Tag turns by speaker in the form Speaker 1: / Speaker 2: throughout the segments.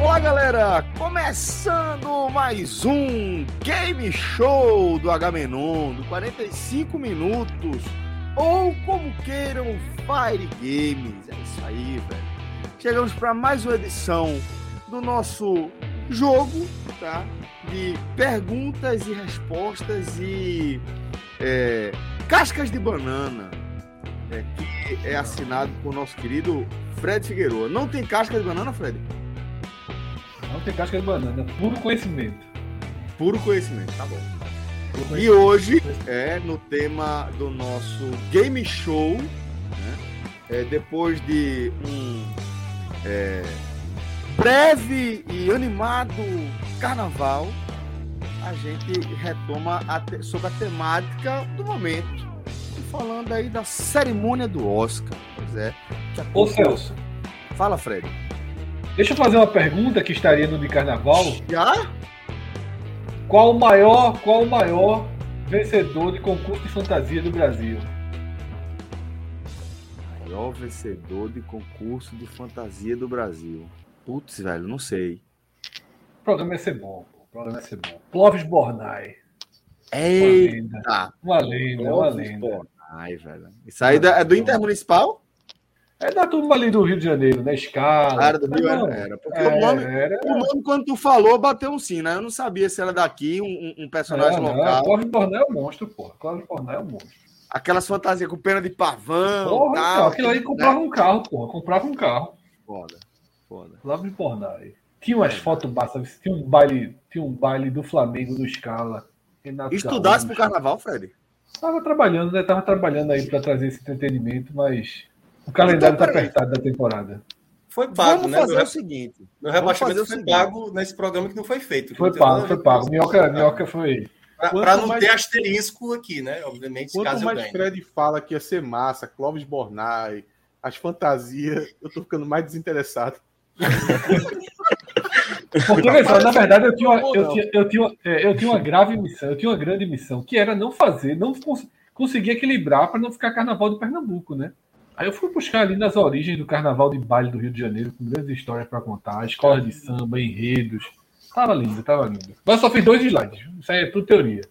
Speaker 1: Olá, galera! Começando mais um Game Show do Agamenon, do 45 minutos, ou como queiram, Fire Games. É isso aí, velho. Chegamos para mais uma edição do nosso jogo, tá? De perguntas e respostas e é, cascas de banana, é, que é assinado por nosso querido Fred Figueiredo. Não tem casca de banana, Fred?
Speaker 2: Não tem casca de banana, puro conhecimento.
Speaker 1: Puro conhecimento, tá bom.
Speaker 2: Puro
Speaker 1: E
Speaker 2: conhecimento.
Speaker 1: hoje é no tema do nosso game show, né? É, depois de um é, breve e animado carnaval, a gente retoma a te- sobre a temática do momento. E falando aí da cerimônia do Oscar. Pois é. que
Speaker 2: Ô
Speaker 1: aconteceu.
Speaker 2: Celso,
Speaker 1: Fala, Fred.
Speaker 2: deixa eu fazer uma pergunta que estaria no de carnaval.
Speaker 1: Já?
Speaker 2: Qual o maior, qual o maior vencedor de concurso de fantasia do Brasil?
Speaker 1: Maior vencedor de concurso de fantasia do Brasil. Putz, velho, não sei.
Speaker 2: O programa ia ser bom. pô, O programa ia ser bom. Clóvis Bornai. Uma
Speaker 1: Ei,
Speaker 2: lenda.
Speaker 1: tá.
Speaker 2: Uma lenda, uma
Speaker 1: Clóvis
Speaker 2: lenda.
Speaker 1: Bornai, velho. Isso aí da- é do Intermunicipal?
Speaker 2: É da turma ali do Rio de Janeiro, né? Escala.
Speaker 1: Cara, do Rio
Speaker 2: Não,
Speaker 1: era. era, Porque
Speaker 2: é,
Speaker 1: o, nome,
Speaker 2: era-
Speaker 1: o nome, quando tu falou, bateu um sino. né? Eu não sabia se era daqui, um- um, um personagem
Speaker 2: não, não,
Speaker 1: local.
Speaker 2: Clóvis Bornai é um monstro, porra. Clóvis Bornai é um monstro.
Speaker 1: Aquelas fantasias com pena de pavão.
Speaker 2: Porra,
Speaker 1: tal,
Speaker 2: não, aquilo aí
Speaker 1: né?
Speaker 2: comprava um carro, porra. Comprava um carro.
Speaker 1: Foda. Foda.
Speaker 2: Clóvis Bornai. Tinha
Speaker 3: É.
Speaker 2: umas fotos massas, tinha um baile, tinha um baile do Flamengo do Scala. Renato
Speaker 1: Estudasse pro Um
Speaker 2: Gaúcho.
Speaker 1: carnaval, Fred?
Speaker 2: Tava trabalhando, né? Tava trabalhando aí para trazer esse entretenimento, mas o calendário
Speaker 3: Então,
Speaker 2: tá
Speaker 1: peraí.
Speaker 2: apertado da temporada.
Speaker 3: Foi pago,
Speaker 1: Vamos
Speaker 3: né?
Speaker 1: fazer
Speaker 3: meu,
Speaker 1: o seguinte. vamos
Speaker 3: meu
Speaker 1: fazer
Speaker 3: rebaixamento
Speaker 1: o
Speaker 3: foi
Speaker 1: seguinte.
Speaker 3: pago nesse programa que não foi feito.
Speaker 2: Foi
Speaker 3: Não Então, tem nada
Speaker 2: pago,
Speaker 3: a
Speaker 2: foi
Speaker 3: ver
Speaker 2: pago.
Speaker 3: com
Speaker 2: Minhoca,
Speaker 3: isso. né?
Speaker 2: minhoca foi.
Speaker 3: Pra,
Speaker 4: Quanto
Speaker 3: pra não
Speaker 4: mais-
Speaker 3: ter asterisco aqui, né? Obviamente,
Speaker 4: Quanto
Speaker 3: caso eu
Speaker 4: mais
Speaker 3: ganhe.
Speaker 4: Fred fala que ia ser massa, Clóvis Bornai, as fantasias, eu tô ficando mais desinteressado.
Speaker 2: Porque, pessoal, na verdade, eu tinha, uma,
Speaker 4: Ou
Speaker 2: eu,
Speaker 4: não.
Speaker 2: tinha, eu, tinha, é, eu tinha uma grave missão, eu tinha uma grande missão, que era não fazer, não cons conseguir equilibrar para não ficar carnaval de Pernambuco, né? Aí eu fui buscar ali nas origens do carnaval de baile do Rio de Janeiro, com grandes histórias para contar, escolas de samba, enredos. Tava lindo, tava lindo. Mas eu só fiz dois slides, isso aí é tudo teoria.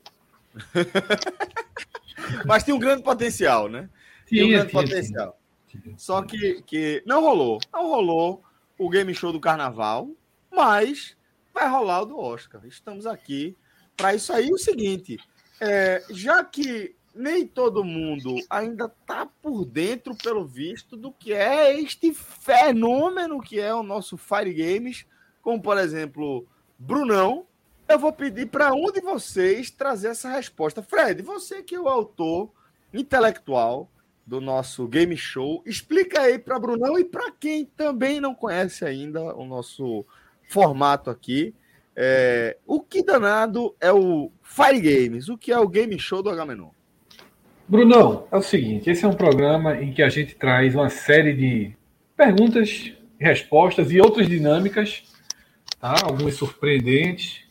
Speaker 1: Mas tem um grande potencial, né? Tem um
Speaker 2: Tinha,
Speaker 1: grande
Speaker 2: tinha,
Speaker 1: potencial.
Speaker 2: tinha, tinha.
Speaker 1: Só que, que não rolou. Não rolou o game show do carnaval, mas vai rolar o do Oscar. Estamos aqui para isso aí. O seguinte, é, já que nem todo mundo ainda tá por dentro, pelo visto, do que é este fenômeno que é o nosso Fire Games, como por exemplo, Brunão, eu vou pedir para um de vocês trazer essa resposta. Fred, você que é o autor intelectual do nosso game show. Explica aí para Brunão e para quem também não conhece ainda o nosso formato aqui. É, o que danado é o Fire Games? O que é o game show do Agamenon?
Speaker 2: Brunão, é o seguinte: esse é um programa em que a gente traz uma série de perguntas, respostas e outras dinâmicas, tá? algumas surpreendentes,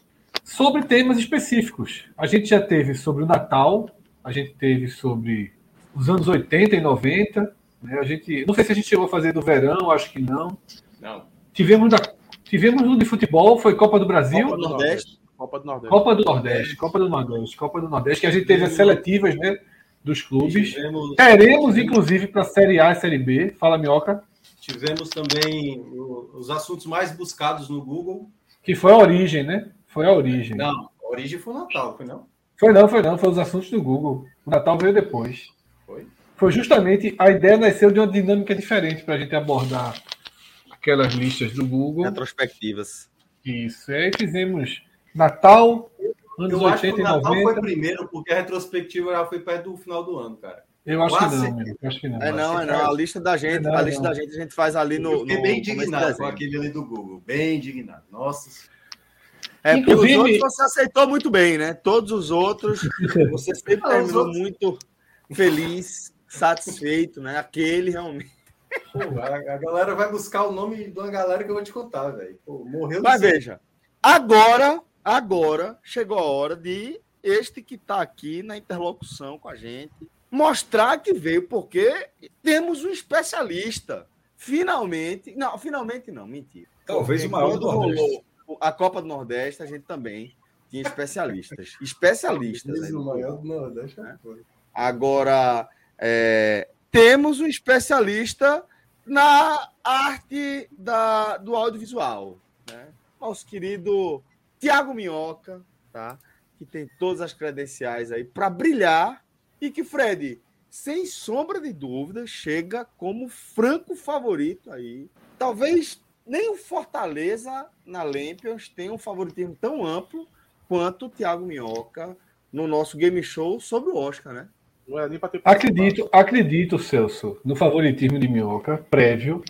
Speaker 2: sobre temas específicos. A gente já teve sobre o Natal, a gente teve sobre os anos 80 e 90. né? A gente, não sei se a gente chegou a fazer do verão, acho que não.
Speaker 3: Não.
Speaker 2: Tivemos, da, tivemos um de futebol, foi Copa do Brasil.
Speaker 4: Copa do
Speaker 1: Nordeste.
Speaker 4: Nordeste. Copa do Nordeste.
Speaker 2: Copa do Nordeste, Copa do Nordeste, Copa do Nordeste, que a gente teve as seletivas, né? Dos clubes.
Speaker 3: Tivemos,
Speaker 2: Teremos, inclusive, para a Série A e Série B. Fala, Minhoca.
Speaker 3: tivemos também o- os assuntos mais buscados no Google.
Speaker 2: Que foi a origem, né? Foi a origem.
Speaker 3: Não, a origem foi o Natal, foi não?
Speaker 2: Foi não, foi não. Foi os assuntos do Google. O Natal veio depois.
Speaker 3: Foi?
Speaker 2: foi justamente a ideia nasceu de uma dinâmica diferente para a gente abordar aquelas listas do Google.
Speaker 1: Retrospectivas.
Speaker 2: Isso. E aí fizemos Natal, anos
Speaker 3: Eu acho que
Speaker 2: 80
Speaker 3: o
Speaker 2: e
Speaker 3: Natal foi
Speaker 2: 90.
Speaker 3: primeiro, porque a retrospectiva já foi perto do final do ano, cara.
Speaker 2: Eu acho que
Speaker 3: Quase.
Speaker 2: não, amigo, eu acho que não.
Speaker 1: É não, é não. A lista da gente,
Speaker 2: Não,
Speaker 1: a lista
Speaker 2: não.
Speaker 1: da gente a gente faz ali
Speaker 3: eu
Speaker 1: no.
Speaker 3: fiquei
Speaker 1: no
Speaker 3: bem
Speaker 1: começo de
Speaker 3: indignado com
Speaker 1: dezembro.
Speaker 3: aquele ali do Google. Bem indignado. Nossa Senhora.
Speaker 1: É, porque os
Speaker 2: Inclusive-
Speaker 1: outros você aceitou muito bem, né? Todos os outros, você sempre
Speaker 3: Ah, os
Speaker 1: terminou
Speaker 3: outros-
Speaker 1: muito feliz, satisfeito, né? Aquele realmente.
Speaker 3: Pô, a, a galera vai buscar o nome de uma galera que eu vou te contar, velho. Pô, Morreu
Speaker 1: Mas
Speaker 3: de sede.
Speaker 1: veja, agora, agora chegou a hora de este que está aqui na interlocução com a gente mostrar que veio, porque temos um especialista. Finalmente, não, finalmente não, mentira.
Speaker 5: Talvez o
Speaker 1: Porque
Speaker 5: maior do
Speaker 1: quando
Speaker 5: Nordeste.
Speaker 1: rolou A Copa do Nordeste, a gente também tinha especialistas. Especialistas. né?
Speaker 3: No maior do Nordeste, é foda.
Speaker 1: Agora, é, temos um especialista na arte da, do audiovisual. Né? Nosso querido Tiago Minhoca, tá? que tem todas as credenciais aí para brilhar e que, Fred, sem sombra de dúvida, chega como franco favorito aí. Talvez nem o Fortaleza na Lampions tenha um favoritismo tão amplo quanto o Tiago Minhoca no nosso game show sobre o Oscar, né?
Speaker 4: Não era nem pra ter
Speaker 2: Acredito, acredito, Celso, no favoritismo de Minhoca, prévio.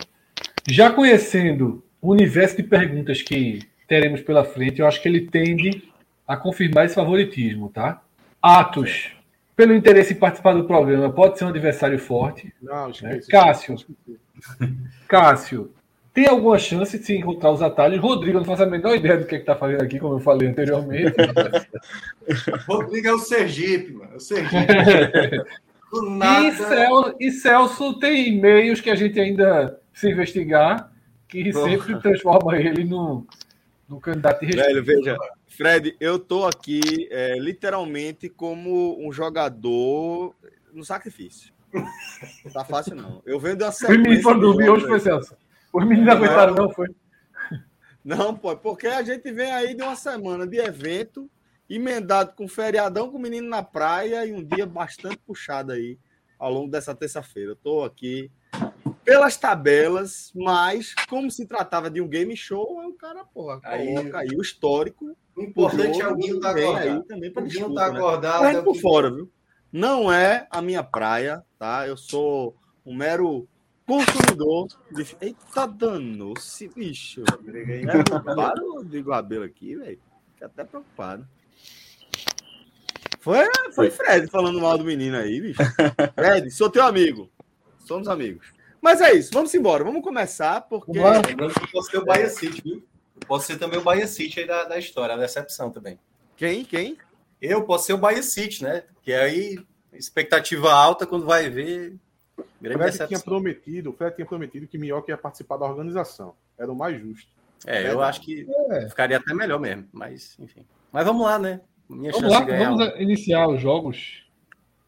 Speaker 2: Já conhecendo o universo de perguntas que teremos pela frente, eu acho que ele tende a confirmar esse favoritismo, tá? Atos, pelo interesse em participar do programa, pode ser um adversário forte.
Speaker 4: Não, esqueci.
Speaker 2: É, Cássio. Cássio, tem alguma chance de se encontrar os atalhos? Rodrigo, eu não faço a menor ideia do que está fazendo aqui, como eu falei anteriormente.
Speaker 3: Rodrigo é o Sergipe, mano. É o Sergipe. Do nada.
Speaker 2: E, Cel- e Celso tem e-mails que a gente ainda se investigar, que sempre transforma ele no, no candidato irresponsável.
Speaker 1: Velho, veja, Fred, eu tô aqui é, literalmente como um jogador no sacrifício. Não tá fácil, não. Eu vendo a
Speaker 2: Os meninos
Speaker 1: sequência.
Speaker 2: foram
Speaker 1: do
Speaker 2: dormir
Speaker 1: jogo,
Speaker 2: hoje, foi Celso. Os meninos não aguentaram, não, foi?
Speaker 1: Não, pô, porque a gente vem aí de uma semana de evento, emendado com feriadão com o menino na praia e um dia bastante puxado aí ao longo dessa terça-feira. Eu tô aqui pelas tabelas, mas como se tratava de um game show, aí o cara, porra,
Speaker 3: Aí-
Speaker 1: coloca aí o histórico.
Speaker 3: O
Speaker 1: o
Speaker 3: importante é o
Speaker 1: jogo,
Speaker 3: Guinho tá
Speaker 1: vem
Speaker 3: acordado.
Speaker 1: aí também
Speaker 3: O
Speaker 1: pra
Speaker 3: Guinho
Speaker 1: disputa,
Speaker 3: tá
Speaker 1: né?
Speaker 3: acordado.
Speaker 1: Correndo
Speaker 3: é o
Speaker 1: por
Speaker 3: Guinho.
Speaker 1: fora, viu? Não é a minha praia, tá? Eu sou um mero consumidor de. Eita, danou-se, bicho.
Speaker 3: Briguei.
Speaker 1: É, Derrubaram o Rodrigo Abelo aqui, velho. Fiquei até preocupado. Foi, foi Fred falando mal do menino aí, bicho. Fred, sou teu amigo. Somos amigos. Mas é isso, vamos embora. Vamos começar, porque.
Speaker 2: Vamos lá.
Speaker 3: Lembrando que eu posso ser o Bahia City, viu? Eu posso ser também o Bahia City aí da, da história, a decepção também.
Speaker 1: Quem? Quem?
Speaker 3: Eu posso ser o Bahia City, né? Que aí, expectativa alta, quando vai ver,
Speaker 4: O
Speaker 3: grande
Speaker 4: Fred é tinha
Speaker 3: decepção.
Speaker 4: prometido, o Fred tinha prometido que Minhoca ia participar da organização. Era o mais justo.
Speaker 3: É, eu acho que ficaria até melhor mesmo, mas enfim. Mas vamos lá, né? Minha
Speaker 2: Vamos
Speaker 3: chance
Speaker 2: lá,
Speaker 3: de ganhar. um
Speaker 2: vamos iniciar os jogos.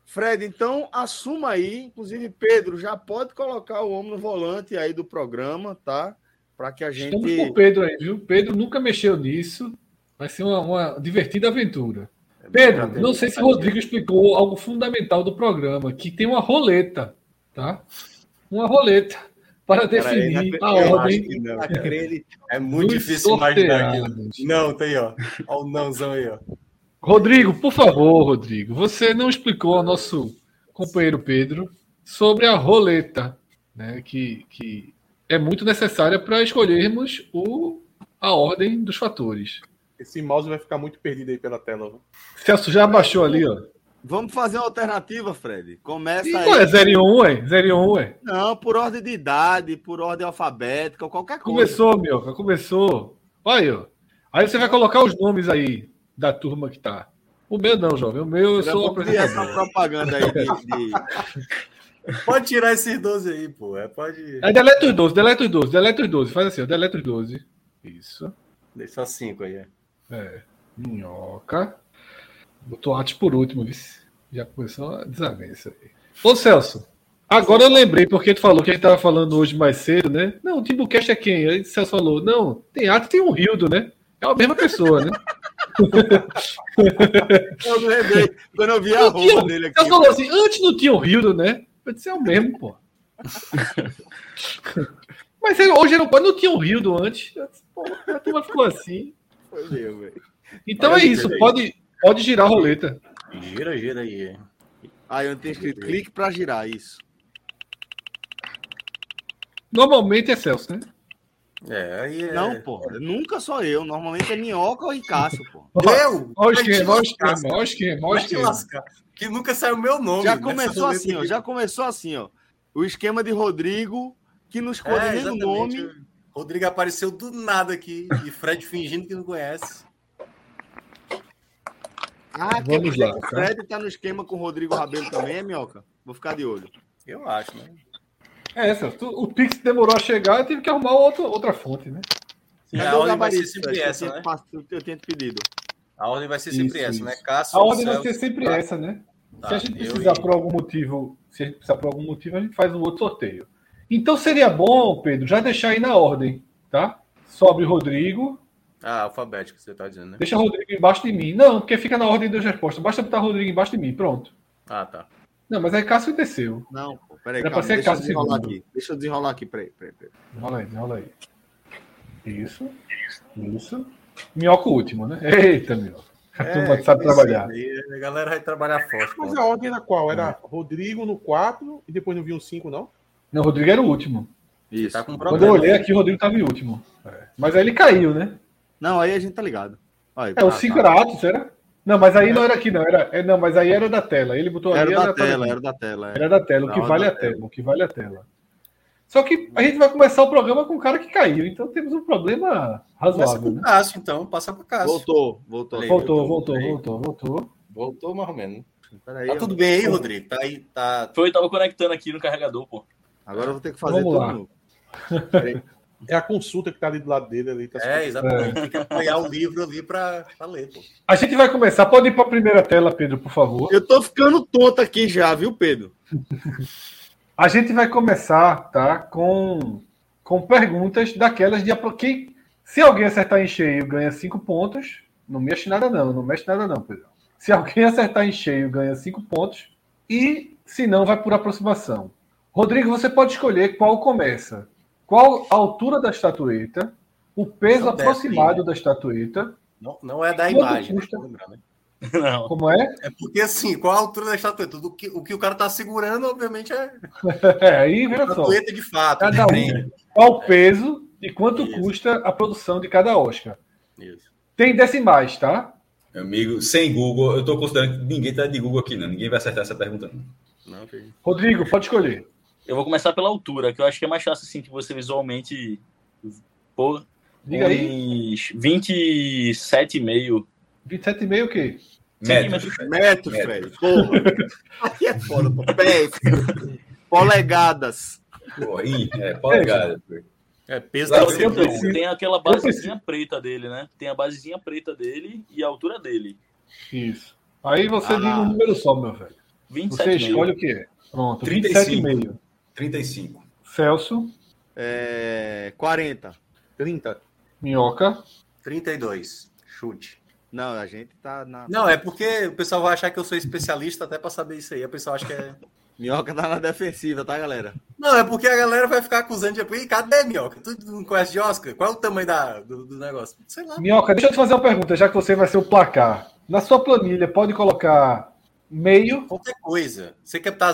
Speaker 1: Fred, então assuma aí, inclusive Pedro, já pode colocar o homem no volante aí do programa, tá? Para que a
Speaker 2: Estamos com
Speaker 1: gente
Speaker 2: o Pedro aí, viu? Pedro nunca mexeu nisso. Vai ser uma, uma divertida aventura. Pedro, não sei se o Rodrigo explicou algo fundamental do programa, que tem uma roleta, tá? Uma roleta para definir Ah, a
Speaker 3: né? eu
Speaker 2: ordem
Speaker 3: acho que não. Aquele- É muito
Speaker 2: dos
Speaker 3: difícil imaginar aquilo.
Speaker 2: sorteados.
Speaker 3: Não, tem, ó. Olha o nãozão aí, ó.
Speaker 2: Rodrigo, por favor, Rodrigo, você não explicou ao nosso companheiro Pedro sobre a roleta, né, que, que é muito necessária para escolhermos o, a ordem dos fatores.
Speaker 4: Esse mouse vai ficar muito perdido aí pela tela. viu?
Speaker 2: Celso já abaixou ali, ó.
Speaker 1: Vamos fazer uma alternativa, Fred. Começa
Speaker 2: E
Speaker 1: aí.
Speaker 2: qual é 0 e 1, é? 0 e 1, é?
Speaker 1: Não, por ordem de idade, por ordem alfabética, qualquer coisa.
Speaker 2: Começou, meu, começou. Olha aí, ó. Aí você vai colocar os nomes aí da turma que tá. O meu não, jovem. O meu eu
Speaker 1: Já
Speaker 2: sou o
Speaker 1: vou criar essa
Speaker 2: apresentador.
Speaker 1: propaganda aí de, de-
Speaker 3: Pode tirar esses 12 aí, pô. É, pode.
Speaker 2: Aí deleta os 12, deleta os 12, deleta os 12. Faz assim, ó, deleta os 12. Isso.
Speaker 3: Deixa só 5 aí. é.
Speaker 2: É. Minhoca. Botou Atos por último, vice. Já começou a desavença aí. Ô Celso, agora eu lembrei porque tu falou que a gente tava falando hoje mais cedo, né? Não, o Timbucast é quem? Aí o Celso falou, não, tem Atos e tem um Rildo, né? É a mesma pessoa, né?
Speaker 1: Eu lembrei, quando eu vi a
Speaker 2: Não tinha-
Speaker 1: roupa dele aqui.
Speaker 2: Celso falou assim, antes não tinha o Rildo, né? Eu disse, é o mesmo, pô. Mas ele- hoje não, não tinha um Rildo antes. Eu disse, pô, a turma ficou assim.
Speaker 1: Foi meu, velho.
Speaker 2: Então
Speaker 5: Olha
Speaker 2: é
Speaker 5: aí,
Speaker 2: isso,
Speaker 5: peraí.
Speaker 2: pode, pode girar a roleta.
Speaker 5: Gira, gira aí.
Speaker 1: Aí eu tenho escrito
Speaker 2: É.
Speaker 1: clique pra girar isso.
Speaker 2: Normalmente é Celso, né?
Speaker 5: É, aí é.
Speaker 1: Não, pô. Nunca sou eu. Normalmente é minhoca ou Ricasso, pô.
Speaker 3: Eu?
Speaker 2: Olha o
Speaker 3: Vai te
Speaker 2: esquema, olha o
Speaker 3: lascar,
Speaker 2: esquema, olha o esquema, olha o
Speaker 3: vai te
Speaker 2: esquema.
Speaker 3: lascar. Que nunca saiu meu nome.
Speaker 1: Já
Speaker 3: nessa
Speaker 1: começou
Speaker 3: roleta
Speaker 1: assim, ó.
Speaker 3: aqui.
Speaker 1: Já começou assim, ó. O esquema de Rodrigo, que não escolhe
Speaker 3: É,
Speaker 1: nem o
Speaker 3: exatamente.
Speaker 1: nome.
Speaker 3: Rodrigo apareceu do nada aqui e Fred fingindo que não conhece.
Speaker 1: Ah, quer
Speaker 2: Vamos
Speaker 1: dizer
Speaker 2: lá,
Speaker 1: que o
Speaker 2: tá?
Speaker 1: Fred tá no esquema com o Rodrigo Rabelo também, é minhoca? Vou ficar de olho.
Speaker 3: Eu acho, né?
Speaker 2: É, Celso, tu- o Pix demorou a chegar, eu tive que arrumar outra, outra fonte, né?
Speaker 3: Sim,
Speaker 1: Cadê
Speaker 3: a
Speaker 1: o
Speaker 3: ordem vai ser
Speaker 1: gabarito,
Speaker 3: sempre
Speaker 1: Fred?
Speaker 3: essa,
Speaker 1: eu
Speaker 3: né?
Speaker 1: tinha pass- Eu tinha te pedido.
Speaker 3: A ordem vai ser sempre
Speaker 2: Isso,
Speaker 3: essa,
Speaker 2: isso.
Speaker 3: né? Cássio,
Speaker 2: A ordem vai
Speaker 3: Celso,
Speaker 2: ser sempre
Speaker 3: tá,
Speaker 2: essa, né?
Speaker 3: tá,
Speaker 2: se a gente
Speaker 3: eu
Speaker 2: precisar
Speaker 3: e-
Speaker 2: por algum motivo, se a gente precisar por algum motivo, a gente faz um outro sorteio. Então seria bom, Pedro, já deixar aí na ordem, tá? Sobre Rodrigo,
Speaker 3: Ah, alfabético, você tá dizendo, né?
Speaker 2: deixa Rodrigo embaixo de mim. Não, porque fica na ordem das respostas. Basta botar Rodrigo embaixo de mim, pronto.
Speaker 3: Ah, tá.
Speaker 2: Não, mas aí Cássio desceu.
Speaker 1: Não, pô, peraí,
Speaker 2: Era pra
Speaker 1: calma,
Speaker 2: ser
Speaker 1: deixa eu
Speaker 2: Cássio
Speaker 1: desenrolar
Speaker 2: segundo.
Speaker 1: aqui. Deixa eu desenrolar aqui, peraí, peraí, peraí.
Speaker 2: Rola aí, rola aí. Isso, isso. Minhoca o último, né? Eita, meu. A turma sabe trabalhar.
Speaker 3: aí, a galera vai trabalhar forte.
Speaker 4: Mas
Speaker 3: pô.
Speaker 4: a ordem era qual? Era Rodrigo no 4 e depois não vi um 5, não?
Speaker 2: Não, o Rodrigo era o último.
Speaker 1: Isso.
Speaker 3: Tá com
Speaker 2: Quando eu
Speaker 3: problema.
Speaker 2: olhei aqui, o Rodrigo estava em último. Mas aí ele caiu, né?
Speaker 1: Não, aí a gente tá ligado. Aí,
Speaker 2: É, o
Speaker 1: tá,
Speaker 2: 5
Speaker 1: tá.
Speaker 2: era Atos, era? Não, mas aí não era aqui, não. Era, é, não, mas aí era da tela. Ele botou
Speaker 1: tá. Era
Speaker 2: ali.
Speaker 1: da
Speaker 2: tela.
Speaker 1: tela, era da tela.
Speaker 3: Tá
Speaker 1: é.
Speaker 2: Era da tela, o que
Speaker 1: Não,
Speaker 2: vale
Speaker 1: da
Speaker 2: a tela. O que vale é a tela. Só que a gente vai começar o programa com o cara que caiu, então temos um problema
Speaker 3: Começa
Speaker 2: razoável,
Speaker 3: com
Speaker 2: né?
Speaker 3: Cássio, então. Passa pra Cássio.
Speaker 1: Voltou, voltou.
Speaker 3: Falei.
Speaker 2: Voltou, voltou, voltou, voltou.
Speaker 5: Voltou mais ou menos.
Speaker 1: Peraí,
Speaker 3: Tá
Speaker 1: ó.
Speaker 3: tudo bem aí, Rodrigo? Tá aí, tá...
Speaker 6: Foi, tava conectando aqui no carregador, pô.
Speaker 1: Agora eu vou ter que fazer
Speaker 2: Vamos
Speaker 1: tudo
Speaker 2: lá.
Speaker 1: novo.
Speaker 4: É a consulta que tá ali do lado dele ali. Tá
Speaker 3: É, exatamente. Tem que apoiar o livro ali pra, pra ler, pô.
Speaker 2: A gente vai começar. Pode ir para a primeira tela, Pedro, por favor.
Speaker 1: Eu tô ficando tonto aqui já, viu, Pedro?
Speaker 2: A gente vai começar, tá? Com, com perguntas daquelas de apro- que se alguém acertar em cheio ganha cinco pontos. Não mexe nada não, não mexe nada não, Pedro. Se alguém acertar em cheio ganha cinco pontos e se não vai por aproximação. Rodrigo, você pode escolher qual começa. Qual a altura da estatueta, o peso
Speaker 3: Não desce né?
Speaker 2: aproximado da estatueta,
Speaker 3: Não, não é da
Speaker 2: Quanto
Speaker 3: imagem, né?
Speaker 2: custa?
Speaker 3: Vou lembrar, né?
Speaker 6: Não.
Speaker 2: como é?
Speaker 3: É porque, assim, qual a altura da estatueta? Do que, o que o cara tá segurando, obviamente, é
Speaker 2: É, aí
Speaker 3: a
Speaker 2: veja só.
Speaker 3: estatueta de fato. né?
Speaker 2: Cada um. Qual o peso e quanto
Speaker 3: Isso.
Speaker 2: custa a produção de cada Oscar?
Speaker 3: Isso.
Speaker 2: Tem decimais, tá?
Speaker 7: Meu amigo, sem Google, eu tô considerando que ninguém tá de Google aqui, não. Ninguém vai acertar essa pergunta, não.
Speaker 3: Não, que-
Speaker 2: Rodrigo, pode escolher.
Speaker 6: Eu vou começar pela altura, que eu acho que é mais fácil assim que você visualmente. Pô,
Speaker 2: Diga aí.
Speaker 6: uns 27,5
Speaker 2: 27,5 o quê?
Speaker 7: Metros.
Speaker 6: centímetros.
Speaker 1: Metro, Fred. Porra. Aqui é foda, pô. Pés. Polegadas.
Speaker 7: Pô, ih, é, polegada.
Speaker 3: É peso
Speaker 7: Lá
Speaker 3: da
Speaker 7: eu
Speaker 6: Tem,
Speaker 7: sempre
Speaker 3: altura.
Speaker 7: preciso.
Speaker 6: tem aquela
Speaker 2: preciso.
Speaker 6: basezinha preta dele, né? Tem a basezinha preta dele e a altura dele.
Speaker 2: Isso. Aí você
Speaker 1: Ah.
Speaker 2: diz um número só, meu velho. Você
Speaker 6: 27,5.
Speaker 2: escolhe o que é. Pronto,
Speaker 7: 35.
Speaker 2: 27,5.
Speaker 7: 35.
Speaker 2: Celso,
Speaker 1: É, 40.
Speaker 4: 30.
Speaker 2: Minhoca.
Speaker 3: 32. Chute.
Speaker 1: Não, a gente tá na.
Speaker 3: Não, é porque o pessoal vai achar que eu sou especialista até pra saber isso aí. O pessoal acha que é.
Speaker 1: Minhoca tá na defensiva, tá, galera?
Speaker 3: Não, é porque a galera vai ficar acusando de. Ih, cadê, Minhoca? Tu não conhece de Oscar? Qual é o tamanho da, do, do negócio? Sei lá.
Speaker 2: Minhoca, deixa eu te fazer uma pergunta, já que você vai ser o placar. Na sua planilha, pode colocar meio,
Speaker 3: Qualquer coisa. Você quer botar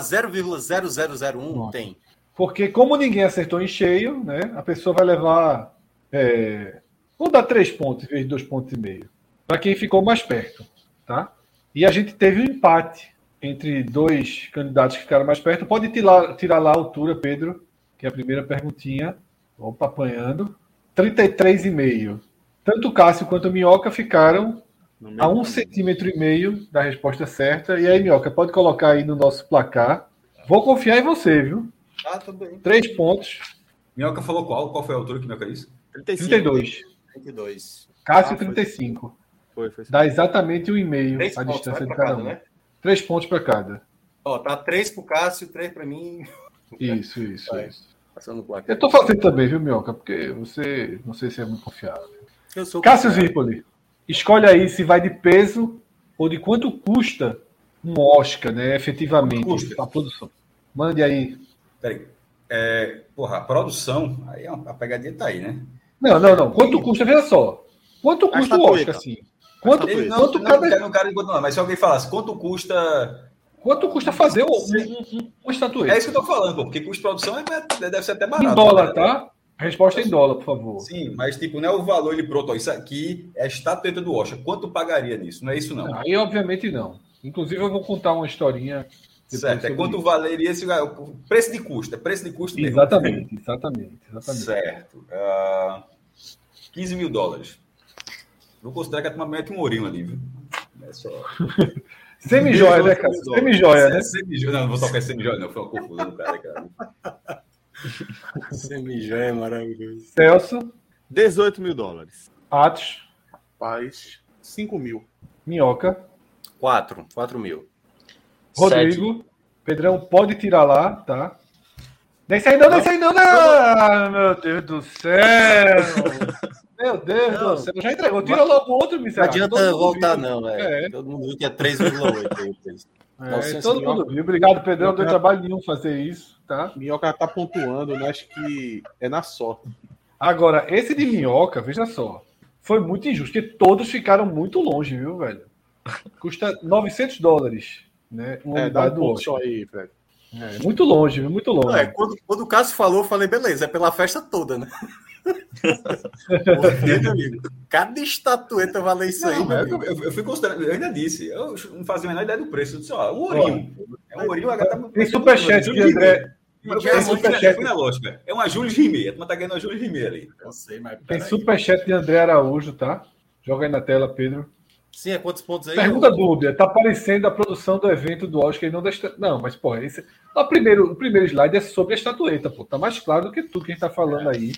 Speaker 2: Nossa.
Speaker 3: 0,0001? Tem.
Speaker 2: porque como ninguém acertou em cheio, né? A pessoa vai levar. É, vou dar três pontos em vez de dois pontos e meio. Para quem ficou mais perto, tá? E a gente teve um empate entre dois candidatos que ficaram mais perto. Pode tirar, tirar lá a altura, Pedro, que é a primeira perguntinha. Opa, apanhando. 33,5. Tanto o Cássio quanto o Minhoca ficaram
Speaker 1: No
Speaker 2: a
Speaker 1: meio.
Speaker 2: um centímetro e meio da resposta certa. E aí, Minhoca, pode colocar aí no nosso placar. Vou confiar em você, viu?
Speaker 3: Ah, também.
Speaker 2: Três pontos,
Speaker 7: Minhoca falou qual? Qual foi a altura que Minhoca disse?
Speaker 1: 35.
Speaker 2: 32.
Speaker 3: 32.
Speaker 2: Cássio,
Speaker 1: Ah, foi.
Speaker 2: 35.
Speaker 1: Foi, foi.
Speaker 2: Dá exatamente um e meio
Speaker 3: Três
Speaker 2: a
Speaker 3: pontos,
Speaker 2: distância
Speaker 3: vai
Speaker 2: de
Speaker 3: pra
Speaker 2: cada
Speaker 3: cada,
Speaker 2: um.
Speaker 3: né?
Speaker 2: Três pontos para cada.
Speaker 3: Ó, tá 3 pro Cássio, 3 pra mim.
Speaker 2: Isso, isso,
Speaker 3: Vai.
Speaker 2: isso.
Speaker 3: Passando o placar.
Speaker 2: Eu tô fazendo também, viu, Minhoca? Porque você não sei se é muito confiável.
Speaker 3: Eu sou
Speaker 2: Cássio Zirpoli, escolhe aí se vai de peso ou de quanto custa um Oscar, né? Efetivamente,
Speaker 7: Custa.
Speaker 2: a produção. Mande aí.
Speaker 7: Peraí. É, porra, a produção, aí é uma- a pegadinha tá aí, né?
Speaker 2: Não, não, não. Quanto custa? Veja só. Quanto
Speaker 1: A
Speaker 2: custa o
Speaker 1: estatueta.
Speaker 2: Oscar, assim?
Speaker 1: Tá
Speaker 2: Quanto,
Speaker 7: Ele não,
Speaker 2: quanto,
Speaker 7: não,
Speaker 2: cada-
Speaker 7: não, não quero enquanto não, mas se alguém falasse quanto custa.
Speaker 2: quanto custa fazer um, um, um, uma
Speaker 7: É
Speaker 2: estatueta?
Speaker 7: isso que eu tô falando, pô, porque custo de produção é, deve ser até barato.
Speaker 2: Em dólar,
Speaker 7: né?
Speaker 2: tá? Resposta em dólar, por favor.
Speaker 7: Sim, mas tipo, não é o valor ele pronto, ó, isso aqui é a estatueta do Oscar. Quanto pagaria nisso? Não é isso, não.
Speaker 2: Aí, obviamente, não. Inclusive, eu vou contar uma historinha. depois
Speaker 7: certo, é
Speaker 2: sobre
Speaker 7: quanto
Speaker 2: isso.
Speaker 7: valeria esse ah, o preço de custo, é preço de custo mesmo.
Speaker 2: Exatamente, exatamente, exatamente.
Speaker 7: Certo. Ah, 15 mil dólares. Vou considerar que a turma mete um ourinho ali, viu? É só...
Speaker 2: Semi-joia, né, cara? Semi-joia, né?
Speaker 7: Semi-joia, não, não vou tocar esse semi-joia, não. Foi uma confusão do cara, cara.
Speaker 3: Semijão é maravilhoso.
Speaker 2: Celso,
Speaker 1: 18 mil dólares.
Speaker 2: Atos,
Speaker 4: Rapaz, 5 mil.
Speaker 2: Minhoca,
Speaker 3: 4, 4 mil.
Speaker 2: Rodrigo, Pedrão, pode tirar lá, tá? Desce aí não, desce aí não, não! Ah, meu Deus do céu! Meu Deus
Speaker 3: Não.
Speaker 2: do céu, já entregou. Tira logo outro,
Speaker 3: Não
Speaker 2: miserável. Todo
Speaker 3: adianta
Speaker 2: mundo
Speaker 3: voltar,
Speaker 7: né?
Speaker 2: viu.
Speaker 3: não,
Speaker 2: É.
Speaker 3: velho. Todo mundo viu que é 3,8.
Speaker 2: É, todo mundo viu. Obrigado, Pedrão. Não deu trabalho nenhum fazer isso, tá?
Speaker 4: Minhoca tá pontuando, né? Acho que é na sorte.
Speaker 2: Agora, esse de minhoca, veja só, foi muito injusto, porque todos ficaram muito longe, viu, velho? Custa 900 dólares, né? Uma
Speaker 4: É, dá
Speaker 2: unidade
Speaker 4: um
Speaker 2: do
Speaker 4: ponto
Speaker 2: Oscar.
Speaker 4: só aí, velho.
Speaker 2: É, muito longe, viu? Muito
Speaker 3: Não, é,
Speaker 2: longe.
Speaker 3: quando, quando o Cássio falou, eu falei, beleza, é pela festa toda, né? Porque, meu amigo, cada estatueta valer isso aí,
Speaker 7: Não,
Speaker 3: meu
Speaker 7: eu,
Speaker 3: amigo.
Speaker 7: eu- eu fui considerando, eu ainda disse, eu não fazia a menor ideia do preço. Eu disse, ó, um ourinho. É um ourinho, a gata.
Speaker 2: Tem superchat de André.
Speaker 7: Eu
Speaker 2: Tem
Speaker 7: fui
Speaker 2: superchat.
Speaker 7: na lógica. É uma Júlio Rimet. A turma tá ganhando uma Júlio Rimet ali.
Speaker 3: Não sei, mas
Speaker 2: Tem
Speaker 3: peraí.
Speaker 2: superchat de André Araújo, tá? Joga aí na tela, Pedro.
Speaker 3: Sim, é quantos pontos aí?
Speaker 2: Pergunta dúvida. Tá aparecendo a produção do evento do Oscar e não da esta- Não, mas, porra, esse... o, primeiro, o primeiro slide é sobre a estatueta, pô. Tá mais claro do que tudo que a gente tá falando
Speaker 4: É.
Speaker 2: aí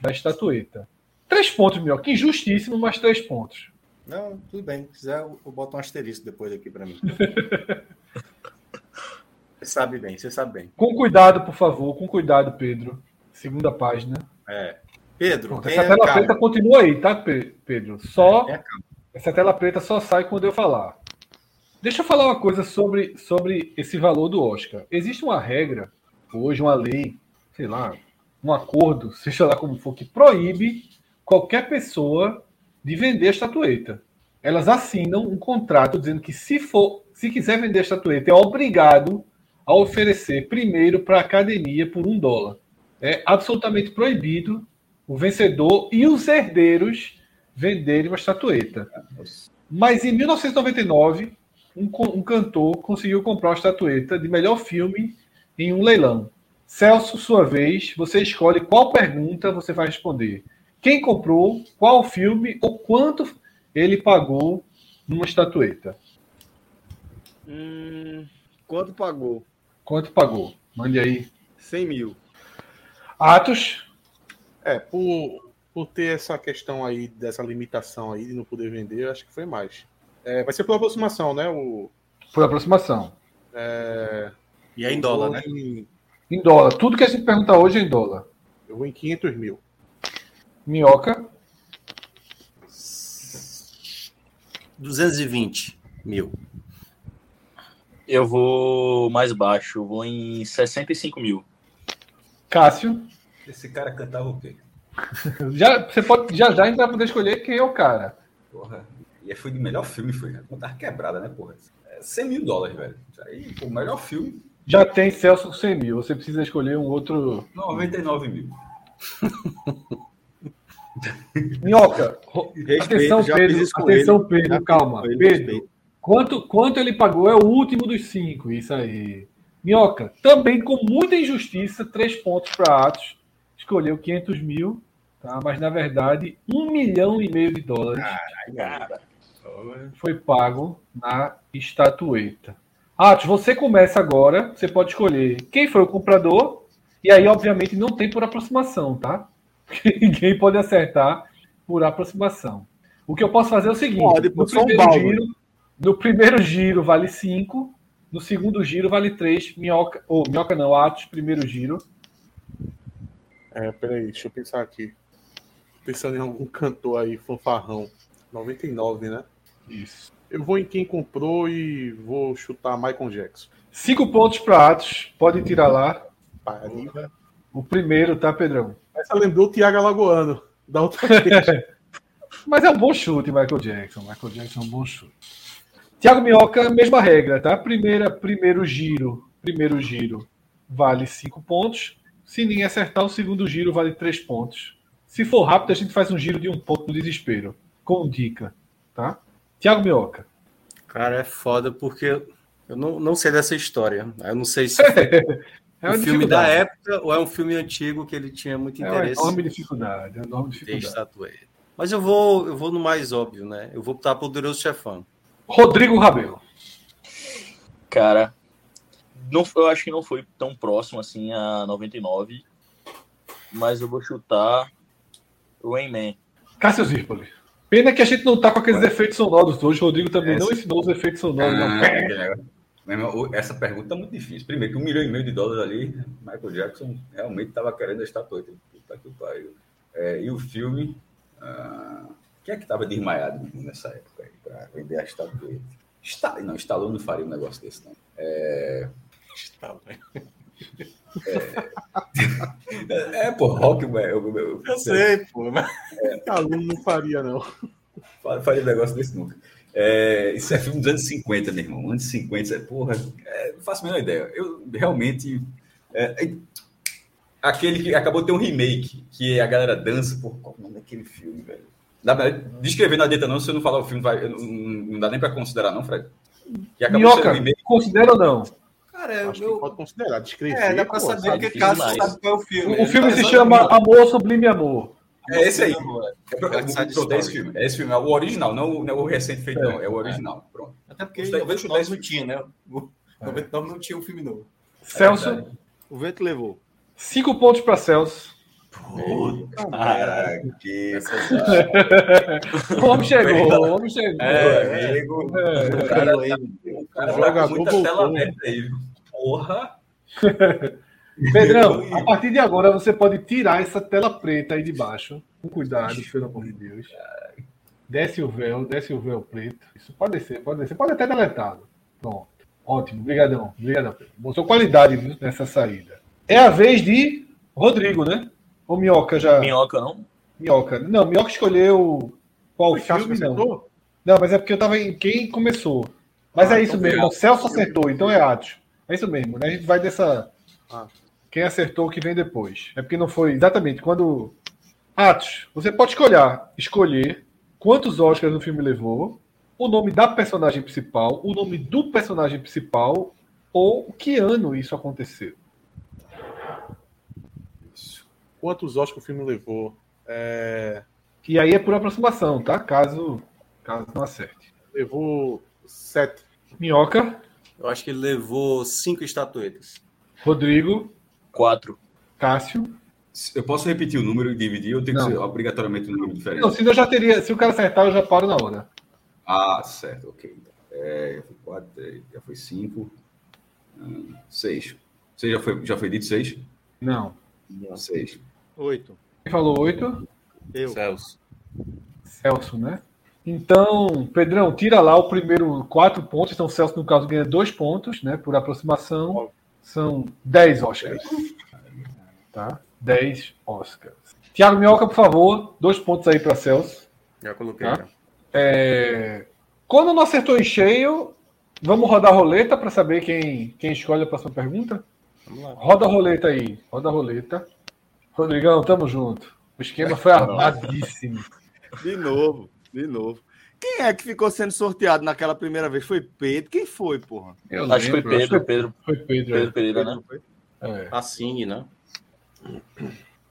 Speaker 2: da estatueta. Três pontos, melhor. Que injustíssimo, mas três pontos.
Speaker 3: Não, tudo bem. Se quiser, eu, eu boto um asterisco depois aqui pra mim. você sabe bem, você sabe bem.
Speaker 2: Com cuidado, por favor, com cuidado, Pedro. Segunda página.
Speaker 3: É. Pedro,
Speaker 2: Pronto,
Speaker 3: tem
Speaker 2: essa tela
Speaker 3: calma.
Speaker 2: preta continua aí, tá, Pe- Pedro? Só
Speaker 3: Tenha
Speaker 2: essa tela preta só sai quando eu falar. Deixa eu falar uma coisa sobre, sobre esse valor do Oscar. Existe uma regra, hoje, uma lei, sei lá, um acordo, seja lá como for, que proíbe qualquer pessoa de vender a estatueta. Elas assinam um contrato dizendo que se for, se quiser vender a estatueta, é obrigado a oferecer primeiro para a academia por um dólar. É absolutamente proibido o vencedor e os herdeiros venderem uma estatueta. Mas em 1999, um, co- um cantor conseguiu comprar uma estatueta de melhor filme em um leilão. Celso, sua vez, você escolhe qual pergunta você vai responder. Quem comprou, qual filme ou quanto ele pagou numa estatueta.
Speaker 1: Hum, quanto pagou?
Speaker 2: Quanto pagou? Mande aí.
Speaker 1: 100 mil.
Speaker 2: Atos,
Speaker 4: É, por, por ter essa questão aí, dessa limitação aí de não poder vender, eu acho que foi mais. É, vai ser por aproximação, né? O,
Speaker 2: por aproximação.
Speaker 3: E é em dólar,
Speaker 4: eu
Speaker 3: né?
Speaker 4: vou em-
Speaker 2: Em dólar. Tudo que a gente pergunta hoje é em dólar.
Speaker 4: eu vou em 500 mil.
Speaker 2: Minhoca,
Speaker 3: 220 mil.
Speaker 6: Eu vou mais baixo, eu vou em 65 mil.
Speaker 2: Cássio.
Speaker 7: Esse cara cantava o quê?
Speaker 2: Já, você pode, já já a gente vai poder escolher quem é o cara.
Speaker 7: Porra. E aí foi o melhor filme, foi. né? Tava quebrada, né, porra? É 100 mil dólares, velho. Isso aí, pô, o melhor filme,
Speaker 2: Já tem Celso com 100 mil. Você precisa escolher um outro.
Speaker 7: 99 mil.
Speaker 2: Minhoca! ro-
Speaker 1: Respeito,
Speaker 2: atenção,
Speaker 1: já
Speaker 2: Pedro.
Speaker 1: fiz isso com
Speaker 2: Atenção, Pedro.
Speaker 1: Já
Speaker 2: calma.
Speaker 1: fiz isso com ele,
Speaker 2: Pedro, quanto, quanto ele pagou é o último dos cinco. Isso aí. Minhoca, também com muita injustiça, três pontos para Atos. Escolheu 500 mil, tá? mas na verdade, um milhão e meio de dólares foi pago na estatueta. Atos, você começa agora. Você pode escolher quem foi o comprador. E aí, obviamente, não tem por aproximação, tá? Ninguém pode acertar por aproximação. O que eu posso fazer é o seguinte:
Speaker 1: Pode, pô,
Speaker 2: no,
Speaker 1: só um
Speaker 2: primeiro
Speaker 1: balde.
Speaker 2: giro, no primeiro giro vale 5, no segundo giro vale 3. Minhoca, ou minhoca não, Atos, primeiro giro.
Speaker 4: É, peraí, deixa eu pensar aqui. Tô Pensando em algum cantor aí, fanfarrão. 99, né?
Speaker 2: Isso.
Speaker 4: Eu vou em quem comprou e vou chutar Michael Jackson.
Speaker 2: Cinco pontos para Atos, pode tirar lá.
Speaker 4: Pariu.
Speaker 2: O primeiro, tá, Pedrão?
Speaker 4: Essa lembrou o Thiago Alagoano. Da outra vez.
Speaker 2: Mas é um bom chute, Michael Jackson. Michael Jackson é um bom chute. Thiago Minhoca, mesma regra, tá? Primeira, primeiro giro. Primeiro giro vale cinco pontos. Se ninguém acertar, o segundo giro vale três pontos. Se for rápido, a gente faz um giro de um ponto no desespero. Com um dica, tá? Thiago Minhoca.
Speaker 5: Cara, é foda porque eu não, não sei dessa história. Eu não sei se
Speaker 2: É
Speaker 5: é
Speaker 2: uma
Speaker 5: um filme da
Speaker 2: dificuldade.
Speaker 5: época ou é um filme antigo que ele tinha muito
Speaker 2: É uma
Speaker 5: interesse
Speaker 2: enorme dificuldade. É uma enorme
Speaker 5: em ter
Speaker 2: dificuldade.
Speaker 5: estatueta. Mas eu vou, eu vou no mais óbvio, né? Eu vou botar Poderoso Chefão.
Speaker 2: Rodrigo Rabelo.
Speaker 6: Cara, não, eu acho que não foi tão próximo assim a 99. Mas eu vou chutar Rayman.
Speaker 2: Cássio Zirpoli. Pena que a gente não tá com aqueles efeitos sonoros hoje. Rodrigo também
Speaker 7: É,
Speaker 2: não
Speaker 7: sim.
Speaker 2: ensinou os efeitos sonoros. não.
Speaker 7: Ah, aquele negócio. Meu irmão, Essa pergunta é muito difícil. Primeiro, que um milhão e meio de dólares ali, Michael Jackson realmente estava querendo a estatueta. Puta que pariu. É, e o filme. ah, quem é que estava desmaiado meu irmão, nessa época aí para vender a estatueta? Está, não, Stallone não faria um negócio desse, não. É, é pô, rock, eu, eu,
Speaker 3: Eu sei, pô. Mas...
Speaker 4: Aluno não faria, não.
Speaker 7: Fa- Faria um negócio desse nunca. É, isso é filme dos anos 50, meu irmão. Anos 50, isso é, porra, é, não faço a menor ideia. Eu realmente. é, é, aquele que acabou de ter um remake, que a galera dança. Porra, qual o nome daquele filme, velho? Na verdade, descrever não adianta, não. Se eu não falar o filme, vai, eu não, não- não dá nem pra considerar, não, Fred. Que acabou sendo um
Speaker 2: Minhoca,
Speaker 7: remake.
Speaker 2: considera ou não?
Speaker 3: Cara, eu.
Speaker 4: Acho que pode considerar. Descrever.
Speaker 3: É, dá pra
Speaker 4: pô,
Speaker 3: saber
Speaker 6: sabe
Speaker 3: que
Speaker 6: demais.
Speaker 3: caso sabe qual é o filme.
Speaker 2: O
Speaker 3: Ele
Speaker 2: filme
Speaker 3: tá
Speaker 2: se
Speaker 3: só-
Speaker 2: chama Amor Sublime Amor.
Speaker 7: É esse aí. É, pro-
Speaker 5: West Side
Speaker 7: pronto, é esse
Speaker 5: Story.
Speaker 7: filme. É esse filme. É o original, não, o- não é o recente feito, não. É o original. Pronto.
Speaker 3: Até porque
Speaker 7: Gostei,
Speaker 3: em
Speaker 7: vou chutar
Speaker 3: 99
Speaker 7: esse
Speaker 3: não tinha, né? O 99 não tinha um filme novo. É
Speaker 2: Celso,
Speaker 1: O vento levou.
Speaker 2: cinco pontos para Celso.
Speaker 7: Caraca, que
Speaker 2: O homem chegou, o homem chegou.
Speaker 7: É, amigo. O cara, tá, o cara tá
Speaker 4: Jogador
Speaker 7: com muita
Speaker 4: voltou.
Speaker 7: tela aberta aí. viu? Porra!
Speaker 2: Pedrão, a partir de agora você pode tirar essa tela preta aí de baixo. Com cuidado, pelo amor de Deus. Desce o véu, desce o véu preto. Isso pode descer, pode descer. Pode até deletado. Pronto. Ótimo. Obrigadão. Obrigadão, Pedro. Mostrou qualidade viu, nessa saída. É a vez de Rodrigo, né? Ou Minhoca já.
Speaker 6: Minhoca não?
Speaker 2: Minhoca. Não, Minhoca escolheu qual filme, não.
Speaker 4: acertou?
Speaker 2: Não, mas é porque eu tava em quem começou. Mas é isso mesmo. O Celso acertou, então é Atos. É isso mesmo, né? A gente vai dessa.
Speaker 4: Ah.
Speaker 2: Quem acertou o que vem depois. É porque não foi. Exatamente. Quando. Atos, você pode escolher, escolher quantos Oscars o filme levou, o nome da personagem principal, o nome do personagem principal, ou que ano isso aconteceu.
Speaker 4: Quantos Oscars o filme levou? É,
Speaker 2: E aí é por aproximação, tá? Caso, caso não acerte.
Speaker 4: levou sete.
Speaker 2: Minhoca,
Speaker 5: Eu acho que ele levou cinco estatuetas.
Speaker 2: Rodrigo,
Speaker 6: Quatro.
Speaker 2: Cássio.
Speaker 7: Eu posso repetir o número e dividir ou tem que
Speaker 2: Não.
Speaker 7: ser obrigatoriamente um número diferente?
Speaker 2: Não, senão eu já teria. Se o cara acertar, eu já paro na hora.
Speaker 7: Ah, certo, ok. É, já foi quatro, três, já foi cinco. hum, seis. Você já foi, já foi dito seis?
Speaker 2: Não.
Speaker 7: Seis.
Speaker 1: Oito.
Speaker 2: Quem falou oito?
Speaker 1: Eu.
Speaker 5: Celso.
Speaker 2: Celso, né? Então, Pedrão, tira lá o primeiro quatro pontos. Então, Celso, no caso, ganha dois pontos, né? Por aproximação. São dez Oscars. Tá? Dez Oscars. Tiago Minhoca, por favor, dois pontos aí para Celso.
Speaker 5: Já coloquei.
Speaker 2: Tá.
Speaker 5: já.
Speaker 2: É, Quando não acertou em cheio, vamos rodar a roleta para saber quem, quem escolhe a próxima pergunta? Roda a roleta aí, roda a roleta. Rodrigão, tamo junto. O esquema foi armadíssimo.
Speaker 1: De novo. De novo. Quem é que ficou sendo sorteado naquela primeira vez? Foi Pedro? Quem foi, porra?
Speaker 2: Eu
Speaker 6: Acho que foi
Speaker 2: lembro, acho
Speaker 6: Pedro, Pedro,
Speaker 2: que foi Pedro.
Speaker 6: Pedro Pereira, né?
Speaker 1: Não foi?
Speaker 2: é. É.
Speaker 5: Assine, né?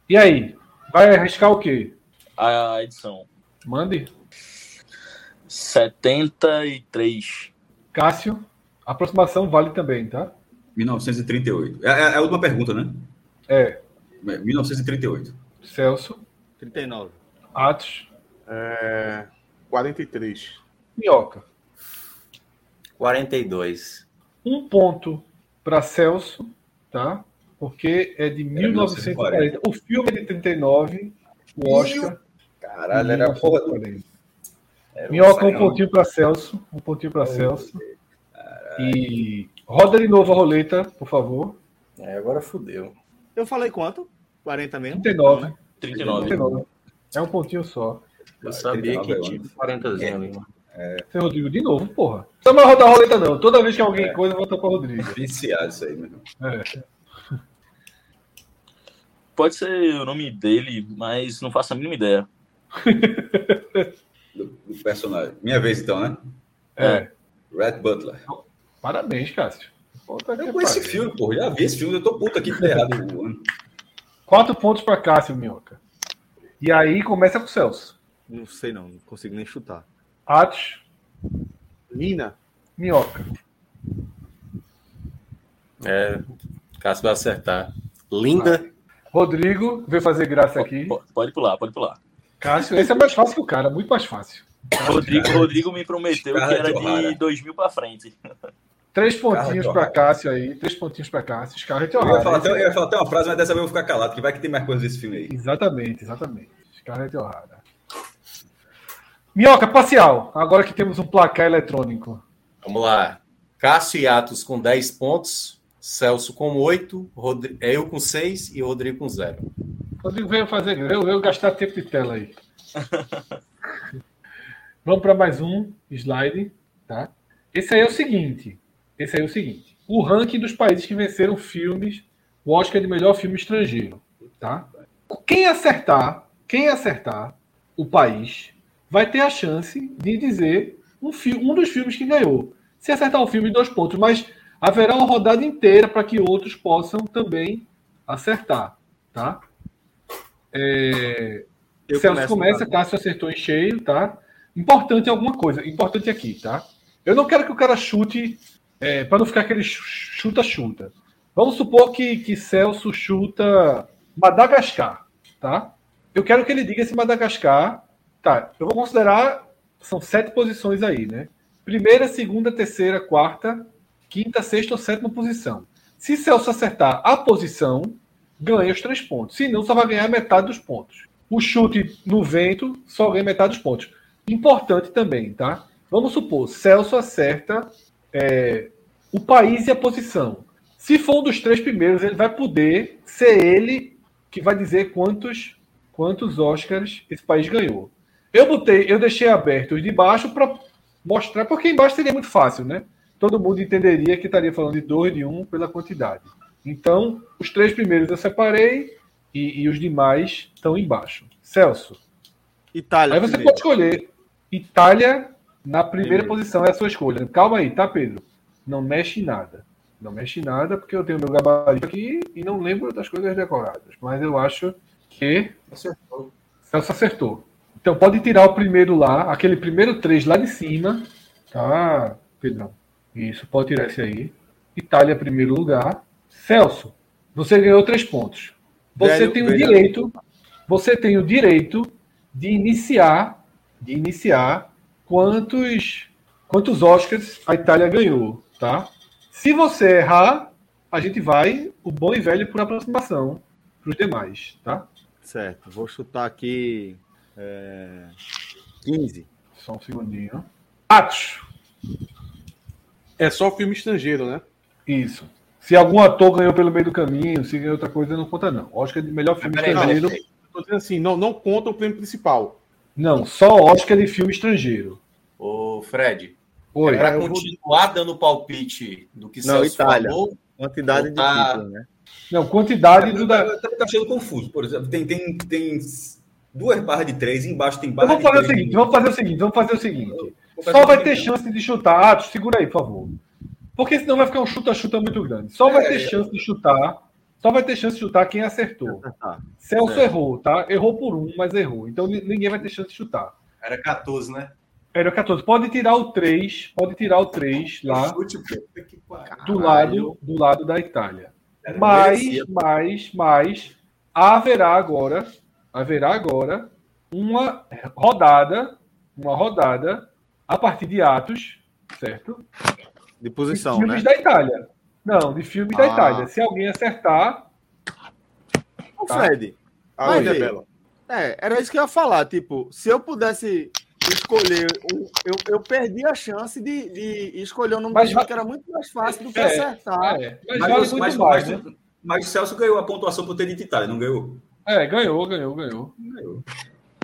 Speaker 2: E aí, vai arriscar o quê?
Speaker 6: A edição.
Speaker 2: Mande.
Speaker 6: 73.
Speaker 2: Cássio, aproximação vale também, tá?
Speaker 7: 1938. É, é a última pergunta, né?
Speaker 2: É,
Speaker 7: 1938.
Speaker 2: Celso,
Speaker 1: 39.
Speaker 2: Atos,
Speaker 4: É, 43.
Speaker 2: Minhoca.
Speaker 5: 42.
Speaker 2: um ponto para Celso, tá? Porque é de 1940. O filme é de 39, o Oscar.
Speaker 5: Hum.
Speaker 7: Caralho, Ah, era a porra do.
Speaker 2: 1940.
Speaker 7: era
Speaker 2: Minhoca, um
Speaker 7: sacanagem.
Speaker 2: pontinho para Celso. Um pontinho para Celso. E Roda de novo a roleta, por favor.
Speaker 5: É, agora fudeu.
Speaker 1: Eu falei quanto? 40 mesmo?
Speaker 2: 39.
Speaker 6: 39.
Speaker 2: 39. É um pontinho só.
Speaker 5: Eu sabia
Speaker 7: 39
Speaker 5: que
Speaker 7: é
Speaker 5: tinha 40 zinho ali, mano.
Speaker 2: Seu Rodrigo, de novo, porra. Então Não vai rodar a roleta, não. Toda vez que alguém
Speaker 7: É.
Speaker 2: coisa, volta pra Rodrigo.
Speaker 7: Viciado isso aí, meu irmão.
Speaker 2: É.
Speaker 6: Pode ser o nome dele, mas não faço a mínima ideia.
Speaker 7: Do, do personagem. Minha vez, então, né?
Speaker 2: É.
Speaker 7: Red Butler.
Speaker 2: Parabéns, Cássio. Puta que
Speaker 7: Eu conheço esse
Speaker 2: pariu.
Speaker 7: filme, porra. Já vi esse filme. Eu tô puto aqui, tá errado o ano.
Speaker 2: Quatro pontos pra Cássio, Minhoca. E aí começa com o Celso.
Speaker 1: Não sei, não. Não consigo nem chutar.
Speaker 2: Atos,
Speaker 4: Nina.
Speaker 2: Minhoca.
Speaker 5: É, Cássio vai acertar. Linda.
Speaker 2: Rodrigo veio fazer graça aqui.
Speaker 6: Po- Pode pular, pode pular.
Speaker 2: Cássio, esse é mais fácil que o cara, muito mais fácil.
Speaker 6: Rodrigo, Rodrigo me prometeu que
Speaker 7: Cara de
Speaker 6: era
Speaker 7: Ohara.
Speaker 6: de 2000 pra frente.
Speaker 2: Três pontinhos
Speaker 7: Scarlett
Speaker 2: pra
Speaker 7: O'Hara.
Speaker 2: Cássio aí, três pontinhos pra Cássio. Scarlett
Speaker 7: Eu ia, falar
Speaker 2: O'Hara.
Speaker 7: até, eu ia falar até uma frase, mas dessa vez eu vou ficar calado, que vai que tem mais coisa desse filme aí.
Speaker 2: Exatamente, exatamente. Scarlett O'Hara. Minhoca, parcial. Agora que temos um placar eletrônico.
Speaker 5: Vamos lá. Cássio e Atos com 10 pontos. Celso com 8. Rodri... Eu com 6 e Rodrigo com 0.
Speaker 2: Rodrigo veio fazer, veio, veio gastar tempo de tela aí. Vamos para mais um slide, tá? Esse aí é o seguinte. Esse aí é o seguinte. O ranking dos países que venceram filmes, o Oscar de melhor filme estrangeiro, tá? Quem acertar, quem acertar o país, vai ter a chance de dizer um, fi- um dos filmes que ganhou. Se acertar o filme, dois pontos, mas haverá uma rodada inteira para que outros possam também acertar, tá? É,
Speaker 1: Eu
Speaker 2: Celso começa,
Speaker 1: cara.
Speaker 2: Cássio acertou em cheio, tá? Importante é alguma coisa, importante aqui, tá? Eu não quero que o cara chute, é, para não ficar aquele chu- chuta-chuta. Vamos supor que, que Celso chuta Madagascar, tá? Eu quero que ele diga se Madagascar. Tá, eu vou considerar. São sete posições aí, né? Primeira, segunda, terceira, quarta, quinta, sexta ou sétima posição. Se Celso acertar a posição, ganha os três pontos. Se não, só vai ganhar metade dos pontos. O chute no vento só ganha metade dos pontos. Importante também, tá? Vamos supor, Celso acerta é, o país e a posição. Se for um dos três primeiros, ele vai poder ser ele que vai dizer quantos quantos Oscars esse país ganhou. Eu botei, eu deixei aberto os de baixo para mostrar, porque embaixo seria muito fácil, né? Todo mundo entenderia que estaria falando de dois de um pela quantidade. Então, os três primeiros eu separei e, e os demais estão embaixo. Celso,
Speaker 1: Itália.
Speaker 2: aí você
Speaker 1: primeiro.
Speaker 2: pode escolher Itália na primeira
Speaker 1: Primeiro.
Speaker 2: posição, é a sua escolha. Calma aí, tá, Pedro? Não mexe em nada. Não mexe em nada, porque eu tenho meu gabarito aqui e não lembro das coisas decoradas. Mas eu acho que
Speaker 5: Acertou.
Speaker 2: Celso acertou. Então pode tirar o primeiro lá, aquele primeiro três lá de cima. Tá, Pedrão? Isso, pode tirar esse aí. Itália, primeiro lugar. Celso, você ganhou três pontos. Você
Speaker 1: Velho,
Speaker 2: tem o
Speaker 1: velho.
Speaker 2: direito. Você tem o direito de iniciar, de iniciar quantos quantos Oscars a Itália ganhou, tá? Se você errar, a gente vai o bom e velho por aproximação para os demais, tá?
Speaker 1: Certo. Vou chutar aqui. é, 15.
Speaker 2: Só um segundinho. Atos.
Speaker 4: É só filme estrangeiro, né?
Speaker 2: Isso. Se algum ator ganhou pelo meio do caminho, se ganhou outra coisa, não conta, não. Oscar de melhor filme
Speaker 5: Peraí,
Speaker 2: estrangeiro.
Speaker 5: peraí, peraí.
Speaker 4: Eu tô dizendo assim, não, não conta o prêmio principal.
Speaker 2: Não, só Oscar de filme estrangeiro.
Speaker 5: Ô, Fred,
Speaker 2: Oi.
Speaker 5: para
Speaker 1: eu vou-
Speaker 5: continuar dando palpite do que
Speaker 1: Não,
Speaker 5: Celso
Speaker 1: Itália.
Speaker 5: falou,
Speaker 1: Quantidade de
Speaker 5: Ah.
Speaker 1: título, né?
Speaker 2: Não, quantidade do da.
Speaker 7: Eu tô achando tá, confuso. Por exemplo, tem, tem, tem duas barras de três, embaixo tem
Speaker 2: Eu
Speaker 7: barra
Speaker 2: vou
Speaker 7: de
Speaker 2: fazer o
Speaker 7: três.
Speaker 2: seguinte, Então vamos fazer o seguinte, vamos fazer o seguinte.
Speaker 7: Confesso
Speaker 2: Só
Speaker 7: que
Speaker 2: vai
Speaker 7: não
Speaker 2: ter
Speaker 7: tem-
Speaker 2: chance de chutar. Atos, segura aí, por favor. Porque senão vai ficar um chuta-chuta muito grande. Só vai
Speaker 7: É,
Speaker 2: ter
Speaker 7: é.
Speaker 2: chance de chutar. Só vai ter chance de chutar quem acertou.
Speaker 1: Acertar.
Speaker 2: Celso
Speaker 1: É.
Speaker 2: errou, tá? Errou por um, mas errou. Então ni- ninguém vai ter chance de chutar.
Speaker 5: era 14, né?
Speaker 2: Era 14. Pode tirar o 3, pode tirar o 3 lá
Speaker 5: Chute, puta que pariu.
Speaker 1: Caralho.
Speaker 2: do lado, do lado da Itália.
Speaker 5: Era
Speaker 2: Mas,
Speaker 5: merecia.
Speaker 2: mas, mas haverá agora, haverá agora uma rodada, uma rodada a partir de Atos, certo?
Speaker 1: De
Speaker 2: De
Speaker 1: posição,
Speaker 2: filmes
Speaker 1: né?
Speaker 2: da Itália. Não, de filmes da
Speaker 1: Ah.
Speaker 2: Itália. Se alguém acertar,
Speaker 1: Ô,
Speaker 2: Tá.
Speaker 1: Fred.
Speaker 4: A
Speaker 1: Vai
Speaker 4: Ilha
Speaker 1: ver.
Speaker 4: Bela.
Speaker 1: É, era isso que eu ia falar. Tipo, se eu pudesse escolher. o- eu, eu perdi a chance de, de escolher o nome
Speaker 2: Mas
Speaker 1: do
Speaker 2: va-
Speaker 1: time, que era muito mais fácil do que
Speaker 2: É.
Speaker 1: acertar.
Speaker 2: Ah, é. Mas,
Speaker 7: Mas,
Speaker 2: vale
Speaker 7: você-
Speaker 2: muito
Speaker 7: mas-
Speaker 2: mais,
Speaker 7: mas-
Speaker 2: né?
Speaker 7: mas o Celso ganhou a pontuação por ter dito Itália, não ganhou?
Speaker 2: É, ganhou, ganhou, ganhou.
Speaker 7: Ganhou.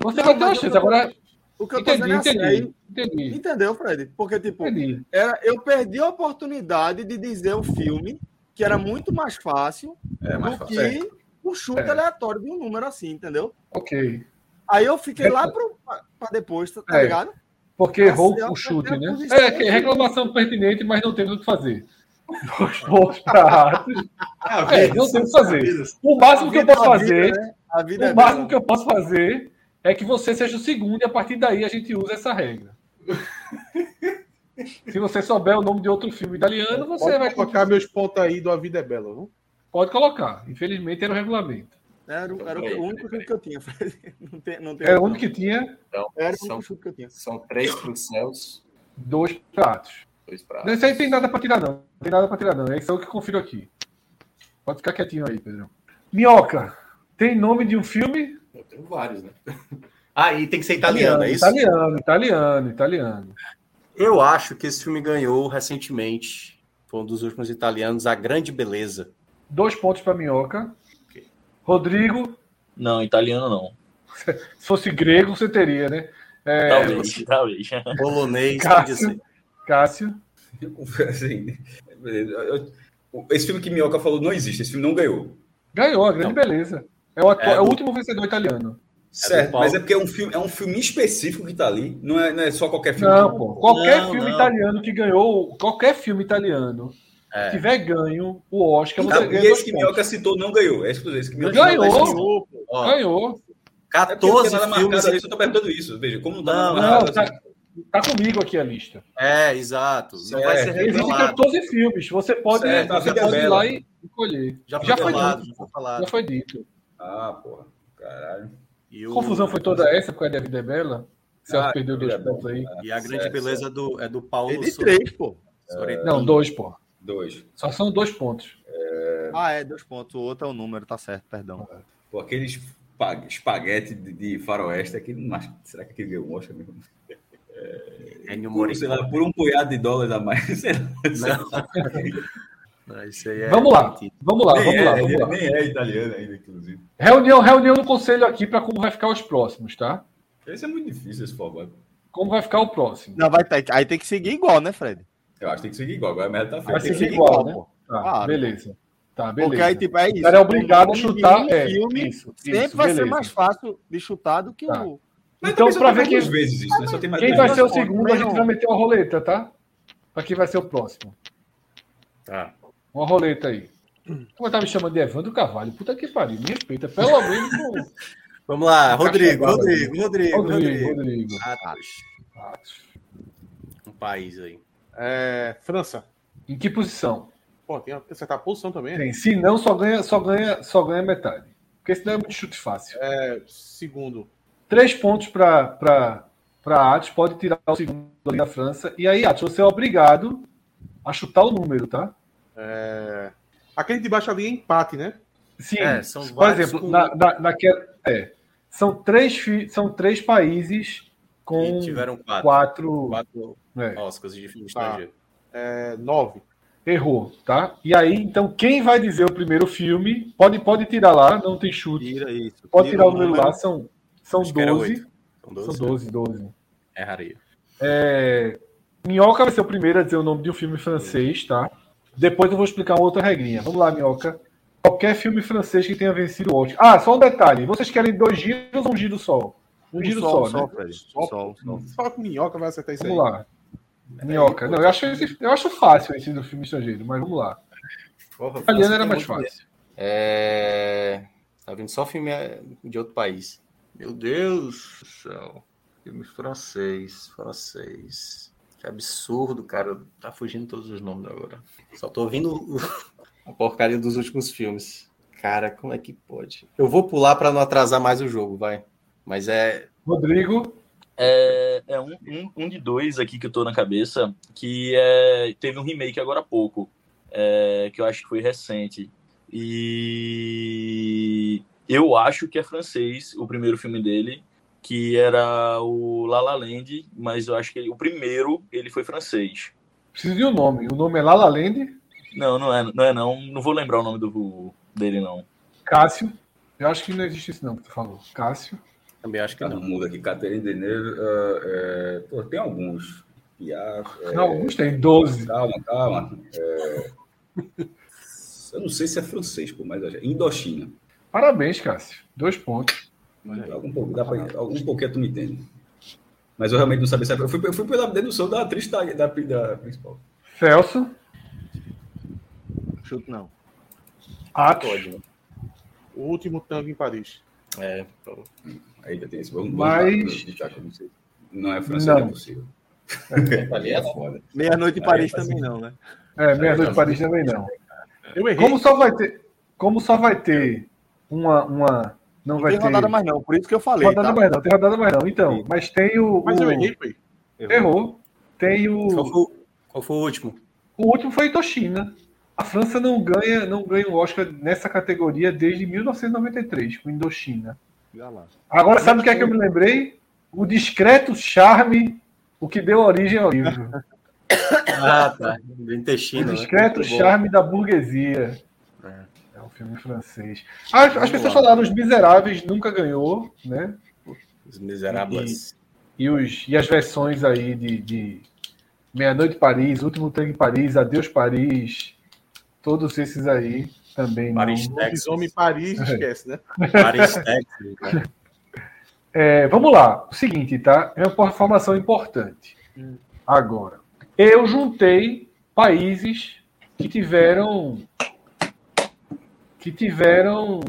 Speaker 2: Você
Speaker 1: Não,
Speaker 2: vai ter uma
Speaker 1: mas eu
Speaker 2: chance.
Speaker 1: tô-
Speaker 2: Agora,
Speaker 1: O que eu tô
Speaker 2: entendi,
Speaker 1: dizendo é assim, aí-
Speaker 2: entendi, entendi,
Speaker 1: entendeu, Fred? Porque, tipo,
Speaker 2: entendi.
Speaker 1: era, eu perdi a oportunidade de dizer o filme, que era muito mais fácil
Speaker 7: É mais
Speaker 1: do
Speaker 7: fácil.
Speaker 1: que o chute
Speaker 2: É.
Speaker 1: aleatório de um número assim, entendeu?
Speaker 2: Ok.
Speaker 1: Aí eu fiquei lá pro, pra pra depois, tá, tá
Speaker 2: É.
Speaker 1: ligado?
Speaker 2: Porque
Speaker 1: Tá
Speaker 2: errou
Speaker 1: certo,
Speaker 2: o chute,
Speaker 1: é a
Speaker 2: né?
Speaker 1: posição
Speaker 2: É, que
Speaker 1: que-
Speaker 2: é reclamação pertinente, mas não temos o que fazer. Dois pontos para Atos. É, não temos o que fazer. O máximo que eu posso
Speaker 1: A vida,
Speaker 2: fazer,
Speaker 1: né? A vida é
Speaker 2: o máximo
Speaker 1: bela.
Speaker 2: que eu posso fazer é que você seja o segundo e a partir daí a gente usa essa regra. Se você souber o nome de outro filme italiano, você
Speaker 4: Pode
Speaker 2: vai
Speaker 4: colocar meus pontos aí do A Vida é Bela, viu?
Speaker 2: Pode colocar. Infelizmente era o regulamento.
Speaker 1: Era, o- era
Speaker 8: Peraí,
Speaker 1: o único chute que eu tinha, Fred. Não tem, não tem
Speaker 2: Era É o
Speaker 1: outro,
Speaker 2: único que tinha
Speaker 8: Então,
Speaker 1: não. Era o
Speaker 8: são,
Speaker 1: único chute que eu tinha.
Speaker 8: são três para o Celso,
Speaker 2: dois pratos.
Speaker 8: dois para
Speaker 2: Não, Isso aí tem nada para tirar, não. Não tem nada para tirar, não. É isso aí que eu confiro aqui. Pode ficar quietinho aí, Pedrão. Minhoca, tem nome de um filme?
Speaker 5: Eu tenho vários, né? Ah, e tem que ser italiano, é isso?
Speaker 2: Italiano, italiano, italiano.
Speaker 3: Eu acho que esse filme ganhou recentemente. Foi um dos últimos italianos, A Grande Beleza.
Speaker 2: Dois pontos para Minhoca. Rodrigo,
Speaker 6: Não, italiano não.
Speaker 2: se fosse grego, você teria, né? É,
Speaker 6: Talvez, talvez.
Speaker 3: Polonês, pode
Speaker 2: Cássio,
Speaker 3: dizer.
Speaker 2: Cássio.
Speaker 7: Assim, eu- eu- esse filme que Minhoca falou não existe, esse filme não ganhou.
Speaker 2: Ganhou, a grande beleza. É o, atual-
Speaker 7: É,
Speaker 2: é o
Speaker 7: do-
Speaker 2: último vencedor italiano.
Speaker 7: certo,
Speaker 5: Paulo.
Speaker 7: mas é porque é um filme, é um filme específico que tá ali, não é, não é só qualquer filme.
Speaker 2: Não, pô. Qualquer
Speaker 6: Não,
Speaker 2: filme
Speaker 6: não.
Speaker 2: italiano que ganhou, qualquer filme italiano
Speaker 3: É.
Speaker 2: que tiver ganho o Oscar,
Speaker 7: Tá,
Speaker 2: você ganha
Speaker 7: e
Speaker 2: dois
Speaker 7: esse que
Speaker 2: pontos.
Speaker 7: Minhoca citou não ganhou. É isso que eu tô dizendo, esse que Minhoca
Speaker 2: Ganhou!
Speaker 7: citou,
Speaker 4: Ganhou, pô.
Speaker 3: Ó,
Speaker 2: Ganhou.
Speaker 7: É porque não tem
Speaker 3: 14
Speaker 7: nada marcado
Speaker 3: filmes.
Speaker 7: ali, só tô perguntando isso. Veja, como não tá
Speaker 3: Não,
Speaker 7: nada
Speaker 2: Não,
Speaker 7: marcado,
Speaker 2: tá, tá comigo aqui a lista.
Speaker 3: É, exato. Não vai
Speaker 7: É,
Speaker 3: ser
Speaker 2: Existem
Speaker 3: revelado.
Speaker 2: 14 filmes. Você pode,
Speaker 7: Certo, a
Speaker 2: você
Speaker 7: vida é
Speaker 2: pode ir
Speaker 7: bela. Tá.
Speaker 2: lá e escolher.
Speaker 3: Já foi
Speaker 2: Já foi
Speaker 3: falado,
Speaker 2: dito.
Speaker 3: já foi falado.
Speaker 2: Já foi dito.
Speaker 7: Ah, porra. Caralho.
Speaker 3: E
Speaker 2: A
Speaker 3: o-
Speaker 2: confusão foi toda essa por causa da vida é bela. Você
Speaker 7: Ah,
Speaker 2: perdeu dois
Speaker 7: Vida é
Speaker 2: pontos aí.
Speaker 3: E a grande
Speaker 7: Certo,
Speaker 3: beleza do, é do Paulo
Speaker 1: Perdi
Speaker 3: Sor-
Speaker 1: três, pô.
Speaker 3: Sorrentino.
Speaker 2: Não, dois, pô.
Speaker 7: Dois.
Speaker 2: Só são dois pontos.
Speaker 1: Ah, é, dois pontos. O outro é o número, tá certo, perdão.
Speaker 7: Pô, aquele espa- espaguete de, de faroeste, aquele, mas será que aquele ganhou um Oscar mesmo?
Speaker 3: Ennio
Speaker 7: Por,
Speaker 3: Morricone.
Speaker 7: sei lá, por um punhado de dólares a mais. Sei lá.
Speaker 3: Não, isso aí é
Speaker 2: Vamos lá,
Speaker 3: mentira.
Speaker 2: vamos lá,
Speaker 7: nem,
Speaker 2: vamos
Speaker 7: é,
Speaker 2: lá, vamos lá.
Speaker 7: nem é italiano ainda, inclusive.
Speaker 2: Reunião, reunião no conselho aqui para como vai ficar os próximos, tá?
Speaker 7: Esse é muito difícil, esse formato.
Speaker 2: Como vai ficar o próximo?
Speaker 1: Não, vai ter- aí tem que seguir igual, né, Fred?
Speaker 7: Eu acho que tem que seguir igual. Agora a merda tá feita.
Speaker 2: Vai
Speaker 1: tem que
Speaker 2: seguir
Speaker 1: ser
Speaker 2: igual,
Speaker 1: igual,
Speaker 2: né?
Speaker 1: pô.
Speaker 2: Tá,
Speaker 1: Claro.
Speaker 2: beleza. Tá, beleza.
Speaker 1: Porque aí, tipo, é
Speaker 2: O
Speaker 1: isso.
Speaker 2: cara é obrigado a
Speaker 1: O
Speaker 2: chutar.
Speaker 1: filme,
Speaker 2: É,
Speaker 1: filme
Speaker 2: isso,
Speaker 1: sempre
Speaker 2: isso,
Speaker 1: vai ser
Speaker 2: beleza.
Speaker 1: mais fácil de chutar do que
Speaker 2: Tá.
Speaker 1: o.
Speaker 7: Mas
Speaker 2: Então,
Speaker 7: também só
Speaker 2: pra
Speaker 7: tem
Speaker 2: ver
Speaker 7: mais duas
Speaker 2: quem-
Speaker 7: vezes isso, né? Só tem mais
Speaker 2: Quem
Speaker 7: duas
Speaker 2: vai
Speaker 7: vezes.
Speaker 2: ser o
Speaker 1: Mas, pô,
Speaker 2: segundo, a gente
Speaker 1: não.
Speaker 2: vai meter uma roleta, tá? Pra quem vai ser o próximo.
Speaker 3: Tá.
Speaker 2: Uma roleta aí. Como eu tava me chamando de Evandro Carvalho? Puta que pariu, me respeita. Pelo menos o
Speaker 3: Vamos lá, Rodrigo, Rodrigo,
Speaker 2: Rodrigo,
Speaker 3: Rodrigo, Rodrigo.
Speaker 2: Rodrigo.
Speaker 3: Atos. Um país aí.
Speaker 4: É, França.
Speaker 2: Em que posição?
Speaker 4: Pô, tem que acertar a posição também. né?
Speaker 2: Bem, se não, só ganha, só ganha, só ganha metade. Porque senão é muito chute fácil.
Speaker 4: É, segundo.
Speaker 2: Três pontos para Atos, pode tirar o segundo ali da França. E aí, Atos, você é obrigado a chutar o número, tá?
Speaker 4: É, aquele de baixo ali é empate, né?
Speaker 2: Sim,
Speaker 3: É, são
Speaker 2: por
Speaker 3: vários
Speaker 2: exemplo,
Speaker 3: com-
Speaker 2: na, na, naquela. É, são, três, fi- são três países com
Speaker 3: E tiveram quatro.
Speaker 2: quatro.
Speaker 3: Quatro
Speaker 2: é,
Speaker 3: Oscars de filme
Speaker 4: Tá.
Speaker 3: estrangeiro.
Speaker 4: É, nove.
Speaker 2: errou, tá? E aí, então, quem vai dizer o primeiro filme, pode, pode tirar lá, não tem chute.
Speaker 3: Tira isso.
Speaker 2: Pode
Speaker 3: tira
Speaker 2: tirar o número lá, são, são
Speaker 3: Acho que era
Speaker 2: 12.
Speaker 3: oito. São
Speaker 2: São 12,
Speaker 3: 12.
Speaker 2: 12.
Speaker 3: É raria.
Speaker 2: É, Minhoca vai ser o primeiro a dizer o nome de um filme francês, tá? Depois eu vou explicar uma outra regrinha. Vamos lá, Minhoca. Qualquer filme francês que tenha vencido o Oscar. Ah, só um detalhe. Vocês querem dois giros ou um giro só? Um giro só, né?
Speaker 1: Fred. um
Speaker 4: Sol.
Speaker 1: Sol, sol.
Speaker 4: Só que o Minhoca vai acertar isso
Speaker 2: Vamos
Speaker 4: aí.
Speaker 2: lá. Minhoca. Não, eu acho, esse- eu acho fácil esse do filme estrangeiro, mas vamos lá.
Speaker 8: Porra,
Speaker 2: Italiano
Speaker 8: França
Speaker 2: era
Speaker 8: tem muito
Speaker 2: mais fácil.
Speaker 8: É... Tá vindo só filme é, de outro país. Meu Deus do céu. Filme francês, francês. Que absurdo, cara. Tá fugindo todos os nomes agora. Só tô ouvindo o- a porcaria dos últimos filmes. Cara, como é que pode?
Speaker 3: Eu vou pular pra não atrasar mais
Speaker 8: Mais o jogo, vai. Mas é.
Speaker 2: Rodrigo,
Speaker 6: É, é um, um, um de dois aqui que eu tô na cabeça, que é, teve um remake agora há pouco, é, que eu acho que foi recente. E eu acho que é francês, o primeiro filme dele, que era o La La Land, mas eu acho que ele- o primeiro ele foi francês.
Speaker 2: Preciso de um nome. O nome é Lala Land,
Speaker 6: Não, não é, não é não. Não vou lembrar o nome do, dele não.
Speaker 2: Cássio. Eu acho que não existe isso, não, que tu falou. Cássio.
Speaker 8: Também acho que
Speaker 7: Tá
Speaker 8: não.
Speaker 7: no mundo aqui, Catherine Deneuve. eh, eh, pô, tem alguns. Piá,
Speaker 4: É.
Speaker 7: eh,
Speaker 2: Não, alguns tem 12.
Speaker 7: Calma, calma. eh, eu não sei se é francês, pô, mas acho- Indochina.
Speaker 2: Parabéns, Cássio. Dois pontos. É.
Speaker 7: Algum, pouco, dá pra, algum pouquinho tu me entende. Mas eu realmente não sabia. se era- Eu fui, eu fui pela dedução da atriz da, da- da principal.
Speaker 2: Celso.
Speaker 1: Chuto não.
Speaker 2: Atos.
Speaker 4: né? O último tango em Paris.
Speaker 8: É,
Speaker 7: Ainda tem esse tá? bom.
Speaker 2: Mas-
Speaker 7: Não é francês,
Speaker 2: Não.
Speaker 7: não é possível.
Speaker 8: ali é foda.
Speaker 1: Meia-noite em Paris também não, né?
Speaker 2: É, Meia Noite de Paris também não.
Speaker 4: Eu errei.
Speaker 2: Como só vai ter. Como só vai ter uma. uma não
Speaker 1: Não
Speaker 2: vai
Speaker 1: tem
Speaker 2: ter.
Speaker 1: rodada mais não, por isso que eu falei.
Speaker 2: rodada
Speaker 1: tá?
Speaker 2: mais não, tem rodada mais não. Então, mas tem o.
Speaker 4: Mas eu
Speaker 2: o-
Speaker 4: errei, pô.
Speaker 2: Errou. Tem o.
Speaker 8: Qual foi, o- qual foi o último?
Speaker 2: O último foi Indochina. A França não ganha, não ganha um Oscar nessa categoria desde 1993, com Indochina.
Speaker 1: Olha lá.
Speaker 2: Agora, sabe o que é que eu me lembrei? O discreto charme, o que deu origem ao livro.
Speaker 8: Ah, tá. Do
Speaker 2: O
Speaker 8: intestino. né?
Speaker 2: discreto
Speaker 8: Muito bom.
Speaker 2: charme da burguesia. É um filme francês. As, as pessoas falaram, Os Miseráveis nunca ganhou, né?
Speaker 8: Os Miseráveis.
Speaker 2: e, os, e as versões aí de, de Meia-Noite em Paris, Último Tango em Paris, Adeus Paris, todos esses aí também. não.
Speaker 8: Paris, Texas.
Speaker 4: Lobisomem em Paris, esquece, né?
Speaker 8: Paris, Texas. né?
Speaker 2: É, vamos lá, o seguinte, tá? É uma informação importante. Agora, eu juntei países que tiveram. que tiveram.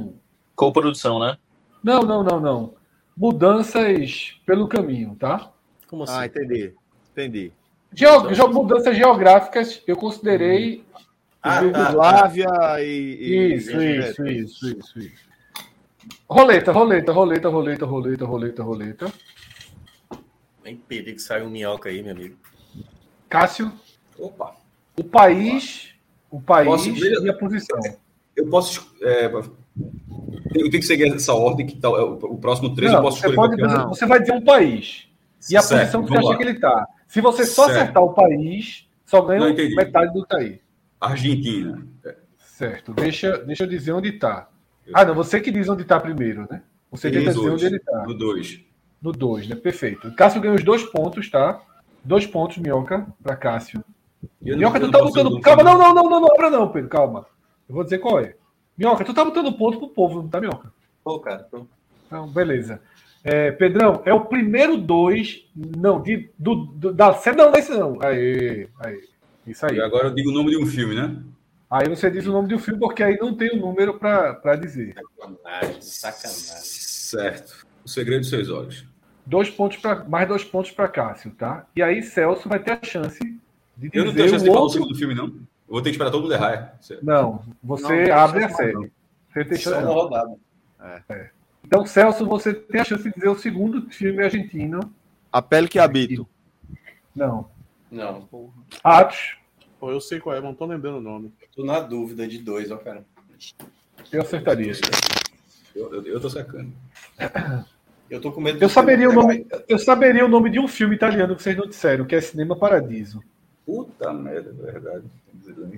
Speaker 6: Co-produção, né?
Speaker 2: Não, não, não, não. Mudanças pelo caminho, tá?
Speaker 8: Como assim?
Speaker 1: Ah, entendi. Entendi.
Speaker 2: Geo- geo- mudanças geográficas, eu considerei
Speaker 1: Ah,
Speaker 2: Os
Speaker 1: Yugoslávia e, e.
Speaker 2: tá, Isso, isso, isso, isso, isso. Roleta, roleta, roleta, roleta, roleta, roleta, roleta.
Speaker 8: Nem perigo que saiu um minhoca aí, meu amigo.
Speaker 2: Cássio,
Speaker 7: Opa.
Speaker 2: o país, o país
Speaker 7: Posso ver?
Speaker 2: e a posição.
Speaker 7: Eu posso. es- É, eu tenho que seguir essa ordem, que tal, é, o, o próximo três
Speaker 2: Não,
Speaker 7: eu posso
Speaker 2: você,
Speaker 7: escolher
Speaker 2: pode
Speaker 7: qualquer
Speaker 2: dizer-
Speaker 7: um.
Speaker 2: você vai dizer um país e a
Speaker 7: Certo,
Speaker 2: posição que você
Speaker 7: vamos
Speaker 2: acha
Speaker 7: lá.
Speaker 2: que ele está. Se você só
Speaker 7: Certo.
Speaker 2: acertar o país, só ganha um
Speaker 7: Não, entendi.
Speaker 2: metade do que tá aí.
Speaker 7: Argentina.
Speaker 2: Certo. Deixa, deixa eu dizer onde está. Ah, não, você que diz onde está primeiro, né? Você tenta
Speaker 7: Isso,
Speaker 2: dizer
Speaker 7: hoje.
Speaker 2: onde ele está.
Speaker 7: No dois.
Speaker 2: No 2, né? Perfeito. Cássio ganhou os dois pontos, tá? Dois pontos, Minhoca, para Cássio.
Speaker 7: Eu não-
Speaker 2: Minhoca,
Speaker 7: eu
Speaker 2: tu
Speaker 7: não
Speaker 2: tá
Speaker 7: posso
Speaker 2: botando.
Speaker 7: não-
Speaker 2: Calma, não, não, não, não, não abra não, Pedro, calma. Eu vou dizer qual é. Minhoca, tu tá botando ponto pro povo, não tá, Minhoca?
Speaker 8: Pô, cara, tô...
Speaker 2: Então, beleza. É, Pedrão, é o primeiro dois. Não, de, do, do, da série. Não, desse não. Aê, aê. Isso aí.
Speaker 7: E agora eu digo o nome de um filme, né?
Speaker 2: Aí você diz o nome do filme, porque aí não tem o número pra, pra dizer.
Speaker 8: sacanagem, sacanagem.
Speaker 7: Certo. O segredo dos seus olhos.
Speaker 2: Dois pontos pra, mais dois pontos pra Cássio, tá? E aí Celso vai ter a chance de dizer
Speaker 7: Eu não tenho chance
Speaker 2: o
Speaker 7: de falar o
Speaker 2: outro-
Speaker 7: segundo filme, não. Eu vou ter que esperar todo mundo errar. é. Certo.
Speaker 2: Não, você
Speaker 4: Não, não
Speaker 2: abre a
Speaker 4: tem chance
Speaker 2: série. Você tem
Speaker 8: Só
Speaker 2: chance,
Speaker 8: é uma
Speaker 2: não.
Speaker 8: rodada.
Speaker 2: Então, Celso, você tem a chance de dizer o segundo filme argentino.
Speaker 1: A pele que habito.
Speaker 2: Não.
Speaker 8: Não,
Speaker 2: Atos,
Speaker 4: Pô, eu sei qual é, mas não tô lembrando o nome.
Speaker 8: tô na dúvida de dois, ó, cara.
Speaker 2: eu acertaria.
Speaker 7: Eu, eu, eu tô sacando.
Speaker 8: Eu tô com medo
Speaker 2: Eu
Speaker 8: do-
Speaker 2: saberia, o nome, eu saberia o nome de um filme italiano que vocês não disseram, que é Cinema Paradiso.
Speaker 7: Puta merda, é verdade.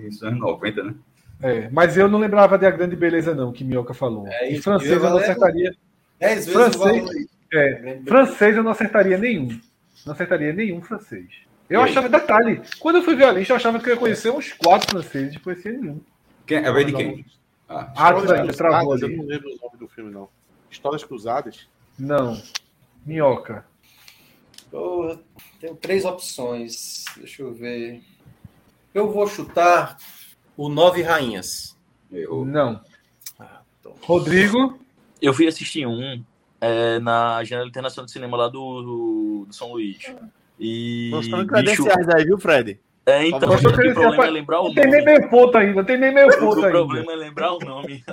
Speaker 7: Isso é anos 90, né?
Speaker 2: É, mas eu não lembrava da grande beleza, não, que Mioca falou.
Speaker 8: É,
Speaker 2: e
Speaker 8: e
Speaker 2: francês eu
Speaker 8: eu
Speaker 2: não
Speaker 8: lembro.
Speaker 2: acertaria.
Speaker 8: Dez vezes
Speaker 2: Francês.
Speaker 8: o valor.
Speaker 2: É, francês eu não acertaria nenhum. Não acertaria nenhum francês. Eu
Speaker 7: E aí?
Speaker 2: achava, detalhe, quando eu fui ver a lista, eu achava que eu ia conhecer uns quatro franceses, não conhecia nenhum.
Speaker 7: Quem, é vez de quem? Ah,
Speaker 2: Atos
Speaker 4: Histórias
Speaker 2: ainda travou
Speaker 4: Cruzadas, eu
Speaker 2: ali.
Speaker 4: não lembro o nome do filme, não. Histórias Cruzadas?
Speaker 2: Não. Minhoca.
Speaker 8: Pô, eu tenho três opções. Deixa eu ver. Eu vou chutar o Nove Rainhas.
Speaker 7: errou.
Speaker 2: Não.
Speaker 8: Ah, tô.
Speaker 2: Rodrigo,
Speaker 6: Eu fui assistir um é, na Janela Internacional de Cinema lá do, do, do São Luís. E.
Speaker 1: Mostrando
Speaker 6: bicho,
Speaker 1: credenciais aí, viu, Fred?
Speaker 6: é, então,
Speaker 1: Mostrando
Speaker 6: o problema é lembrar o
Speaker 2: não tem nem
Speaker 6: nome.
Speaker 2: meio ponto ainda, não tem nem meio
Speaker 6: O
Speaker 2: ponto ainda.
Speaker 6: problema é lembrar o nome.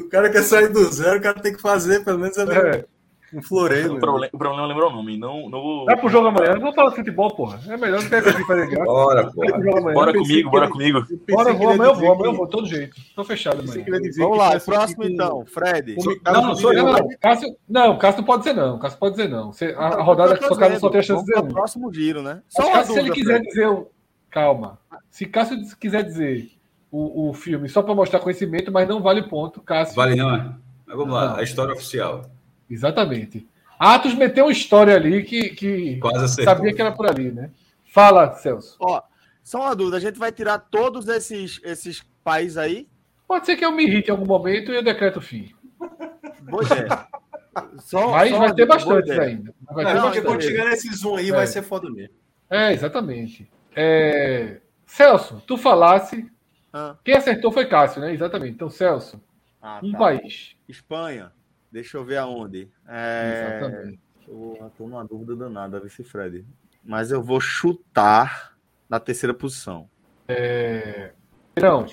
Speaker 3: O cara quer sair do zero, o cara tem que fazer pelo menos a
Speaker 2: É.
Speaker 3: Um floreio.
Speaker 6: O proble- o problema lembra o nome. Não, não vou.
Speaker 2: Vai pro jogo amanhã. Não fala de futebol, porra. É melhor não ter aqui fazer graça.
Speaker 7: Bora,
Speaker 2: Vai
Speaker 7: porra.
Speaker 2: pro jogo amanhã.
Speaker 6: Bora
Speaker 4: pensei
Speaker 6: comigo,
Speaker 4: que
Speaker 6: bora
Speaker 4: ele-
Speaker 6: comigo.
Speaker 2: Bora, eu vou, amanhã eu vou, amanhã eu vou, todo jeito. Tô fechado amanhã.
Speaker 1: Vamos lá,
Speaker 4: um
Speaker 1: próximo então, Fred.
Speaker 2: Não, não, sou eu, não. Cássio, não, Cássio não pode dizer não. Cássio pode dizer não. Você- a, a rodada que só Cássio só tem a chance de dizer
Speaker 1: Então, Vamos pro
Speaker 2: um.
Speaker 1: próximo giro, né?
Speaker 2: Mas
Speaker 1: Só uma
Speaker 2: Cássio, se ele
Speaker 1: dúvida,
Speaker 2: quiser
Speaker 1: Fred.
Speaker 2: dizer. o- Calma. Se Cássio diz- quiser dizer o, o filme só para mostrar conhecimento, mas não vale ponto, Cássio.
Speaker 7: Vale não, é? Mas vamos lá,
Speaker 2: Não.
Speaker 7: a história oficial.
Speaker 2: Exatamente. Atos meteu uma história ali que, que
Speaker 7: Quase acertou.
Speaker 2: sabia que era por ali, né? Fala, Celso.
Speaker 1: Ó, só uma dúvida, a gente vai tirar todos esses, esses pais aí?
Speaker 2: Pode ser que eu me irrite em algum momento e eu decreto o fim.
Speaker 1: Boa ideia. Só-
Speaker 2: Mas
Speaker 1: só
Speaker 2: vai
Speaker 1: uma dúvida,
Speaker 2: ter
Speaker 1: boa
Speaker 2: bastantes
Speaker 1: ideia.
Speaker 2: ainda. Vai
Speaker 1: Não,
Speaker 2: ter
Speaker 1: não,
Speaker 3: Porque
Speaker 2: bastante.
Speaker 1: então-
Speaker 3: quando chegar nesse zoom aí,
Speaker 2: É.
Speaker 3: vai ser foda mesmo.
Speaker 2: É, exatamente. É, Celso, tu falasse.
Speaker 1: Ah.
Speaker 2: Quem acertou foi Cássio, né? Exatamente. Então, Celso,
Speaker 1: Ah,
Speaker 2: um
Speaker 1: tá.
Speaker 2: país.
Speaker 1: Espanha. Deixa eu ver aonde. É...
Speaker 2: Exatamente.
Speaker 1: Porra, tô numa dúvida danada, vice Fred. Mas eu vou chutar na terceira posição.
Speaker 2: Então,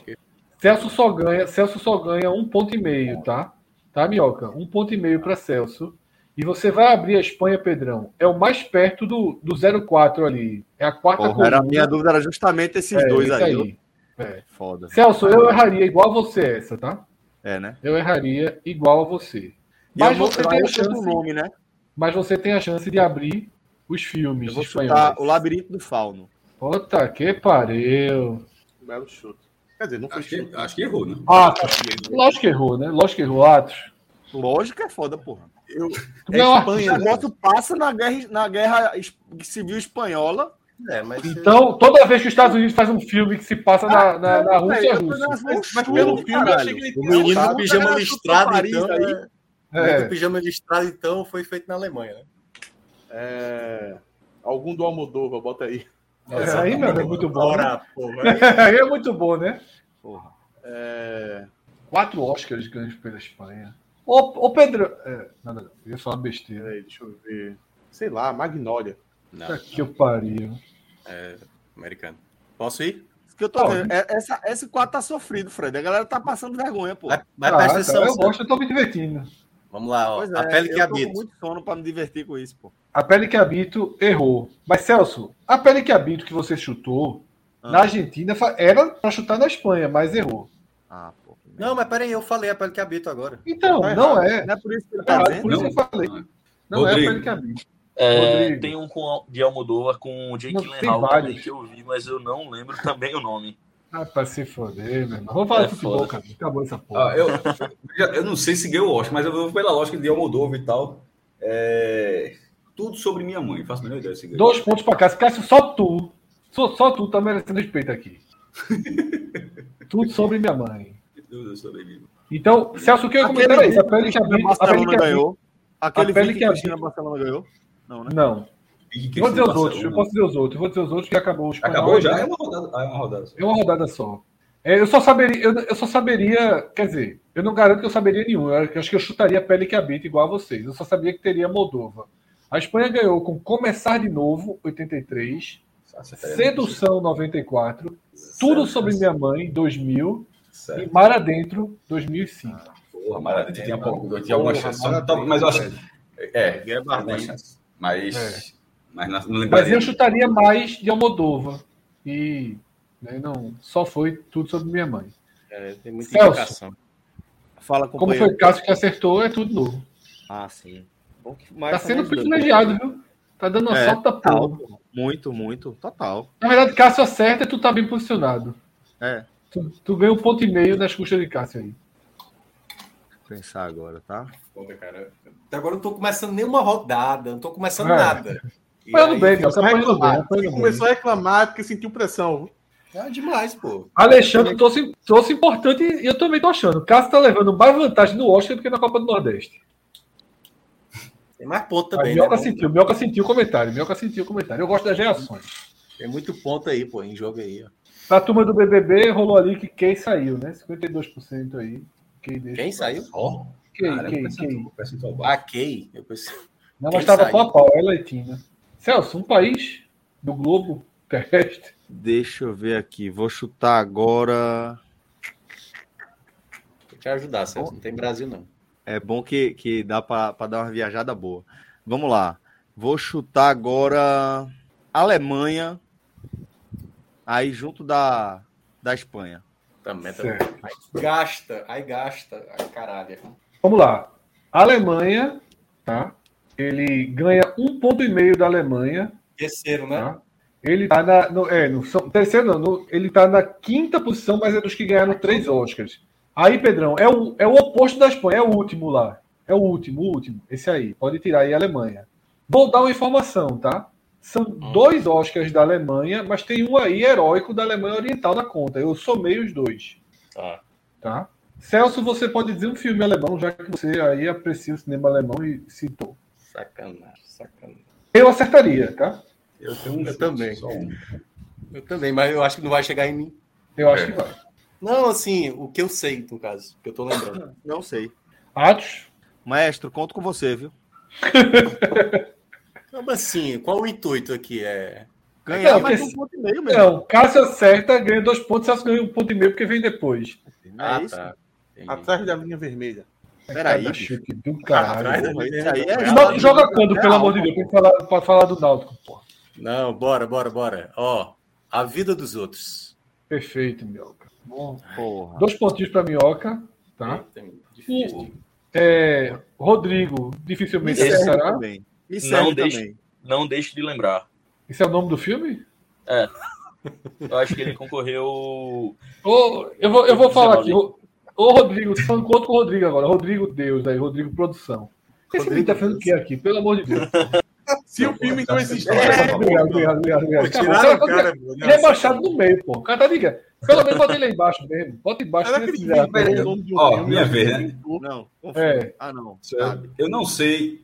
Speaker 2: Celso só ganha, Celso só ganha um ponto e meio, tá? Tá, Minhoca? Um ponto e meio para Celso. E você vai abrir a Espanha, Pedrão. É o mais perto do, do 04 ali. É a quarta
Speaker 1: Porra, era, minha dúvida era justamente esses
Speaker 2: É,
Speaker 1: dois
Speaker 2: esse
Speaker 1: aí.
Speaker 2: É.
Speaker 1: Foda.
Speaker 2: Celso, eu erraria igual a você essa, tá?
Speaker 1: É, né?
Speaker 2: Eu erraria igual a você.
Speaker 1: E
Speaker 2: Mas
Speaker 1: eu vou-
Speaker 2: você
Speaker 1: eu
Speaker 2: tem a
Speaker 1: ainda tô com o
Speaker 2: chance.
Speaker 1: nome, né?
Speaker 2: Mas você tem a chance de abrir os filmes
Speaker 1: Eu vou
Speaker 2: espanhóis.
Speaker 1: chutar o Labirinto do Fauno.
Speaker 2: Puta que pariu.
Speaker 4: um Belo chute. Quer dizer, não foi
Speaker 7: Acho que,
Speaker 4: chute.
Speaker 7: acho que errou, né?
Speaker 2: Atos. Lógico que errou, né? Lógico que errou, Atos.
Speaker 1: Lógico é foda, porra.
Speaker 4: Eu,
Speaker 2: Tu
Speaker 4: É
Speaker 2: não é um
Speaker 4: Espanha,
Speaker 1: O
Speaker 2: artista.
Speaker 1: negócio passa na guerra, na guerra es- civil espanhola.
Speaker 8: É, mas
Speaker 2: Então, toda vez que os Estados Unidos faz um filme que se passa na, na, na Rússia, é
Speaker 1: Eu tô
Speaker 2: Rússia.
Speaker 1: dando assim,
Speaker 4: mas, mas
Speaker 1: chute,
Speaker 2: um
Speaker 4: pelo filme, eu
Speaker 1: caralho.
Speaker 4: achei que ele
Speaker 8: o menino do
Speaker 4: acertado.
Speaker 8: pijama
Speaker 1: cara,
Speaker 8: listrado,
Speaker 1: Paris
Speaker 8: então. é- O
Speaker 1: aí.
Speaker 8: menino do
Speaker 2: né? É.
Speaker 8: pijama listrado, então, foi feito na Alemanha, né?
Speaker 4: É, Algum do Almodóvar, bota aí.
Speaker 2: Essa aí, meu, é muito bom. né?
Speaker 8: Bora, pô. vai.
Speaker 2: Aí é muito bom, né?
Speaker 1: Porra.
Speaker 4: É,
Speaker 2: Quatro Oscars ganhos pela Espanha. Ô, ô Pedro. É, não, não, não. Eu ia falar besteira.
Speaker 4: peraí, deixa eu ver. Sei lá, Magnólia.
Speaker 2: Puta que eu pariu.
Speaker 8: Americano. Posso ir?
Speaker 1: Isso que eu tô
Speaker 2: Ó,
Speaker 1: vendo. É- Essa, esse quadro tá sofrido, Fred. A galera tá passando vergonha, pô.
Speaker 8: Vai, vai
Speaker 2: Ah,
Speaker 8: presta
Speaker 2: cara,
Speaker 8: atenção.
Speaker 2: eu
Speaker 8: Sérgio.
Speaker 2: gosto, eu tô me divertindo.
Speaker 8: Vamos lá, É, ó.
Speaker 1: Pois
Speaker 8: a
Speaker 1: é,
Speaker 8: pele que
Speaker 1: eu tô
Speaker 8: habita.
Speaker 1: com muito sono pra me divertir com isso, pô.
Speaker 2: A pele que habito errou. Mas, Celso, a pele que habito que você chutou
Speaker 1: Ah.
Speaker 2: na Argentina fa- era pra chutar na Espanha, mas errou.
Speaker 1: Ah, pô. que merda.
Speaker 8: Não, mas peraí, eu falei a pele que habita agora.
Speaker 2: Então,
Speaker 4: Tá
Speaker 2: não é.
Speaker 1: Não é por isso que ele
Speaker 2: Tá
Speaker 1: tá
Speaker 2: errado,
Speaker 1: dizendo.
Speaker 2: por isso
Speaker 7: Não.
Speaker 2: que eu falei. Não é a
Speaker 7: Rodrigo.
Speaker 2: pele que habito.
Speaker 6: É,
Speaker 2: Rodrigo.
Speaker 6: tem um com, de Almodóvar com o Jake
Speaker 2: Não, tem
Speaker 6: Gyllenhaal
Speaker 2: vários.
Speaker 6: também que eu vi, mas eu não lembro também o nome.
Speaker 2: Ah, pra se foder, meu irmão. Vamos falar
Speaker 6: É
Speaker 2: de futebol,
Speaker 6: foda.
Speaker 2: cara. Acabou essa porra.
Speaker 7: Ah, eu, já- eu não sei se ganhou o Oscar, mas eu vou pela lógica de Almodóvar e tal. É, tudo sobre minha mãe. Faço a menor ideia se ganhou.
Speaker 2: Dois pontos pra Cássio. Cássio, só tu. Só, só tu tá merecendo respeito aqui. Tudo sobre minha mãe.
Speaker 7: Tudo sobre minha mãe.
Speaker 2: Então, Celso, o que eu ia comentar é isso. A pele que habita. A pele que
Speaker 1: Barcelona
Speaker 2: habita.
Speaker 1: ganhou. Aquele
Speaker 2: A pele
Speaker 1: vídeo que
Speaker 2: que
Speaker 1: a
Speaker 2: habita-
Speaker 1: Cristina Barcelona ganhou. Não, né?
Speaker 2: Não.
Speaker 7: E que
Speaker 2: Eu vou dizer os
Speaker 7: Barcelona.
Speaker 2: outros, eu posso dizer os outros, eu vou dizer os outros que acabou os
Speaker 7: Acabou
Speaker 2: canais,
Speaker 7: já?
Speaker 2: né?
Speaker 7: É uma rodada, ah, é uma rodada só.
Speaker 2: É uma rodada só. É, eu só saberia, eu, eu só saberia, quer dizer, eu não garanto que eu saberia nenhum. Eu acho que eu chutaria a pele que habita igual a vocês. Eu só sabia que teria Moldova. A Espanha ganhou com Começar de Novo, 83, Sedução 94, Tudo sobre Minha Mãe, 2000 e
Speaker 7: Certo.
Speaker 2: Mar Adentro,
Speaker 8: Ah,
Speaker 2: 2005.
Speaker 7: Porra, maravilha. Tinha, pouco, tinha alguma
Speaker 4: Porra,
Speaker 7: chance. Então,
Speaker 4: Maradona,
Speaker 7: mas eu acho. É,
Speaker 8: Guilherme
Speaker 7: alguma
Speaker 8: Bardem.
Speaker 7: chance. Mas. Mas não- não
Speaker 2: É. Mas
Speaker 7: lembraria.
Speaker 2: eu chutaria mais de Almodova. E né, não, só foi Tudo sobre Minha Mãe.
Speaker 8: É, tem muita
Speaker 2: Celso.
Speaker 8: indicação.
Speaker 1: Fala,
Speaker 2: Como
Speaker 1: companheiro.
Speaker 2: foi o Cássio que acertou, é tudo novo.
Speaker 1: Ah, sim. Bom que-
Speaker 2: Tá
Speaker 1: mas
Speaker 2: sendo
Speaker 1: também-
Speaker 2: privilegiado, viu? Tá dando uma
Speaker 1: É,
Speaker 2: salta
Speaker 1: Total,
Speaker 2: porra.
Speaker 1: pô. Muito, muito. Total.
Speaker 2: Na verdade, Cássio acerta e tu tá bem posicionado.
Speaker 1: É.
Speaker 2: Tu, tu ganha um ponto e meio nas custas de Cássio aí.
Speaker 1: Vou pensar agora, tá?
Speaker 8: Foda, cara. Até agora eu não tô começando nenhuma rodada, não tô começando
Speaker 2: É.
Speaker 8: nada. E
Speaker 2: Apanhando
Speaker 8: aí, um,
Speaker 2: bem, meu. Tá
Speaker 4: Vai
Speaker 2: apanhando bem,
Speaker 8: né?
Speaker 4: reclamar.
Speaker 2: apanhando bem.
Speaker 4: Começou a reclamar porque sentiu pressão.
Speaker 8: É demais, pô.
Speaker 2: Alexandre trouxe, trouxe importante e eu também tô achando. Cássio tá levando mais vantagem no Oscar do que na Copa do Nordeste.
Speaker 8: Tem mais ponto
Speaker 3: Tá
Speaker 8: também,
Speaker 2: Também, a Mioca
Speaker 8: né?
Speaker 2: sentiu, Mioca sentiu o comentário. Mioca sentiu o comentário. Eu gosto das reações.
Speaker 8: Tem muito ponto aí, pô, em jogo aí, ó.
Speaker 2: Na turma do BBB, rolou ali que quem saiu, né? 52% aí. Quem, deixa...
Speaker 8: Quem saiu?
Speaker 7: Ó,
Speaker 2: Quem,
Speaker 7: cara,
Speaker 2: quem,
Speaker 7: percentual-
Speaker 2: quem?
Speaker 7: percentual baixo.
Speaker 8: A Kay. Eu pensei...
Speaker 2: Não,
Speaker 8: Quem
Speaker 2: mas tava
Speaker 8: saiu?
Speaker 2: pau a pau, ela e Tina. Celso, um país do globo terrestre.
Speaker 1: Deixa eu ver aqui. Vou chutar agora.
Speaker 8: Vou te ajudar, Celso. Não tem Brasil, não.
Speaker 1: É bom que, que dá para dar uma viajada boa. Vamos lá. Vou chutar agora Alemanha, aí junto da, da Espanha.
Speaker 8: Também, também.
Speaker 2: Certo.
Speaker 8: Gasta, aí gasta. Ai, caralho.
Speaker 2: Vamos lá. A Alemanha, tá? Ele ganha um ponto e meio da Alemanha,
Speaker 8: Terceiro, né?
Speaker 2: tá? Ele tá na. No, é, no, são- terceiro não, no- ele tá na quinta posição, mas é dos que ganharam três Oscars. Aí, Pedrão, é o, é o oposto da Espanha, é o último lá. É o último, o último. Esse aí. Pode tirar aí a Alemanha. Vou dar uma informação, tá? São
Speaker 8: Hum.
Speaker 2: dois Oscars da Alemanha, mas tem um aí heróico da Alemanha Oriental na conta. Eu somei os dois.
Speaker 8: Tá.
Speaker 2: Tá? Celso, você pode dizer um filme alemão, já que você aí aprecia o cinema alemão e citou.
Speaker 8: Sacanagem, sacanagem.
Speaker 2: Eu acertaria, tá?
Speaker 7: Eu tenho um
Speaker 8: Eu
Speaker 7: chute,
Speaker 8: também.
Speaker 7: só um.
Speaker 8: Eu também, mas eu acho que não vai chegar em mim.
Speaker 2: Eu
Speaker 8: É.
Speaker 2: acho que vai.
Speaker 8: Não, assim, o que eu sei, no caso, que eu tô lembrando.
Speaker 1: Não sei.
Speaker 2: Atos?
Speaker 1: Maestro, conto com você, viu?
Speaker 8: Mas assim, qual o intuito aqui? É.
Speaker 1: Ganhar
Speaker 2: Não,
Speaker 1: mais
Speaker 2: porque-
Speaker 1: um ponto e meio mesmo.
Speaker 2: Não, Cássio acerta, ganha dois pontos, Celso ganha um ponto e meio porque vem depois.
Speaker 1: é isso?
Speaker 8: tá. Entendi.
Speaker 4: Atrás da linha vermelha.
Speaker 1: Peraí,
Speaker 2: Ah, Cada
Speaker 1: bicho.
Speaker 2: chute do
Speaker 1: Porra,
Speaker 2: caralho.
Speaker 1: isso aí é
Speaker 2: O Náutico joga quando,
Speaker 1: é
Speaker 2: pelo amor de
Speaker 1: alma,
Speaker 2: Deus, pra falar, pra falar do Náutico, porra.
Speaker 8: Não, bora, bora, bora. Ó, a vida dos outros.
Speaker 2: Perfeito, Minhoca. Bom,
Speaker 1: Porra.
Speaker 2: dois pontinhos pra Minhoca, tá?
Speaker 8: Eita, difícil.
Speaker 2: É, Rodrigo,
Speaker 1: Me
Speaker 2: dificilmente
Speaker 1: serve
Speaker 2: acertará.
Speaker 1: é também. Me serve
Speaker 6: deixe-
Speaker 1: também.
Speaker 6: Não deixe de lembrar.
Speaker 2: Esse é o nome do filme?
Speaker 6: Eu acho que ele concorreu.
Speaker 2: Ô, eu vou, eu vou falar aqui.
Speaker 6: Dezenove.
Speaker 2: Ô, ô, Rodrigo, só conto com o Rodrigo agora. Rodrigo Deus aí, Rodrigo Produção. Esse menino tá fazendo o que aqui? Pelo amor de Deus.
Speaker 4: Se o filme então não existisse,
Speaker 2: Tá Obrigado, obrigado, obrigado, obrigado. Tá bom,
Speaker 3: Tiraram o
Speaker 2: cara,
Speaker 3: cara, meu.
Speaker 2: Ele é baixado no meio, pô. O cara tá ligado. Pelo menos bota ele aí embaixo mesmo. Bota embaixo.
Speaker 4: Era
Speaker 2: que
Speaker 4: aquele
Speaker 2: ele quiser,
Speaker 4: filme,
Speaker 2: né?
Speaker 4: o nome de um
Speaker 7: é Ó,
Speaker 4: filme,
Speaker 7: minha
Speaker 4: eu acho
Speaker 7: vez,
Speaker 4: que
Speaker 7: né?
Speaker 4: eu-
Speaker 1: Não, confio.
Speaker 2: É.
Speaker 1: Ah, não.
Speaker 7: Sou eu. Eu não sei.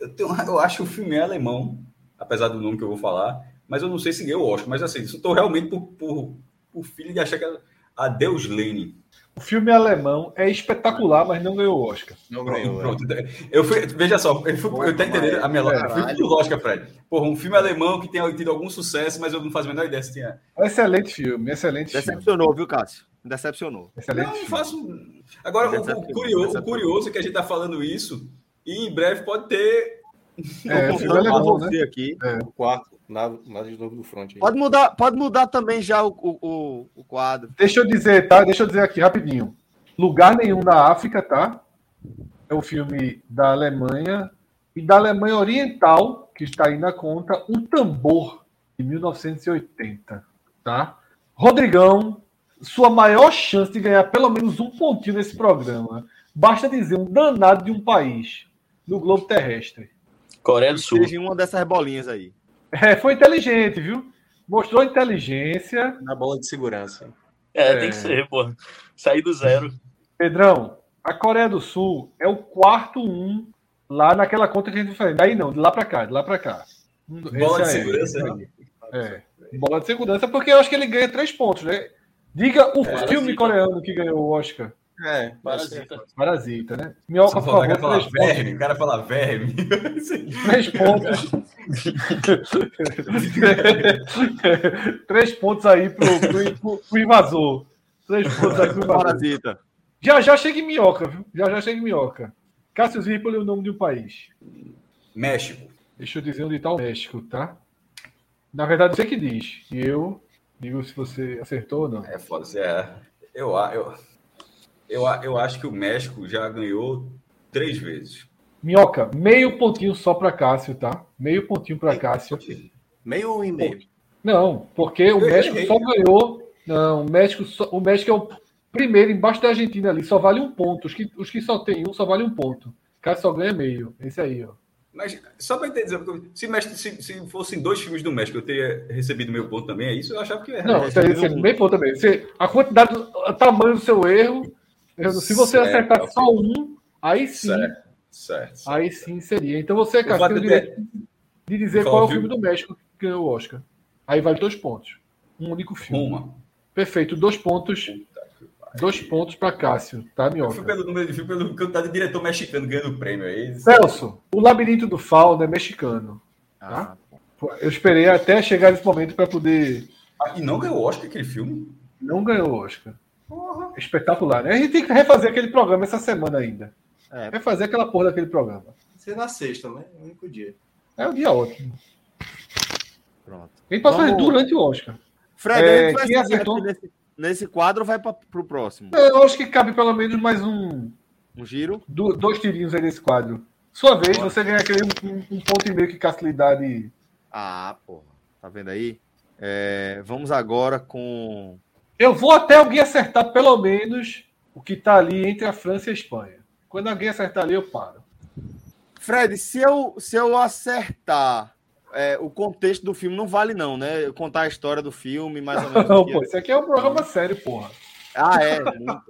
Speaker 7: Eu, tenho- eu acho que o filme é alemão, apesar do nome que eu vou falar, mas eu não sei se ganhou o Oscar. Mas assim, isso eu tô realmente por, por, por filho de achar que era Adeus Lenin.
Speaker 2: O filme alemão é espetacular, mas não ganhou o Oscar.
Speaker 8: Não
Speaker 7: Pronto,
Speaker 8: ganhou.
Speaker 7: pronto. então, Eu fui, veja só, eu, fui, eu tá entendendo a minha lógica. Eu fui
Speaker 1: Caralho.
Speaker 7: por lógica, Fred. Porra, um filme alemão que tenha tido algum sucesso, mas eu não faço a menor ideia se tinha.
Speaker 2: Excelente filme, excelente filme.
Speaker 1: Decepcionou, viu, Cássio? Decepcionou.
Speaker 2: Excelente
Speaker 7: Não, não
Speaker 2: filme.
Speaker 7: faço. um- Agora, o, o curioso, o curioso é que a gente tá falando isso e em breve pode ter.
Speaker 2: É,
Speaker 1: Tô
Speaker 2: o filme
Speaker 1: contando com
Speaker 2: alemão, né?
Speaker 1: você aqui.
Speaker 8: O quarto, nada, nada de novo do front. aí.
Speaker 1: Pode mudar, pode mudar também já o, o, o- o quadro.
Speaker 2: Deixa eu dizer, tá? Deixa eu dizer aqui rapidinho. Lugar nenhum na África, tá? É o filme da Alemanha. E da Alemanha Oriental, que está aí na conta, O Tambor, de 1980, tá? Rodrigão, sua maior chance de ganhar pelo menos um pontinho nesse programa. Basta dizer um danado de um país no globo terrestre.
Speaker 6: Coreia do Sul.
Speaker 1: Seja em uma dessas bolinhas aí.
Speaker 2: É, foi inteligente, viu? Mostrou inteligência.
Speaker 8: Na bola de segurança.
Speaker 6: É,
Speaker 2: É.
Speaker 6: tem que ser, porra. Sair do zero.
Speaker 2: Pedrão, a Coreia do Sul é o quarto um lá naquela conta que a gente fez. Daí não, de lá pra cá, de lá pra cá. Hum,
Speaker 7: Bola de
Speaker 2: Esse aí,
Speaker 7: segurança,
Speaker 2: esse
Speaker 7: né?
Speaker 2: aí. É, bola de segurança, porque eu acho que ele ganha três pontos, né? Diga o
Speaker 6: É,
Speaker 2: filme
Speaker 6: Parasita.
Speaker 2: coreano que ganhou o Oscar.
Speaker 8: É,
Speaker 6: Parasita.
Speaker 2: Parasita, né? Minhoca, por favor,
Speaker 7: o cara fala
Speaker 2: três pontos.
Speaker 7: verme, o cara fala verme.
Speaker 2: Três pontos. três pontos aí pro, pro, pro- pro invasor. Três pontos aí pro invasor.
Speaker 1: Parasita.
Speaker 2: Já já chega em minhoca, viu? Já já chega em minhoca. Cássio Zirpoli é o nome de um país.
Speaker 7: México.
Speaker 2: Deixa eu dizer onde está o México, tá? Na verdade, você que diz. E eu digo se você acertou ou não.
Speaker 7: É foda, se é. Eu, a- eu, eu, a- eu acho que o México já ganhou três vezes.
Speaker 2: Minhoca, meio pontinho só para Cássio, tá? Meio pontinho para Cássio.
Speaker 8: meio ou e meio.
Speaker 2: Não, porque o
Speaker 7: Eu
Speaker 2: México
Speaker 7: errei.
Speaker 2: só ganhou. Não, o México, só- o México é o primeiro, embaixo da Argentina ali, só vale um ponto. Os que, os que só tem um só vale um ponto. Cássio só ganha meio. Esse aí, ó.
Speaker 7: Mas só para entender, se, México, se, se fossem dois filmes do México, eu teria recebido meu ponto também, é um. isso? Eu achava que era.
Speaker 2: Não, esse aí você meio ponto também. Você, a quantidade, do- o tamanho do seu erro. eu- se você
Speaker 7: Certo,
Speaker 2: acertar
Speaker 7: ok.
Speaker 2: só um, aí sim.
Speaker 7: Certo, certo. certo.
Speaker 2: Aí sim seria. Então você,
Speaker 7: Eu vou
Speaker 2: cara, tem o
Speaker 7: até-
Speaker 2: direito de dizer
Speaker 7: Fala,
Speaker 2: qual é o
Speaker 7: filme.
Speaker 2: filme do México que ganhou o Oscar. Aí vale dois pontos. Um único filme.
Speaker 7: Roma.
Speaker 2: Perfeito. Dois pontos. Dois pontos para Cássio, tá,
Speaker 7: Eu fui
Speaker 2: Minhoca?
Speaker 7: pelo número de filme, pelo quantidade de diretor mexicano ganhando o prêmio é aí.
Speaker 2: Celso, o Labirinto do Fauno é mexicano. tá?
Speaker 1: Ah,
Speaker 2: Pô, Eu esperei até chegar nesse momento para poder.
Speaker 7: Ah, e não ganhou o Oscar aquele filme?
Speaker 2: Não ganhou o Oscar. Espetacular, né? A gente tem que refazer aquele programa essa semana ainda.
Speaker 1: É.
Speaker 2: É fazer aquela porra daquele programa.
Speaker 8: é
Speaker 3: Ser na sexta, né? O único dia.
Speaker 2: É o dia ótimo.
Speaker 1: Pronto.
Speaker 2: Ele pode fazer
Speaker 1: Vamos-
Speaker 2: durante o Oscar.
Speaker 1: Fred,
Speaker 2: É,
Speaker 1: a gente vai
Speaker 2: quem
Speaker 1: ser certo
Speaker 2: acertou?
Speaker 1: nesse, nesse quadro vai para o próximo.
Speaker 2: Eu acho que cabe pelo menos mais um.
Speaker 1: Um giro.
Speaker 2: do- dois tirinhos aí nesse quadro. Sua vez, você ganha aquele um, um ponto e meio que Cássio lhe dá de.
Speaker 1: Ah, porra. Tá vendo aí? É, vamos agora com.
Speaker 2: Eu vou até alguém acertar pelo menos o que tá ali entre a França e a Espanha. Quando alguém acertar ali, eu paro.
Speaker 1: Fred, se eu, se eu acertar é, o contexto do filme, não vale, não, né? Eu contar a história do filme, mais ou menos. o
Speaker 2: Não,
Speaker 1: que-
Speaker 2: pô, isso aqui é um programa sério, porra.
Speaker 1: Ah, é. muito.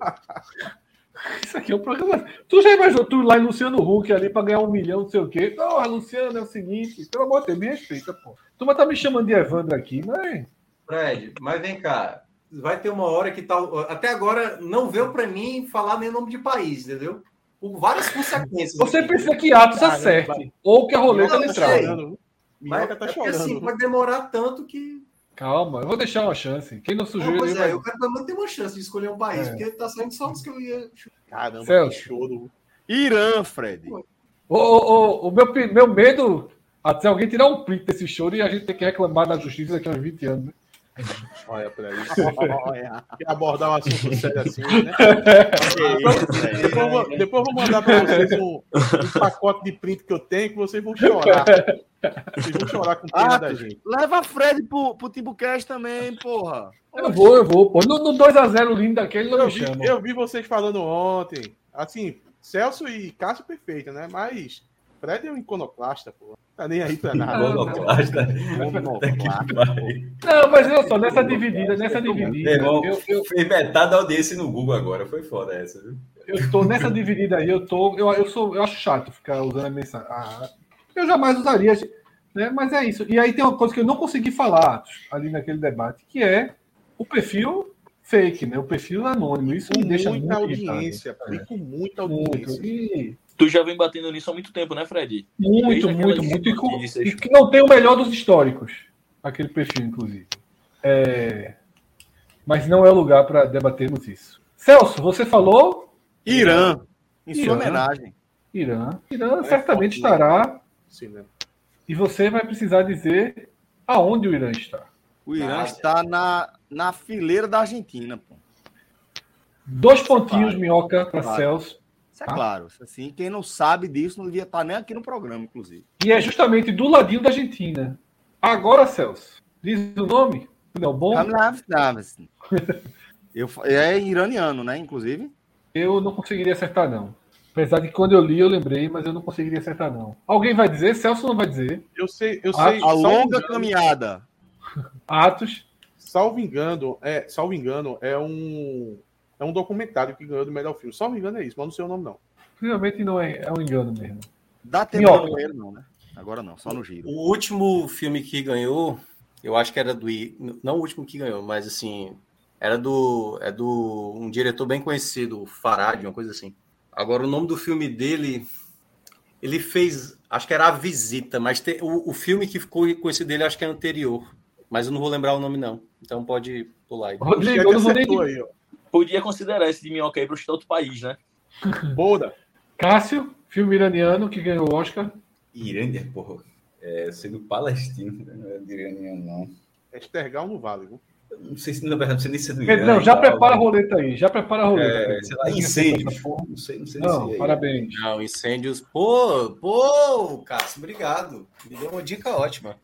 Speaker 2: Isso aqui é um programa. Tu já imaginou tu lá em Luciano Huck ali pra ganhar um milhão, não sei o quê? Porra, Luciano, é o seguinte, pelo amor de Deus, me respeita, pô. Tu mas tá me chamando de Evandro aqui, mas.
Speaker 3: Fred, mas vem cá. Vai ter uma hora que tal. Até agora não veio pra mim falar nem nome de país, entendeu? Por várias consequências.
Speaker 2: Você
Speaker 3: aqui.
Speaker 2: precisa que Atos acerte. Ou que a roleta
Speaker 3: Não,
Speaker 2: lhe
Speaker 3: eu
Speaker 2: traga.
Speaker 3: sei.
Speaker 4: chorando.
Speaker 3: Mas
Speaker 4: Minhoca tá
Speaker 3: é porque,
Speaker 4: chorando.
Speaker 2: né?
Speaker 3: assim, vai demorar tanto que.
Speaker 2: Calma, eu vou deixar uma chance. Quem não
Speaker 3: Não,
Speaker 2: sugeriu.
Speaker 3: pois
Speaker 2: ele
Speaker 3: é,
Speaker 2: vai-
Speaker 3: eu quero pelo menos ter uma chance de escolher um país,
Speaker 2: É.
Speaker 3: porque tá saindo só dos que eu ia.
Speaker 4: Caramba, que
Speaker 2: Celso.
Speaker 4: choro.
Speaker 1: Irã, Fred.
Speaker 2: Ô, ô, ô, o meu, pe- meu medo até alguém tirar um print desse choro e a gente ter que reclamar da justiça daqui a uns 20 anos. né?
Speaker 4: Olha pra isso.
Speaker 1: Olha,
Speaker 4: Quer abordar um assunto sério assim, né?
Speaker 1: que isso, Fred.
Speaker 4: Depois eu vou,
Speaker 3: É.
Speaker 4: depois eu vou mandar pra vocês um, um pacote de print que eu tenho que vocês vão chorar. Vocês vão chorar com o tema
Speaker 1: Ah,
Speaker 4: da gente.
Speaker 1: Leva Fred pro, pro Timbucast também, porha.
Speaker 2: Eu vou, eu vou, pô. No, no 2x0 lindo daquele não
Speaker 4: Eu
Speaker 2: me
Speaker 4: vi,
Speaker 2: chama.
Speaker 4: eu vi vocês falando ontem. Assim, Celso e Cássio perfeito, né? Mas Fred é um iconoclasta, pô. Tá nem aí pra
Speaker 2: Ah,
Speaker 4: nada.
Speaker 7: Iconoclasta. tá
Speaker 2: Não, mas olha só, nessa dividida, nessa dividida,
Speaker 7: Meu irmão,
Speaker 2: eu, eu,
Speaker 7: fez metade da audiência no Google agora. Foi foda essa, viu?
Speaker 2: eu tô nessa dividida aí, eu tô. Eu, eu, sou, eu acho chato ficar usando a mensagem. Ah, eu jamais usaria, né? Mas é isso. E aí tem uma coisa que eu não consegui falar Atos, ali naquele debate, que é o perfil fake, né? O perfil anônimo. Isso
Speaker 4: Com
Speaker 2: me deixa
Speaker 4: muita
Speaker 2: muito irritado.
Speaker 4: audiência, pô, e com muita
Speaker 2: Muito.
Speaker 4: audiência.
Speaker 2: E
Speaker 6: Tu já vem batendo nisso há muito tempo, né, Fred?
Speaker 2: Muito,
Speaker 6: Desde
Speaker 2: muito,
Speaker 6: aquelas
Speaker 2: muito. E, com-
Speaker 6: notícias.
Speaker 2: e que não tem o melhor dos históricos. Aquele perfil, inclusive. É, Mas não é o lugar para debatermos isso. Celso, você falou
Speaker 1: Irã, em sua
Speaker 2: Irã.
Speaker 1: homenagem.
Speaker 2: Irã. Irã
Speaker 4: É
Speaker 2: certamente
Speaker 4: forte, né?
Speaker 2: estará.
Speaker 4: Sim, né?
Speaker 2: E você vai precisar dizer aonde o Irã está.
Speaker 1: O Irã
Speaker 3: Nada.
Speaker 1: está na, na fileira da Argentina, pô.
Speaker 2: Dois pontinhos, minhoca, para
Speaker 1: Vai.
Speaker 2: Celso.
Speaker 1: Isso é
Speaker 2: Tá.
Speaker 1: claro. Assim, quem não sabe disso não devia estar nem aqui no programa, inclusive.
Speaker 2: E é justamente do ladinho da Argentina. Agora, Celso, diz o nome? Não, bom,
Speaker 1: assim. Eu, fa- é iraniano, né? Inclusive.
Speaker 2: eu não conseguiria acertar, não. Apesar de que quando eu li, eu lembrei, mas eu não conseguiria acertar, não. Alguém vai dizer? Celso não vai dizer.
Speaker 4: Eu sei, eu
Speaker 2: A-
Speaker 4: sei.
Speaker 1: A
Speaker 4: salvo
Speaker 1: longa
Speaker 4: engano-
Speaker 1: caminhada.
Speaker 2: Atos.
Speaker 4: Salvo engano, é, salvo engano, é um. É um documentário que ganhou do melhor filme. Salvo engano é isso, mas não sei o nome, não.
Speaker 2: Realmente não é, é um engano mesmo.
Speaker 1: Dá tempo de
Speaker 2: Minhoca.
Speaker 1: banheiro, não, né? Agora não, só no giro.
Speaker 3: O último filme que ganhou, eu acho que era do. I- Não o último que ganhou, mas assim. Era do. É do. Um diretor bem conhecido, o Farad, uma coisa assim. Agora, o nome do filme dele. Ele fez. Acho que era A Visita, mas te- o, o filme que ficou conhecido dele, acho que é anterior. Mas eu não vou lembrar o nome, não. Então pode pular aí.
Speaker 2: Rodrigo,
Speaker 4: Chega
Speaker 2: eu não vou nem...
Speaker 4: acertou aí, ó.
Speaker 6: Podia considerar esse de minhoca aí para outro país, né?
Speaker 4: Bora.
Speaker 2: Cássio, filme iraniano que ganhou o Oscar.
Speaker 7: Irânia, porra. É, sendo palestino, né? não é de iraniano, não.
Speaker 4: Estergal no vale. viu?
Speaker 7: Eu Não sei se, na verdade, não sei nem se é do
Speaker 2: Pedro,
Speaker 7: Irã
Speaker 2: não,
Speaker 7: e
Speaker 2: já
Speaker 7: tal. né?
Speaker 2: prepara a roleta aí, já prepara a roleta.
Speaker 7: É,
Speaker 2: Pedro.
Speaker 7: sei lá, incêndio.
Speaker 2: Essa porra.
Speaker 7: Não sei, não sei nem se
Speaker 2: Não,
Speaker 7: é.
Speaker 2: parabéns.
Speaker 3: Não, incêndios. Pô, pô, Cássio, obrigado. Me deu uma dica ótima.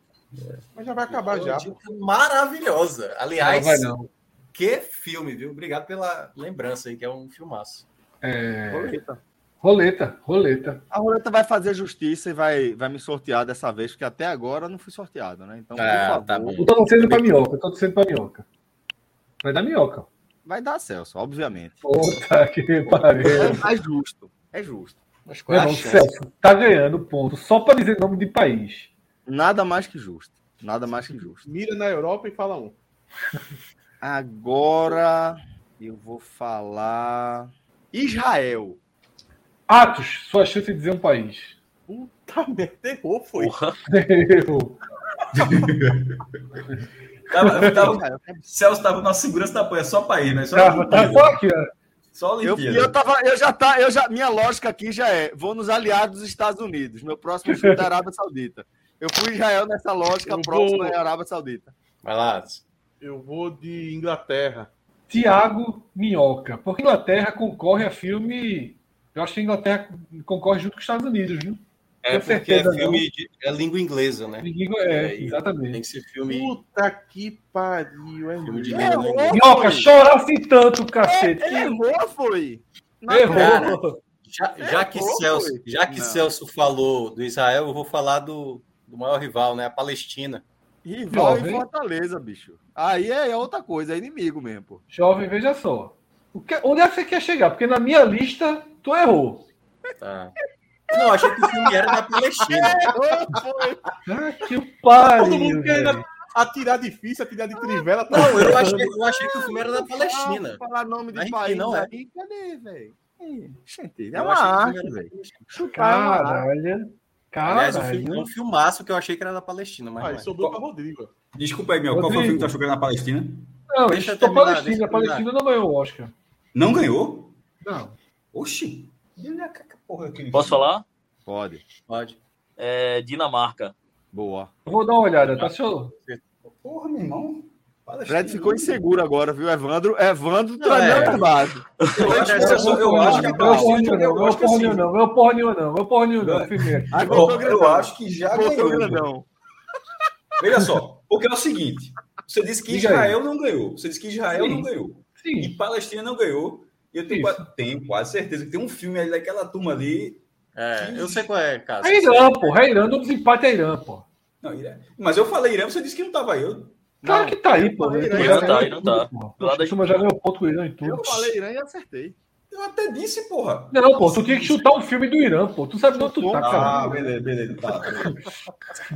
Speaker 4: Mas já vai acabar
Speaker 3: Uma
Speaker 4: já. pô.
Speaker 3: dica maravilhosa. Aliás,
Speaker 2: Não vai não.
Speaker 3: Que filme, viu? Obrigado pela lembrança aí, que é um filmaço.
Speaker 2: É,
Speaker 1: Roleta.
Speaker 2: Roleta, roleta.
Speaker 1: A roleta vai fazer justiça e vai, vai me sortear dessa vez, porque até agora não fui sorteado, né? Então, por favor,
Speaker 2: Eu tô torcendo pra minhoca, eu tô torcendo pra minhoca. Vai dar minhoca.
Speaker 1: vai dar Celso, obviamente.
Speaker 2: Puta que pariu.
Speaker 1: É, é justo, é justo.
Speaker 3: Mas qual
Speaker 2: Meu
Speaker 3: é a
Speaker 2: irmão,
Speaker 3: chance?
Speaker 2: Celso, tá ganhando ponto só pra dizer nome de país.
Speaker 1: Nada mais que justo. Nada mais que justo.
Speaker 4: Mira na Europa e fala um.
Speaker 1: Agora eu vou falar Israel.
Speaker 2: Atos, sua chance de dizer um país.
Speaker 4: Puta Tá merda, errou, foi.
Speaker 6: Porra.
Speaker 2: Eu.
Speaker 7: Tava, tava,
Speaker 1: Israel.
Speaker 7: Celso tava com a segurança da porra, é só país, né? Só
Speaker 2: Tá, tá só aqui, ó.
Speaker 7: Só
Speaker 1: Eu,
Speaker 7: Olimpíada.
Speaker 1: eu, tava, eu já tá, eu já, minha lógica aqui já é, vou nos aliados dos Estados Unidos, meu próximo chute é a Arábia Saudita. Eu fui Israel nessa lógica,
Speaker 4: Eu
Speaker 1: próximo
Speaker 4: vou-
Speaker 1: é a Arábia Saudita.
Speaker 8: Vai lá.
Speaker 4: Eu vou de Inglaterra.
Speaker 2: Tiago Minhoca. Porque a Inglaterra concorre a filme. Eu acho que a Inglaterra concorre junto com os Estados Unidos, viu?
Speaker 8: É
Speaker 2: Com
Speaker 8: porque é
Speaker 2: certeza
Speaker 8: filme de, é língua inglesa, né?
Speaker 2: Ninguém
Speaker 8: É,
Speaker 2: é,
Speaker 8: e- Tem
Speaker 2: exatamente.
Speaker 8: que ser filme.
Speaker 4: Puta que pariu, é
Speaker 8: Filme de
Speaker 4: mesmo.
Speaker 8: guerra.
Speaker 1: Errou,
Speaker 2: Minhoca,
Speaker 1: foi.
Speaker 2: chorasse tanto, cacete.
Speaker 1: Ele errou, foi.
Speaker 2: que errou.
Speaker 8: Já,
Speaker 2: é
Speaker 8: já que,
Speaker 1: louco,
Speaker 8: Celso,
Speaker 1: velho.
Speaker 8: já que
Speaker 1: Não.
Speaker 8: Celso falou do Israel, eu vou falar do, do maior rival, né? A Palestina.
Speaker 1: Rival
Speaker 2: Jovem.
Speaker 1: em Fortaleza, bicho. Aí é outra coisa, é inimigo mesmo, pô.
Speaker 2: Jovem, veja só. O que- onde é que você quer chegar? Porque na minha lista, tu errou.
Speaker 8: Tá. Não, achei que o filme era da Palestina.
Speaker 4: É,
Speaker 2: Ah, que pariu.
Speaker 4: Todo mundo
Speaker 2: velho.
Speaker 4: querendo atirar difícil, atirar de trivela. Tá...
Speaker 8: Não, eu achei, eu achei que o filme era da Palestina.
Speaker 1: Ah, Falar nome
Speaker 8: Mas
Speaker 1: de
Speaker 8: que
Speaker 1: país
Speaker 8: não é.
Speaker 1: aí, cadê, velho? Ih, gente,
Speaker 4: Ah,
Speaker 1: É
Speaker 8: Eu
Speaker 1: uma
Speaker 8: achei que o filme era da
Speaker 1: arte, velho.
Speaker 8: Palestina.
Speaker 1: Chutar é uma arte.
Speaker 2: Caralho.
Speaker 8: Aliás, o filme é
Speaker 2: Caralho.
Speaker 8: um filmaço que eu achei que era da Palestina, mas.
Speaker 4: Ah,
Speaker 8: não é.
Speaker 4: e sobrou pra Rodrigo.
Speaker 7: Desculpa aí, Mel. Qual foi o filme que tu achou que era na Palestina?
Speaker 2: Não,
Speaker 8: Deixa
Speaker 2: isso
Speaker 8: eu
Speaker 2: é
Speaker 8: terminar,
Speaker 2: Palestina.
Speaker 8: deixa eu
Speaker 2: A Palestina não ganhou o Oscar.
Speaker 7: Não ganhou?
Speaker 2: Não.
Speaker 7: Oxi. Porra, aquele
Speaker 6: Posso
Speaker 7: filme.
Speaker 6: falar?
Speaker 1: Pode.
Speaker 8: Pode.
Speaker 6: É, Dinamarca.
Speaker 1: Boa.
Speaker 2: Eu Vou dar uma olhada, tá show?
Speaker 7: Porra, meu irmão. Palestina.
Speaker 1: Fred ficou inseguro agora, viu, Evandro? Evandro tá
Speaker 8: Não, é.
Speaker 1: treinando embaixo.
Speaker 7: Eu acho
Speaker 2: é
Speaker 7: que-
Speaker 8: Eu
Speaker 7: É, eu- eu acho que a
Speaker 2: Ganhou porra nenhuma,
Speaker 7: Palestina.
Speaker 2: não.
Speaker 7: Eu
Speaker 2: Ganhou
Speaker 7: acho que
Speaker 2: porra nenhuma,
Speaker 7: assim,
Speaker 2: não. Ganhou porra nenhuma, não. Ganhou porra nenhuma, não.
Speaker 7: Não. é?
Speaker 2: Primeiro.
Speaker 1: Aí voltou o
Speaker 7: eu- eu
Speaker 1: grandão.
Speaker 7: acho que tá já
Speaker 1: Voltou o
Speaker 7: ganhou.
Speaker 1: grandão.
Speaker 7: Veja só, porque é o seguinte: você disse que
Speaker 2: Diga
Speaker 7: Israel não ganhou, você disse que Israel
Speaker 2: Sim.
Speaker 7: não ganhou, e
Speaker 2: Sim.
Speaker 7: Palestina não ganhou. E eu tenho,
Speaker 2: Isso.
Speaker 7: quase, tenho quase certeza que tem um filme ali daquela turma ali.
Speaker 8: É, eu sei qual é,
Speaker 7: Tá
Speaker 8: cara.
Speaker 2: É Irã, porra. É Irã, não desempate é Irã, porra.
Speaker 7: Não, Irã. Mas eu falei Irã, você disse que não estava eu.
Speaker 2: Claro que tá aí, porra.
Speaker 7: é
Speaker 1: Irã
Speaker 2: já
Speaker 6: tá,
Speaker 2: ganhou
Speaker 6: Irã
Speaker 2: tudo,
Speaker 6: tá.
Speaker 2: porra.
Speaker 6: Lá da-
Speaker 2: A turma já ganhou ponto com o Irã e tudo.
Speaker 1: Eu falei Irã e acertei.
Speaker 7: Eu até disse, porra.
Speaker 2: Não, pô, tu tinha que chutar um filme do Irã, pô. Tu sabe onde tu tá,
Speaker 7: Ah,
Speaker 2: cara.
Speaker 7: beleza, beleza. tá, beleza.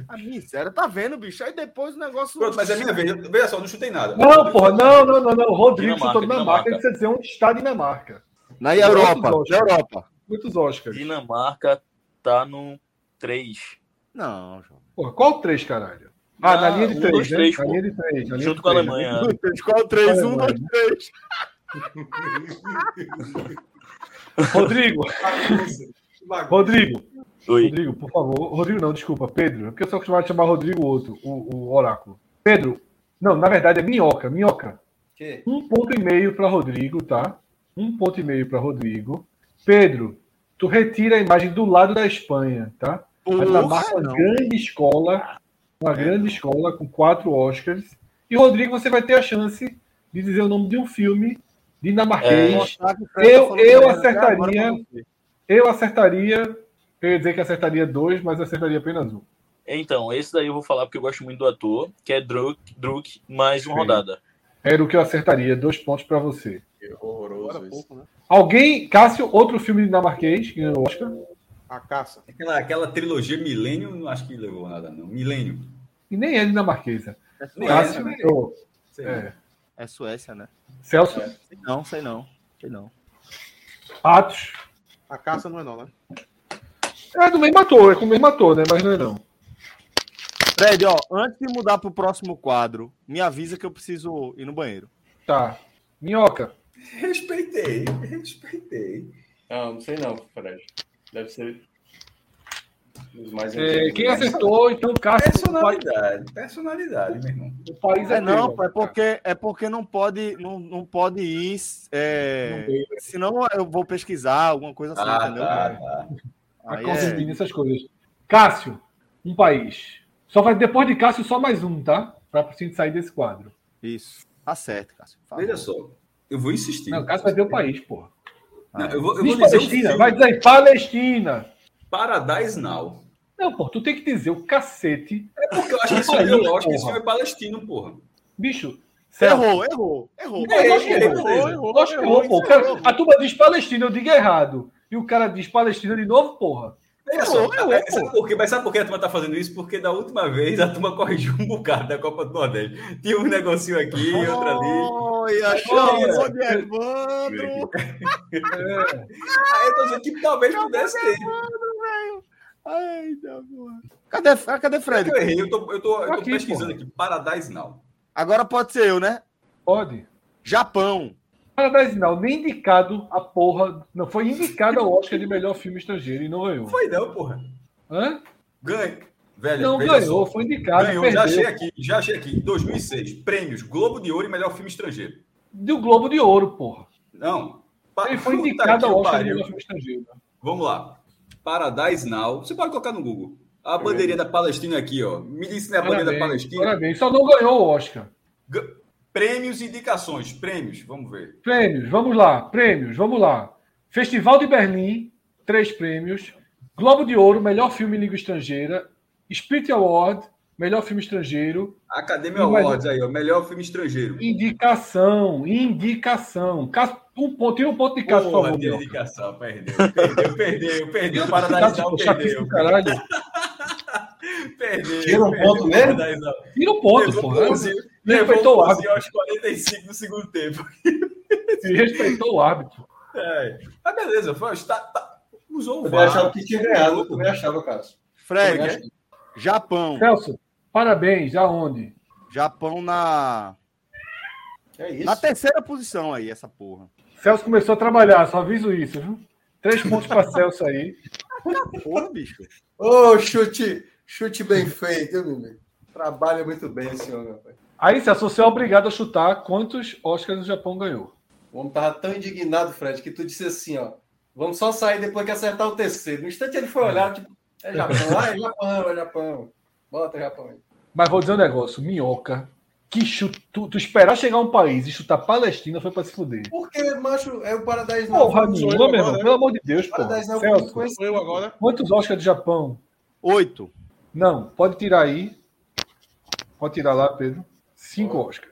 Speaker 1: A miséria, tá vendo, bicho? Aí depois o negócio.
Speaker 7: Pronto, mas é minha vez. eu- Veja só, eu não chutei nada.
Speaker 2: Não, porra, não, não, não, não. O Rodrigo
Speaker 6: Dinamarca,
Speaker 2: chutou Dinamarca,
Speaker 6: Dinamarca.
Speaker 2: ele precisa dizer onde está um Dinamarca.
Speaker 1: Na Europa.
Speaker 2: Outros
Speaker 1: Na
Speaker 2: Oscars.
Speaker 1: Europa.
Speaker 2: Muitos Oscars.
Speaker 6: Dinamarca tá no 3.
Speaker 1: Não, João.
Speaker 2: Porra, qual três, caralho? Ah, na linha de
Speaker 6: um,
Speaker 2: três,
Speaker 6: dois,
Speaker 2: né?
Speaker 6: três,
Speaker 2: na
Speaker 6: pô.
Speaker 2: linha de três. né? na linha
Speaker 6: Junto
Speaker 2: de
Speaker 6: com a
Speaker 2: três,
Speaker 6: Alemanha.
Speaker 1: Um, dois, três, Qual três? Um, dois, três.
Speaker 2: né? Rodrigo, Rodrigo,
Speaker 6: Oi.
Speaker 2: Rodrigo, por favor. Rodrigo não, desculpa, Pedro. É porque eu sou acostumado a chamar Rodrigo o outro, o, o oráculo. Pedro, não, na verdade é Minhoca, Minhoca.
Speaker 8: Que?
Speaker 2: Um ponto e meio para Rodrigo, tá? Um ponto e meio para Rodrigo. Pedro, tu retira a imagem do lado da Espanha, tá? A Dinamarca é uma grande escola, uma grande escola com quatro Oscars. E Rodrigo, você vai ter a chance de dizer o nome de um filme dinamarquês.
Speaker 1: Tá É.
Speaker 2: Eu, né? eu acertaria, eu acertaria, eu ia dizer que acertaria dois, mas acertaria apenas um.
Speaker 6: Então, esse daí eu vou falar porque eu gosto muito do ator, que é Druk, Druk mais uma
Speaker 2: Sim.
Speaker 6: rodada.
Speaker 2: Era o que eu acertaria, dois pontos para você.
Speaker 1: um
Speaker 8: Horroroso isso.
Speaker 4: pouco, né?
Speaker 2: Alguém, Cássio, outro filme dinamarquês que ganhou o Oscar?
Speaker 4: A caça.
Speaker 7: Aquela, aquela trilogia Milênio, não acho que levou nada, não. Milênio.
Speaker 2: E nem é dinamarquesa.
Speaker 7: Nem
Speaker 2: Cássio,
Speaker 7: essa, né?
Speaker 2: ô,
Speaker 7: Sei lá.
Speaker 2: é,
Speaker 1: É Suécia, né?
Speaker 2: Celso,
Speaker 1: Sei não, sei não. Sei não.
Speaker 2: Atos.
Speaker 4: A caça não é não, né?
Speaker 2: É do mesmo ator, é com o mesmo ator, né? Mas não é não.
Speaker 1: Fred, ó, antes de mudar pro próximo quadro, me avisa que eu preciso ir no banheiro.
Speaker 2: Tá. Minhoca.
Speaker 7: Respeitei, respeitei.
Speaker 8: Ah, Não, não sei não, Fred. Deve ser. os Mais
Speaker 2: É,
Speaker 8: antigos,
Speaker 2: quem
Speaker 8: né?
Speaker 2: acertou, então,
Speaker 7: É
Speaker 2: Cássio, o
Speaker 7: né?
Speaker 2: pa-
Speaker 7: Personalidade, personalidade, meu irmão.
Speaker 2: o país é,
Speaker 1: É não,
Speaker 2: teu.
Speaker 1: pô, é porque é porque não pode não, não pode ir, é, senão eu vou pesquisar alguma coisa assim,
Speaker 7: Ah,
Speaker 1: entendeu?
Speaker 7: tá, tá. assim?
Speaker 2: A
Speaker 1: Aí é
Speaker 2: Constantine, essas coisas. Cássio, um país. Só vai, depois de Cássio, só mais um, tá? Pra gente sair desse quadro.
Speaker 1: é isso. Tá certo, Cássio. por favor.
Speaker 7: Veja só, eu vou insistir.
Speaker 2: Não, Cássio vai ver o país, porra.
Speaker 7: Não, eu vou, eu
Speaker 2: Diz
Speaker 7: vou dizer um
Speaker 2: Palestina,
Speaker 7: filme,
Speaker 2: vai dizer aí, Palestina.
Speaker 7: Paradise Now.
Speaker 2: Não, pô, tu tem que dizer o cacete.
Speaker 7: É porque eu acho que esse
Speaker 2: País,
Speaker 7: filme, eu acho que esse
Speaker 2: porra.
Speaker 7: filme é palestino, porra.
Speaker 2: Bicho, Celso,
Speaker 1: Errou, errou, errou.
Speaker 2: É, lógico que
Speaker 7: Ele-
Speaker 2: errou. Lógico que errou, pô. O cara- a turma diz Palestina, eu digo errado. E o cara diz Palestina de novo, porra.
Speaker 7: Veja
Speaker 2: Errou,
Speaker 7: só,
Speaker 2: errou,
Speaker 7: é,
Speaker 2: pô.
Speaker 7: sabe por quê? Mas sabe por que a turma tá fazendo isso? Porque da última vez a turma corrigiu um bocado da Copa do Nordeste. Tinha um negocinho aqui, outro
Speaker 2: Oh.
Speaker 7: ali.
Speaker 1: Olha, chamou de Evandro.
Speaker 7: Aí eu tô dizendo que talvez
Speaker 2: é
Speaker 7: pudesse ter.
Speaker 1: Ai, da porra. Cadê, ah, cadê Fred?
Speaker 7: Eu errei, eu tô, eu tô, eu tô
Speaker 2: Tá Aqui,
Speaker 7: pesquisando aqui. Paradise Now.
Speaker 1: Agora pode ser eu, né?
Speaker 2: Pode.
Speaker 1: Japão.
Speaker 2: Paradisinal, nem indicado a porra. Não, foi indicado ao Oscar de melhor filme estrangeiro e não ganhou.
Speaker 7: Foi não, porra.
Speaker 2: Hã?
Speaker 7: Ganha. Velho,
Speaker 2: não
Speaker 7: veja
Speaker 2: ganhou,
Speaker 7: só.
Speaker 2: foi indicado.
Speaker 7: Ganhou,
Speaker 2: perdeu.
Speaker 7: já achei aqui, já achei aqui. Em 2006, prêmios Globo de Ouro e melhor filme estrangeiro.
Speaker 2: Do Globo de Ouro, porra.
Speaker 7: Não. Pa-
Speaker 2: Ele foi
Speaker 7: Puta
Speaker 2: indicado
Speaker 7: que
Speaker 2: ao Oscar de
Speaker 7: pariu.
Speaker 2: melhor filme estrangeiro.
Speaker 7: Vamos lá. Paradise Now. Você pode colocar no Google. A bandeirinha da Palestina aqui, ó. Me disse se não é a bandeira da
Speaker 2: Parabéns,
Speaker 7: Palestina.
Speaker 2: parabéns. Só não ganhou o Oscar.
Speaker 7: G- Prêmios e indicações. Prêmios, vamos ver.
Speaker 2: Prêmios, vamos lá, prêmios, vamos lá. Festival de Berlim, três prêmios. Globo de Ouro, melhor filme em língua estrangeira. Spirit Award, melhor filme estrangeiro.
Speaker 7: Academy
Speaker 2: Não vai-
Speaker 7: Awards aí, ó. Melhor filme estrangeiro.
Speaker 2: Indicação, indicação. Cássio, Um ponto, tira um ponto de Cássio, por
Speaker 7: Porra,
Speaker 2: favor. um
Speaker 7: tem
Speaker 2: Minhoca.
Speaker 7: indicação. Perdeu, perdeu, perdeu. Perdeu. Paradise
Speaker 2: Cássio,
Speaker 7: Now
Speaker 2: chato isso
Speaker 7: perdeu.
Speaker 2: do caralho.
Speaker 7: Perdeu.
Speaker 8: Tira um
Speaker 7: perdeu
Speaker 8: ponto mesmo?
Speaker 7: Paradise Now.
Speaker 2: Tira um ponto,
Speaker 7: Levou
Speaker 2: pô.
Speaker 7: 11,
Speaker 2: Respeitou o
Speaker 7: levou 11
Speaker 2: árbitro.
Speaker 7: aos 45 do segundo tempo.
Speaker 2: Respeitou o árbitro.
Speaker 7: É. Mas beleza, foi, tá, tá, usou o
Speaker 8: Eu
Speaker 7: VAR.
Speaker 8: achava que tinha ganhado, eu também achava, cara.
Speaker 1: Fred,
Speaker 7: é
Speaker 1: Japão.
Speaker 2: Celso, parabéns. Aonde?
Speaker 1: Japão na,
Speaker 8: É
Speaker 1: na
Speaker 8: isso.
Speaker 1: terceira posição aí, essa porra.
Speaker 2: Celso começou a trabalhar, só aviso isso, viu? Três pontos para Celso aí.
Speaker 1: Porra, bicho.
Speaker 8: Ô, chute, chute bem feito, meu amigo. Trabalha muito bem esse homem, rapaz.
Speaker 2: Aí, Celso, você é obrigado a chutar quantos Oscars o Japão ganhou.
Speaker 8: O homem tava tão indignado, Fred, que tu disse assim, ó. Vamos só sair depois que acertar o terceiro. No instante ele foi olhar, tipo, é Japão, ah, é Japão, é Japão. Bota Japão aí.
Speaker 2: Mas vou dizer um negócio, minhoca. Que chute, tu, tu esperar chegar um país e chutar Palestina foi pra se fuder.
Speaker 8: Porque, macho, é o Paradise Now.
Speaker 2: Porra nenhuma, meu irmão.
Speaker 4: né?
Speaker 2: Pelo amor de Deus,
Speaker 8: O
Speaker 2: pô.
Speaker 8: Paradise Now foi muito
Speaker 2: Celso,
Speaker 4: Sou eu
Speaker 8: conhecido.
Speaker 4: agora.
Speaker 2: quantos Oscars do Japão?
Speaker 1: Oito.
Speaker 2: Não, pode tirar aí. Pode tirar lá, Pedro. Cinco Oscars.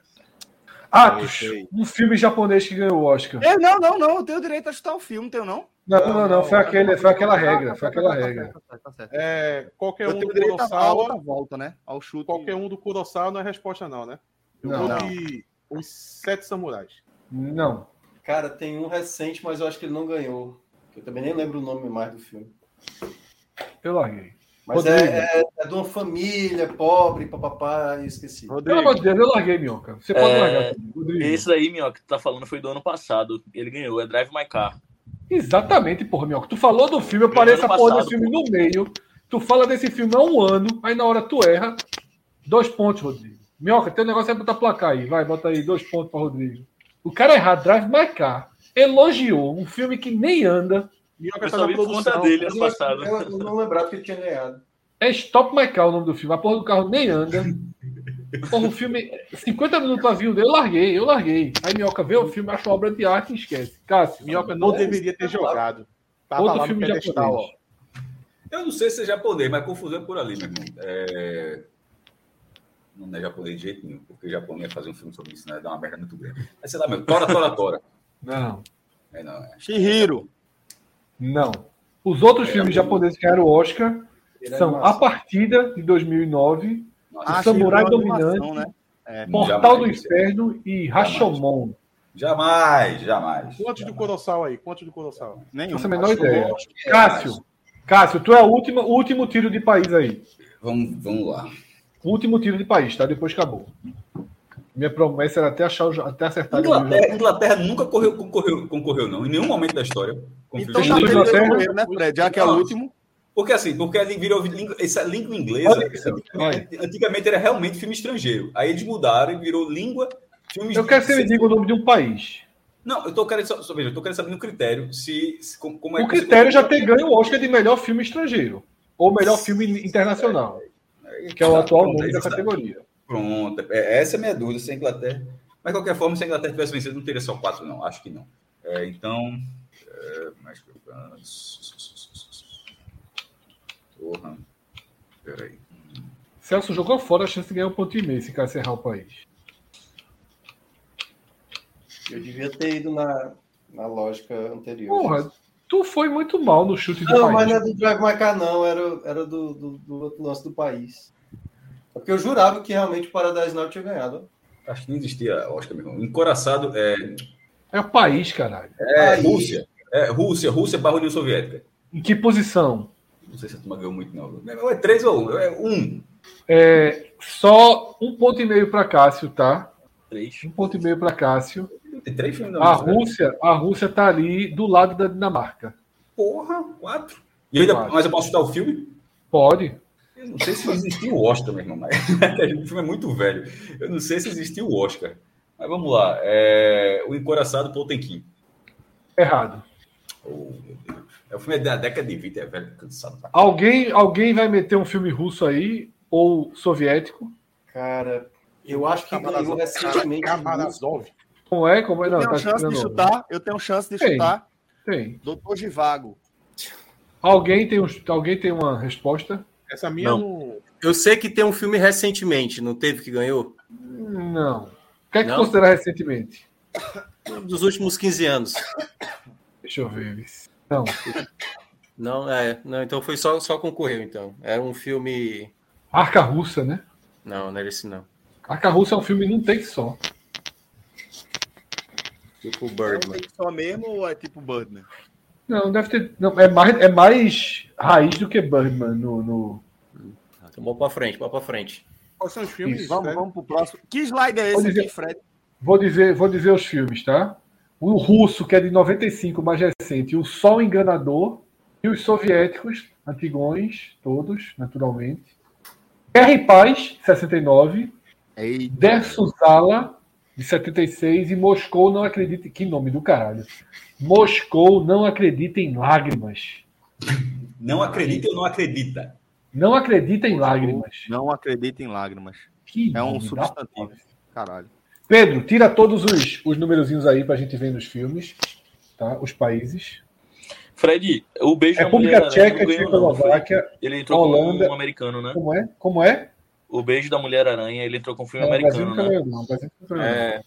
Speaker 2: Atos, um filme japonês que ganhou o Oscar.
Speaker 1: Eu, É, não, não, não. Eu tenho direito a chutar o filme, não tenho não?
Speaker 2: Não, não, não. Foi,
Speaker 4: não,
Speaker 2: aquele, foi aquela regra. Foi
Speaker 1: Tá
Speaker 2: aquela
Speaker 1: certo,
Speaker 2: regra.
Speaker 1: tá certo, tá certo.
Speaker 4: É, qualquer
Speaker 1: Eu
Speaker 4: um
Speaker 1: tenho
Speaker 4: do
Speaker 1: direito a- à outra
Speaker 4: Kurosawa,
Speaker 1: volta, né? Ao chute.
Speaker 4: qualquer um do Kurosawa não é resposta, não, né? Eu
Speaker 2: Não,
Speaker 4: vou
Speaker 1: não.
Speaker 4: de os sete samurais.
Speaker 2: Não.
Speaker 8: Cara, tem um recente, mas eu acho que ele não ganhou. Eu também nem lembro o nome mais do filme.
Speaker 2: Eu larguei.
Speaker 8: Mas é,
Speaker 2: Rodrigo.
Speaker 8: é, é de uma família pobre, papapá, eu esqueci.
Speaker 2: Pelo amor de Deus, eu larguei, minhoca. Você pode
Speaker 6: É,
Speaker 2: largar. Rodrigo.
Speaker 6: Esse daí, Minhoca, que tu tá falando foi do ano passado. Ele ganhou, é Drive My Car.
Speaker 2: Exatamente, porra, Minhoca. Tu falou do filme, eu parei essa
Speaker 6: Ano
Speaker 2: porra do
Speaker 6: passado,
Speaker 2: filme no meio. Tu fala desse filme há um ano, aí na hora tu erra. Dois pontos, Rodrigo. Minhoca, teu negócio é botar placar aí. Vai, bota aí dois pontos pra Rodrigo. O cara errado, Drive My Car, elogiou um filme que nem anda.
Speaker 4: Minhoca
Speaker 6: Eu
Speaker 4: tá
Speaker 6: só
Speaker 4: na
Speaker 6: vi por conta
Speaker 4: produção.
Speaker 6: dele
Speaker 8: Mas
Speaker 6: ano
Speaker 8: eu acho que
Speaker 6: passado.
Speaker 8: Eu, eu não lembrava que ele tinha ganhado.
Speaker 2: É Stop My Car o nome do filme. A porra do carro nem anda. Porra, o filme. 50 minutos pra vir, eu larguei, eu larguei. Aí Minhoca vê o filme, acha uma obra de arte e esquece. Cássio,
Speaker 4: Minhoca não deveria ter jogado. Tava
Speaker 2: Outro
Speaker 4: lá no
Speaker 2: filme
Speaker 4: pedestal,
Speaker 2: japonês.
Speaker 4: ó.
Speaker 7: Eu não sei se é japonês, mas confusão é por ali, meu irmão. É, Não é japonês de jeito nenhum, porque o Japão ia fazer um filme sobre isso, né? Ia Dar uma merda muito grande. Mas sei lá mesmo, tora, tora, tora.
Speaker 2: Não,
Speaker 7: É, não, é.
Speaker 1: Shihiro.
Speaker 2: não. Os outros filmes japoneses que ganharam o Oscar
Speaker 8: Ele é
Speaker 2: São
Speaker 8: massa.
Speaker 2: A Partida, de 2009,
Speaker 7: Nossa,
Speaker 2: Ah, Samurai
Speaker 1: Shihiro é uma
Speaker 2: Dominante.
Speaker 1: animação, né?
Speaker 2: Portal do
Speaker 7: jamais.
Speaker 2: Inferno e Rashomon.
Speaker 7: Jamais, jamais.
Speaker 4: Quantos do Kurosawa aí? Quantos do Kurosawa?
Speaker 1: Nenhum.
Speaker 2: Nossa, a menor ideia.
Speaker 7: É,
Speaker 2: Cássio, Cássio, tu é o último, o último tiro de país aí.
Speaker 7: Vamos, vamos lá.
Speaker 2: O último tiro de país, tá? Depois acabou. Minha promessa era até, achar, o jo- até acertar. o jogo.
Speaker 7: Inglaterra, Inglaterra nunca correu, concorreu, concorreu, não. Em nenhum momento da história. Confio
Speaker 1: Então
Speaker 7: em
Speaker 1: tá
Speaker 2: Shihiro
Speaker 7: Deus.
Speaker 1: perdendo
Speaker 2: Inglaterra.
Speaker 1: dinheiro, né, Fred? Já que é o
Speaker 7: Nossa.
Speaker 1: último.
Speaker 7: Porque assim, porque ali virou língua, essa é língua inglesa.
Speaker 2: Olha isso,
Speaker 7: antigamente, antigamente era realmente filme estrangeiro. Aí eles mudaram e virou língua, filmes.
Speaker 2: Eu quero que você me diga o nome de um país.
Speaker 7: Não, eu tô querendo só, só- veja, eu tô querendo saber no critério se, se como, como é
Speaker 2: O
Speaker 7: que você-
Speaker 2: critério já ter ganho o Oscar de melhor filme estrangeiro. Ou melhor filme internacional, que é o atual
Speaker 7: Tá, Pronto,
Speaker 2: nome
Speaker 7: aí
Speaker 2: da
Speaker 7: está.
Speaker 2: categoria.
Speaker 7: Pronto. É, essa é a minha dúvida, se a Inglaterra. Mas de qualquer forma, se a Inglaterra tivesse vencido, não teria só quatro, não. Acho que não. É, então. É, mais que eu Porra. Peraí.
Speaker 2: Celso jogou fora a chance de ganhar um ponto e meio se Cássio errar o país.
Speaker 8: Eu devia ter ido na, na lógica anterior.
Speaker 2: Porra, tu foi muito mal no chute de
Speaker 8: Não,
Speaker 2: país.
Speaker 8: mas não é do Drive Macar, não. Era, era do, do, do outro lance do país. É porque eu jurava que realmente o Paradise Now tinha ganhado.
Speaker 7: Acho que não existia Oscar, meu irmão. Encoraçado é,
Speaker 2: É o país, caralho.
Speaker 7: é
Speaker 8: Aí.
Speaker 7: Rússia. É Rússia, Rússia barra União Soviética.
Speaker 2: Em que posição?
Speaker 7: Não sei se a turma ganhou muito, não. Meu irmão, É três ou um? É um.
Speaker 2: É, só um ponto e meio para Cássio, tá?
Speaker 6: Três.
Speaker 2: Um ponto e meio para Cássio.
Speaker 7: Tem três filmes da
Speaker 2: A
Speaker 7: Marvel.
Speaker 2: Rússia, a Rússia tá ali do lado da Dinamarca.
Speaker 7: Porra, quatro. E ainda,
Speaker 2: Quatro.
Speaker 7: mas eu posso chutar o filme?
Speaker 2: Pode?
Speaker 7: Eu não sei se existiu o Oscar, meu irmão. Mas... o filme é muito velho. Eu não sei se existiu o Oscar. Mas vamos lá. É... O Encoraçado Potemkin.
Speaker 2: Errado.
Speaker 7: Oh, meu Deus. É o filme da década de 20, é velho, cansado. pra-
Speaker 2: Alguém, alguém vai meter um filme russo aí ou soviético?
Speaker 8: Cara, eu acho que ganhou
Speaker 4: Karamazov.
Speaker 8: recentemente.
Speaker 4: Karamazov.
Speaker 2: Como é? Como é? Não,
Speaker 1: eu tenho
Speaker 2: tá
Speaker 1: chance de
Speaker 2: escutando.
Speaker 1: chutar. Eu tenho chance de
Speaker 2: Ei.
Speaker 1: chutar.
Speaker 2: Tem.
Speaker 1: Doutor Givago.
Speaker 2: Alguém tem, um, alguém tem uma resposta?
Speaker 4: Essa minha é
Speaker 6: Não.
Speaker 4: não.
Speaker 3: Eu sei que tem um filme recentemente, não teve que ganhou?
Speaker 2: Não. O que é que
Speaker 3: Não?
Speaker 2: considerar recentemente?
Speaker 3: Um Dos últimos 15 anos.
Speaker 2: Deixa eu ver. Não.
Speaker 3: Não, é. Não, então foi só, só concorreu, então. Era um filme.
Speaker 2: Arca Russa, né?
Speaker 3: Não, não era esse não.
Speaker 2: Arca Russa é um filme num take só.
Speaker 3: Tipo o
Speaker 1: É um
Speaker 3: Birdman.
Speaker 1: take só mesmo ou é tipo Birdman?
Speaker 2: Não, deve ter. Não, é, mais, é mais raiz do que Birdman no. no...
Speaker 3: Então, bora pra frente, bora pra frente.
Speaker 4: Quais são os filmes?
Speaker 2: Isso,
Speaker 1: Vamos,
Speaker 4: né?
Speaker 1: vamos pro próximo. Que slide é
Speaker 2: Vou
Speaker 1: esse
Speaker 2: dizer-
Speaker 1: aqui, Fred?
Speaker 2: Vou, dizer, vou dizer os filmes, tá? O russo, que é de 95, mais recente, o Sol Enganador, e os soviéticos, antigões, todos, naturalmente. Guerra e Paz, 69, Der Suzala, de 76, e Moscou Não Acredita. Que nome do caralho! Moscou Não Acredita em Lágrimas.
Speaker 7: Não acredita ou não acredita?
Speaker 2: Não acredita em lágrimas.
Speaker 1: Não acredito em lágrimas.
Speaker 2: Que
Speaker 1: É um
Speaker 2: nome da
Speaker 1: substantivo.
Speaker 2: porra.
Speaker 1: Caralho.
Speaker 2: Pedro, tira todos os, os numerozinhos aí pra gente ver nos filmes, tá? Os países.
Speaker 6: Fred, o beijo da
Speaker 2: É República
Speaker 6: mulher
Speaker 2: Tcheca,
Speaker 6: aranha né? não ganhou, não, foi?
Speaker 2: Tchecoslováquia,
Speaker 6: Ele entrou
Speaker 2: Holanda.
Speaker 6: com um americano, né?
Speaker 2: como é? Como é?
Speaker 6: O beijo da mulher aranha, ele entrou com um filme
Speaker 2: Não, É, o Brasil
Speaker 6: americano,
Speaker 2: nunca
Speaker 6: né?
Speaker 2: ganhou, não. o Brasil nunca ganhou, não.
Speaker 3: É,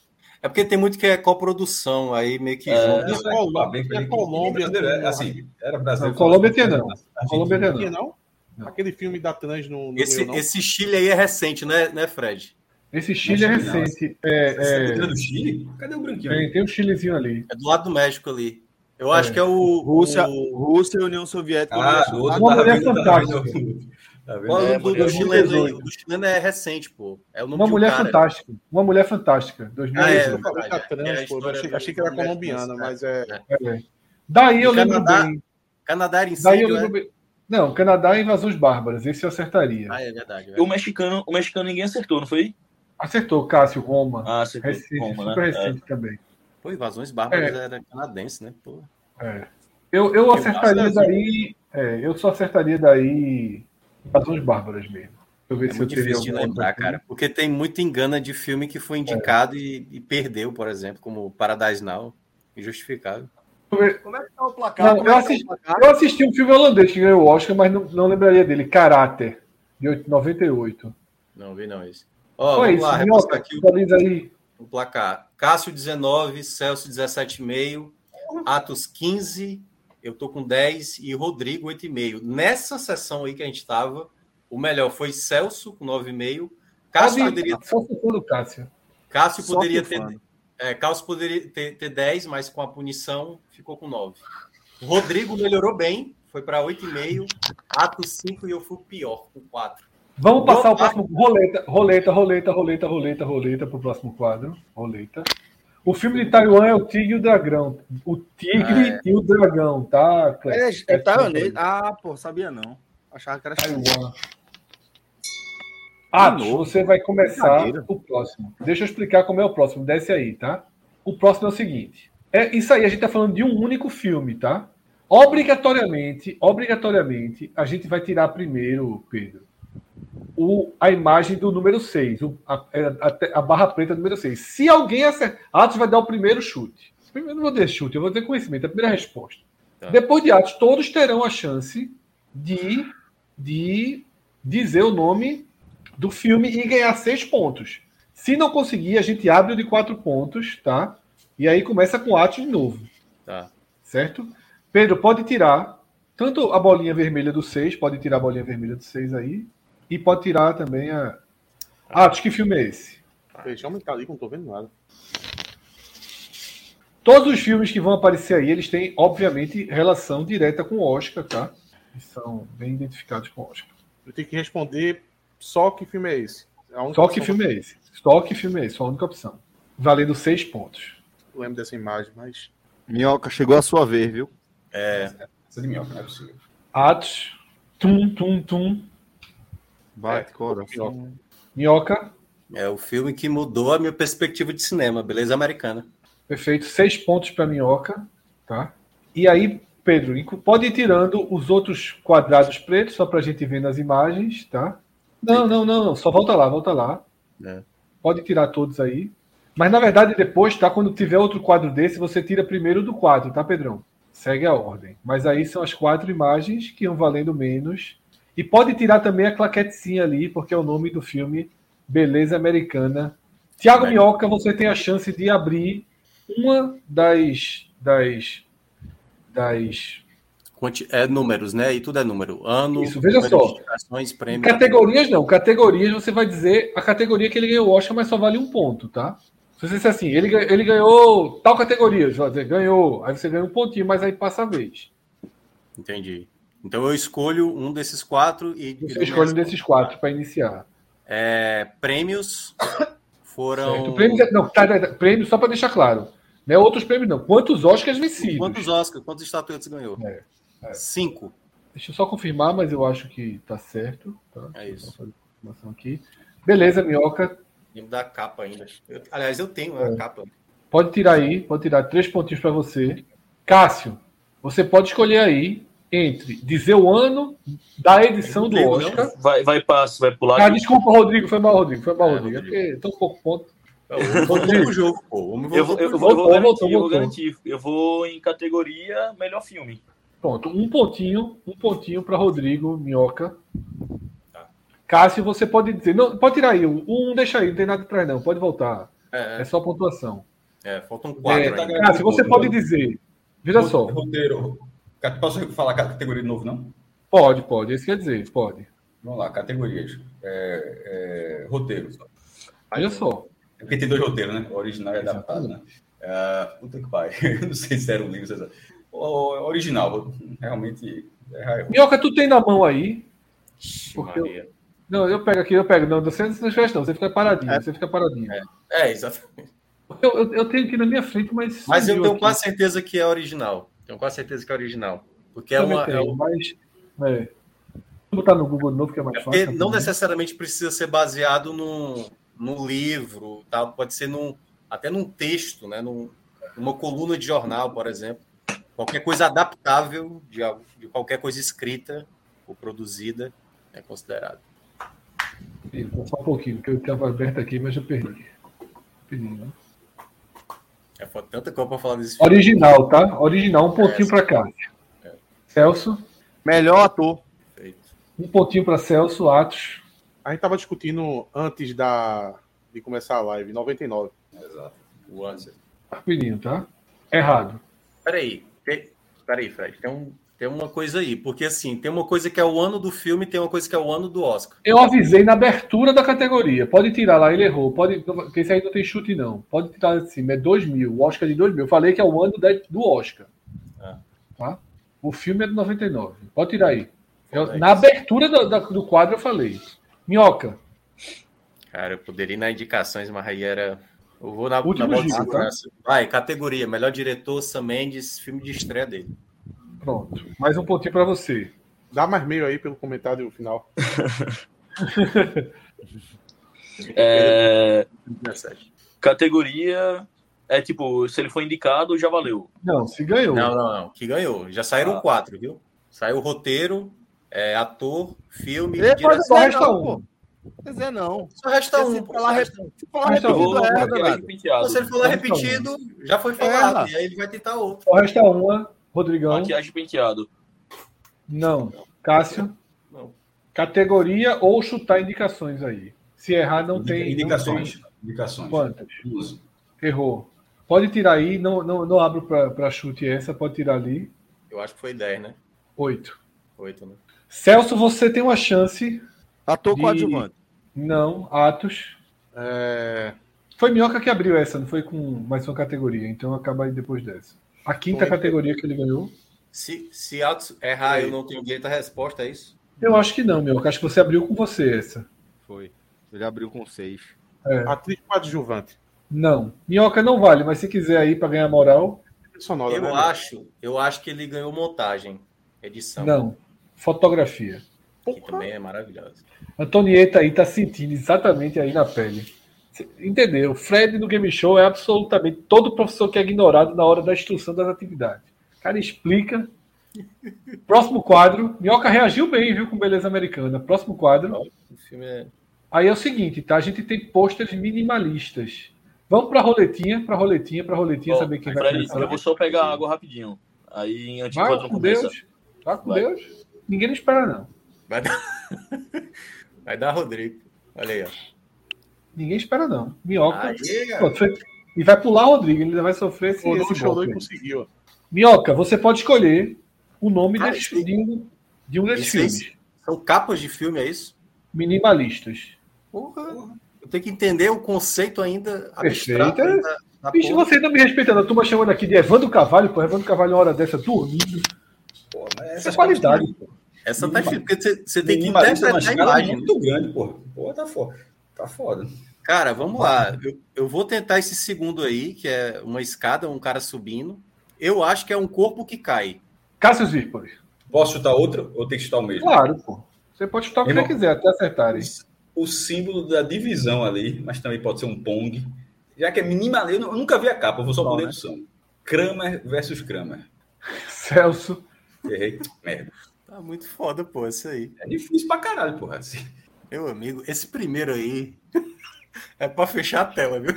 Speaker 3: é porque tem muito que é coprodução, aí meio que.
Speaker 6: É.
Speaker 4: Tinha
Speaker 7: Não,
Speaker 4: Colômbia,
Speaker 7: bem,
Speaker 4: tinha
Speaker 7: bem,
Speaker 4: Colômbia,
Speaker 7: brasileiro,
Speaker 3: né?
Speaker 4: tinha-
Speaker 7: é, assim, era brasileiro. assim, né?
Speaker 2: Não, Colômbia tinha não.
Speaker 7: Argentina.
Speaker 2: Colômbia tinha
Speaker 4: Tinha,
Speaker 2: não.
Speaker 4: não?
Speaker 2: Não.
Speaker 4: Aquele filme da trans no. no
Speaker 3: Esse,
Speaker 4: meio, não?
Speaker 3: esse Chile aí é recente, né, né Fred?
Speaker 2: Esse Chile é
Speaker 7: Não, Chile não.
Speaker 2: recente. É, é,
Speaker 7: Argentina do Chile? Cadê tá o branquinho?
Speaker 2: tem, tem um Chilezinho ali.
Speaker 3: É do lado do México ali. Eu
Speaker 2: É.
Speaker 3: acho que é o.
Speaker 1: Rússia,
Speaker 3: o-
Speaker 1: Rússia e União Soviética.
Speaker 7: Ah, do outro
Speaker 2: Uma
Speaker 7: tava
Speaker 2: mulher
Speaker 7: vendo, tava vendo. Tá
Speaker 3: Qual
Speaker 7: vendo?
Speaker 3: é
Speaker 6: É,
Speaker 3: o nome do,
Speaker 6: mulher
Speaker 3: do chileno aí?
Speaker 2: 18.
Speaker 3: O chileno é recente, pô. É o nome
Speaker 2: Uma
Speaker 3: de um
Speaker 2: mulher
Speaker 3: cara.
Speaker 2: fantástica. Uma mulher fantástica. 2000.
Speaker 3: Ah, é,
Speaker 4: Você falou
Speaker 3: verdade,
Speaker 4: que tá trans,
Speaker 3: é a
Speaker 4: pô, eu
Speaker 3: história
Speaker 4: achei,
Speaker 3: do-
Speaker 4: achei que era
Speaker 3: do mulher
Speaker 4: colombiana,
Speaker 3: trans,
Speaker 4: mas é.
Speaker 2: É. Daí eu
Speaker 3: E
Speaker 2: lembro
Speaker 3: Canadá?
Speaker 2: bem.
Speaker 3: é. Canadá
Speaker 2: Daí eu
Speaker 3: em incêndio,
Speaker 2: lembro
Speaker 3: é...
Speaker 2: bem. Não, Canadá é invasões bárbaras. Esse eu acertaria.
Speaker 3: Ah, é verdade. é
Speaker 6: O mexicano, o mexicano ninguém acertou, não foi?
Speaker 2: Acertou, Cássio, Roma.
Speaker 6: Ah, acertou.
Speaker 2: Recife,
Speaker 6: Roma,
Speaker 2: super
Speaker 6: né?
Speaker 2: recente também.
Speaker 3: Pô, invasões bárbaras era canadense, né? Pô.
Speaker 2: É. Eu, eu acertaria
Speaker 3: massa,
Speaker 2: daí. é, eu só acertaria daí Invasões Bárbaras mesmo. Deixa eu ver
Speaker 3: É
Speaker 2: se eu
Speaker 3: muito
Speaker 2: teria
Speaker 3: difícil de
Speaker 2: alguma
Speaker 3: lembrar,
Speaker 2: outra.
Speaker 3: cara. Porque tem muita engana de filme que
Speaker 7: É.
Speaker 3: foi indicado e, e perdeu, por exemplo, como Paradise Now. Injustificável.
Speaker 1: Como é que tá o placar?
Speaker 2: Não,
Speaker 1: Como
Speaker 2: eu,
Speaker 1: é que tá
Speaker 2: assisti,
Speaker 1: o placar?
Speaker 2: eu assisti um filme holandês que ganhou o Oscar, mas não, não lembraria dele. Caráter, de 8 98.
Speaker 3: Não vi não esse. Ó,
Speaker 2: Foi
Speaker 3: vamos
Speaker 2: isso,
Speaker 3: lá, repassar
Speaker 2: Minhoca,
Speaker 3: aqui o,
Speaker 2: atualiza aí.
Speaker 3: o placar. Cássio 19, Celso 17,5, Atos 15, eu tô com 10 e Rodrigo 8,5. Nessa sessão aí que a gente tava, o melhor foi Celso com 9,5. Cássio tá
Speaker 2: Cadê-
Speaker 3: poderia,
Speaker 2: Só se for do Cássio.
Speaker 3: Cássio
Speaker 1: Só
Speaker 3: poderia ter
Speaker 1: pifando.
Speaker 3: É, Carlos poderia ter, ter 10, mas com a punição ficou com 9. Rodrigo melhorou bem, foi para 8,5. Atos 5 e eu fui pior, com 4.
Speaker 2: Vamos passar
Speaker 3: Boa
Speaker 2: o próximo. Roleta, roleta, roleta, roleta, roleta, roleta pro próximo quadro. Roleta. O filme de Taiwan é o Tigre e o Dragão. O Tigre
Speaker 3: É.
Speaker 2: e o Dragão, tá, Cléber?
Speaker 1: É, é taiwanês. Ah, pô, sabia não. Achava que era chinês.
Speaker 2: Taiwan. Atos, Ah, você vai começar
Speaker 1: Brincadeira.
Speaker 2: o próximo. Deixa eu explicar como é o próximo. Desce aí, tá? O próximo é o seguinte. É isso aí, a gente tá falando de um único filme, tá? Obrigatoriamente, obrigatoriamente, a gente vai tirar primeiro, Pedro, o, a imagem do número 6, a, é, a- a barra preta número 6. Se alguém acertar, Atos vai dar o primeiro chute. Primeiro eu não vou dizer chute, eu vou dizer conhecimento, é a primeira resposta.
Speaker 3: Tá.
Speaker 2: Depois de Atos, todos terão a chance de, de dizer o nome do filme e ganhar seis pontos. Se não conseguir, a gente abre o de quatro pontos, tá? E aí começa com Atos de novo
Speaker 3: Tá.
Speaker 2: certo? Pedro, pode tirar tanto a bolinha vermelha do 6, pode tirar a bolinha vermelha do 6 aí, e pode tirar também a. Ah, acho que filme é esse?
Speaker 4: Deixa eu aumentar ali que eu não tô vendo nada.
Speaker 2: Todos os filmes que vão aparecer aí, eles têm, obviamente, relação direta com o Oscar, tá? Eles são bem identificados com o Oscar.
Speaker 4: Eu tenho que responder só que filme é esse. A única
Speaker 2: Só que
Speaker 4: opção-
Speaker 2: filme é esse? Só que filme é esse? Só a única opção. valendo seis pontos.
Speaker 4: Eu lembro dessa imagem, mas.
Speaker 1: Minhoca, chegou a sua vez, viu?
Speaker 3: É,
Speaker 7: Essa de minhoca, não é possível.
Speaker 2: Atos, tum, tum, tum.
Speaker 1: Bate, coração.
Speaker 2: Minhoca,
Speaker 3: é o filme que mudou a minha perspectiva de cinema, beleza americana.
Speaker 2: perfeito, seis pontos para Minhoca, tá? E aí, Pedro, inc- pode ir tirando os outros quadrados pretos, só para a gente ver nas imagens, tá? Não, não, não, não, só volta lá, volta lá.
Speaker 3: É.
Speaker 2: Pode tirar todos aí. Mas, na verdade, depois, tá? Quando tiver outro quadro desse, você tira primeiro do quadro, tá, Pedrão? Segue a ordem. Mas aí são as quatro imagens que iam valendo menos. E pode tirar também a claquetezinha ali, porque é o nome do filme Beleza Americana. Tiago Minhoca, você tem a chance de abrir uma das, das, das
Speaker 3: Quanti- É números, né? E tudo é número. Ano,
Speaker 2: Isso, veja
Speaker 3: número
Speaker 2: só.
Speaker 3: de indicações, prêmios.
Speaker 2: Categorias não, categorias você vai dizer a categoria que ele ganhou o Oscar, mas só vale um ponto, tá? Se você disser assim, ele, gan- ele ganhou tal categoria, você vai dizer, ganhou, aí você ganha um pontinho, mas aí passa a vez.
Speaker 3: Entendi. Então eu escolho um desses quatro e. e dou
Speaker 2: Você
Speaker 3: minha
Speaker 2: escolhe um
Speaker 3: resposta.
Speaker 2: desses quatro para iniciar.
Speaker 3: É, prêmios foram.
Speaker 2: Certo? Prêmios, é- não, tá, tá, tá, prêmio só para deixar claro. Não é outros prêmios, não. Quantos Oscars vencidos?
Speaker 3: Quantos Oscars, quantos estatuetas ganhou?
Speaker 2: É,
Speaker 3: Cinco.
Speaker 2: Deixa eu só confirmar, mas eu acho que tá certo. Tá?
Speaker 3: É isso.
Speaker 2: Só fazer a confirmação aqui. Beleza, Minhoca.
Speaker 3: Lembro da capa ainda. Eu- aliás, eu tenho
Speaker 2: É.
Speaker 3: a capa.
Speaker 2: Pode tirar aí, pode tirar três pontinhos para você. Cássio, você pode escolher aí entre dizer o ano da edição do
Speaker 3: Lembro,
Speaker 2: Oscar.
Speaker 6: É. Vai, vai passo, vai pular.
Speaker 2: Ah, desculpa, Rodrigo, foi mal, Rodrigo, foi mal,
Speaker 3: né? É,
Speaker 2: Rodrigo. É
Speaker 3: Rodrigo. É,
Speaker 2: porque tão pouco ponto.
Speaker 3: Eu vou pro tipo jogo, pô. O homem
Speaker 6: Eu, vou-
Speaker 3: voltou
Speaker 6: eu,
Speaker 3: pro
Speaker 6: vou- eu vou
Speaker 2: Voltou,
Speaker 6: garantir,
Speaker 2: voltou,
Speaker 6: eu vou
Speaker 2: voltou.
Speaker 6: garantir. Eu vou em categoria melhor filme.
Speaker 2: Pronto, um pontinho, um pontinho para Rodrigo, Minhoca.
Speaker 3: Tá.
Speaker 2: Cássio, você pode dizer. Não, pode tirar aí. Um, um deixa aí, não tem nada atrás, não. Pode voltar. É
Speaker 3: É,
Speaker 2: só pontuação.
Speaker 3: é, faltam
Speaker 2: É,
Speaker 3: quatro ainda.
Speaker 2: Cássio, você pode dizer. Veja só.
Speaker 7: Roteiro. Ca- Posso falar a categoria de novo, não?
Speaker 2: Pode, pode. é Isso quer dizer, pode.
Speaker 7: Vamos lá, categorias. É, é, roteiro.
Speaker 2: Veja só.
Speaker 7: É Porque tem dois roteiros, né? O Original e adaptado, né? Ah, puta que pai. Eu não sei se era um livro, se era- O- o original, realmente. É raio.
Speaker 2: Minhoca, tu tem na mão aí
Speaker 3: Ixi,
Speaker 2: Porque eu-
Speaker 3: Maria.
Speaker 2: Não, eu pego aqui, eu pego. Não, você não se faz, não. Você fica paradinho, você fica paradinho.
Speaker 3: É, exatamente.
Speaker 2: Eu, eu, eu tenho aqui na minha frente, mas.
Speaker 3: Mas eu
Speaker 2: sumiu
Speaker 3: tenho
Speaker 2: aqui.
Speaker 3: quase certeza que é original. Tenho quase certeza que é original. Porque é
Speaker 2: Também
Speaker 3: uma. é
Speaker 2: tenho,
Speaker 3: um-
Speaker 2: mas. É. Vou botar no Google de novo, que é mais
Speaker 3: porque
Speaker 2: fácil.
Speaker 3: não
Speaker 2: também.
Speaker 3: necessariamente precisa ser baseado num, num livro, tá? pode ser num, até num texto, né? num, numa coluna de jornal, por exemplo. Qualquer coisa adaptável de, algo- de qualquer coisa escrita ou produzida é considerado.
Speaker 2: Vou Só um pouquinho, porque eu estava aberto aqui, mas eu perdi. Perdi, né?
Speaker 3: É foi tanta coisa para falar desse filme.
Speaker 2: Original, tá? Original, um pontinho para cá.
Speaker 3: É.
Speaker 2: Celso,
Speaker 1: Melhor ator.
Speaker 2: um pontinho para Celso, Atos.
Speaker 4: A gente tava discutindo antes da... de começar a live, 99.
Speaker 3: O Ansel.
Speaker 2: Rapidinho, tá? Errado.
Speaker 3: Peraí, te- peraí, Fred, tem, um- tem uma coisa aí, porque assim, tem uma coisa que é o ano do filme e tem uma coisa que é o ano do Oscar.
Speaker 2: Eu avisei na abertura da categoria. Pode tirar lá, ele errou. Pode, porque esse aí não tem chute, não. Pode tirar de cima. É 2000. O Oscar é de 2000. Eu falei que é o ano da- do Oscar.
Speaker 3: Ah.
Speaker 2: Tá? O filme é de 99. Pode tirar aí. Eu-
Speaker 3: Foda-se.
Speaker 2: na abertura do, da- do quadro eu falei. Minhoca,
Speaker 3: Cara, eu poderia ir na indicações, mas aí era. Eu vou na,
Speaker 2: Último
Speaker 3: na bola de
Speaker 2: giro, tá?
Speaker 3: segurança. Vai, categoria. Melhor diretor, Sam Mendes, filme de estreia dele.
Speaker 2: pronto. Mais um pontinho pra você.
Speaker 4: Dá mais meio aí pelo comentário final.
Speaker 6: É,
Speaker 3: 2017.
Speaker 6: categoria é tipo, se ele for indicado, já valeu.
Speaker 2: Não, se ganhou.
Speaker 3: Não, não, não. Que ganhou. Já saíram
Speaker 6: Ah.
Speaker 3: quatro, viu? Saiu roteiro, é, ator, filme,
Speaker 1: Ei, pode
Speaker 3: direção.
Speaker 2: só
Speaker 1: dizer
Speaker 2: resta
Speaker 1: não,
Speaker 2: um.
Speaker 1: pô. Quer dizer, não.
Speaker 3: Só resta
Speaker 1: Se
Speaker 3: um. pô,
Speaker 1: falar
Speaker 3: só
Speaker 1: re-
Speaker 3: resta um.
Speaker 1: Se falar
Speaker 2: Resta
Speaker 6: Então,
Speaker 2: um.
Speaker 1: repetido, é,
Speaker 6: Vai, vai
Speaker 1: danado.
Speaker 6: penteado.
Speaker 3: Se ele falar
Speaker 2: Resta um.
Speaker 3: repetido, já foi falado.
Speaker 1: É.
Speaker 3: E aí ele vai tentar outro.
Speaker 2: Só resta uma, Rodrigão.
Speaker 6: Maquiagem penteado.
Speaker 2: Não. Cássio?
Speaker 3: Não.
Speaker 2: Categoria ou chutar indicações aí. Se errar, não tem. não
Speaker 7: indicações.
Speaker 2: tem.
Speaker 7: Indicações.
Speaker 2: Quantas?
Speaker 7: Duas.
Speaker 2: Errou. Pode tirar aí, não, não, não abro para chute essa, pode tirar ali.
Speaker 3: Eu acho que foi 10, né?
Speaker 2: Oito.
Speaker 3: Oito, né?
Speaker 2: Celso, você tem uma chance.
Speaker 1: Ator
Speaker 2: De-
Speaker 1: coadjuvante.
Speaker 2: Não, Atos.
Speaker 4: É...
Speaker 2: Foi Minhoca que abriu essa, não foi com mais uma categoria, então acaba aí depois dessa. A quinta
Speaker 4: Foi.
Speaker 2: categoria que ele ganhou.
Speaker 3: Se, se Atos errar, eu não tenho direito à resposta, é isso?
Speaker 2: Eu acho que não, Minhoca. Acho que você abriu com você essa. É,
Speaker 1: Foi. Ele abriu com seis.
Speaker 4: Atriz coadjuvante.
Speaker 2: Não. Minhoca não vale, mas se quiser aí para ganhar moral.
Speaker 4: Sonora,
Speaker 3: Eu
Speaker 4: né?
Speaker 3: acho, eu acho que ele ganhou montagem, edição,
Speaker 2: Não. Fotografia.
Speaker 3: que também é maravilhosa.
Speaker 2: Antonieta aí tá sentindo exatamente aí na pele. Cê Entendeu? Fred no game show é absolutamente todo professor que é ignorado na hora da instrução das atividades. O cara explica. Próximo quadro. Minhoca reagiu bem, viu, com beleza americana. Próximo quadro.
Speaker 3: O filme é
Speaker 2: Aí é o seguinte, tá? A gente tem pôsteres minimalistas. Vamos pra roletinha, pra roletinha, pra roletinha,
Speaker 6: Ó,
Speaker 2: saber quem vai
Speaker 6: Fred,
Speaker 2: começar.
Speaker 6: eu vou só pegar água rapidinho. Aí, antes
Speaker 2: Vai
Speaker 6: enquanto não
Speaker 2: com
Speaker 6: começa.
Speaker 2: Deus. Vai com
Speaker 6: Vai.
Speaker 2: Deus. Ninguém não espera, não.
Speaker 3: Vai dar Rodrigo. Olha aí, ó.
Speaker 2: Ninguém espera, não. Minhoca.
Speaker 3: Aê,
Speaker 2: Pô, foi- E vai pular o Rodrigo, ele ainda vai sofrer esse,
Speaker 4: Rodou,
Speaker 2: esse
Speaker 4: chorou
Speaker 2: golpe
Speaker 4: e
Speaker 2: aí.
Speaker 4: conseguiu.
Speaker 2: Minhoca, você pode escolher o nome
Speaker 3: Ah,
Speaker 2: desse-
Speaker 3: sim.
Speaker 2: de, um, de um desses
Speaker 3: Isso,
Speaker 2: filmes.
Speaker 3: isso. São capas de filme, é isso?
Speaker 2: Minimalistas.
Speaker 3: Porra. Eu tenho que entender o conceito ainda
Speaker 2: Perfeito. é
Speaker 3: abstrato da, da
Speaker 2: Bicho,
Speaker 3: porra.
Speaker 2: você ainda me respeitando. A turma chamando aqui de Evandro Carvalho, pô. Evandro Carvalho, uma hora dessa, dormindo.
Speaker 7: Pô, mas
Speaker 2: Essa
Speaker 7: essas
Speaker 2: é qualidade.
Speaker 3: Essa tá difícil, porque você, você tem que
Speaker 7: Minimalista,
Speaker 3: interpretar
Speaker 7: mas
Speaker 3: a
Speaker 7: cara
Speaker 2: né?
Speaker 3: imagem.
Speaker 7: é muito grande, porra. Pô, tá foda. Tá foda.
Speaker 3: Cara, vamos lá. Eu, eu vou tentar esse segundo aí, que é uma escada, um cara subindo. Eu acho que é um corpo que cai.
Speaker 2: Cássio Zirpoli.
Speaker 7: Posso chutar outra ou tem que chutar o mesmo?
Speaker 2: Claro, pô. Você pode chutar o que você
Speaker 7: Irmão.
Speaker 2: quiser, até acertarem.
Speaker 7: O símbolo da divisão ali, mas também pode ser um pong. Já que é minimalista, eu nu- eu nunca vi a capa, eu vou só por
Speaker 3: né?
Speaker 7: dedução. Kramer versus Kramer.
Speaker 2: Celso.
Speaker 7: Errei. Merda.
Speaker 3: Tá muito foda, pô, isso aí.
Speaker 7: É difícil pra caralho, porra. Assim.
Speaker 3: Meu amigo, esse primeiro aí é pra fechar a tela, viu?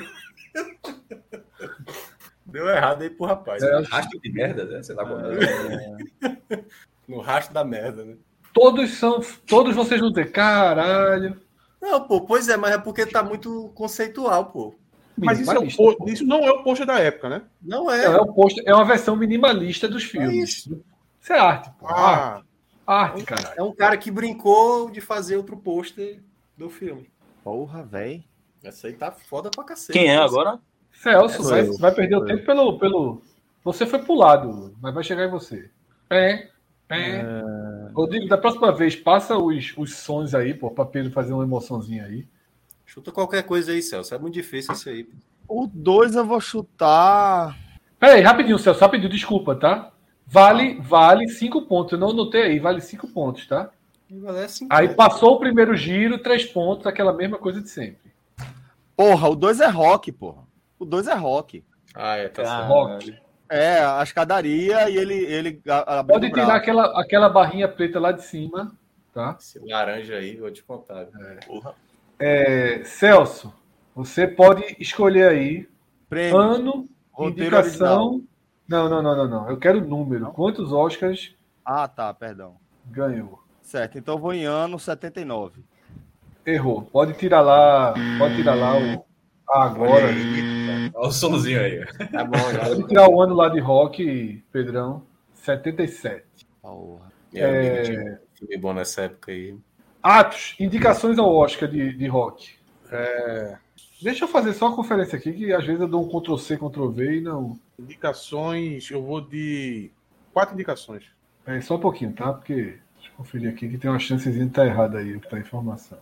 Speaker 3: Deu errado aí pro rapaz.
Speaker 2: É.
Speaker 7: Rastro de merda, né? Sei lá qual é.
Speaker 3: No rastro da merda, né?
Speaker 2: Todos são. Todos vocês vão ter. Caralho.
Speaker 3: Não, pô, pois é, mas é porque tá muito conceitual, pô.
Speaker 4: Mas isso, é o
Speaker 2: Minimalista,
Speaker 4: po-
Speaker 2: pô.
Speaker 4: isso não é o post da época, né?
Speaker 3: Não
Speaker 2: Não, é, um posto, é uma versão minimalista dos filmes. isso é arte, pô.
Speaker 4: Ah,
Speaker 2: Arte, caralho.
Speaker 3: É um cara que brincou de fazer outro pôster do filme.
Speaker 1: Porra, velho.
Speaker 3: Essa aí tá foda pra cacete.
Speaker 6: Quem é agora?
Speaker 2: Celso,
Speaker 4: É,
Speaker 2: vai,
Speaker 4: sou eu.
Speaker 2: vai perder o
Speaker 4: Sou
Speaker 2: tempo pelo, pelo. Você foi pulado, mas vai chegar em você. É. É. Rodrigo, da próxima vez, passa os, os sons aí, pô, pra Pedro fazer uma emoçãozinha aí.
Speaker 3: Chuta qualquer coisa aí, Celso. É muito difícil isso aí. pô.
Speaker 1: O 2 eu vou chutar.
Speaker 2: Pera aí, rapidinho, Celso, rapidinho, desculpa, tá? Vale, vale cinco pontos. Eu não anotei aí, vale cinco pontos, tá?
Speaker 3: E valeu assim,
Speaker 2: Aí
Speaker 3: pô.
Speaker 2: passou o primeiro giro, três pontos, aquela mesma coisa de sempre.
Speaker 1: Porra, o 2 é rock, porra. O 2 é rock.
Speaker 3: Ah, é, tá certo.
Speaker 2: Rock.
Speaker 1: É, a escadaria e ele, ele a- abrindo
Speaker 2: Pode
Speaker 1: o
Speaker 2: tirar
Speaker 1: braço.
Speaker 2: aquela, aquela barrinha preta lá de cima, tá?
Speaker 3: Esse laranja aí, vou te contar. viu? Porra.
Speaker 2: É, Celso, você pode escolher aí
Speaker 1: Prêmio,
Speaker 2: ano,
Speaker 1: roteiro original.
Speaker 2: Indicação. Não, não, não, não, não. Eu quero número. Quantos Oscars
Speaker 1: Ah, tá, perdão.
Speaker 2: ganhou?
Speaker 1: Certo, então eu vou em ano 79.
Speaker 2: Errou. Pode tirar lá. Pode tirar lá o. Ah, agora.
Speaker 7: Olha o sonzinho aí. ó.
Speaker 3: Tá bom, já.
Speaker 2: Pode tirar o ano lá de rock, Pedrão. 77.
Speaker 1: Porra.
Speaker 3: Meu É, amigo, tinha um filme bom nessa época aí.
Speaker 2: Atos, indicações ao Oscar de, de rock. É, Deixa eu fazer só a conferência aqui, que às vezes eu dou um Ctrl C, Ctrl V e não.
Speaker 4: indicações. Eu vou de. Quatro indicações.
Speaker 2: É só um pouquinho, tá? Porque. Deixa eu conferir aqui que tem uma chancezinha de estar errado aí, que tá a informação.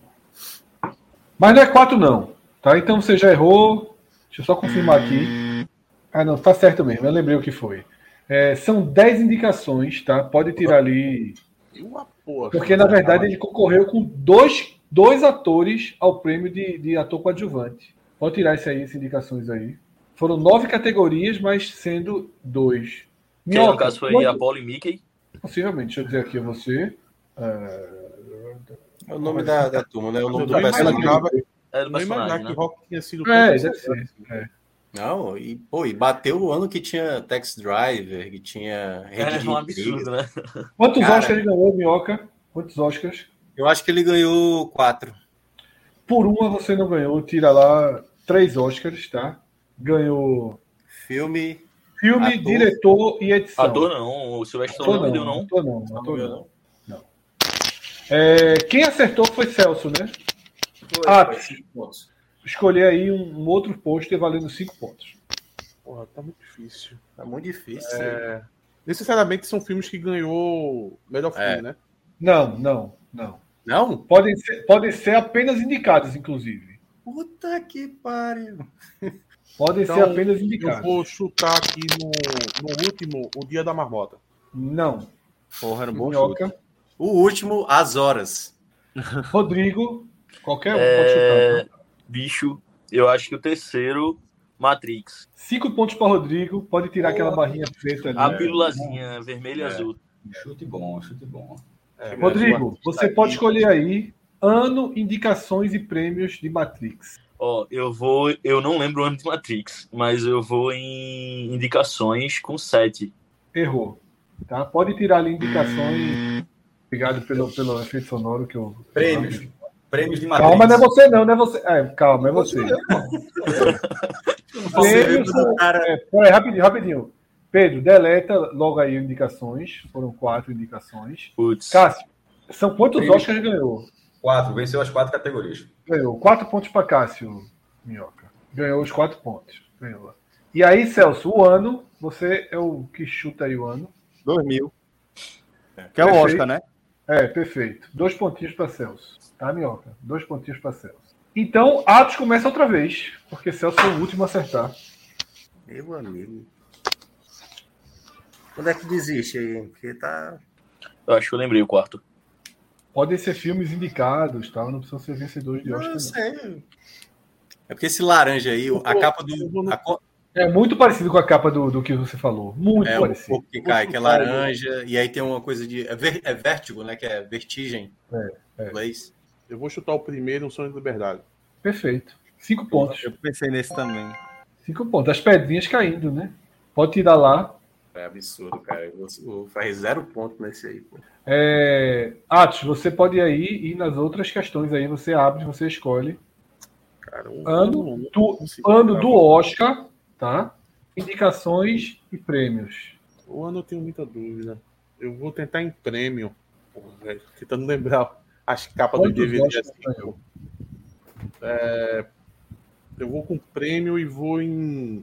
Speaker 2: Mas não é 4, não. Tá? Então você já errou. Deixa eu só confirmar aqui. Ah, não, tá certo mesmo. Eu lembrei o que foi. É, são 10 indicações, tá? Pode tirar ali.
Speaker 4: E uma porra. né?
Speaker 2: Porque, na verdade, ele concorreu com dois, dois atores ao prêmio de, de ator coadjuvante. Pode tirar isso aí, essas indicações aí. Foram nove categorias, mas sendo dois.
Speaker 6: Quem no caso foi
Speaker 2: quanto-
Speaker 6: Apollo e Mickey.
Speaker 2: Possivelmente, deixa eu dizer aqui a você.
Speaker 3: É o nome da, da turma, né? O nome
Speaker 4: Eu
Speaker 3: do
Speaker 4: não
Speaker 3: personagem.
Speaker 4: imaginava,
Speaker 6: É do
Speaker 4: não imaginava
Speaker 6: personagem,
Speaker 4: que
Speaker 6: né?
Speaker 4: Rock tinha sido.
Speaker 2: É,
Speaker 4: tão
Speaker 2: deve ser. É.
Speaker 3: Não, e, pô, e bateu o ano que tinha Tax Driver, que tinha Red
Speaker 6: É
Speaker 3: Hit
Speaker 6: um absurdo, né?
Speaker 2: Quantos
Speaker 3: Cara.
Speaker 2: Oscars ele ganhou, Minhoca? Quantos Oscars?
Speaker 3: Eu acho que ele ganhou quatro.
Speaker 2: Por uma você não ganhou, tira lá três Oscars, tá? Ganhou
Speaker 3: Filme.
Speaker 2: filme,
Speaker 3: Ator.
Speaker 2: diretor e edição.
Speaker 6: Ator não, o Silvestre
Speaker 2: Ator
Speaker 6: Stallone não, não.
Speaker 2: ator não, ator
Speaker 3: ganhou,
Speaker 2: não. Não. É, quem acertou foi Celso, né? Ah,
Speaker 3: foi cinco pontos.
Speaker 2: Escolher aí um, um outro pôster valendo cinco pontos.
Speaker 4: Porra, tá muito difícil.
Speaker 3: Tá muito difícil.
Speaker 4: Necessariamente são filmes que ganhou melhor filme,
Speaker 3: É.
Speaker 4: né?
Speaker 2: Não, não, não.
Speaker 3: Não?
Speaker 2: Podem ser, podem ser apenas indicados, inclusive.
Speaker 3: Puta que pariu.
Speaker 2: Podem
Speaker 4: Então,
Speaker 2: ser apenas
Speaker 4: Eu
Speaker 2: indicados.
Speaker 4: vou chutar aqui no, no último, o Dia da Marmota.
Speaker 2: Não.
Speaker 1: Porra, era um bom jogo.
Speaker 2: Minhoca.
Speaker 3: O último, às horas.
Speaker 2: Rodrigo. Qualquer um pode
Speaker 6: É,
Speaker 2: chutar.
Speaker 6: bicho, eu acho que o terceiro, Matrix.
Speaker 2: Cinco pontos para Rodrigo. Pode tirar aquela barrinha preta ali.
Speaker 6: A pílulazinha vermelha e
Speaker 7: É.
Speaker 6: azul.
Speaker 7: Chute bom, chute bom.
Speaker 4: É,
Speaker 2: Rodrigo, você pode escolher aí ano, indicações e prêmios de Matrix.
Speaker 6: Ó, eu vou. Eu não lembro o ano de Matrix, mas eu vou em indicações com sete.
Speaker 2: Errou. Tá? Pode tirar ali indicações. Obrigado pelo, pelo efeito sonoro que eu.
Speaker 7: Prêmios. Prêmios de Matrix.
Speaker 2: Calma, não é você, não, não é você. É, calma, é você. Prêmios. É, peraí, rapidinho, rapidinho. Pedro, deleta logo aí indicações. Foram quatro indicações.
Speaker 6: Putz.
Speaker 2: Cássio, são quantos
Speaker 7: Prêmios.
Speaker 2: Oscars ganhou?
Speaker 7: Quatro, venceu as quatro categorias.
Speaker 2: Ganhou quatro pontos para Cássio, Minhoca. Ganhou os quatro pontos. Ganhou. E aí, Celso, o ano, você é o que chuta aí o ano.
Speaker 1: 2000. Que é o
Speaker 2: Perfeito.
Speaker 1: Oscar, né?
Speaker 2: É, perfeito. Dois pontinhos para Celso. Tá, Minhoca? Dois pontinhos para Celso. Então, Atos começa outra vez, porque Celso foi o último a acertar.
Speaker 8: Meu amigo. Quando é que desiste aí? Porque tá.
Speaker 6: Eu acho que eu lembrei o quarto.
Speaker 2: Podem ser filmes indicados, tal, não precisam ser vencedores de Oscar.
Speaker 3: Não
Speaker 2: não.
Speaker 3: sei. É porque esse laranja aí, a capa do. A, co-
Speaker 2: É muito parecido com a capa do, do que você falou. Muito
Speaker 1: um
Speaker 3: é o
Speaker 2: parecido.
Speaker 3: corpo que cai,
Speaker 2: né?
Speaker 3: que é laranja. E aí tem uma coisa de. É, ver, é vértigo, né? Que é vertigem.
Speaker 2: é.
Speaker 3: Em inglês.
Speaker 4: Eu vou chutar o primeiro, um sonho de liberdade.
Speaker 2: Perfeito. Cinco pontos.
Speaker 1: Eu pensei nesse também.
Speaker 2: Cinco pontos. As pedrinhas caindo, né? Pode tirar lá.
Speaker 3: É absurdo, cara. Eu vou-
Speaker 8: pô, Faz zero ponto nesse aí, pô.
Speaker 2: É... Atos, você pode ir aí e nas outras questões aí você abre, você escolhe.
Speaker 4: Cara, um,
Speaker 2: Ano
Speaker 4: um- um-
Speaker 2: do,
Speaker 4: um-
Speaker 2: ano do Oscar, tá? Indicações e prêmios.
Speaker 4: O ano eu tenho muita dúvida. Eu vou tentar em prêmio. Pô, velho, tentando lembrar as capas do
Speaker 2: Quantos
Speaker 4: DVD.
Speaker 2: Oscars
Speaker 4: assim. É,
Speaker 2: ganhou?
Speaker 4: Eu vou com prêmio e vou em.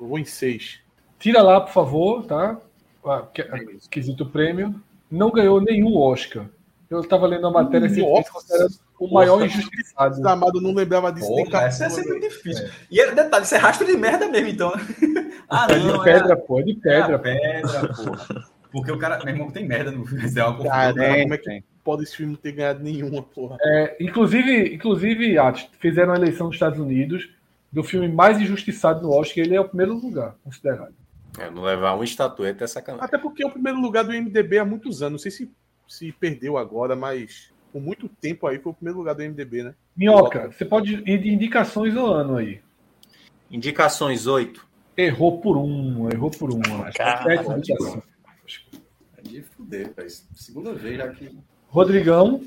Speaker 4: Eu vou em seis.
Speaker 2: Tira lá, por favor, tá? Ah, que- Quesito prêmio. Não ganhou nenhum Oscar. Eu estava lendo a matéria esse
Speaker 4: Nossa.
Speaker 2: considerando o maior
Speaker 4: Porra.
Speaker 2: injustiçado.
Speaker 4: Amado não lembrava disso nem
Speaker 7: Porra,
Speaker 4: cara.
Speaker 7: essa é sempre difícil. E é, detalhe, isso é rastro de merda mesmo, então. Ah,
Speaker 2: É de
Speaker 7: não, é,
Speaker 2: pedra, pô, é de
Speaker 7: é a
Speaker 2: pedra.
Speaker 6: Ah.
Speaker 2: pô.
Speaker 7: pedra, porra. Porque o cara, meu irmão, tem merda no filme. É uma confusão.
Speaker 4: Cara, como é que pode esse filme ter ganhado nenhuma, porra?
Speaker 2: É, inclusive, inclusive, Atos, fizeram a eleição nos Estados Unidos do filme mais injustiçado no Oscar, ele é o primeiro lugar considerado.
Speaker 3: É, não levar uma estatueta é sacanagem.
Speaker 4: Até porque é o primeiro lugar do MDB há muitos anos. Não sei se se perdeu agora, mas por muito tempo aí foi o primeiro lugar do MDB, né?
Speaker 2: Minhoca, você pode ir de indicações no ano aí.
Speaker 3: Indicações 8.
Speaker 2: Errou por um, errou por um. Acho.
Speaker 6: Cara,
Speaker 2: Sete indicações.
Speaker 3: É de fuder, velho. Segunda vez já que.
Speaker 2: Rodrigão,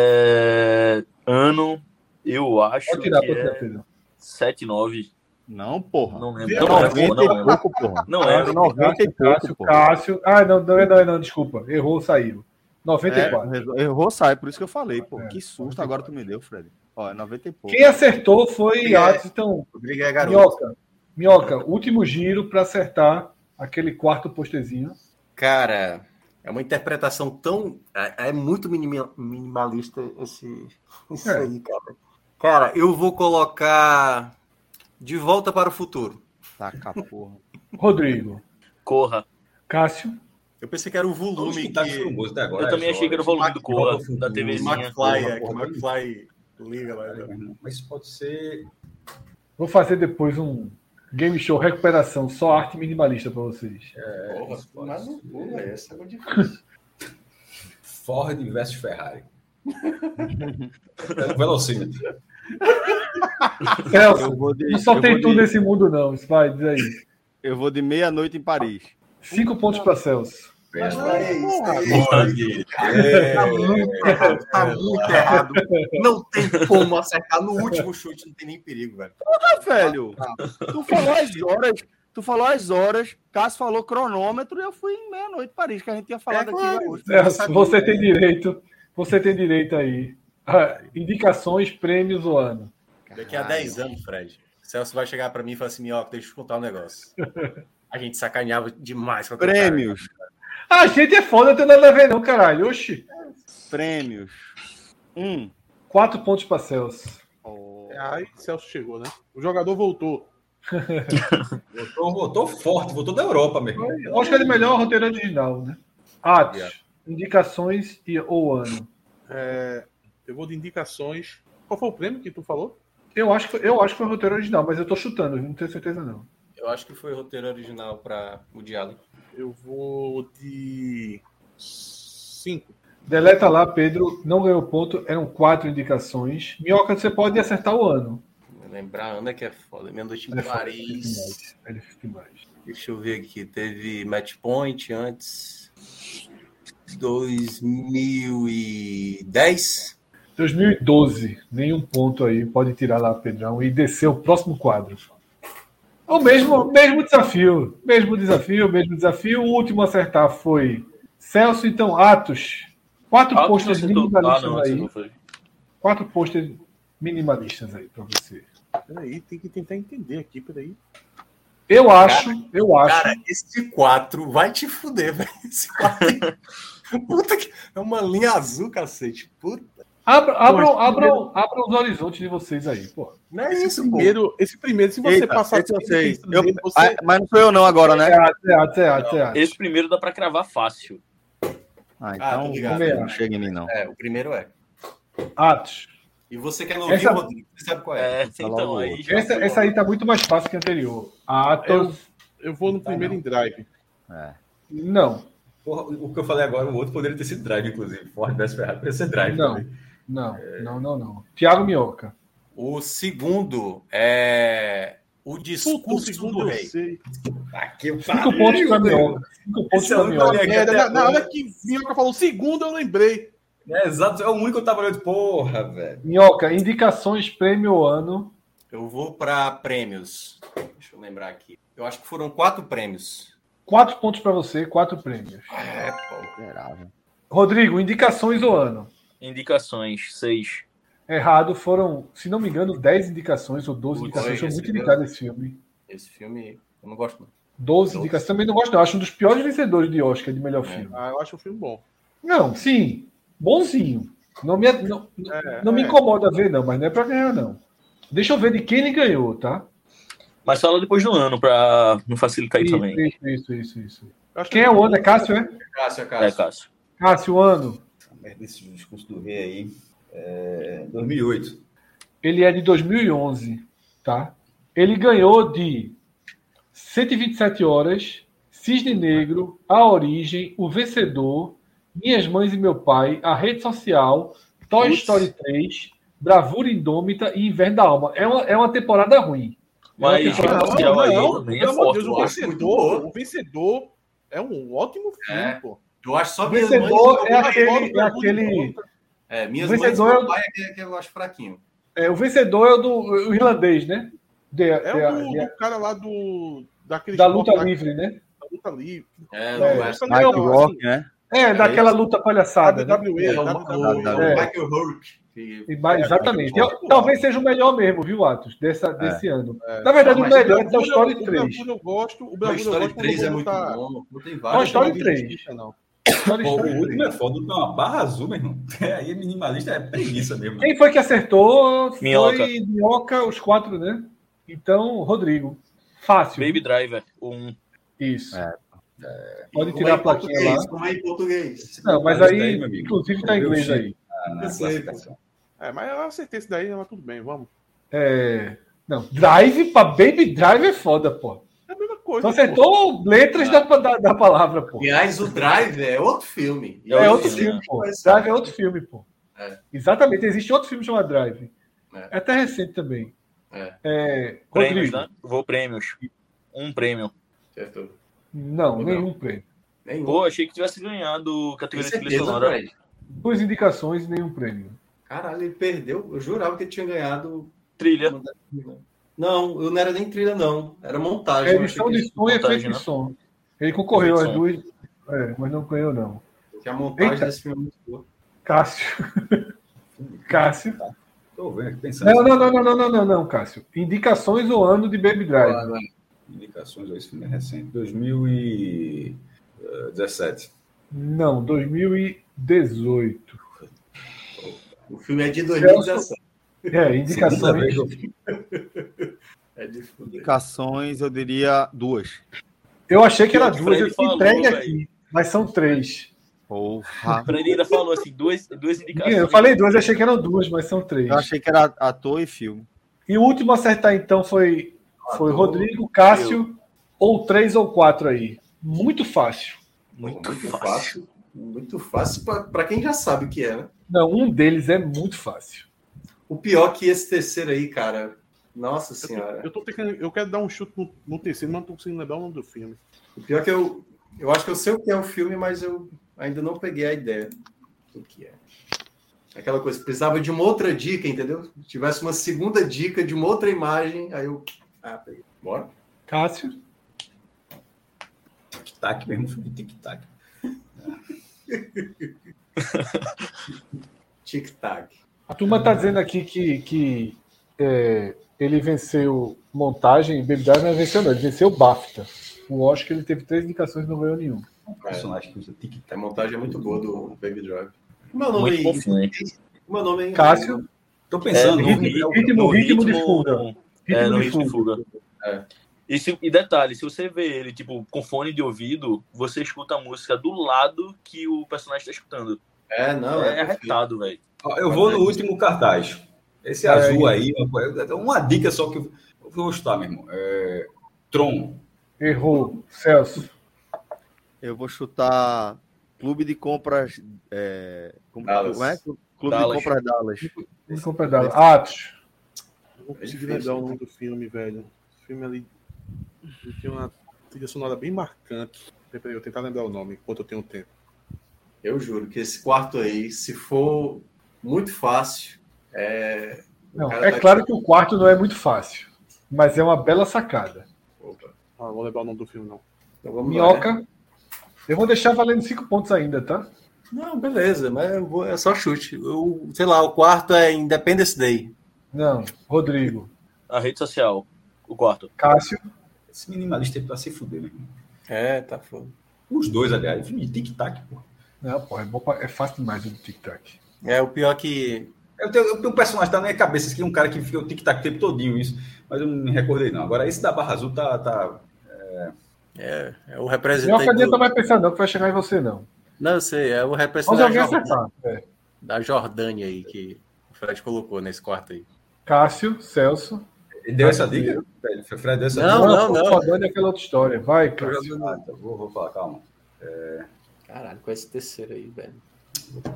Speaker 6: É, ano, eu acho
Speaker 2: pode tirar,
Speaker 6: que
Speaker 2: pode tirar,
Speaker 6: é
Speaker 2: Pedro.
Speaker 6: 7, 9.
Speaker 1: Não, porra.
Speaker 6: Não lembro.
Speaker 4: Vê,
Speaker 6: Não lembro. Não lembro.
Speaker 1: pouco, porra.
Speaker 6: Não é lembro.
Speaker 1: noventa e pouco,
Speaker 2: Cássio,
Speaker 1: pô.
Speaker 2: Cássio. Ah, não, não, não, não, desculpa. Errou, saiu. 94.
Speaker 1: É, errou, sai. Por isso que eu falei, pô.
Speaker 2: É,
Speaker 1: Que susto agora tu me deu, Fred. Ó, é 90 e pouco.
Speaker 2: Quem acertou foi
Speaker 8: É.
Speaker 2: Atos, então
Speaker 8: Rodrigo é garoto.
Speaker 2: Minhoca, Minhoca, último giro para acertar aquele quarto postezinho.
Speaker 3: Cara,
Speaker 8: É uma interpretação tão. É, é muito minimi- minimalista esse, isso
Speaker 2: É.
Speaker 8: aí, cara.
Speaker 3: cara, eu vou colocar De Volta para o Futuro.
Speaker 1: Taca, porra.
Speaker 2: Rodrigo,
Speaker 6: Corra.
Speaker 2: Cássio,
Speaker 3: Eu pensei que era o
Speaker 7: Todos
Speaker 3: volume
Speaker 7: pintados
Speaker 3: que
Speaker 7: famosos tá até agora,
Speaker 6: Eu também
Speaker 7: é
Speaker 6: achei que era o
Speaker 7: jovem.
Speaker 6: volume do Corra,
Speaker 7: Volta ao
Speaker 6: da
Speaker 7: Futuro,
Speaker 3: o
Speaker 6: TVzinha.
Speaker 3: McFly,
Speaker 7: porra,
Speaker 3: é, que o
Speaker 7: porra,
Speaker 3: McFly liga
Speaker 7: é
Speaker 3: lá. né?
Speaker 7: Mas pode ser.
Speaker 2: vou fazer depois um game show recuperação, só arte minimalista para vocês.
Speaker 7: é,
Speaker 8: Porra,
Speaker 7: pode
Speaker 8: mas
Speaker 7: ser
Speaker 8: não pula essa, é muito difícil.
Speaker 7: Ford versus Ferrari. é um velocímetro.
Speaker 2: Celso,
Speaker 1: Eu vou de,
Speaker 2: não só
Speaker 1: eu
Speaker 2: tem
Speaker 1: vou
Speaker 2: tudo
Speaker 1: de,
Speaker 2: nesse mundo não, isso vai, diz aí.
Speaker 1: Eu vou de meia-noite em Paris.
Speaker 2: Cinco pontos para Celso.
Speaker 8: Mas
Speaker 7: Pera
Speaker 8: não
Speaker 7: lá.
Speaker 8: é isso, é isso.
Speaker 7: É,
Speaker 8: Tá muito errado. Não tem como acertar no último chute, não tem nem perigo, velho.
Speaker 1: Ah, velho. Tu falou as horas. Tu falou as horas. Cássio falou cronômetro e eu fui em meia-noite em Paris, que a gente tinha falado
Speaker 8: É,
Speaker 1: aqui
Speaker 8: claro.
Speaker 1: hoje.
Speaker 2: Celso, você tem direito, você tem direito aí. Ah, indicações, prêmios o ano.
Speaker 3: Daqui a 10 anos, Fred. Celso vai chegar pra mim e falar assim: Minhoca, deixa eu te contar um negócio. A gente sacaneava demais com a tua cara.
Speaker 1: Prêmios.
Speaker 2: A gente é foda, não tem nada a ver não, caralho. Oxi,
Speaker 1: Prêmios. Um.
Speaker 2: quatro pontos para Celso.
Speaker 1: Oh,
Speaker 4: Ceará e Celso chegou, né? O jogador voltou.
Speaker 7: Voltou, voltou forte, voltou da Europa mesmo.
Speaker 2: Oscar de melhor roteiro original, né? Atos, indicações e ou ano.
Speaker 4: É, eu vou de indicações. Qual foi o prêmio que tu falou?
Speaker 2: Eu acho, que, eu acho que foi roteiro original, mas eu tô chutando, não tenho certeza não.
Speaker 3: Eu acho que foi roteiro original para o diálogo.
Speaker 4: Eu vou de. Cinco.
Speaker 2: Deleta lá, Pedro, não ganhou ponto, eram quatro indicações. Minhoca, você pode acertar o ano.
Speaker 3: Lembrar, Ana que é foda. Meia-noite em
Speaker 2: Ele fala-
Speaker 3: Paris.
Speaker 2: Ele é fica embaixo.
Speaker 3: Deixa eu ver aqui. Teve Match Point antes. 2010.
Speaker 2: 2012, nenhum ponto aí, pode tirar lá, Pedrão, e descer o próximo quadro. É O mesmo, mesmo desafio, mesmo desafio, mesmo desafio. O último a acertar foi Celso, então Atos. Quatro
Speaker 6: Atos
Speaker 2: postas
Speaker 6: acertou. Ah,
Speaker 2: minimalistas
Speaker 6: não,
Speaker 2: aí.
Speaker 6: acertou, foi.
Speaker 2: Quatro postas minimalistas aí para você.
Speaker 4: Peraí, tem que tentar entender aqui, peraí.
Speaker 2: Eu acho, eu acho.
Speaker 3: Cara, esse 4 vai te fuder, velho. Esse 4 Puta que. É uma linha azul, cacete. Puta.
Speaker 2: Abra, abram,
Speaker 4: Poxa,
Speaker 2: abram, abram os horizontes de vocês aí, pô.
Speaker 3: Não é
Speaker 4: Esse
Speaker 3: isso, pô.
Speaker 4: primeiro, esse primeiro, se você
Speaker 1: Eita,
Speaker 4: passar
Speaker 1: esse eu
Speaker 4: sem
Speaker 1: sei.
Speaker 4: entender,
Speaker 1: Eu-
Speaker 4: você-
Speaker 1: Ah, mas não sou eu não agora,
Speaker 2: É
Speaker 1: né?
Speaker 2: Atos, é Atos, é Atos, é Atos.
Speaker 6: Esse primeiro dá pra cravar fácil.
Speaker 1: Ah,
Speaker 3: Ah, tô
Speaker 1: então
Speaker 3: ligado.
Speaker 1: não chega em mim, não.
Speaker 3: É, o primeiro é.
Speaker 2: Atos.
Speaker 3: E você quer não ouvir,
Speaker 2: Essa-
Speaker 3: Rodrigo? Você sabe qual é?
Speaker 6: É,
Speaker 1: logo
Speaker 6: então
Speaker 1: o
Speaker 6: aí.
Speaker 1: outro.
Speaker 6: já
Speaker 2: Essa,
Speaker 6: foi
Speaker 2: essa
Speaker 6: logo.
Speaker 2: aí tá muito mais fácil que a anterior.
Speaker 4: eu,
Speaker 2: Atos,
Speaker 4: eu vou no primeiro em drive.
Speaker 1: É.
Speaker 2: não.
Speaker 7: Porra, o que eu falei agora, o outro poderia ter sido drive, inclusive. Ford versus Ferrari poderia ser drive.
Speaker 2: Não.
Speaker 7: também.
Speaker 2: Não, não, não, não. Tiago Minhoca.
Speaker 3: O segundo é. O discurso
Speaker 4: Puta, o segundo
Speaker 3: do
Speaker 4: eu
Speaker 3: rei.
Speaker 4: sei.
Speaker 7: Aqui,
Speaker 2: Cinco pontos pra Minhoca. Cinco pontos
Speaker 7: Esse é
Speaker 2: pra
Speaker 7: o único
Speaker 2: Minhoca.
Speaker 7: ali
Speaker 4: É,
Speaker 7: até
Speaker 4: na, na
Speaker 7: agora.
Speaker 4: hora que Minhoca falou segundo, eu lembrei.
Speaker 7: É, exato, é o único que eu tava olhando. Porra, velho.
Speaker 2: Minhoca, indicações, prêmio, ano.
Speaker 3: Eu vou para prêmios. Deixa eu lembrar aqui. Eu acho que foram quatro prêmios.
Speaker 2: Quatro pontos pra você, quatro prêmios.
Speaker 3: É, pô.
Speaker 1: Miserável.
Speaker 2: Rodrigo, indicações ou ano?
Speaker 6: Indicações, seis.
Speaker 2: Errado, foram, se não me engano, 10 indicações ou 12
Speaker 3: Ui,
Speaker 2: indicações. Foi
Speaker 3: esse
Speaker 2: muito
Speaker 3: mesmo.
Speaker 2: indicado esse filme.
Speaker 3: Esse filme eu não gosto, não.
Speaker 2: 12 indicações. Também não gosto, não. Acho um dos piores vencedores de Oscar de melhor
Speaker 3: É.
Speaker 2: filme.
Speaker 4: Ah, eu acho um filme bom.
Speaker 2: Não, sim. Bonzinho. Não me, não,
Speaker 4: É,
Speaker 2: não me
Speaker 4: é.
Speaker 2: incomoda ver, não, mas não é pra ganhar, não. Deixa eu ver de quem ele ganhou, tá?
Speaker 6: Mas fala depois do ano pra não facilitar aí
Speaker 2: Isso,
Speaker 6: também.
Speaker 2: isso, isso, isso, isso.
Speaker 4: Eu acho
Speaker 2: Quem
Speaker 4: que-
Speaker 2: é o ano? É Cássio, é?
Speaker 3: Cássio,
Speaker 6: É, Cássio.
Speaker 2: Cássio Ano,
Speaker 7: Merda, esse É, discurso do rei aí. É, 2008.
Speaker 2: ele é de 2011, tá? Ele ganhou de 127 horas, Cisne Negro, A Origem, O Vencedor, Minhas Mães e Meu Pai, A Rede Social, Toy
Speaker 3: Putz.
Speaker 2: Story 3, Bravura Indômita e Inverno da Alma. É uma, é uma temporada ruim.
Speaker 6: Mas
Speaker 2: Não,
Speaker 6: rede social
Speaker 4: não,
Speaker 6: aí
Speaker 4: não,
Speaker 6: também
Speaker 4: Pelo
Speaker 6: é
Speaker 4: amor de
Speaker 6: forte,
Speaker 4: Deus,
Speaker 6: eu
Speaker 4: o
Speaker 6: acho.
Speaker 3: muito
Speaker 4: vencedor,
Speaker 3: bom.
Speaker 4: o vencedor é um ótimo filme,
Speaker 3: É.
Speaker 4: pô.
Speaker 3: Eu acho só
Speaker 2: O
Speaker 3: minhas
Speaker 2: vencedor
Speaker 3: mães.
Speaker 2: é aquele.
Speaker 4: Bota
Speaker 2: É
Speaker 4: o
Speaker 2: aquele
Speaker 3: É, minhas
Speaker 2: o
Speaker 3: mães
Speaker 2: vencedor
Speaker 3: meu
Speaker 2: é o-
Speaker 3: pai é aquele que eu acho fraquinho.
Speaker 2: é, o vencedor é o do o irlandês, né? De-
Speaker 4: É
Speaker 2: de-
Speaker 4: o do,
Speaker 2: de-
Speaker 4: do cara lá do. Daquele
Speaker 2: da
Speaker 4: esporte
Speaker 2: luta
Speaker 4: lá,
Speaker 2: livre, né?
Speaker 4: Da tá luta livre.
Speaker 3: É,
Speaker 2: É,
Speaker 3: não é.
Speaker 4: Essa
Speaker 1: Mike
Speaker 4: não,
Speaker 1: Rock,
Speaker 4: assim,
Speaker 1: né?
Speaker 2: É, daquela luta palhaçada. né?
Speaker 4: WWE,
Speaker 3: É, o,
Speaker 4: WWE.
Speaker 3: o- o
Speaker 2: É.
Speaker 3: Michael Hulk. que-
Speaker 2: E mais-
Speaker 4: É,
Speaker 2: exatamente.
Speaker 4: acho que
Speaker 2: Eu-
Speaker 4: foi.
Speaker 2: talvez seja o melhor mesmo, viu, Atos, dessa, desse ano.
Speaker 4: É.
Speaker 2: Na verdade, o
Speaker 3: Mas
Speaker 2: melhor é Toy
Speaker 4: Bravura-
Speaker 2: Story
Speaker 4: o
Speaker 2: 3.
Speaker 4: Bravura eu gosto, o tá
Speaker 3: Toy
Speaker 4: Bravura eu
Speaker 3: Story
Speaker 4: gosto.
Speaker 3: 3 é muito
Speaker 4: bom.
Speaker 3: bom. Não tem
Speaker 2: Toy
Speaker 3: vários.
Speaker 2: Story
Speaker 4: não
Speaker 2: 3.
Speaker 4: existe, não.
Speaker 2: Toy
Speaker 7: Pô,
Speaker 2: Story
Speaker 7: o
Speaker 2: 3.
Speaker 7: último é foda, o último é uma barra azul, meu irmão. É, aí é minimalista, é preguiça mesmo.
Speaker 2: Quem foi que acertou foi
Speaker 6: Minhoca.
Speaker 2: Minhoca, os quatro, né? Então, Rodrigo. Fácil.
Speaker 6: Baby Driver, um.
Speaker 2: Isso.
Speaker 1: É.
Speaker 2: Pode
Speaker 3: Como
Speaker 2: tirar
Speaker 3: é
Speaker 2: a
Speaker 3: em
Speaker 2: plaquinha
Speaker 3: português,
Speaker 2: lá.
Speaker 3: Como é em português?
Speaker 2: Não, mas
Speaker 7: Fala isso
Speaker 2: aí,
Speaker 7: daí, meu amigo.
Speaker 2: inclusive, tá em
Speaker 7: Meu
Speaker 2: inglês
Speaker 7: Deus.
Speaker 2: aí.
Speaker 7: Ah, na
Speaker 3: eu sei,
Speaker 7: classificação.
Speaker 4: É, mas eu acertei esse daí, mas tudo bem, vamos.
Speaker 2: É, Não, drive pra Baby Drive é foda, pô.
Speaker 4: É a mesma coisa.
Speaker 2: Só Então acertou letras da, da, da palavra, pô.
Speaker 3: Aliás, o Drive é outro filme. E
Speaker 6: É
Speaker 2: É
Speaker 6: outro
Speaker 2: outro
Speaker 6: filme,
Speaker 2: filme, pô.
Speaker 3: Mas-
Speaker 2: Drive é outro filme, pô.
Speaker 3: É.
Speaker 2: Exatamente, existe outro filme chamado Drive.
Speaker 3: É.
Speaker 2: É até recente também.
Speaker 3: É.
Speaker 2: É,
Speaker 6: Prêmios,
Speaker 2: Rodrigo,
Speaker 6: né? Vou prêmios. Um prêmio.
Speaker 3: Acertou.
Speaker 2: não,
Speaker 3: Não.
Speaker 2: nenhum prêmio.
Speaker 3: Nenhum.
Speaker 6: Pô, achei que tivesse ganhado
Speaker 3: Tem
Speaker 2: é
Speaker 6: categoria de trilha
Speaker 3: certeza,
Speaker 6: sonora.
Speaker 3: velho.
Speaker 2: Duas indicações e nenhum prêmio.
Speaker 3: Caralho, ele perdeu. Eu jurava que ele tinha ganhado.
Speaker 6: Trilha.
Speaker 3: Não, eu não era nem trilha, não. Era montagem.
Speaker 2: É
Speaker 3: eu achei
Speaker 2: edição de
Speaker 3: que,
Speaker 2: som e
Speaker 6: montagem,
Speaker 2: efeito de
Speaker 6: né?
Speaker 2: som. Ele concorreu às
Speaker 6: Efeito
Speaker 2: duas, é, mas não ganhou, não.
Speaker 3: que a montagem
Speaker 2: Eita.
Speaker 3: desse filme é muito boa.
Speaker 2: Cássio. Cássio.
Speaker 7: Tô vendo, aqui, pensando.
Speaker 2: Não, não, não, não, não, não, não, não, Cássio. Indicações ou ano de Baby Drive.
Speaker 7: Indicações, ó, esse filme é recente. 2017.
Speaker 2: Não, 2018.
Speaker 3: O filme é de 2017.
Speaker 2: É,
Speaker 7: Segunda
Speaker 2: indicações.
Speaker 7: vez eu fiz.
Speaker 5: É de fuder.
Speaker 1: Indicações, eu diria duas.
Speaker 2: Eu achei que era
Speaker 5: Fred
Speaker 2: duas, eu fiquei
Speaker 5: falou,
Speaker 2: entregue
Speaker 5: velho.
Speaker 2: aqui, mas são três.
Speaker 1: Porra.
Speaker 6: O Fred ainda falou assim, duas, duas indicações.
Speaker 2: Eu falei duas, eu achei que eram duas, mas são três.
Speaker 1: Eu achei que era ator e filme.
Speaker 2: E o último a acertar, então, foi, foi Rodrigo, Cássio, ou três ou quatro aí. Muito fácil.
Speaker 5: Muito, fácil. Muito fácil para quem já sabe o que é, né?
Speaker 2: Não, um deles é muito fácil.
Speaker 5: O pior que esse terceiro aí, cara. Nossa senhora.
Speaker 4: Eu, tô tentando, eu quero dar um chute no, no terceiro, mas não tô conseguindo lembrar o nome do filme.
Speaker 5: O pior que eu. Eu acho que eu sei o que é o filme, mas eu ainda não peguei a ideia do que é. Aquela coisa, precisava de uma outra dica, entendeu? Se tivesse uma segunda dica de uma outra imagem, aí eu. Ah, peguei. Bora.
Speaker 2: Cássio,
Speaker 7: Tic-tac mesmo, foi de tic-tac.
Speaker 5: Tic-tac.
Speaker 2: a turma tá dizendo aqui que, que é, ele venceu montagem, Baby Driver não venceu não, ele venceu o BAFTA. O Oscar ele teve três indicações e não ganhou nenhum.
Speaker 7: Um personagem que usa tic-tac.
Speaker 5: A montagem é muito boa do Baby Drive.
Speaker 3: é
Speaker 5: Meu nome
Speaker 6: Muito
Speaker 5: aí.
Speaker 6: confiante.
Speaker 5: Meu nome aí.
Speaker 2: Cássio,
Speaker 7: Tô pensando,
Speaker 6: É,
Speaker 7: vamos
Speaker 2: ritmo-
Speaker 7: lembrar o-
Speaker 2: ritmo-
Speaker 6: No
Speaker 2: ritmo de fuga.
Speaker 6: É,
Speaker 2: Ritmo
Speaker 6: no
Speaker 2: Tipo de
Speaker 6: ritmo de
Speaker 2: fuga.
Speaker 6: fuga.
Speaker 5: É.
Speaker 6: E, se- e detalhe, se você vê ele, tipo, com fone de ouvido, você escuta a música do lado que o personagem está escutando.
Speaker 5: É, não.
Speaker 6: é
Speaker 5: É,
Speaker 6: arretado, velho.
Speaker 7: Ó, Eu vou no último cartaz. Esse
Speaker 2: É,
Speaker 7: azul aí, uma- uma dica só que eu eu vou gostar, meu irmão. É, Tron.
Speaker 2: errou. Celso,
Speaker 1: Eu vou chutar Clube de Compras. É, como,
Speaker 5: Dallas.
Speaker 1: como é? Clube
Speaker 6: Dallas.
Speaker 1: de Compras Dallas.
Speaker 2: desculpa, pedaço. Atos,
Speaker 4: Eu não consegui
Speaker 5: difícil,
Speaker 3: né?
Speaker 4: lembrar o nome do filme, velho. O filme ali ele tem uma trilha sonora bem marcante. Peraí, eu vou tentar lembrar o nome enquanto eu tenho tempo.
Speaker 5: Eu juro que esse quarto aí, se for muito fácil, é. o
Speaker 2: Não,
Speaker 5: cara
Speaker 2: é
Speaker 5: tá-
Speaker 2: claro que o quarto não é muito fácil, mas é uma bela sacada.
Speaker 5: Opa.
Speaker 4: Ah, não vou lembrar o nome do filme, não.
Speaker 5: Então vamos lá, né?
Speaker 2: Minhoca, eu vou deixar valendo cinco pontos ainda, tá?
Speaker 3: Não, beleza, mas eu vou- é só chute. Eu, sei lá, o quarto é Independence Day.
Speaker 2: Não, Rodrigo,
Speaker 6: A rede social, o quarto.
Speaker 2: Cássio,
Speaker 7: Esse minimalista é pra se fuder, meu irmão.
Speaker 3: É, tá foda.
Speaker 7: Os dois, aliás. Filme de tic-tac, pô.
Speaker 2: não, porra, é, bom pra- é fácil demais do Tic Tac.
Speaker 3: É, o pior que.
Speaker 7: Eu tenho, eu tenho um personagem que tá na minha cabeça, que é um cara que fica o tic-tac o tempo todinho, isso. Mas eu não me recordei, não. Agora, esse da Barra Azul tá... tá...
Speaker 3: É, é o
Speaker 2: Minhoca
Speaker 3: representante.
Speaker 2: adianta
Speaker 3: do-
Speaker 2: mais pensar não, que vai chegar em você não.
Speaker 3: Não, eu sei, é o
Speaker 2: Mas
Speaker 3: representante
Speaker 2: alguém
Speaker 3: da, Jordânia-
Speaker 2: acertar. É.
Speaker 3: da Jordânia aí que o Fred colocou nesse quarto aí.
Speaker 2: Cássio, Celso.
Speaker 7: Ele deu essa dica? Velho, o Fred deu essa
Speaker 3: Não,
Speaker 7: dica.
Speaker 3: não, não.
Speaker 2: Só dando aquela outra história. Vai,
Speaker 7: Eu já
Speaker 2: Cássio.
Speaker 7: vi, não. Então, vou, vou falar, calma.
Speaker 3: Caralho, com esse terceiro aí, velho.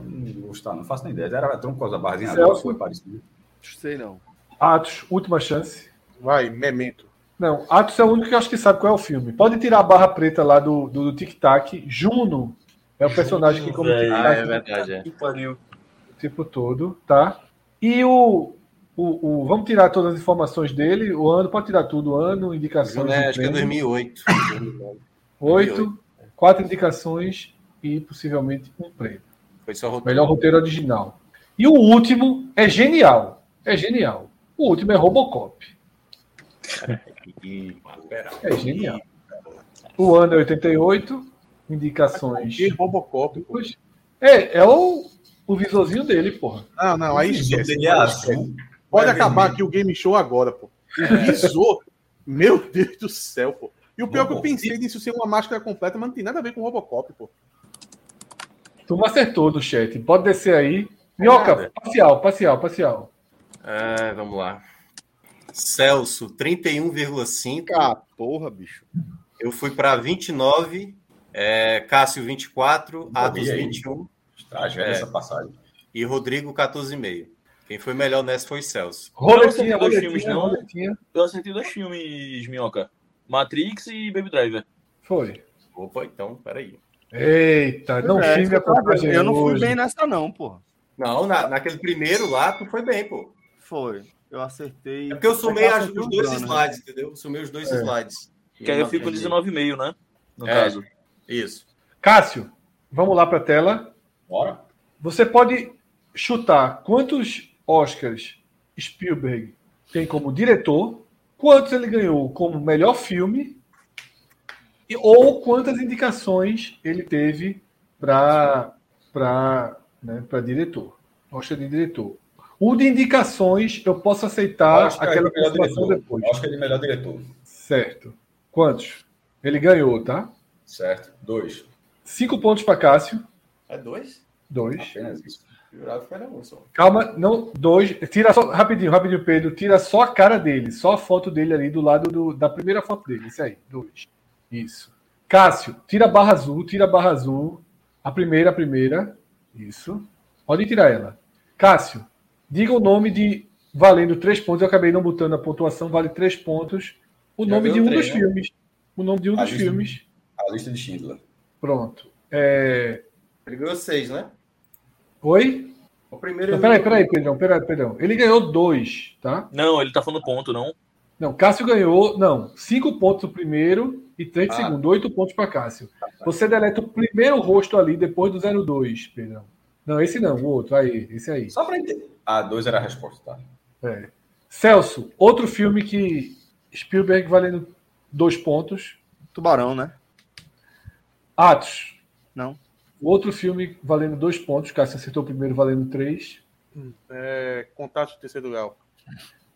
Speaker 7: Não vou gostar, não faço nem ideia. Era tronco com a barzinha
Speaker 2: Celso.
Speaker 7: agora, foi parecido.
Speaker 1: Sei não.
Speaker 2: Atos, última chance.
Speaker 4: Vai, Memento.
Speaker 2: Não, Atos é o único que eu acho que sabe qual é o filme. Pode tirar a barra preta lá do, do, do Tic Tac. Juno é o personagem que como
Speaker 6: velho.
Speaker 2: Tic
Speaker 3: Ah,
Speaker 2: Tac
Speaker 3: é verdade, é.
Speaker 6: Que pariu.
Speaker 2: o tempo todo, tá? E o, o, o- Vamos tirar todas as informações dele, o ano, pode tirar tudo, o ano, indicações.
Speaker 3: Né, acho que é
Speaker 2: de prêmio,
Speaker 3: 2008.
Speaker 2: oito, quatro indicações e possivelmente um prêmio.
Speaker 3: Foi só roteiro.
Speaker 2: Melhor roteiro original. E o último é genial. É genial. O último é Robocop. É genial. O ano é 88, indicações.
Speaker 4: E Robocop. pô.
Speaker 2: duas. É, é o, o visorzinho dele, porra.
Speaker 4: Ah, não, aí
Speaker 7: Ele
Speaker 4: esquece.
Speaker 7: é azul.
Speaker 4: Pode
Speaker 7: Vai
Speaker 4: acabar
Speaker 7: vermelho.
Speaker 4: aqui o game show agora, pô. O visor. Meu Deus do céu, pô. E o pior é que eu
Speaker 7: Robocop.
Speaker 4: pensei nisso ser uma máscara completa, mas não tem nada a ver com Robocop, pô.
Speaker 2: Tu acertou do chat. Pode descer
Speaker 1: É
Speaker 2: aí. Minhoca, parcial, parcial, parcial.
Speaker 3: É, vamos lá. Celso, 31,5.
Speaker 1: Ah, porra, bicho.
Speaker 3: Eu fui para 29. É, Cássio, 24. Atos,
Speaker 7: e aí?
Speaker 3: 21.
Speaker 7: Tragédia
Speaker 3: É.
Speaker 7: essa passagem.
Speaker 3: E Rodrigo, 14,5. Quem foi melhor nessa foi Celso.
Speaker 2: Roletinha,
Speaker 6: Não, você tem dois
Speaker 2: roletinha,
Speaker 6: filmes, não?
Speaker 2: roletinha.
Speaker 6: Eu acertei dois filmes, Minhoca. Matrix e Baby Driver.
Speaker 2: Foi.
Speaker 3: Opa, então, peraí.
Speaker 2: Eita, não
Speaker 1: É,
Speaker 2: filme a contagem
Speaker 1: eu não fui
Speaker 2: hoje.
Speaker 1: bem nessa, não, porra.
Speaker 3: Não, na- naquele primeiro lá, tu foi bem, pô.
Speaker 1: Foi. Eu acertei.
Speaker 3: É porque eu sumei
Speaker 7: tá
Speaker 1: que
Speaker 3: as-
Speaker 1: acertei
Speaker 3: os
Speaker 1: um
Speaker 3: dois
Speaker 1: plano, né?
Speaker 3: slides, entendeu? Eu sumei os dois
Speaker 2: É.
Speaker 3: slides.
Speaker 6: Que aí eu fico com 19,5, né? No
Speaker 3: É.
Speaker 6: caso.
Speaker 3: Isso.
Speaker 2: Cássio, vamos lá para a tela.
Speaker 7: Bora.
Speaker 2: Você pode chutar quantos Oscars Spielberg tem como diretor, quantos ele ganhou como melhor filme, e, ou quantas indicações ele teve para né, pra diretor. Oscar de diretor. O de indicações, eu posso aceitar
Speaker 7: Oscar
Speaker 2: aquela
Speaker 7: de melhor
Speaker 2: participação
Speaker 7: diretor.
Speaker 2: depois.
Speaker 7: Oscar de é melhor diretor.
Speaker 2: Certo. Quantos? Ele ganhou, tá?
Speaker 7: Certo? Dois.
Speaker 2: Cinco pontos para Cássio.
Speaker 5: É dois?
Speaker 2: Dois.
Speaker 7: Apenas isso.
Speaker 5: Jurava que era um só.
Speaker 2: Calma, não, dois. Tira só, rapidinho, rapidinho, Pedro. Tira só a cara dele, só a foto dele ali do lado do- da primeira foto dele. Isso aí, dois. Isso. Cássio, tira a barra azul, tira a barra azul. A primeira, a primeira. Isso. Pode tirar ela. Cássio, diga o nome de. Valendo três pontos, eu acabei não botando a pontuação, vale três pontos. O
Speaker 7: Já
Speaker 2: nome de
Speaker 7: deu
Speaker 2: um
Speaker 7: três,
Speaker 2: dos
Speaker 7: né?
Speaker 2: filmes. O nome de um
Speaker 7: Ah,
Speaker 2: dos
Speaker 7: isso.
Speaker 2: filmes.
Speaker 7: A lista de Schindler.
Speaker 2: Pronto. É...
Speaker 5: Ele ganhou seis, né?
Speaker 2: Oi?
Speaker 5: O primeiro.
Speaker 2: Não,
Speaker 5: ele-
Speaker 2: peraí, peraí, Pedrão, peraí, Pedrão. Ele ganhou dois, tá?
Speaker 6: Não, ele tá falando ponto, não.
Speaker 2: Não, Cássio ganhou, não, cinco pontos o primeiro e três de
Speaker 7: Ah. Tá,
Speaker 2: segundo, oito pontos para Cássio. Você deleta o primeiro rosto ali depois do 02, Pedrão. Não, esse não, o outro, aí, esse aí.
Speaker 7: Só para entender. Ah, dois era a resposta, tá?
Speaker 2: É. Celso, outro filme que Spielberg valendo dois pontos.
Speaker 1: Tubarão, né?
Speaker 2: Atos.
Speaker 1: Não.
Speaker 2: Outro filme valendo dois pontos, Cássio acertou o primeiro valendo três.
Speaker 4: É, contato de terceiro grau.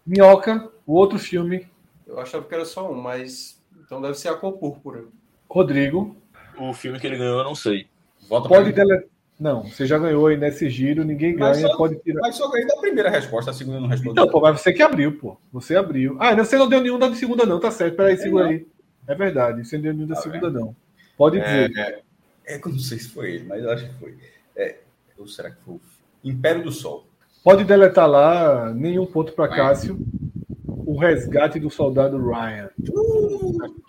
Speaker 2: Minhoca, o outro filme,
Speaker 5: Eu achava que era só um, mas. Então deve ser a cor púrpura.
Speaker 2: Rodrigo.
Speaker 6: O filme que ele ganhou, eu não sei.
Speaker 7: Volta pra
Speaker 2: Pode
Speaker 7: mim.
Speaker 2: deletar. Não, você já ganhou aí nesse giro, ninguém
Speaker 7: Mas
Speaker 2: ganha,
Speaker 7: só-
Speaker 2: pode tirar.
Speaker 7: Mas só ganhei da primeira resposta, a segunda eu não respondeu.
Speaker 2: Não, Então, pô, mas você que abriu, pô. Você abriu. Ah, não, você não deu nenhum da segunda, não, tá certo. Peraí, segura aí. É verdade, você não deu nenhum da
Speaker 7: Tá
Speaker 2: segunda, não. Pode dizer.
Speaker 7: É que eu não sei se foi ele, mas eu acho que foi. É, ou será que foi? Império do Sol.
Speaker 2: Pode deletar lá, nenhum ponto pra
Speaker 7: Vai.
Speaker 2: Cássio. O resgate do soldado Ryan.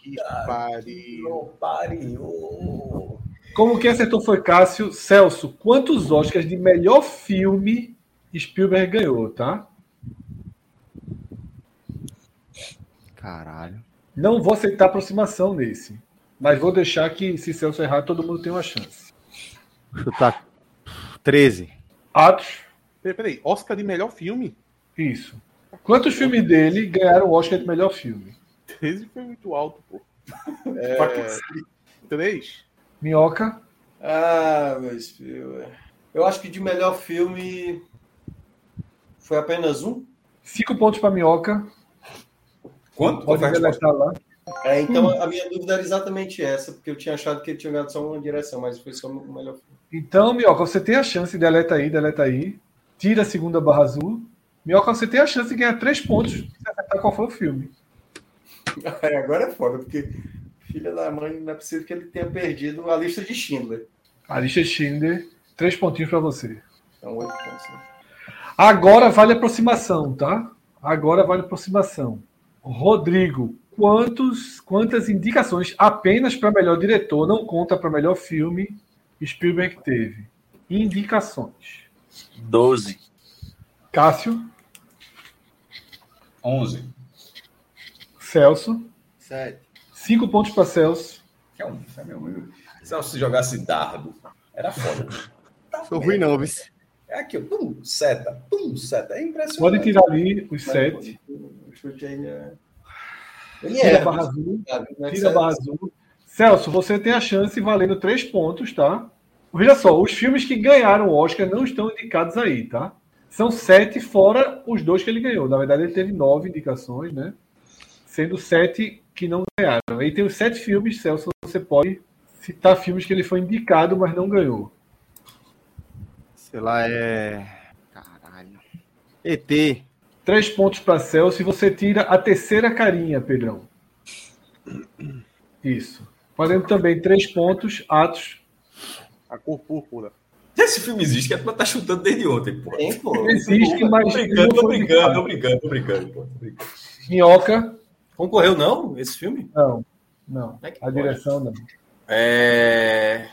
Speaker 4: Que pariu.
Speaker 7: pariu!
Speaker 2: Como quem acertou foi Cássio. Celso, quantos Oscars de melhor filme Spielberg ganhou, tá?
Speaker 1: Caralho.
Speaker 2: Não vou aceitar aproximação nesse. Mas vou deixar que, se Celso errar, todo mundo tem uma chance.
Speaker 1: Vou chutar 13.
Speaker 2: Atos.
Speaker 4: Peraí, peraí, Oscar de melhor filme?
Speaker 2: Isso. Quantos filmes dele ganharam o Oscar de melhor filme?
Speaker 4: 13 foi muito alto, pô. É, 3?
Speaker 2: Minhoca,
Speaker 5: Ah, meu espírito. Eu acho que de melhor filme. Foi apenas um?
Speaker 2: cinco pontos para Minhoca.
Speaker 7: Quanto? Qual
Speaker 2: Pode
Speaker 7: foi a resposta?
Speaker 2: deletar lá.
Speaker 5: É, então a minha dúvida era exatamente essa, porque eu tinha achado que ele tinha ganhado só uma direção, mas foi só o melhor filme.
Speaker 2: Então, Minhoca, você tem a chance, deleta aí, deleta aí. Tira a segunda barra azul. Minhoca, você tem a chance de ganhar três pontos se acertar qual foi o filme.
Speaker 5: É, agora é foda, porque filha da mãe, não é possível que ele tenha perdido a lista de Schindler.
Speaker 2: Alicia Schindler, três pontinhos para você.
Speaker 5: Então, oito pontos. né?
Speaker 2: Agora vale aproximação, tá? Agora vale aproximação. Rodrigo, quantos, quantas indicações apenas para melhor diretor, não conta para melhor filme, Spielberg teve? Indicações.
Speaker 6: 12.
Speaker 2: Cássio,
Speaker 7: 11.
Speaker 2: Celso,
Speaker 5: Sete.
Speaker 2: cinco pontos para Celso.
Speaker 7: Que é um, é meu amigo. Se eu se jogasse dardo, era foda.
Speaker 1: Sou ruim, não, viu?
Speaker 7: É aqui, ó, pum, seta, pum, seta. É impressionante. tipo,
Speaker 2: Pode tirar ali os sete.
Speaker 5: O chute aí é.
Speaker 7: né?
Speaker 5: Ele
Speaker 2: Tira
Speaker 5: é.
Speaker 2: a barra azul.
Speaker 5: sabe? Não é que
Speaker 2: Tira a barra azul. Celso, você tem a chance valendo três pontos, tá? Veja só, os filmes que ganharam o Oscar não estão indicados aí, tá? São sete fora os dois que ele ganhou. Na verdade, ele teve nove indicações, né? Sendo sete que não ganharam. Aí tem os sete filmes, Celso, você pode citar filmes que ele foi indicado, mas não ganhou.
Speaker 1: Sei lá, é. Caralho. ET.
Speaker 2: Três pontos para Celso e você tira a terceira carinha, Pedrão. Isso. Valendo também três pontos, Atos.
Speaker 4: A cor púrpura.
Speaker 7: Esse filme existe, que a tua tá chutando desde ontem, pô.
Speaker 5: Tem, pô.
Speaker 2: Existe,
Speaker 7: Tô
Speaker 2: mas
Speaker 7: brincando,
Speaker 2: não
Speaker 7: tô
Speaker 2: foi
Speaker 7: brincando, tô
Speaker 2: indicado.
Speaker 7: brincando, tô brincando, pô. Tô brincando.
Speaker 2: Minhoca,
Speaker 3: Concorreu, não, esse filme?
Speaker 2: não. Não.
Speaker 3: É que
Speaker 2: A direção não.
Speaker 3: É.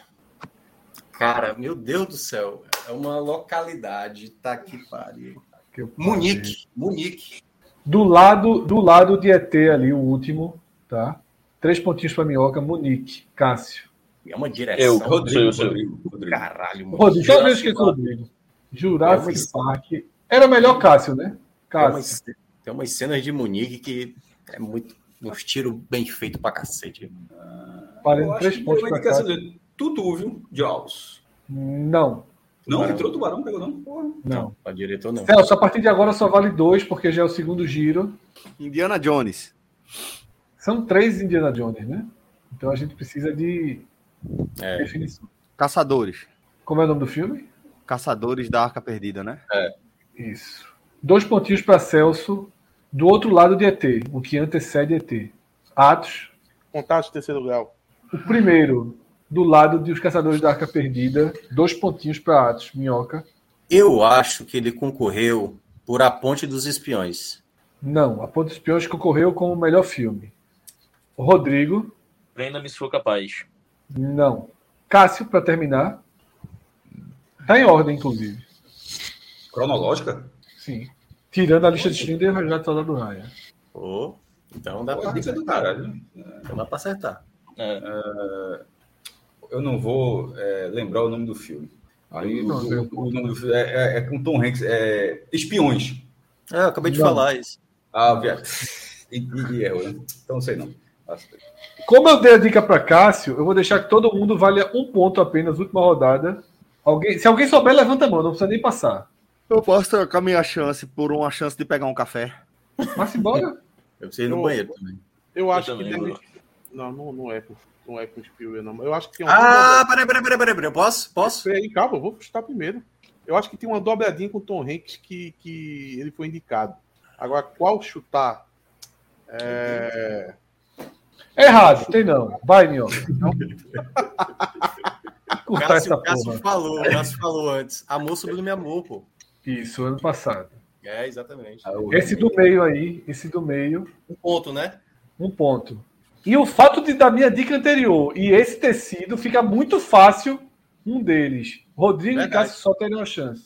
Speaker 8: Cara, meu Deus do céu. É uma localidade. Tá que pariu.
Speaker 2: Que eu-
Speaker 8: Munique. Munique.
Speaker 2: Do lado, do lado de ET ali, o último, tá? Três pontinhos para Minhoca, Munique, Cássio.
Speaker 8: É uma direção.
Speaker 6: Eu,
Speaker 7: Rodrigo,
Speaker 6: Rodrigo, sou eu, sou eu.
Speaker 7: Rodrigo, Rodrigo.
Speaker 8: Caralho, mano.
Speaker 2: Rodrigo, deixa eu ver o que
Speaker 8: Jurassic
Speaker 2: é Rodrigo. Jurassic
Speaker 8: Jurassic
Speaker 7: É
Speaker 2: Park. Era melhor Cássio, né?
Speaker 8: Tem
Speaker 2: Cássio.
Speaker 8: umas, tem umas cenas de Munique que é muito. Uns tiros bem feitos pra cacete.
Speaker 7: Eu
Speaker 2: Valendo
Speaker 7: acho
Speaker 2: três
Speaker 7: que
Speaker 2: pontos
Speaker 7: foi uma
Speaker 2: para
Speaker 7: indicação
Speaker 2: Cássio.
Speaker 7: de Tutu, viu? Jaws.
Speaker 2: Não.
Speaker 7: Não, entrou o Tubarão, pegou não? Porra.
Speaker 2: Não.
Speaker 8: Para diretor, não.
Speaker 2: Celso, a partir de agora só vale dois, porque já é o segundo giro.
Speaker 1: Indiana Jones.
Speaker 2: São três Indiana Jones, né? Então a gente precisa de
Speaker 8: É.
Speaker 2: definição.
Speaker 1: Caçadores.
Speaker 2: Como é o nome do filme?
Speaker 1: Caçadores da Arca Perdida, né?
Speaker 2: Isso. Dois pontinhos para Celso, do outro lado de ET, o que antecede ET. Atos,
Speaker 4: Contato de terceiro grau.
Speaker 2: O primeiro, do lado de Os Caçadores da Arca Perdida, dois pontinhos para Atos, Minhoca.
Speaker 3: Eu acho que ele concorreu por A Ponte dos Espiões.
Speaker 2: Não, A Ponta dos Peões concorreu como o melhor filme. Rodrigo,
Speaker 6: Prenda-me se for capaz.
Speaker 2: não. Cássio, para terminar. Tá em ordem, inclusive.
Speaker 7: Cronológica?
Speaker 2: Sim. Tirando a lista de Schindler e o Resgate do Soldado Ryan.
Speaker 8: Ô, então dá
Speaker 7: Pô,
Speaker 8: para
Speaker 7: dica é do
Speaker 8: acertar.
Speaker 7: caralho. né?
Speaker 8: Então dá pra acertar.
Speaker 6: É.
Speaker 7: Eu não vou é, lembrar o nome do filme. Aí, o,
Speaker 2: pronto, eu-
Speaker 7: o- o nome do filme é, é- é com Tom Hanks. É, Espiões.
Speaker 8: É, eu acabei de
Speaker 2: Não.
Speaker 8: falar isso.
Speaker 7: Ah, viado. E, e, e errou, né? Então não sei não. tá
Speaker 2: Como eu dei a dica para Cássio, eu vou deixar que todo mundo valha um ponto apenas, última rodada. Alguém, se alguém souber, levanta a mão, não precisa nem passar.
Speaker 1: Eu posso trocar minha chance por uma chance de pegar um café.
Speaker 2: Mas embora.
Speaker 8: Eu preciso ir no
Speaker 4: Eu-
Speaker 8: banheiro também.
Speaker 4: Eu acho que
Speaker 6: também,
Speaker 4: deve.
Speaker 6: mano.
Speaker 4: Não, não, não é com não é com Spielberg, não. Eu acho que tem um
Speaker 8: Ah, peraí, peraí, peraí, peraí. Eu posso? Posso?
Speaker 4: Peraí, calma, eu vou chutar primeiro. Eu acho que tem uma dobradinha com o Tom Hanks que, que ele foi indicado. Agora, qual chutar? É...
Speaker 2: é Errado, tem não. Vai, Minhoca. Curtar essa
Speaker 8: Cássio,
Speaker 2: porra.
Speaker 8: Cássio falou, Cássio falou antes. Amor sublime amor, pô.
Speaker 2: Isso, ano passado.
Speaker 8: É, exatamente.
Speaker 2: Esse do meio aí, esse do meio,
Speaker 8: Um ponto, né?
Speaker 2: um ponto. E o fato de, da minha dica anterior e esse tecido fica muito fácil um deles. Rodrigo e
Speaker 8: Verdade.
Speaker 2: Cássio só teriam a chance.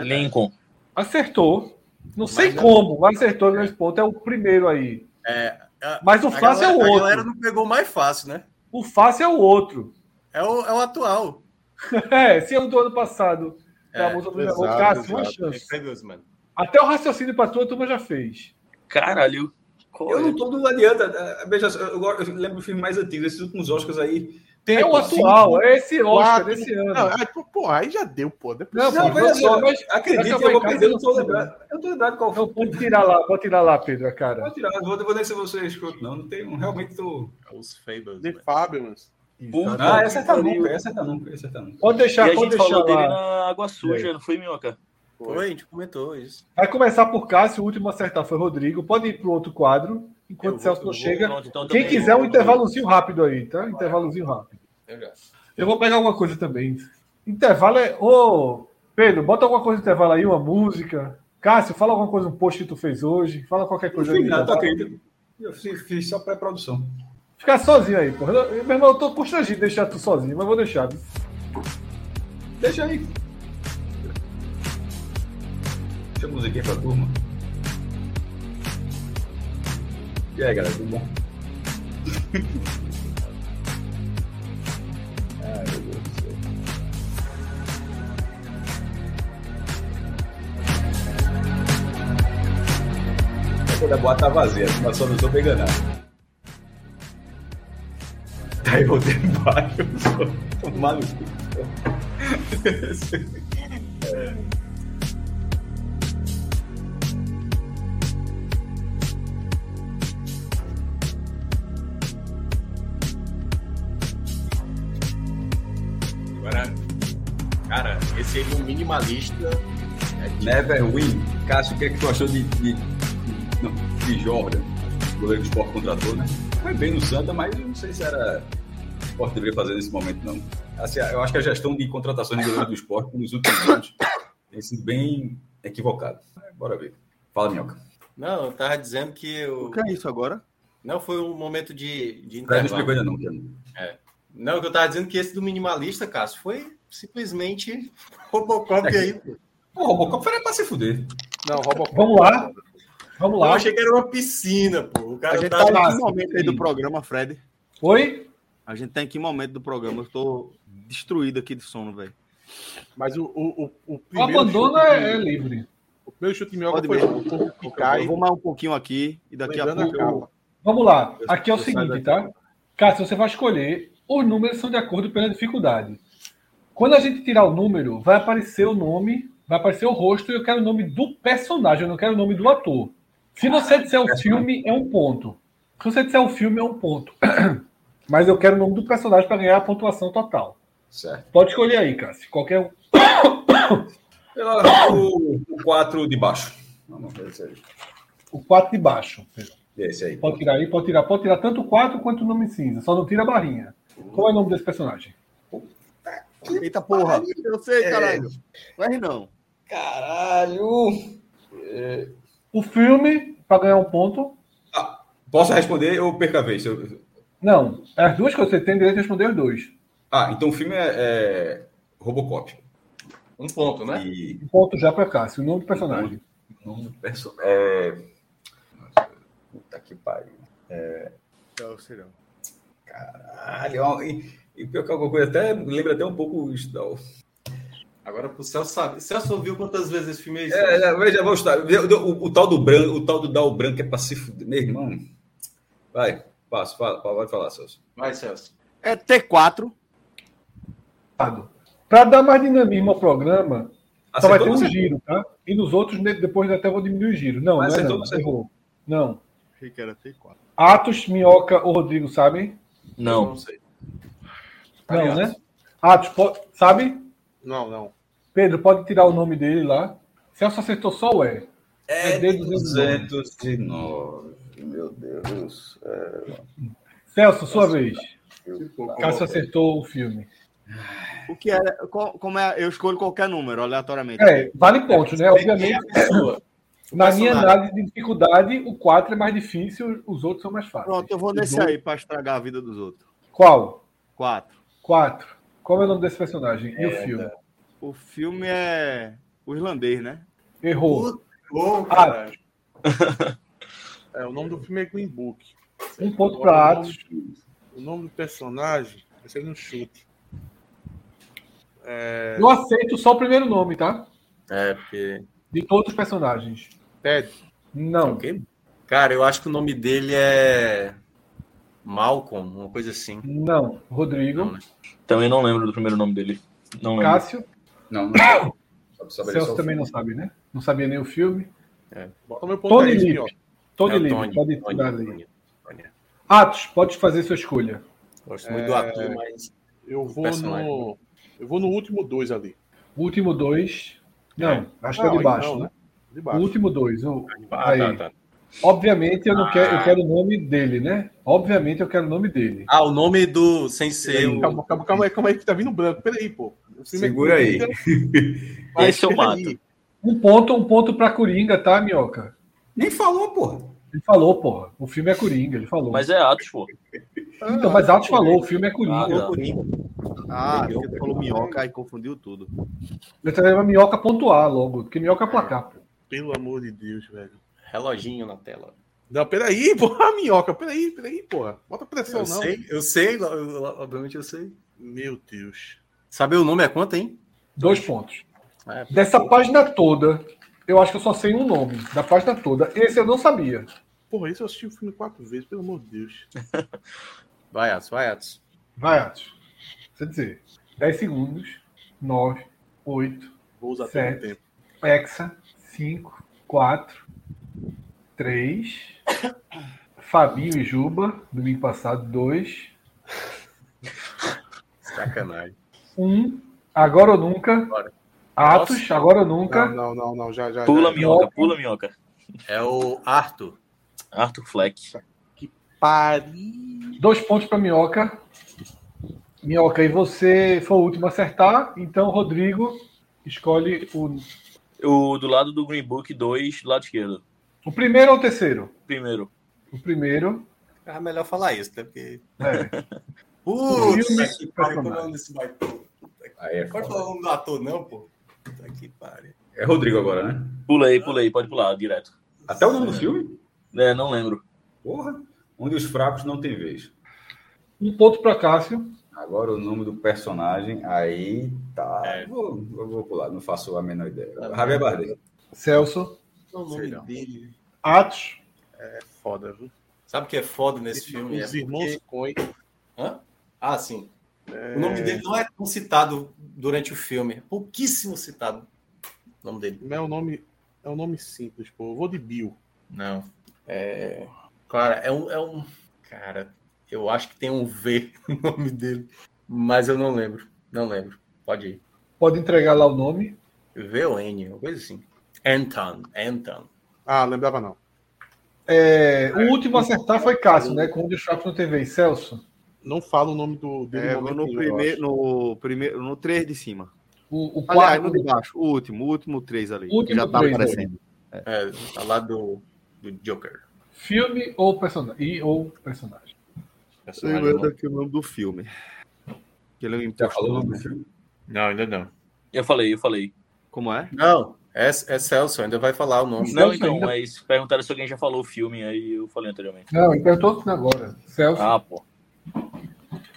Speaker 6: Lincoln.
Speaker 2: Acertou. Não sei
Speaker 8: Mas é-
Speaker 2: como, mas acertou o mesmo ponto. É o primeiro aí.
Speaker 8: É, a-
Speaker 2: Mas o
Speaker 8: a
Speaker 2: fácil
Speaker 8: galera-
Speaker 2: é o
Speaker 8: A
Speaker 2: outro.
Speaker 8: galera não pegou o mais fácil, né?
Speaker 2: O fácil é o outro.
Speaker 8: É o, é o atual.
Speaker 2: É, se é o do ano passado.
Speaker 8: É,
Speaker 2: da música do Leão,
Speaker 4: exato,
Speaker 2: Cássio, uma
Speaker 4: exato.
Speaker 2: chance.
Speaker 8: É mano.
Speaker 2: Até o raciocínio para tua turma já fez.
Speaker 6: Caralho. Qual
Speaker 7: Eu
Speaker 6: é?
Speaker 7: não tô, não adianta. É, Veja, só, eu, go- eu lembro do filme mais antigo, esses últimos Oscars aí. Tem
Speaker 2: É o
Speaker 7: assim,
Speaker 2: atual, é esse Oscar
Speaker 4: quatro-
Speaker 2: desse ano.
Speaker 4: Não, aí, pô, pô, aí já deu, pô. Não é
Speaker 2: Não,
Speaker 4: possível.
Speaker 7: Não,
Speaker 2: pô,
Speaker 7: veja
Speaker 2: vamos lá,
Speaker 7: só,
Speaker 2: mas-
Speaker 7: acredite,
Speaker 2: Vai
Speaker 7: eu vou
Speaker 2: acabar em
Speaker 7: perder, eu não
Speaker 2: casa,
Speaker 7: tô
Speaker 2: não
Speaker 7: lembrado. Eu tô lembrado qual foi.
Speaker 2: Não, pode tirar lá, pode tirar lá, Pedro, a cara.
Speaker 7: Vou tirar, vou, vou nem se você escuta, não. Não tem, realmente tô.
Speaker 8: É Os Fables.
Speaker 4: De Fábio, mano.
Speaker 7: Ah, essa é tá nunca, essa é tá nunca, essa é tá nunca.
Speaker 2: Pode
Speaker 6: E
Speaker 2: deixar,
Speaker 6: a
Speaker 2: pode
Speaker 6: gente
Speaker 2: deixar
Speaker 6: falou dele
Speaker 2: lá.
Speaker 6: na água suja, não foi, Minhoca?
Speaker 8: Foi, a gente comentou isso.
Speaker 2: Vai começar por Cássio, o último a acertar foi Rodrigo. Pode ir pro outro quadro, enquanto
Speaker 8: Eu
Speaker 2: o Celso
Speaker 8: vou, eu
Speaker 2: não
Speaker 8: vou.
Speaker 2: chega.
Speaker 6: Pronto, então
Speaker 2: Quem
Speaker 6: também-
Speaker 2: quiser um intervalozinho rápido aí, tá? Intervalozinho rápido.
Speaker 8: Eu já.
Speaker 2: Eu vou pegar alguma coisa também. Intervalo é. Ô, Pedro, bota alguma coisa no intervalo aí, uma música. Cássio, fala alguma coisa, um post que tu fez hoje. Fala qualquer
Speaker 7: Não
Speaker 2: coisa aí. tá?
Speaker 7: fiz nada, tô
Speaker 2: intervalo.
Speaker 7: acredito. Eu fiz, fiz só pré-produção.
Speaker 2: Ficar sozinho aí, porra. Eu- Meu irmão, eu tô constrangido de deixar tu sozinho, mas vou deixar. viu?
Speaker 7: Deixa aí. Deixa a musiquinha pra turma. E aí, galera, tudo bom? Ai, meu Deus do céu. Quando a boate tá vazia, mas só não sou pegando nada. Tá eu rodando embaixo, eu sou um tomar no cu.
Speaker 8: Agora, cara, esse aí do minimalista. né,
Speaker 7: Never win. Cássio, o que é que tu achou de, de, não, de Jordan? O goleiro que o Sport contratou, né? Foi bem no Santa, mas eu não sei se era o Sport deveria fazer nesse momento, não. Assim, eu acho que a gestão de contratações de goleiro do Sport nos últimos anos tem sido bem equivocada. Mas Bora ver. Fala, Minhoca.
Speaker 8: Não, eu tava dizendo que eu.
Speaker 1: O que é isso agora?
Speaker 8: Não foi um momento de, de
Speaker 7: Não
Speaker 8: intervalo.
Speaker 7: explicou ainda não, Diana.
Speaker 8: Não, que eu tava dizendo que esse do minimalista, Cássio, foi simplesmente Robocop aí. pô.
Speaker 7: Pô, o Robocop era pra se fuder.
Speaker 4: Não, Robocop.
Speaker 2: Vamos lá. Vamos
Speaker 8: Eu
Speaker 2: lá.
Speaker 8: achei que era uma piscina, pô. O
Speaker 1: A
Speaker 8: cara
Speaker 1: gente
Speaker 8: tava.
Speaker 1: tá em que momento aí do programa, Fred?
Speaker 2: Oi?
Speaker 1: A gente tá em que momento do programa? Eu tô destruído aqui de sono, velho.
Speaker 4: Mas o, o, o, o
Speaker 2: O
Speaker 4: primeiro.
Speaker 2: abandono
Speaker 4: chute
Speaker 2: é, é
Speaker 4: de-
Speaker 2: livre.
Speaker 4: O primeiro chute de
Speaker 1: Pode
Speaker 4: minhoca foi
Speaker 1: mesmo.
Speaker 4: o corpo que
Speaker 1: Eu
Speaker 4: cai.
Speaker 1: vou mais um pouquinho aqui e daqui a
Speaker 4: lembrando a
Speaker 1: pouco.
Speaker 2: Vamos lá. Aqui é
Speaker 1: eu
Speaker 2: o
Speaker 1: saio
Speaker 2: seguinte, tá? Cássio, você vai escolher. Os números são de acordo pela dificuldade. Quando a gente tirar o número, vai aparecer o nome, vai aparecer o rosto e eu quero o nome do personagem, eu não quero o nome do ator. Se
Speaker 1: Ah,
Speaker 2: você disser o filme, é um ponto. Se você disser o filme, é um ponto. Mas eu quero o nome do personagem para ganhar a pontuação total.
Speaker 7: Certo.
Speaker 2: Pode escolher aí, Cássio. Qualquer um.
Speaker 7: Pela, o, o 4 de baixo. Vamos ver se é isso. é
Speaker 2: O 4 de baixo.
Speaker 7: Esse aí.
Speaker 2: Pode tirar aí, pode tirar. Pode tirar tanto o 4 quanto o nome cinza. Só não tira a barrinha. Qual é o nome desse personagem?
Speaker 1: Eita porra. Eu sei, caralho. Não erre não.
Speaker 5: Caralho!
Speaker 2: O filme, para ganhar um ponto.
Speaker 7: Posso responder ou perca a vez? Eu-
Speaker 2: Não. As duas coisas, você tem direito a responder os dois.
Speaker 7: Ah, então o filme é, é Robocop.
Speaker 8: Um ponto, né?
Speaker 7: E
Speaker 2: Um ponto já para Cássio, o nome do personagem.
Speaker 7: o nome do perso- é... Puta que pariu. É,
Speaker 1: Não, sei não.
Speaker 7: Caralho. ó, E, e pior que alguma coisa até lembra até um pouco isso. não.
Speaker 5: Agora pro Celso sabe. Celso ouviu quantas vezes esse filme aí?
Speaker 7: É,
Speaker 5: Celso?
Speaker 7: já, veja, vamos estar. O, o tal do branco, o tal do Dal Branco é pra se fuder. Meu irmão. Vai, passo, fala, pode falar, Celso.
Speaker 5: Vai, Celso.
Speaker 1: É T4.
Speaker 2: Para dar mais dinamismo ao programa, só vai ter um
Speaker 7: você?
Speaker 2: giro, tá? E nos outros, ne- depois até vou diminuir o giro. Não,
Speaker 7: Mas
Speaker 2: não é
Speaker 7: acertou,
Speaker 2: não.
Speaker 7: você errou.
Speaker 2: Errou. Não.
Speaker 1: Achei que era T4.
Speaker 2: Atos, Minhoca ou Rodrigo sabem?
Speaker 5: Eu
Speaker 6: Não.
Speaker 5: Não sei.
Speaker 2: Não,
Speaker 4: Aliás.
Speaker 2: né? Atos, po- sabe?
Speaker 4: Não, não.
Speaker 2: Pedro, pode tirar o nome dele lá. Celso acertou só o E. É
Speaker 7: um
Speaker 2: D209.
Speaker 7: 209. Meu Deus.
Speaker 2: Celso, sua vez.
Speaker 5: Tipo,
Speaker 2: Cássio acertou o filme.
Speaker 1: O que era? Qual- Como é? Eu escolho qualquer número, aleatoriamente.
Speaker 2: É, vale pontos, né? Obviamente,
Speaker 5: pessoa.
Speaker 2: na minha
Speaker 5: personagem.
Speaker 2: análise de dificuldade, o 4 é mais difícil, os outros são mais fáceis.
Speaker 1: Pronto, eu vou nesse
Speaker 2: Os
Speaker 1: aí pra estragar a vida dos outros.
Speaker 2: Qual?
Speaker 1: 4.
Speaker 2: 4. Qual é o nome desse personagem? E o filme?
Speaker 1: O filme é o irlandês, né?
Speaker 2: Errou.
Speaker 5: Bom, caralho.
Speaker 4: É, o nome do filme é Green Book.
Speaker 2: Um ponto para
Speaker 4: Agora,
Speaker 2: Atos.
Speaker 4: O nome do personagem, vocês não chute.
Speaker 2: Eu aceito só o primeiro nome, tá?
Speaker 8: É, porque.
Speaker 2: De todos os personagens.
Speaker 4: Ted,
Speaker 2: Não.
Speaker 8: Ok. Cara, eu acho que o nome dele é. Malcolm, uma coisa assim.
Speaker 2: Não. Rodrigo.
Speaker 6: Também não lembro do primeiro nome dele. Não lembro.
Speaker 2: Cássio.
Speaker 7: Não, não. sei. Sabe- sabe só
Speaker 2: Celso
Speaker 7: o
Speaker 2: também não
Speaker 7: filme.
Speaker 2: sabe, né? Não sabia nem o filme.
Speaker 4: bota meu ponto
Speaker 2: Tony
Speaker 4: aí,
Speaker 2: Lip.
Speaker 4: senhor.
Speaker 2: Tony
Speaker 8: é o
Speaker 2: Lip.
Speaker 8: Tony,
Speaker 2: Pode
Speaker 8: Tony,
Speaker 2: tirar ali.
Speaker 8: Tony, Tony.
Speaker 2: Atos, pode fazer sua escolha.
Speaker 8: Gosto muito do ator, mas.
Speaker 4: Eu vou
Speaker 8: personagem.
Speaker 4: no. Eu vou no último dois ali.
Speaker 2: O último dois. Não, acho que é
Speaker 4: Não,
Speaker 2: de baixo,
Speaker 4: não,
Speaker 2: né?
Speaker 4: De
Speaker 2: O
Speaker 4: baixo.
Speaker 2: último dois. o-
Speaker 8: Ah, tá,
Speaker 2: Aí.
Speaker 8: tá.
Speaker 2: Obviamente eu não quero,
Speaker 6: Ah.
Speaker 2: eu quero o nome dele, né? Obviamente eu quero o nome dele.
Speaker 8: Ah, o nome do. Sem ser o.
Speaker 4: Calma, calma, calma aí, calma aí, que tá vindo branco. Peraí, pô. O filme é
Speaker 7: Segura aí.
Speaker 4: Coringa, mas
Speaker 6: Esse eu mato.
Speaker 4: peraí.
Speaker 2: Um ponto, um ponto pra Coringa, tá, Minhoca?
Speaker 7: Nem falou, porra.
Speaker 2: Ele falou, porra. O filme é Coringa, ele falou.
Speaker 6: Mas é Atos, pô.
Speaker 2: Então, mas Atos falou, o filme é
Speaker 6: Ah,
Speaker 2: Coringa.
Speaker 6: tá.
Speaker 1: Ah, você falou minhoca e confundiu tudo.
Speaker 2: Eu traria pra Minhoca pontuar logo, porque Minhoca é placar. pô.
Speaker 4: Pelo amor de Deus, velho.
Speaker 8: Reloginho na tela.
Speaker 4: Não, peraí, porra, minhoca. Peraí, peraí, porra. Bota pressão,
Speaker 8: Eu
Speaker 4: não.
Speaker 8: sei, eu sei, lo- lo- obviamente eu sei.
Speaker 4: Meu Deus.
Speaker 8: Saber o nome é quanto, hein?
Speaker 2: Dois pontos.
Speaker 8: É.
Speaker 2: Dessa página toda, eu acho que eu só sei um nome. Da página toda. Esse eu não sabia.
Speaker 4: Porra, isso eu assisti o filme quatro vezes, pelo amor de Deus.
Speaker 8: Vai, Atos, vai, Atos.
Speaker 2: Vai, Atos. Você dizer. 10 segundos. 9, 8,
Speaker 4: Vou usar
Speaker 2: Certo.
Speaker 4: todo o tempo.
Speaker 2: Hexa, 5, 4, 3. Fabinho e Juba, domingo passado, 2.
Speaker 8: Sacanagem.
Speaker 2: 1. Agora ou nunca.
Speaker 8: Bora.
Speaker 2: Atos, agora ou nunca.
Speaker 4: Não, não, não, não, já, já.
Speaker 6: Pula
Speaker 4: já.
Speaker 6: minhoca, pula minhoca.
Speaker 8: É o Arthur.
Speaker 6: Arthur Fleck.
Speaker 4: Pari.
Speaker 2: Dois pontos para Minhoca. Minhoca, e você foi o último a acertar, então Rodrigo escolhe o,
Speaker 6: O do lado do Green Book 2, do lado esquerdo.
Speaker 2: o primeiro ou o terceiro?
Speaker 6: Primeiro.
Speaker 2: O primeiro.
Speaker 8: É melhor falar isso, né? Porque.
Speaker 2: É.
Speaker 8: Putz,
Speaker 2: Filme
Speaker 8: que pariu, como é o
Speaker 2: personagem.
Speaker 8: nome desse baitão?
Speaker 7: Aí é,
Speaker 8: Pode
Speaker 7: foda.
Speaker 8: falar o nome do ator, não, pô? Puta que pariu.
Speaker 7: é Rodrigo agora, né?
Speaker 6: Pulei, pulei, pode pular direto.
Speaker 7: Até o nome do filme?
Speaker 6: É, não lembro.
Speaker 7: Porra. Onde os fracos não têm vez.
Speaker 2: Um ponto para Cássio.
Speaker 7: Agora o nome do personagem, aí tá. Vou, eu vou pular, não faço a menor ideia. Javier Bardem.
Speaker 2: Celso.
Speaker 8: Não, é o nome dele.
Speaker 2: Atos.
Speaker 4: É foda, viu?
Speaker 8: Sabe o que é foda nesse filme? É
Speaker 4: Os irmãos
Speaker 8: porque-
Speaker 4: Coen.
Speaker 8: Hã? Ah, sim.
Speaker 3: O nome dele não é tão citado durante o filme. É pouquíssimo citado o nome dele.
Speaker 4: Mas é um nome, é um nome simples, pô. Eu vou de Bill.
Speaker 3: Não. É... Cara, é um, é um. Cara, eu acho que tem um V no nome dele. Mas eu não lembro. Não lembro. Pode ir.
Speaker 2: Pode entregar lá o nome.
Speaker 3: V ou N, uma coisa assim. Anton. Anton.
Speaker 4: Ah, lembrava não.
Speaker 2: É, o último a acertar foi Cássio, né? Com o de Chaco no TV. Celso,
Speaker 4: Não fala o nome do
Speaker 2: um
Speaker 4: dele.
Speaker 1: É,
Speaker 4: em
Speaker 1: vou
Speaker 4: momento
Speaker 1: no
Speaker 4: nenhum, eu
Speaker 1: primeiro, no primeiro, no 3 de cima.
Speaker 2: o, o
Speaker 1: Aliás, no
Speaker 2: quarto.
Speaker 1: de baixo, o último, o último 3 ali.
Speaker 2: O último
Speaker 1: já tá
Speaker 2: três, né?
Speaker 1: aparecendo.
Speaker 3: É, tá lá do, do Joker.
Speaker 2: Filme ou personagem? E, ou personagem.
Speaker 3: Personagem
Speaker 1: Lembrando
Speaker 3: não.
Speaker 1: aqui o nome do filme. Que ele é um
Speaker 7: Já falou o
Speaker 1: impostor.
Speaker 7: nome do
Speaker 1: né?
Speaker 7: filme?
Speaker 3: Não, ainda não.
Speaker 6: Eu falei, eu falei.
Speaker 1: Como é?
Speaker 3: Não, é, é Celso, ainda vai falar o nome. Ah,
Speaker 6: Não,
Speaker 2: Celso
Speaker 6: então,
Speaker 2: ainda.
Speaker 6: mas perguntaram se alguém já falou o filme, aí eu falei anteriormente.
Speaker 2: Não, ele perguntou né, agora. Celso.
Speaker 6: Ah, pô.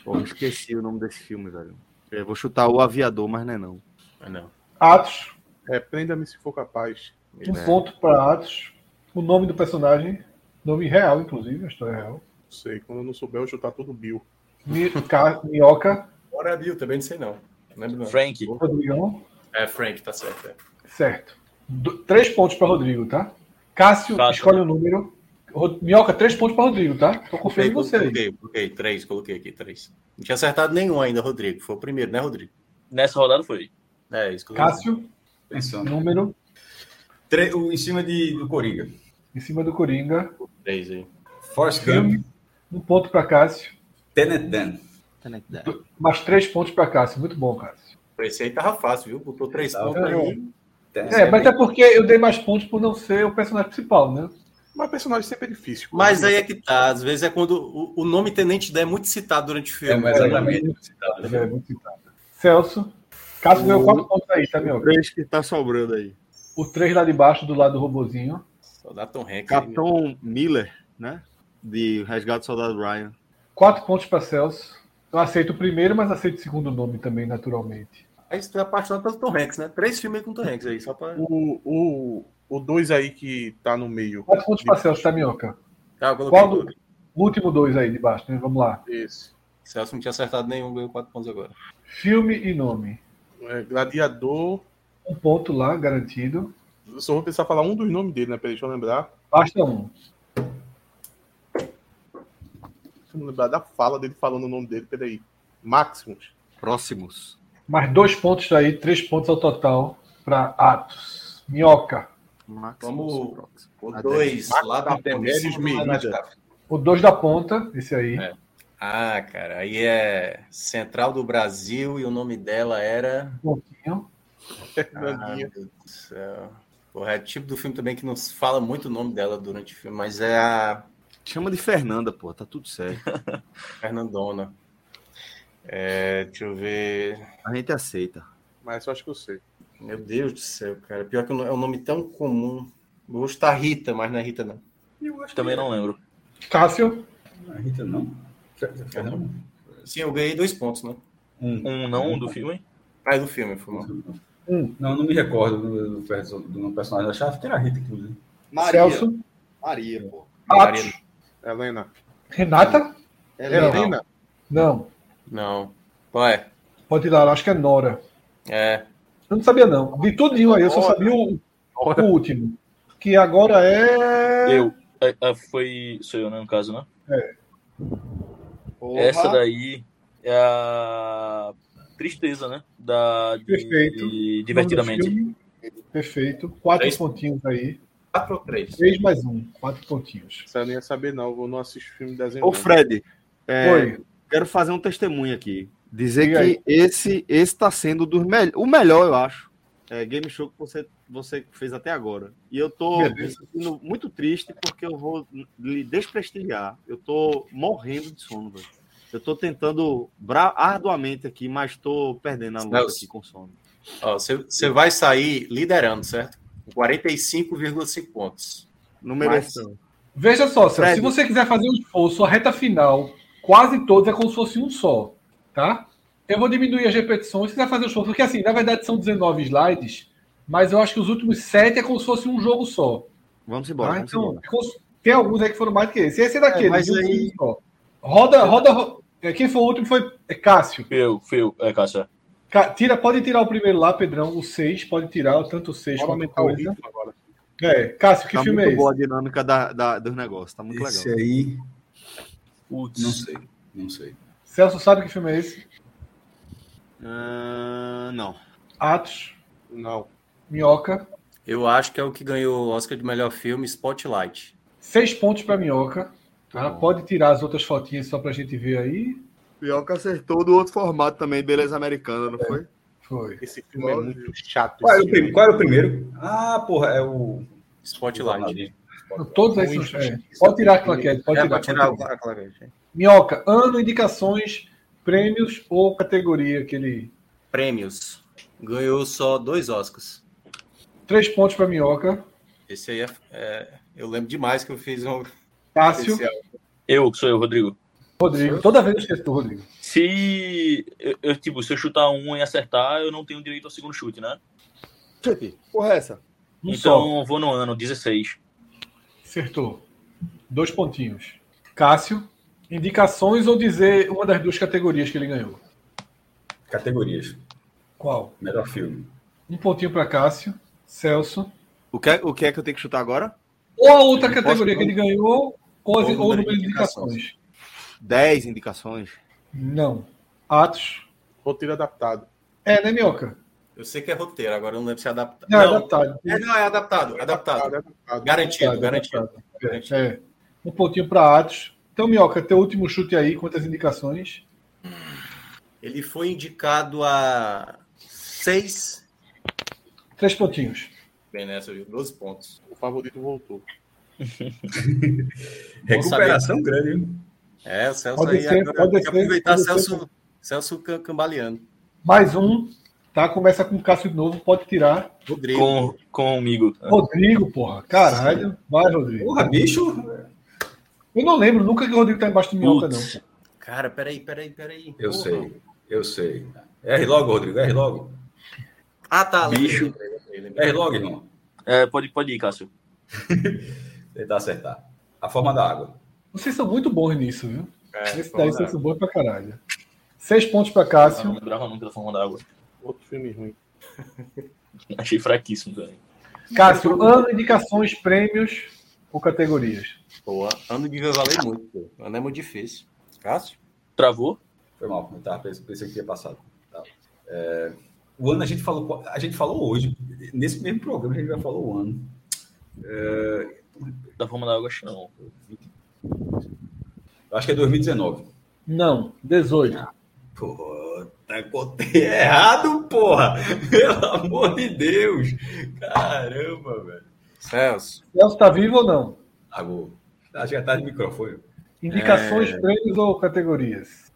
Speaker 1: Pô, eu esqueci o nome desse filme, velho. Eu vou chutar o Aviador, mas não é não.
Speaker 3: Ah, não.
Speaker 2: Atos.
Speaker 4: acho. É, prenda-me se for capaz.
Speaker 2: Um ponto para Atos. O nome do personagem. Nome real, inclusive. A história é real.
Speaker 4: Não sei. Quando eu não souber, eu chutar todo Bill.
Speaker 2: Mi- Ca- Minhoca.
Speaker 3: Bora, é Bill, também não sei não. Não lembro não.
Speaker 6: Frank,
Speaker 2: Rodrigão.
Speaker 3: É, Frank, tá certo. é.
Speaker 2: Certo. Do- três pontos para Rodrigo, tá? Cássio,
Speaker 6: Cássio.
Speaker 2: escolhe o número. Ro- Minhoca, três pontos para Rodrigo, tá? Tô confiando em você. aí.
Speaker 3: Coloquei, coloquei, três, coloquei aqui, três. Não tinha acertado nenhum ainda, Rodrigo. Foi o primeiro, né, Rodrigo?
Speaker 6: nessa rodada foi.
Speaker 3: É, isso que eu
Speaker 2: Cássio,
Speaker 7: Pensando.
Speaker 2: número
Speaker 7: Tre- o- em cima de, do Coringa.
Speaker 2: em cima do Coringa.
Speaker 3: Três aí.
Speaker 7: Forrest Gump,
Speaker 2: Filme. Um ponto para Cássio.
Speaker 7: Tenet Dan.
Speaker 1: Tá
Speaker 2: Mais três pontos para Cássio. Muito bom, Cássio.
Speaker 3: Esse aí tava fácil, viu? Botou três
Speaker 7: Tá,
Speaker 3: pontos
Speaker 2: tá
Speaker 3: aí.
Speaker 2: É, mas até porque eu dei mais pontos por não ser o personagem principal, né?
Speaker 4: Mas personagem sempre é difícil. pô.
Speaker 3: Mas aí é que tá. Às vezes é quando o, o nome Tenente Dan é muito citado durante o
Speaker 7: É,
Speaker 3: filme.
Speaker 7: mas exatamente.
Speaker 2: É, muito citado. Celso. Cássio ganhou quatro pontos aí, tá,
Speaker 1: O
Speaker 2: Minhoca?
Speaker 1: 3 que tá sobrando aí.
Speaker 2: O três lá de baixo, do lado do robozinho.
Speaker 3: Só dá Tom Hanks. aí, meu.
Speaker 1: Capitão Miller, né? De Resgate do Soldado Ryan.
Speaker 2: Quatro pontos para Celso. Eu aceito o primeiro, mas aceito o segundo nome também, naturalmente.
Speaker 3: Aí você é apaixonado pelo Tom Hanks, né? Três filmes com Tom Hanks aí, só pra.
Speaker 4: O, o, o dois aí que tá no meio.
Speaker 2: Quatro pontos para Celso, tá, Minhoca?
Speaker 3: Tá, eu coloquei.
Speaker 2: Qual do...
Speaker 3: coloquei.
Speaker 2: O último dois aí de baixo, né? Vamos lá.
Speaker 4: Esse.
Speaker 3: Celso não tinha acertado nenhum, ganhou quatro pontos agora.
Speaker 2: Filme e nome.
Speaker 4: É, gladiador.
Speaker 2: Um ponto lá, garantido.
Speaker 4: Eu só vou precisar falar um dos nomes dele, né? Peraí, deixa eu lembrar.
Speaker 2: Basta um.
Speaker 4: Deixa eu lembrar da fala dele falando o nome dele. Peraí. Maximus.
Speaker 1: Próximos.
Speaker 2: Mais dois pontos aí, três pontos ao total para Atos. Minhoca.
Speaker 3: Vamos-
Speaker 1: Próximos.
Speaker 3: O
Speaker 1: Até-
Speaker 3: dois, lá
Speaker 1: Tá
Speaker 3: da
Speaker 4: Demetrius Merida.
Speaker 1: Ah.
Speaker 2: O dois da ponta, esse aí.
Speaker 3: É. Ah, cara, aí é Central do Brasil e o nome dela era.
Speaker 2: Um pontinho.
Speaker 3: Ah,
Speaker 4: Fernandinha.
Speaker 3: meu Deus do céu. Porra, é o tipo do filme também que não se fala muito o nome dela durante o filme, mas é a
Speaker 1: Chama de Fernanda, pô. Tá tudo certo.
Speaker 3: Fernandona. É, deixa eu ver.
Speaker 1: A gente aceita.
Speaker 4: Mas eu acho que eu sei.
Speaker 3: Meu Deus do céu, cara. Pior que é um nome tão comum. Eu vou estar Rita, mas não é Rita, não.
Speaker 6: Também não lembro.
Speaker 2: Cássio.
Speaker 7: Não, Rita É, não. Fernando?
Speaker 3: Sim, eu ganhei dois pontos, né?
Speaker 7: Um.
Speaker 6: Um não do filme?
Speaker 3: Ah, é do filme, foi mal.
Speaker 2: Hum.
Speaker 7: Não, não me recordo do, do perso- do personagem da chave, que era a Rita, inclusive.
Speaker 2: Celso.
Speaker 1: Maria, pô.
Speaker 2: Atos.
Speaker 3: Maria.
Speaker 4: Helena.
Speaker 2: Renata?
Speaker 1: É,
Speaker 4: Helena?
Speaker 2: Não.
Speaker 3: Não. Qual é?
Speaker 2: Pode ir lá, acho que é Nora.
Speaker 3: É.
Speaker 2: Eu não sabia, não. De tudinho aí, eu só
Speaker 4: Nora.
Speaker 2: sabia o, o último. Que agora é.
Speaker 6: Eu. É, é, foi. Sou eu, né? No caso, né?
Speaker 1: Porra.
Speaker 6: Essa daí é a tristeza, né? Da, de-
Speaker 2: Perfeito.
Speaker 6: de- divertidamente.
Speaker 2: Filme. Perfeito. Quatro
Speaker 3: Três.
Speaker 2: pontinhos aí.
Speaker 3: Quatro ou três?
Speaker 2: Três mais um. Quatro pontinhos.
Speaker 4: Essa eu nem ia saber, não. Eu não assisto filme desenhado.
Speaker 1: Ô, Fred. é,
Speaker 2: Oi.
Speaker 1: Quero fazer um testemunho aqui. Dizer
Speaker 2: Diga
Speaker 1: que esse esse tá sendo dos mel- o melhor, eu acho. É, game show que você, você fez até agora. E eu tô me
Speaker 2: Beleza.
Speaker 1: sentindo muito triste porque eu vou lhe desprestigiar. Eu tô morrendo de sono, velho. Eu tô tentando bra- arduamente aqui, mas tô perdendo a luta
Speaker 3: Celso.
Speaker 1: aqui com sono.
Speaker 3: Ó, você- você vai sair liderando, certo? Com 45,5 pontos.
Speaker 1: Não mereço.
Speaker 3: Mas-
Speaker 1: não.
Speaker 2: Veja só, Celso,
Speaker 1: Fred.
Speaker 2: se você quiser fazer um esforço, a reta final, quase todos, é como se fosse um só, tá? Eu vou diminuir as repetições, se quiser fazer um esforço, porque assim, na verdade são 19 slides, mas eu acho que os últimos sete é como se fosse um jogo só.
Speaker 1: Vamos embora.
Speaker 2: Tá?
Speaker 1: vamos
Speaker 2: Então,
Speaker 1: embora.
Speaker 2: tem alguns aí que foram mais do que esse. Esse é daquele,
Speaker 1: É, mas
Speaker 2: de um
Speaker 1: aí-
Speaker 2: só. Roda, roda, ro- É, quem foi o último foi é Cássio.
Speaker 6: Feu, feu, é, Cássio.
Speaker 2: Ca- Tira, pode tirar o primeiro lá, Pedrão. O 6, pode tirar tanto o 6
Speaker 4: Bora
Speaker 2: quanto o
Speaker 4: aumentar o
Speaker 2: 8.
Speaker 4: ritmo agora.
Speaker 2: É, Cássio, que
Speaker 1: tá
Speaker 2: filme
Speaker 1: muito
Speaker 2: é esse?
Speaker 1: boa a dinâmica da, da- dos negócios, tá muito
Speaker 7: Esse
Speaker 1: legal.
Speaker 7: aí,
Speaker 6: Putz.
Speaker 7: não sei. Não sei.
Speaker 2: Celso sabe que filme é esse? é-
Speaker 1: Ah, não.
Speaker 2: Atos,
Speaker 4: Não.
Speaker 2: Minhoca.
Speaker 3: Eu acho que é o que ganhou o Oscar de melhor filme, Spotlight.
Speaker 2: Seis pontos para Minhoca. Tá? Pode tirar as outras fotinhas só para a gente ver aí.
Speaker 1: Pior que acertou do outro formato também, beleza americana, não foi?
Speaker 2: Foi.
Speaker 4: Esse filme é muito chato.
Speaker 7: Qual era, o
Speaker 4: esse filme.
Speaker 7: prim- qual era o primeiro? Ah, porra, é o.
Speaker 3: Spotlight.
Speaker 2: Não, todos aí são. é. Pode tirar a claquete, pode
Speaker 3: É,
Speaker 2: tirar.
Speaker 3: pra tirar
Speaker 2: pode tirar.
Speaker 3: a claquete.
Speaker 2: Minhoca, ano, indicações, prêmios ou categoria que ele.
Speaker 3: Prêmios. Ganhou só dois Oscars.
Speaker 2: Três pontos para Minhoca.
Speaker 3: Esse aí é, é- Eu lembro demais que eu fiz um
Speaker 2: Cássio,
Speaker 3: especial.
Speaker 6: Eu, sou eu, Rodrigo.
Speaker 2: Rodrigo. Toda vez eu esqueço do Rodrigo.
Speaker 6: Se eu, eu, tipo, se eu chutar um e acertar, eu não tenho direito ao segundo chute, né?
Speaker 1: Porra, é essa.
Speaker 2: Um só.
Speaker 6: então, eu vou no ano, 16.
Speaker 2: Acertou. Dois pontinhos. Cássio, indicações ou dizer uma das duas categorias que ele ganhou?
Speaker 7: Categorias.
Speaker 2: Qual?
Speaker 7: Melhor filme.
Speaker 2: Um pontinho para Cássio, Celso.
Speaker 1: O que, é, o que é que eu tenho que chutar agora?
Speaker 2: Ou a outra
Speaker 1: Não
Speaker 2: categoria
Speaker 1: posso,
Speaker 2: que ele ganhou, ou, as-
Speaker 3: Ou o
Speaker 2: ou o
Speaker 3: número de
Speaker 2: número de indicações.
Speaker 1: 10 indicações.
Speaker 2: Não. Atos.
Speaker 4: Roteiro adaptado.
Speaker 2: É, né, Minhoca?
Speaker 3: Eu sei que é roteiro, agora eu não lembro se é adaptado.
Speaker 2: Não,
Speaker 3: Não,
Speaker 2: é adaptado.
Speaker 3: é, não, é adaptado, adaptado.
Speaker 4: Adaptado, adaptado.
Speaker 3: Garantido,
Speaker 2: Adaptado,
Speaker 3: Tá garantido.
Speaker 2: adaptado. É. Um pontinho para Atos. Então, Minhoca, teu último chute aí, quantas indicações?
Speaker 3: Ele foi indicado a seis.
Speaker 2: Três pontinhos.
Speaker 3: Bem nessa, viu? 12 pontos.
Speaker 4: O favorito voltou.
Speaker 7: Recuperação grande, hein?
Speaker 3: É, o Celso
Speaker 2: Pode
Speaker 3: aí
Speaker 2: ser,
Speaker 3: agora
Speaker 2: pode
Speaker 3: tem que
Speaker 2: ser,
Speaker 3: aproveitar
Speaker 2: pode
Speaker 3: Celso, Celso cam- cambaleando.
Speaker 2: Mais um. Tá? Começa com Cássio de novo, pode tirar.
Speaker 3: Rodrigo.
Speaker 6: Com, comigo.
Speaker 3: Tá.
Speaker 2: Rodrigo, porra. Caralho. Vai, Rodrigo.
Speaker 7: Porra, bicho.
Speaker 2: Eu não lembro nunca que o Rodrigo tá embaixo do Minhoca, não.
Speaker 6: Putz.
Speaker 3: Cara, peraí, peraí, peraí.
Speaker 7: Eu
Speaker 3: Porra.
Speaker 7: sei, eu sei. R logo, Rodrigo, R logo.
Speaker 3: Ah, tá. lembrei,
Speaker 6: Bicho.
Speaker 3: lembrei, lembrei, lembrei.
Speaker 7: R logo, irmão.
Speaker 6: É, pode, pode ir, Cássio.
Speaker 7: Tentar acertar. A forma da água.
Speaker 2: Vocês são muito bons nisso, viu?
Speaker 3: É,
Speaker 2: Esse daí vocês são bons pra caralho. Seis pontos pra
Speaker 6: Eu Ah, não
Speaker 2: Cássio.
Speaker 6: lembrava nunca da forma da água.
Speaker 4: Outro filme ruim.
Speaker 6: Achei fraquíssimo, cara.
Speaker 2: Cássio, ano, indicações, prêmios ou categorias?
Speaker 3: Boa. Ano de valer muito. pô. Ano é muito difícil. Cássio?
Speaker 6: Travou?
Speaker 7: Foi mal, eu tava pensando, pensei que tinha passado. Tá. É, o ano a gente falou, a gente falou hoje, nesse mesmo programa a gente já falou o ano. É,
Speaker 6: Da forma da água, acho que não.
Speaker 7: eu acho que é 2019.
Speaker 2: Não, 18.
Speaker 7: Puta, tá contei errado, porra! Pelo amor de Deus! Caramba, velho.
Speaker 3: Celso.
Speaker 2: Celso tá vivo ou não?
Speaker 7: Agora, acho que é tarde de microfone.
Speaker 2: Indicações,
Speaker 3: É.
Speaker 2: prêmios ou categorias?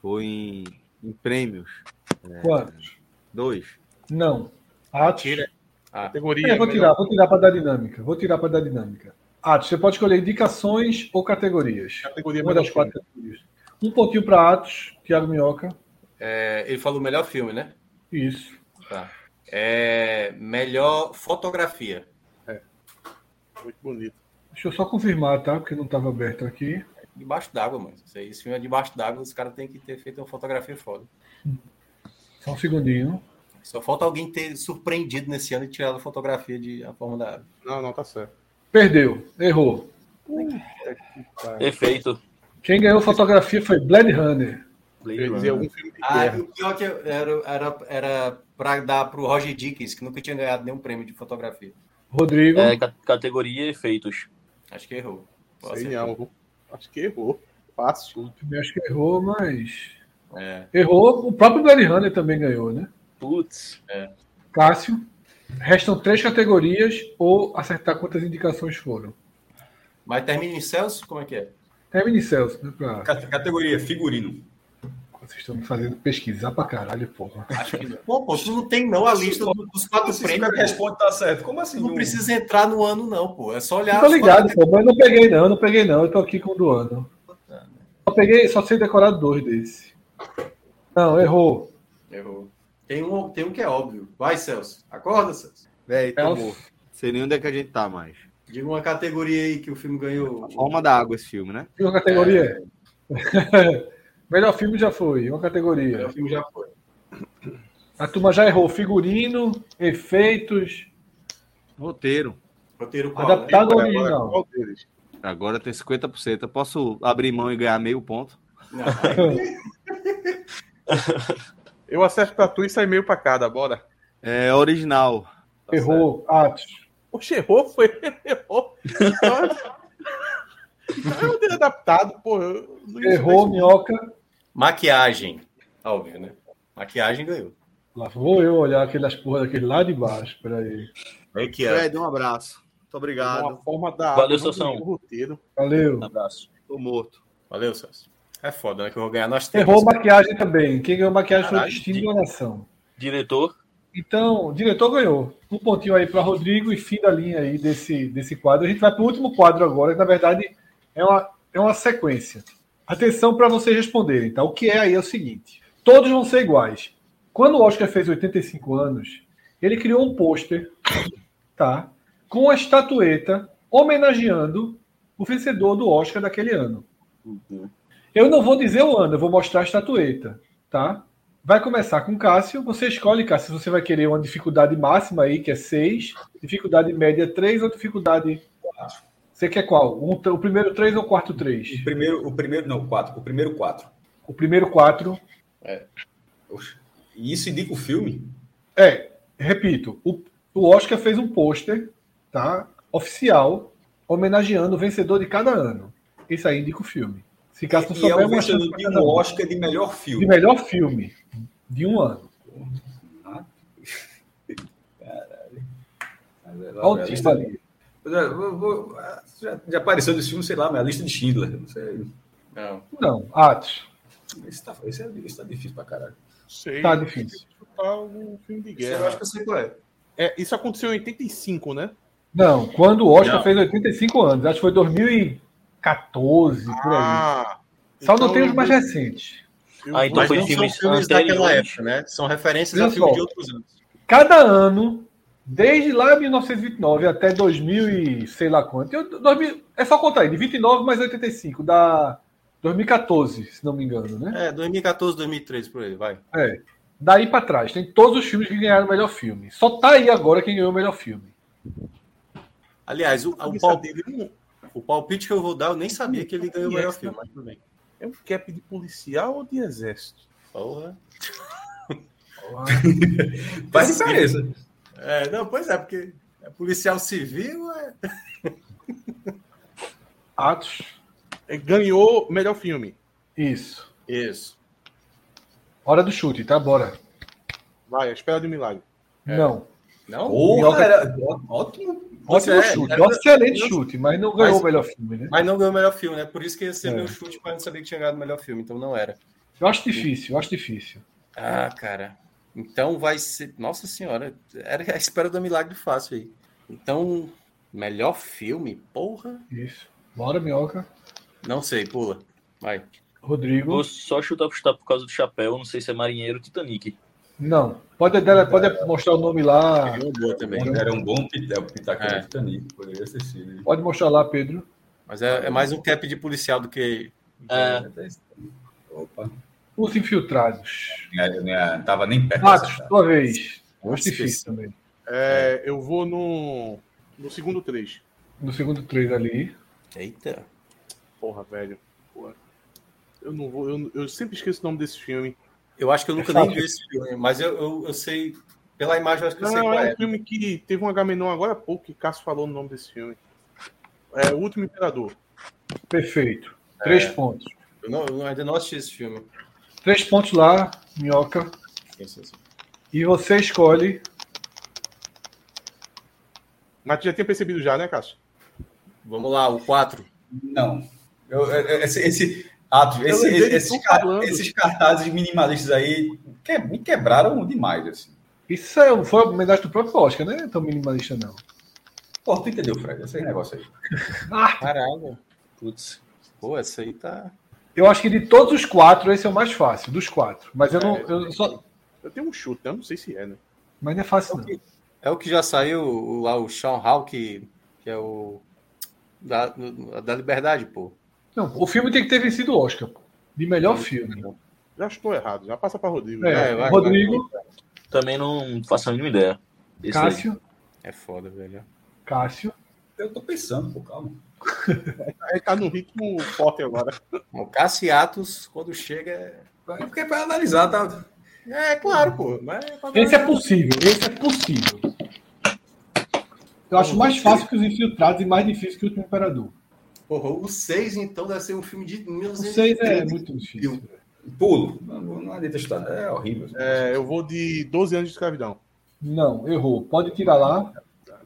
Speaker 1: Foi em, em prêmios.
Speaker 3: É.
Speaker 2: Quantos?
Speaker 1: Dois.
Speaker 2: Não. Atos.
Speaker 4: Categoria.
Speaker 2: É, vou
Speaker 4: melhor.
Speaker 2: tirar, vou tirar pra dar dinâmica. Vou tirar pra dar dinâmica. Atos, você pode escolher indicações ou categorias.
Speaker 4: Categoria
Speaker 2: Uma
Speaker 4: melhor
Speaker 2: das quatro categorias. Um pontinho pra Atos, Thiago Minhoca.
Speaker 3: É, ele falou melhor filme, né?
Speaker 2: Isso.
Speaker 3: Tá. É, melhor fotografia.
Speaker 4: filme. Muito bonito.
Speaker 2: Deixa eu só confirmar, tá? Porque não estava aberto aqui.
Speaker 3: Debaixo d'água, mano. Isso aí, Esse filme é debaixo d'água, os caras têm que ter feito uma fotografia foda.
Speaker 2: Só um segundinho.
Speaker 3: Só falta alguém ter surpreendido nesse ano e tirado a fotografia de A Forma da Água.
Speaker 4: Não, não, tá certo.
Speaker 2: Perdeu, errou.
Speaker 6: Perfeito.
Speaker 2: Quem ganhou fotografia foi Blade Runner.
Speaker 4: Eu ia dizer algum filme de
Speaker 3: Ah,
Speaker 4: guerra.
Speaker 3: e o pior que era, era, era pra dar pro Roger Dickens, que nunca tinha ganhado nenhum prêmio de fotografia.
Speaker 2: Rodrigo,
Speaker 6: É, ca- categoria efeitos.
Speaker 3: Acho que errou.
Speaker 5: é.
Speaker 3: Pô,
Speaker 4: Sei
Speaker 3: acertou.
Speaker 4: não. viu? Acho que errou. Fácil.
Speaker 2: também acho que errou, mas.
Speaker 3: É.
Speaker 2: Errou. O próprio Blade Runner também ganhou, né?
Speaker 6: Putz.
Speaker 2: Cássio. Restam três categorias ou acertar quantas indicações foram.
Speaker 3: Mas termina em Celso? Como é que é?
Speaker 2: Termine Celso, né? Pra...
Speaker 7: Cate- Categoria figurino.
Speaker 2: Vocês estão me fazendo pesquisar pra caralho, porra.
Speaker 3: Acho que não. é Pô, pô, tu não tem não a lista do- dos quatro
Speaker 7: Esse
Speaker 3: prêmios.
Speaker 7: cara
Speaker 3: pô.
Speaker 7: responde tá certo. Como assim?
Speaker 3: Tu não
Speaker 7: um-
Speaker 3: precisa entrar no ano, não, pô. É só olhar.
Speaker 2: Eu tô
Speaker 3: as
Speaker 2: ligado,
Speaker 3: fotos.
Speaker 2: pô, mas eu não peguei, não. Eu não peguei, não. Eu tô aqui com o do ano. Só peguei, só sei decorar dois desse. Não, errou.
Speaker 3: Errou. Tem um, tem um que é óbvio. Vai, Celso. Acorda, Celso.
Speaker 1: Véi, tô
Speaker 2: Elf.
Speaker 1: morto. Não sei nem onde é que a gente tá mais.
Speaker 3: Diga uma categoria aí que o filme ganhou.
Speaker 1: Forma da água esse filme, né?
Speaker 2: Que categoria é? Melhor filme já foi, uma categoria.
Speaker 5: O filme já foi.
Speaker 2: A turma já errou figurino, efeitos,
Speaker 9: Roteiro.
Speaker 5: Roteiro qual? né?
Speaker 2: adaptado ao
Speaker 4: Agora,
Speaker 2: original.
Speaker 4: qual deles?
Speaker 9: Agora tem 50%. Eu posso abrir mão e ganhar meio ponto?
Speaker 4: Eu acerto pra tu e sai meio pra cada, bora.
Speaker 9: É original.
Speaker 2: errou, Atos.
Speaker 4: Oxe, errou, foi. Errou. Então, é o dele adaptado, pô. eu não ia
Speaker 2: Errou, minhoca.
Speaker 3: Maquiagem. Óbvio, né? Maquiagem ganhou.
Speaker 2: Lá vou eu olhar aquelas porra daquele lá de baixo. Peraí.
Speaker 3: Maquiagem.
Speaker 1: Fred, um abraço. Muito
Speaker 4: saber
Speaker 1: obrigado.
Speaker 4: Uma forma da
Speaker 6: Valeu,
Speaker 4: não
Speaker 6: Sassão.
Speaker 4: do roteiro.
Speaker 2: Valeu.
Speaker 6: Um abraço.
Speaker 1: Tô morto.
Speaker 3: Valeu, Celso. É foda, né? Que eu vou ganhar nós três.
Speaker 2: Errou maquiagem também. Quem ganhou maquiagem foi o
Speaker 3: Caralho,
Speaker 2: Destino da Nação.
Speaker 6: Diretor,
Speaker 2: Então, o diretor ganhou. Um pontinho aí para Rodrigo e fim da linha aí desse, desse quadro. A gente vai para o último quadro agora, que na verdade é uma, é uma sequência. Atenção para vocês responderem, tá? O que é aí é o seguinte: todos vão ser iguais. Quando o Oscar fez 85 anos, ele criou um pôster, tá? Com a estatueta homenageando o vencedor do Oscar daquele ano. Eu não vou dizer o ano, eu vou mostrar a estatueta, tá? Vai começar com Cássio. Você escolhe, Cássio, se você vai querer uma dificuldade máxima aí, que é 6, dificuldade média 3 ou dificuldade. Você quer qual? Um- o primeiro 3 ou o quarto 3?
Speaker 7: O primeiro, o primeiro, não, quatro. O primeiro, quatro.
Speaker 2: O primeiro 4.
Speaker 7: Oxe. E isso indica o filme?
Speaker 2: É, repito, o, o Oscar fez um pôster, tá? Oficial, homenageando o vencedor de cada ano. Isso aí indica o filme. Se Cássio não
Speaker 7: E é
Speaker 2: souber,
Speaker 7: o
Speaker 2: uma chance
Speaker 7: vencedor
Speaker 2: pra
Speaker 7: de
Speaker 2: cada
Speaker 7: um
Speaker 2: um.
Speaker 7: Oscar de melhor
Speaker 2: De
Speaker 7: filme.
Speaker 2: melhor filme de um ano.
Speaker 7: é
Speaker 2: Olha o tipo ali.
Speaker 7: Eu é, vou- vou- ah, Já, já apareceu desse filme, sei lá, mas a lista de Schindler. Não sei.
Speaker 5: Não.
Speaker 2: Não, Atos.
Speaker 7: Isso tá, isso é, isso tá difícil pra caralho.
Speaker 4: Sei.
Speaker 2: Tá difícil.
Speaker 4: Tá um filme de
Speaker 5: Isso eu acho
Speaker 4: guerra.
Speaker 5: que eu sei qual é.
Speaker 4: É, isso aconteceu em 85, né?
Speaker 2: Não, quando o Oscar
Speaker 3: Não.
Speaker 2: fez 85 anos, acho que foi 2014, por
Speaker 7: Ah,
Speaker 2: aí. Só não
Speaker 7: então
Speaker 2: tem os mais recentes.
Speaker 4: eu
Speaker 6: Ah,
Speaker 4: Ah, então vou-
Speaker 6: então
Speaker 3: Mas
Speaker 6: foi
Speaker 3: não
Speaker 6: filmes
Speaker 3: são filmes daquela
Speaker 6: anteriores.
Speaker 3: época, né? São referências
Speaker 2: Viu
Speaker 3: a filmes
Speaker 2: só?
Speaker 3: de outros anos.
Speaker 2: Cada ano, desde lá em 1929 até 2000 e sei lá quanto, eu- 2000 é só contar aí, de 29 mais 85, dá 2014, se não me engano, né?
Speaker 3: É, 2014, 2013, por aí, vai.
Speaker 2: É. Daí pra trás, tem todos os filmes que ganharam o melhor filme. Só tá aí agora quem ganhou o melhor filme.
Speaker 3: Aliás, o, o, palpite, o palpite que eu vou dar, eu nem sabia que ele ganhou o melhor filme, mas tudo bem.
Speaker 4: É um cap de policial ou de exército?
Speaker 3: Porra.
Speaker 7: Faz diferença.
Speaker 3: É, não, pois é, porque é policial civil, é.
Speaker 2: Atos,
Speaker 4: É, Ganhou melhor filme.
Speaker 2: isso.
Speaker 3: Isso.
Speaker 2: Hora do chute, tá? Bora.
Speaker 4: Vai, a espera de um milagre.
Speaker 2: Não.
Speaker 3: Não?
Speaker 7: Porra, era ó- ótimo.
Speaker 2: Ótimo
Speaker 3: é,
Speaker 2: chute,
Speaker 3: era-
Speaker 2: excelente chute, mas não ganhou
Speaker 3: Mas-
Speaker 2: o melhor filme, né?
Speaker 3: Mas não ganhou o melhor filme, né? Por isso que ia ser
Speaker 2: É.
Speaker 3: meu chute, mas eu não sabia que tinha ganhado o melhor filme, então não era.
Speaker 2: Eu acho difícil, eu acho difícil.
Speaker 3: Ah, cara. Então vai ser. Nossa Senhora, era a espera do milagre fácil aí. Então, melhor filme? Porra.
Speaker 2: Isso. Bora, minhoca.
Speaker 3: Não sei, pula. Vai.
Speaker 2: Rodrigo.
Speaker 6: vou só chutar por chutar por causa do chapéu. Não sei se é marinheiro ou Titanic.
Speaker 2: Não. Pode, dela- pode mostrar o nome lá.
Speaker 3: Uma boa também.
Speaker 7: Era um bom pita- pitaco
Speaker 3: É.
Speaker 7: de Titanic. Poderia ser sido. né?
Speaker 2: Pode mostrar lá, Pedro.
Speaker 3: Mas é, é mais um cap de policial do que.
Speaker 6: É,
Speaker 7: Opa.
Speaker 2: Os infiltrados.
Speaker 7: Não ia- tava nem perto.
Speaker 2: Atos,
Speaker 7: dessa,
Speaker 2: tua vez. Eu acho
Speaker 3: Nossa,
Speaker 2: difícil também.
Speaker 4: É, Eu vou no, no segundo três.
Speaker 2: No segundo três ali.
Speaker 3: Eita.
Speaker 4: Porra, velho. Porra. Eu não vou. Eu, eu sempre esqueço o nome desse filme.
Speaker 3: Eu acho que eu nunca
Speaker 2: É
Speaker 3: nem
Speaker 2: fácil.
Speaker 3: vi esse filme, mas eu, eu, eu sei. Pela imagem, eu acho que eu sei
Speaker 4: Não,
Speaker 3: qual
Speaker 4: é
Speaker 3: é.
Speaker 4: um filme que teve um Agamenon agora há pouco que Cássio falou no nome desse filme. É O Último Imperador.
Speaker 2: Perfeito. Três pontos.
Speaker 3: Eu, não, eu ainda não assisti esse filme.
Speaker 2: Três pontos lá, minhoca.
Speaker 3: Esse- esse-
Speaker 2: E você escolhe.
Speaker 4: Mas tu já tinha percebido já, né, Cássio?
Speaker 3: Vamos lá, o 4.
Speaker 7: Não. Eu- eu- esse, esse, ato, esse-
Speaker 4: lembrei de
Speaker 7: esses,
Speaker 4: tu
Speaker 7: car-
Speaker 4: falando.
Speaker 7: esses cartazes minimalistas aí que, me quebraram demais. Assim.
Speaker 2: Isso é, foi a homenagem do próprio Oscar, né? Tão minimalista, não.
Speaker 7: Pô, tu entendeu, Fred? Esse negócio aí.
Speaker 3: Caralho. Putz. Pô, essa aí tá.
Speaker 2: Eu acho que de todos os quatro, esse é o mais fácil, dos quatro. Mas eu não. Eu só...
Speaker 4: Eu tenho um chute, né? Eu não sei se é, né?
Speaker 2: Mas não é fácil, não.
Speaker 3: É o que já saiu o- lá, o Sean Hawk, que é o. Da, da Liberdade, pô.
Speaker 2: Não, o filme tem que ter vencido o Oscar. pô. de melhor filme.
Speaker 4: Já estou errado, já passa para Rodrigo.
Speaker 2: É,
Speaker 4: Vai, vai,
Speaker 2: Rodrigo,
Speaker 6: Também não faço a mínima ideia. Esse daí.
Speaker 2: Cássio,
Speaker 3: É foda, velho.
Speaker 2: Cássio.
Speaker 7: Eu tô pensando, pô, calma.
Speaker 4: vai. Ele tá num ritmo forte agora.
Speaker 3: O Cassiatos, quando chega.
Speaker 7: É Porque é pra analisar, tá?
Speaker 3: É, é claro, pô. Mas é pra-
Speaker 2: Esse é possível, esse é possível. Eu acho mais fácil que os infiltrados e mais difícil que o último imperador.
Speaker 1: Porra, o 6, então, deve ser um filme de
Speaker 2: O 6 é
Speaker 1: 1930.
Speaker 2: muito difícil.
Speaker 7: Pulo. Não, não adianta estudar. É horrível.
Speaker 4: É, eu vou de 12 anos de escravidão.
Speaker 2: Não, errou. Pode tirar lá.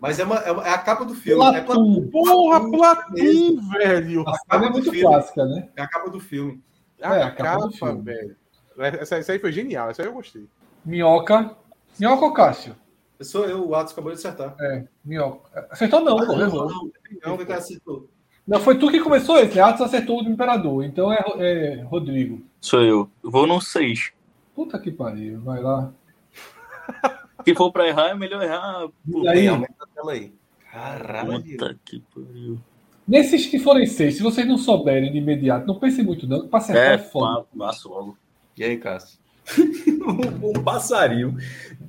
Speaker 1: Mas é, uma- é uma- é a capa do filme. É, pla-
Speaker 2: Platum.
Speaker 4: Porra, Platim, velho!
Speaker 2: A saga é muito clássica, né?
Speaker 1: é a capa do filme.
Speaker 4: Ah,
Speaker 2: É,
Speaker 4: a
Speaker 2: acabou
Speaker 4: capa,
Speaker 2: o filme.
Speaker 4: velho. Essa, essa aí foi genial, essa aí eu gostei.
Speaker 2: Minhoca. Minhoca ou Cássio?
Speaker 1: Eu sou eu, o Atos acabou de acertar. Ah,
Speaker 2: É, Minhoca. Acertou não, pô, errou.
Speaker 1: Não, vem cá, acertou.
Speaker 2: Não, foi tu que começou esse. Atos acertou o do Imperador. Então é, Ro- é Rodrigo.
Speaker 6: Sou eu. Eu Vou no 6.
Speaker 2: Puta que pariu, vai lá.
Speaker 6: Se for pra errar, é melhor errar.
Speaker 2: E
Speaker 1: é
Speaker 2: aí,
Speaker 3: a tela aí. Caralho.
Speaker 6: Puta que pariu.
Speaker 2: nesses que forem seis, se vocês não souberem de imediato, não pensem muito não, que pra acertar é,
Speaker 6: É,
Speaker 2: foda.
Speaker 6: pá, passo logo.
Speaker 3: E aí, Cássio?
Speaker 7: Um, um passarinho.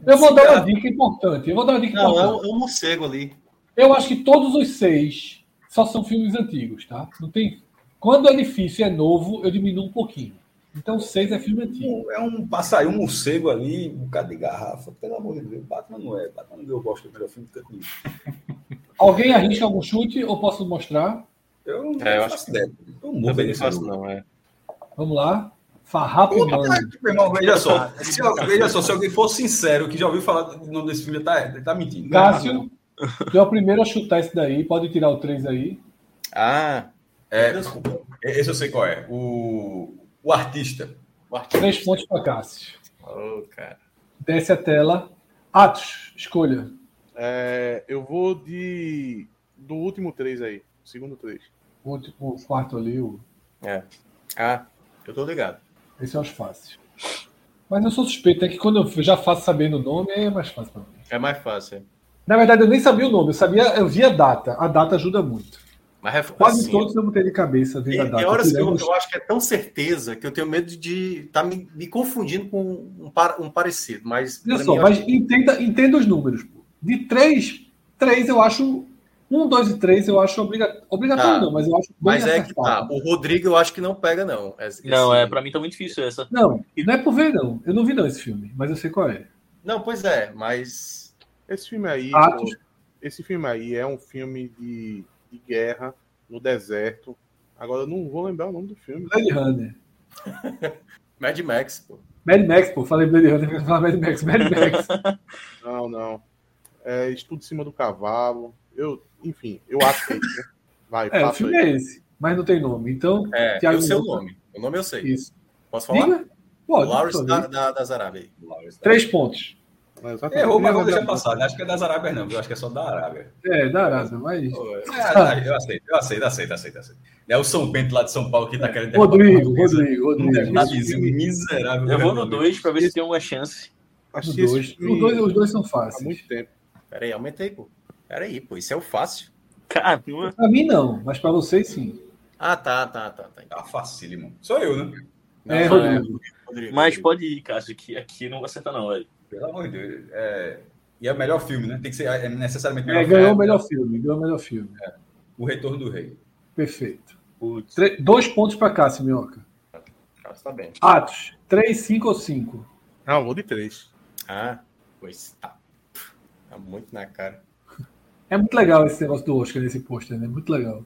Speaker 2: Eu vou dar uma dica importante. Eu vou dar uma dica
Speaker 3: Não, é
Speaker 2: importante.
Speaker 3: um, é um morcego ali.
Speaker 2: Eu acho que todos os seis só são filmes antigos, tá? Não tem. Quando é difícil e é novo, eu diminuo um pouquinho. Então seis é filme antigo.
Speaker 7: Um- É um passarinho, um morcego ali, um bocado de garrafa. Pelo amor de Deus. Batman não é. Batman não é, eu gosto do melhor filme do canto nenhum.
Speaker 2: Alguém arrisca algum chute ou posso mostrar?
Speaker 7: Eu não
Speaker 3: É, eu
Speaker 7: faço
Speaker 3: acho
Speaker 7: ideia. Eu não
Speaker 3: Também
Speaker 7: vejo
Speaker 3: não
Speaker 7: esse
Speaker 3: faço,
Speaker 7: jogo.
Speaker 3: não, é.
Speaker 2: Vamos lá. Farrapo e Mano.
Speaker 7: Puta que, meu irmão, veja só. Se, al- veja só, se alguém for sincero que já ouviu falar do nome desse filme, ele tá, ele tá mentindo.
Speaker 2: Cássio, tu é o primeiro a chutar esse daí. Pode tirar o três aí.
Speaker 3: Ah,
Speaker 7: É, desculpa. Esse eu sei qual é. O, o artista.
Speaker 3: o artista.
Speaker 2: Três pontos pra Cássio.
Speaker 3: Ô, cara.
Speaker 2: Desce a tela. Atos, escolha.
Speaker 4: É, eu vou de. Do último 3 aí. Segundo 3.
Speaker 2: O, último- o tipo, quarto ali, o-
Speaker 3: Ah, eu tô ligado.
Speaker 2: esse é os fáceis. Mas eu sou suspeito, é que quando eu já faço sabendo o nome, é mais fácil pra mim.
Speaker 3: É mais fácil. é.
Speaker 2: Na verdade, eu nem sabia o nome, eu sabia, eu vi a data. A data ajuda muito.
Speaker 3: Mas é
Speaker 2: Quase
Speaker 3: assim,
Speaker 2: todos eu botei de cabeça vendo a
Speaker 3: Tem,
Speaker 2: data.
Speaker 3: tem horas que eu,
Speaker 2: tirando
Speaker 3: eu acho que é tão certeza que eu tenho medo de estar me, me confundindo com um, par- um parecido, mas.
Speaker 2: Olha
Speaker 3: pra
Speaker 2: só,
Speaker 3: mim, é
Speaker 2: mas entenda, entenda os números. pô. De três, três eu acho. Um, dois e três eu acho obriga- obrigatório,
Speaker 3: Tá.
Speaker 2: não, mas eu acho bem
Speaker 3: mas é que tá.
Speaker 2: acertado.
Speaker 3: O Rodrigo eu acho que não pega, não.
Speaker 6: Não, é,
Speaker 3: assim,
Speaker 6: pra mim tá muito difícil essa.
Speaker 2: Não, não é por ver, não. Eu não vi não esse filme, mas eu sei qual é.
Speaker 3: Não, pois é, mas.
Speaker 4: Esse filme aí.
Speaker 2: Atos.
Speaker 4: pô, esse filme aí é um filme de, de guerra no deserto. Agora eu não vou lembrar o nome do filme.
Speaker 2: Blade Runner.
Speaker 3: Mad Max, pô.
Speaker 2: Mad Max, pô, falei Blade Runner, eu ia falar Mad Max, Mad Max.
Speaker 4: Não, não. É Estudo em Cima do Cavalo. Eu, enfim, eu acho que é isso. né? Vai,
Speaker 2: É, o
Speaker 4: passa
Speaker 2: filme
Speaker 4: aí.
Speaker 2: é esse, mas não tem nome. Então,
Speaker 3: É,
Speaker 2: Thiago
Speaker 3: eu sei o
Speaker 2: Nunes.
Speaker 3: nome. O nome eu sei.
Speaker 2: isso.
Speaker 3: Posso falar?
Speaker 2: Diga? Pode.
Speaker 3: Lawrence
Speaker 2: pode.
Speaker 3: da, da, das Arábias.
Speaker 2: Três pontos.
Speaker 4: É, exatamente.
Speaker 7: Errou, mas vou
Speaker 4: Lembra-
Speaker 7: deixar passar. né? Acho que é das Arábias, não. Eu acho que é só da Arábia.
Speaker 2: É, da Arábia, mas.
Speaker 7: É, eu aceito, eu aceito, aceito, aceito, aceito. É o São Bento lá de São Paulo que tá querendo derrubar
Speaker 2: Rodrigo,
Speaker 7: uma coisa.
Speaker 2: Rodrigo,
Speaker 7: Um
Speaker 2: Rodrigo.
Speaker 7: detalhezinho miserável.
Speaker 6: Eu vou no
Speaker 7: Meu
Speaker 6: 2 pra ver se tem alguma chance.
Speaker 4: Assisti
Speaker 2: Os
Speaker 4: esse
Speaker 2: dois.
Speaker 4: filme
Speaker 2: Os dois, os dois são
Speaker 4: há
Speaker 2: fáceis.
Speaker 4: muito tempo.
Speaker 3: Peraí, aumentei, pô. Peraí, pô, isso é o fácil.
Speaker 6: Caramba.
Speaker 2: Pra mim, não, mas pra vocês, sim.
Speaker 3: Ah, tá, tá, tá. tá.
Speaker 7: Tá facílimo. Sou eu, né?
Speaker 3: Não,
Speaker 2: é,
Speaker 3: não,
Speaker 2: Rodrigo.
Speaker 3: Rodrigo,
Speaker 6: Mas
Speaker 3: Rodrigo.
Speaker 6: pode ir, Cássio, que aqui não vou acertar, não, velho.
Speaker 7: Pelo amor de Deus. É, E é o melhor filme, né? Tem que ser é necessariamente o
Speaker 2: É,
Speaker 7: melhor
Speaker 2: ganhou o
Speaker 7: filme.
Speaker 2: melhor filme, ganhou o melhor filme.
Speaker 7: O Retorno do Rei.
Speaker 2: Perfeito.
Speaker 6: Putz.
Speaker 2: Tre- dois pontos pra cá, Simioca.
Speaker 3: Cássio tá bem.
Speaker 2: Atos, três, cinco ou cinco?
Speaker 4: Não, eu vou de três.
Speaker 3: Ah, pois tá. Tá muito na cara.
Speaker 2: É muito legal esse negócio do Oscar nesse pôster, né? Muito legal.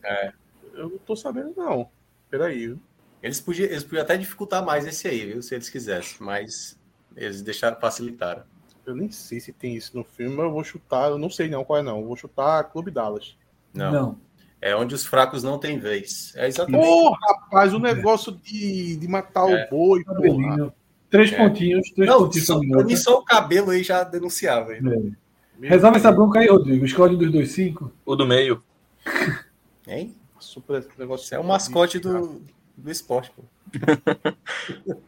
Speaker 4: Eu não tô sabendo, não. Peraí. viu?
Speaker 3: Eles podiam, eles podiam até dificultar mais esse aí, viu? Se eles quisessem, mas eles deixaram, facilitaram.
Speaker 4: Eu nem sei se tem isso no filme, mas eu vou chutar. Eu não sei não qual é, não. Eu vou chutar Clube Dallas.
Speaker 3: Não.
Speaker 2: não.
Speaker 3: É onde os fracos não têm vez. É exatamente.
Speaker 4: Porra, rapaz, o negócio de, de matar o boi,
Speaker 2: Tá
Speaker 4: porra.
Speaker 2: Cabelinho. Três
Speaker 3: É.
Speaker 2: pontinhos, três
Speaker 3: Não,
Speaker 2: pontinhos pra
Speaker 3: só, pra
Speaker 2: Minhoca.
Speaker 3: mim só o cabelo aí já denunciava. hein?
Speaker 2: É. Resolve essa bronca aí, Rodrigo. Escolhe um dos dois cinco.
Speaker 6: O do meio.
Speaker 3: Hein?
Speaker 4: Super negócio.
Speaker 3: Isso é o mascote do, do esporte, pô.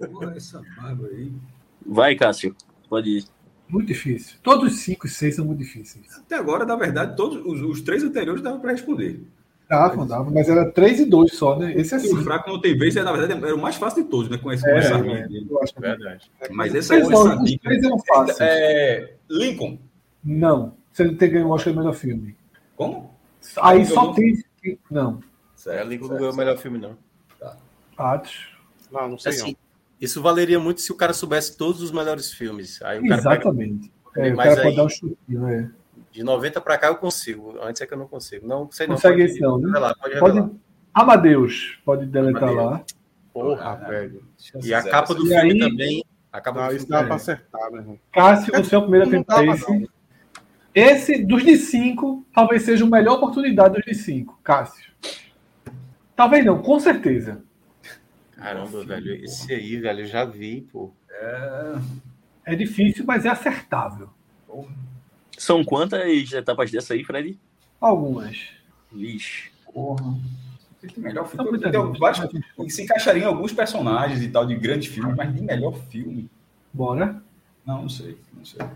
Speaker 7: Porra, essa barba aí.
Speaker 6: Vai, Cássio. Pode ir.
Speaker 2: Muito difícil. Todos os cinco e seis são muito difíceis.
Speaker 7: Até agora, na verdade, todos os, os três anteriores dava para responder.
Speaker 2: Dava, dava, mas era 3 e 2 só, né? Esse é
Speaker 7: E o
Speaker 2: 5.
Speaker 7: fraco não tem vez, é, na verdade, era o mais fácil de todos, né? Com esse
Speaker 2: É,
Speaker 7: com essa
Speaker 2: é,
Speaker 7: linha dele.
Speaker 2: eu acho.
Speaker 4: Verdade.
Speaker 7: Mas essa,
Speaker 2: Três não,
Speaker 7: essa
Speaker 2: os
Speaker 7: dica.
Speaker 2: três eram fáceis.
Speaker 7: É, Lincoln.
Speaker 2: Não. Você não tem ganho o Oscar de melhor filme.
Speaker 7: Como?
Speaker 2: Aí
Speaker 7: Lincoln
Speaker 2: só
Speaker 7: não-
Speaker 2: tem. Não.
Speaker 7: Certo,
Speaker 3: É, Lincoln não
Speaker 7: certo.
Speaker 3: ganhou o melhor filme, não.
Speaker 2: Atos.
Speaker 4: Não, não sei
Speaker 3: Assim, isso valeria muito se o cara soubesse todos os melhores filmes. Aí o cara pega
Speaker 2: Exatamente. É, o
Speaker 3: Mas
Speaker 2: cara pode
Speaker 3: aí-
Speaker 2: dar um chutinho, é.
Speaker 3: de 90 pra cá eu consigo. Antes é que eu não consigo. Não sei não.
Speaker 2: Consegue
Speaker 3: pode
Speaker 2: esse não, né?
Speaker 3: revelar, pode revelar.
Speaker 2: Pode. Amadeus, pode deletar lá.
Speaker 4: não.
Speaker 3: Ah,
Speaker 4: Porra,
Speaker 7: Ah,
Speaker 4: velho.
Speaker 3: E a capa do
Speaker 2: Ah, E
Speaker 3: filme
Speaker 2: aí-
Speaker 3: também. A capa
Speaker 4: Não,
Speaker 3: do
Speaker 4: isso
Speaker 3: filme
Speaker 4: dá pra
Speaker 3: também.
Speaker 4: acertar, meu irmão.
Speaker 2: Cássio, você é o primeiro a
Speaker 4: Não
Speaker 2: tentar
Speaker 4: dava,
Speaker 2: esse. Esse, dos de 5, talvez seja a melhor oportunidade dos de 5, Cássio. Talvez não, com certeza.
Speaker 3: Caramba, velho. Esse aí, velho, eu já vi, pô.
Speaker 2: É difícil, mas é acertável.
Speaker 6: São quantas etapas dessa aí, Fred?
Speaker 2: Algumas.
Speaker 6: Vixe.
Speaker 7: Porra. Ele tem é melhor
Speaker 2: São
Speaker 7: filme.
Speaker 2: muitas
Speaker 7: Tem
Speaker 2: vezes.
Speaker 7: vários que se encaixariam em alguns personagens e tal, de grandes filmes, mas de melhor filme.
Speaker 2: Bora.
Speaker 7: Não, não sei. Não sei.
Speaker 3: Ah,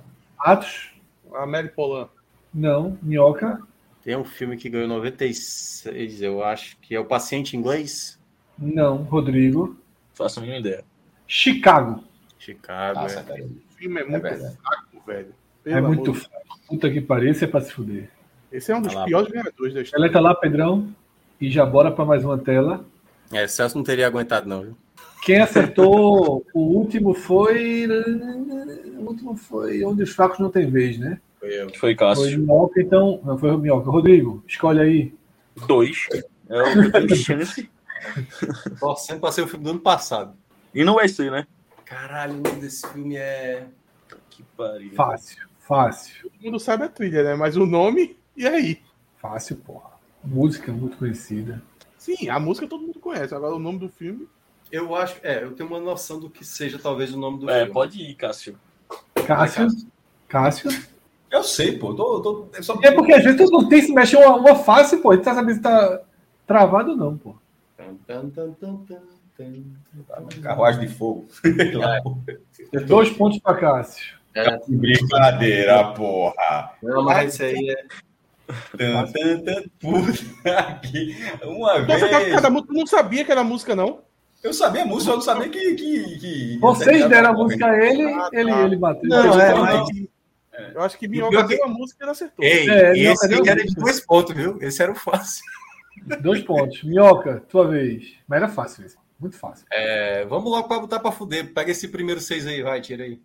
Speaker 2: Atos?
Speaker 4: A Mary Polan.
Speaker 2: Não. Minhoca?
Speaker 3: Tem um filme que ganhou 96, eu acho, que é O Paciente Inglês.
Speaker 2: Não. Rodrigo?
Speaker 6: Faço a mínima ideia.
Speaker 2: Chicago.
Speaker 3: Chicago.
Speaker 7: Ah,
Speaker 3: é.
Speaker 7: sacanagem.
Speaker 4: O filme é muito
Speaker 7: verdade.
Speaker 4: fraco, velho.
Speaker 2: é
Speaker 4: Pelo
Speaker 2: muito
Speaker 4: amor de-
Speaker 2: fraco. Puta que pariu, você é pra se fuder.
Speaker 4: Esse é um dos
Speaker 3: Tá lá,
Speaker 4: piores ganhadores da história.
Speaker 2: Deleta lá, Pedrão. E já bora pra mais uma tela.
Speaker 3: É, Celso não teria aguentado, não, viu?
Speaker 2: Quem acertou o último foi. O último foi onde os fracos não tem vez, né?
Speaker 3: Foi eu.
Speaker 6: Foi
Speaker 2: Foi
Speaker 6: Cássio.
Speaker 2: Minhoca, então. Não foi o Minhoca. Rodrigo, escolhe aí.
Speaker 6: Dois. É o que eu tenho chance.
Speaker 3: Torcendo pra ser o filme do ano passado.
Speaker 6: E não vai ser, né?
Speaker 3: Caralho, o nome desse filme é.
Speaker 6: Que pariu.
Speaker 2: Fácil, fácil,
Speaker 4: Todo mundo sabe a trilha, né? Mas o nome, e aí?
Speaker 2: fácil, porra. Música muito conhecida.
Speaker 4: Sim, a música todo mundo conhece. Agora o nome do filme.
Speaker 5: Eu acho, é, eu tenho uma noção do que seja talvez o nome do
Speaker 6: É,
Speaker 5: filme.
Speaker 6: pode ir, Cássio.
Speaker 2: Cássio. Cássio.
Speaker 7: Eu sei, pô. Tô, tô, é só...
Speaker 2: É porque às vezes tu não tem se mexer uma, uma face, pô. Tu tá sabendo se tá travado ou não, pô.
Speaker 5: Tan, tan, tan, tan, tan, tan.
Speaker 7: Carruagem de fogo. Sei lá, pô.
Speaker 2: Dois pontos pra Cássio.
Speaker 7: Brincadeira, porra.
Speaker 5: Não, mas isso aí é.
Speaker 7: Tan, tan, tan, puta que-
Speaker 2: É
Speaker 7: Uma
Speaker 4: Então, você sabe que
Speaker 7: vez.
Speaker 4: cada música- não sabia que era música, não?
Speaker 7: Eu sabia a música, eu não sabia que. que, que-
Speaker 2: Vocês
Speaker 7: que-
Speaker 2: deram a
Speaker 6: tá
Speaker 2: música a ele,
Speaker 6: Ah,
Speaker 2: ele, ele bateu.
Speaker 5: Não, é, mas-
Speaker 4: Eu acho que
Speaker 3: pior
Speaker 4: Minhoca
Speaker 3: que-
Speaker 4: deu a música e ele acertou.
Speaker 3: Ei,
Speaker 2: É,
Speaker 3: e
Speaker 2: não,
Speaker 3: esse
Speaker 2: cadê
Speaker 3: aí
Speaker 2: o
Speaker 3: era
Speaker 2: vídeo?
Speaker 3: de dois pontos, viu? Esse era o fácil.
Speaker 2: Dois pontos. Minhoca, tua vez. Mas era fácil isso. Muito fácil.
Speaker 3: É, vamos logo pra botar pra fuder. Pega esse primeiro seis aí, vai, tira aí.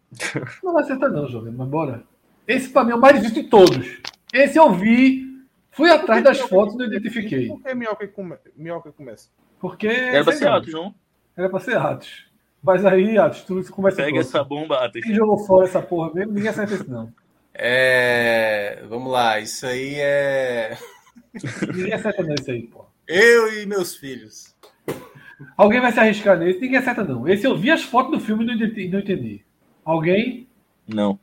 Speaker 2: Não vai acertar, não, jovem, mas bora. Esse pra mim é o mais difícil de todos. Esse eu vi, fui atrás das fotos e não identifiquei.
Speaker 4: Por que Minhoca come... Minhoca começa?
Speaker 2: Porque.
Speaker 6: Era pra
Speaker 2: sei
Speaker 6: ser
Speaker 2: lá,
Speaker 6: Atos, não?
Speaker 2: Era pra ser Atos. Mas aí, Atos, tu se conversa
Speaker 6: Pega
Speaker 2: todo.
Speaker 6: essa bomba, Atos.
Speaker 2: Quem jogou fora essa porra mesmo, ninguém acerta isso, não.
Speaker 3: É, vamos lá, isso aí é.
Speaker 2: Ninguém acerta não isso aí, pô.
Speaker 3: Eu e meus filhos.
Speaker 2: Alguém vai se arriscar nesse, ninguém acerta não. Esse eu vi as fotos do filme e não entendi. não entendi. Alguém?
Speaker 6: Não.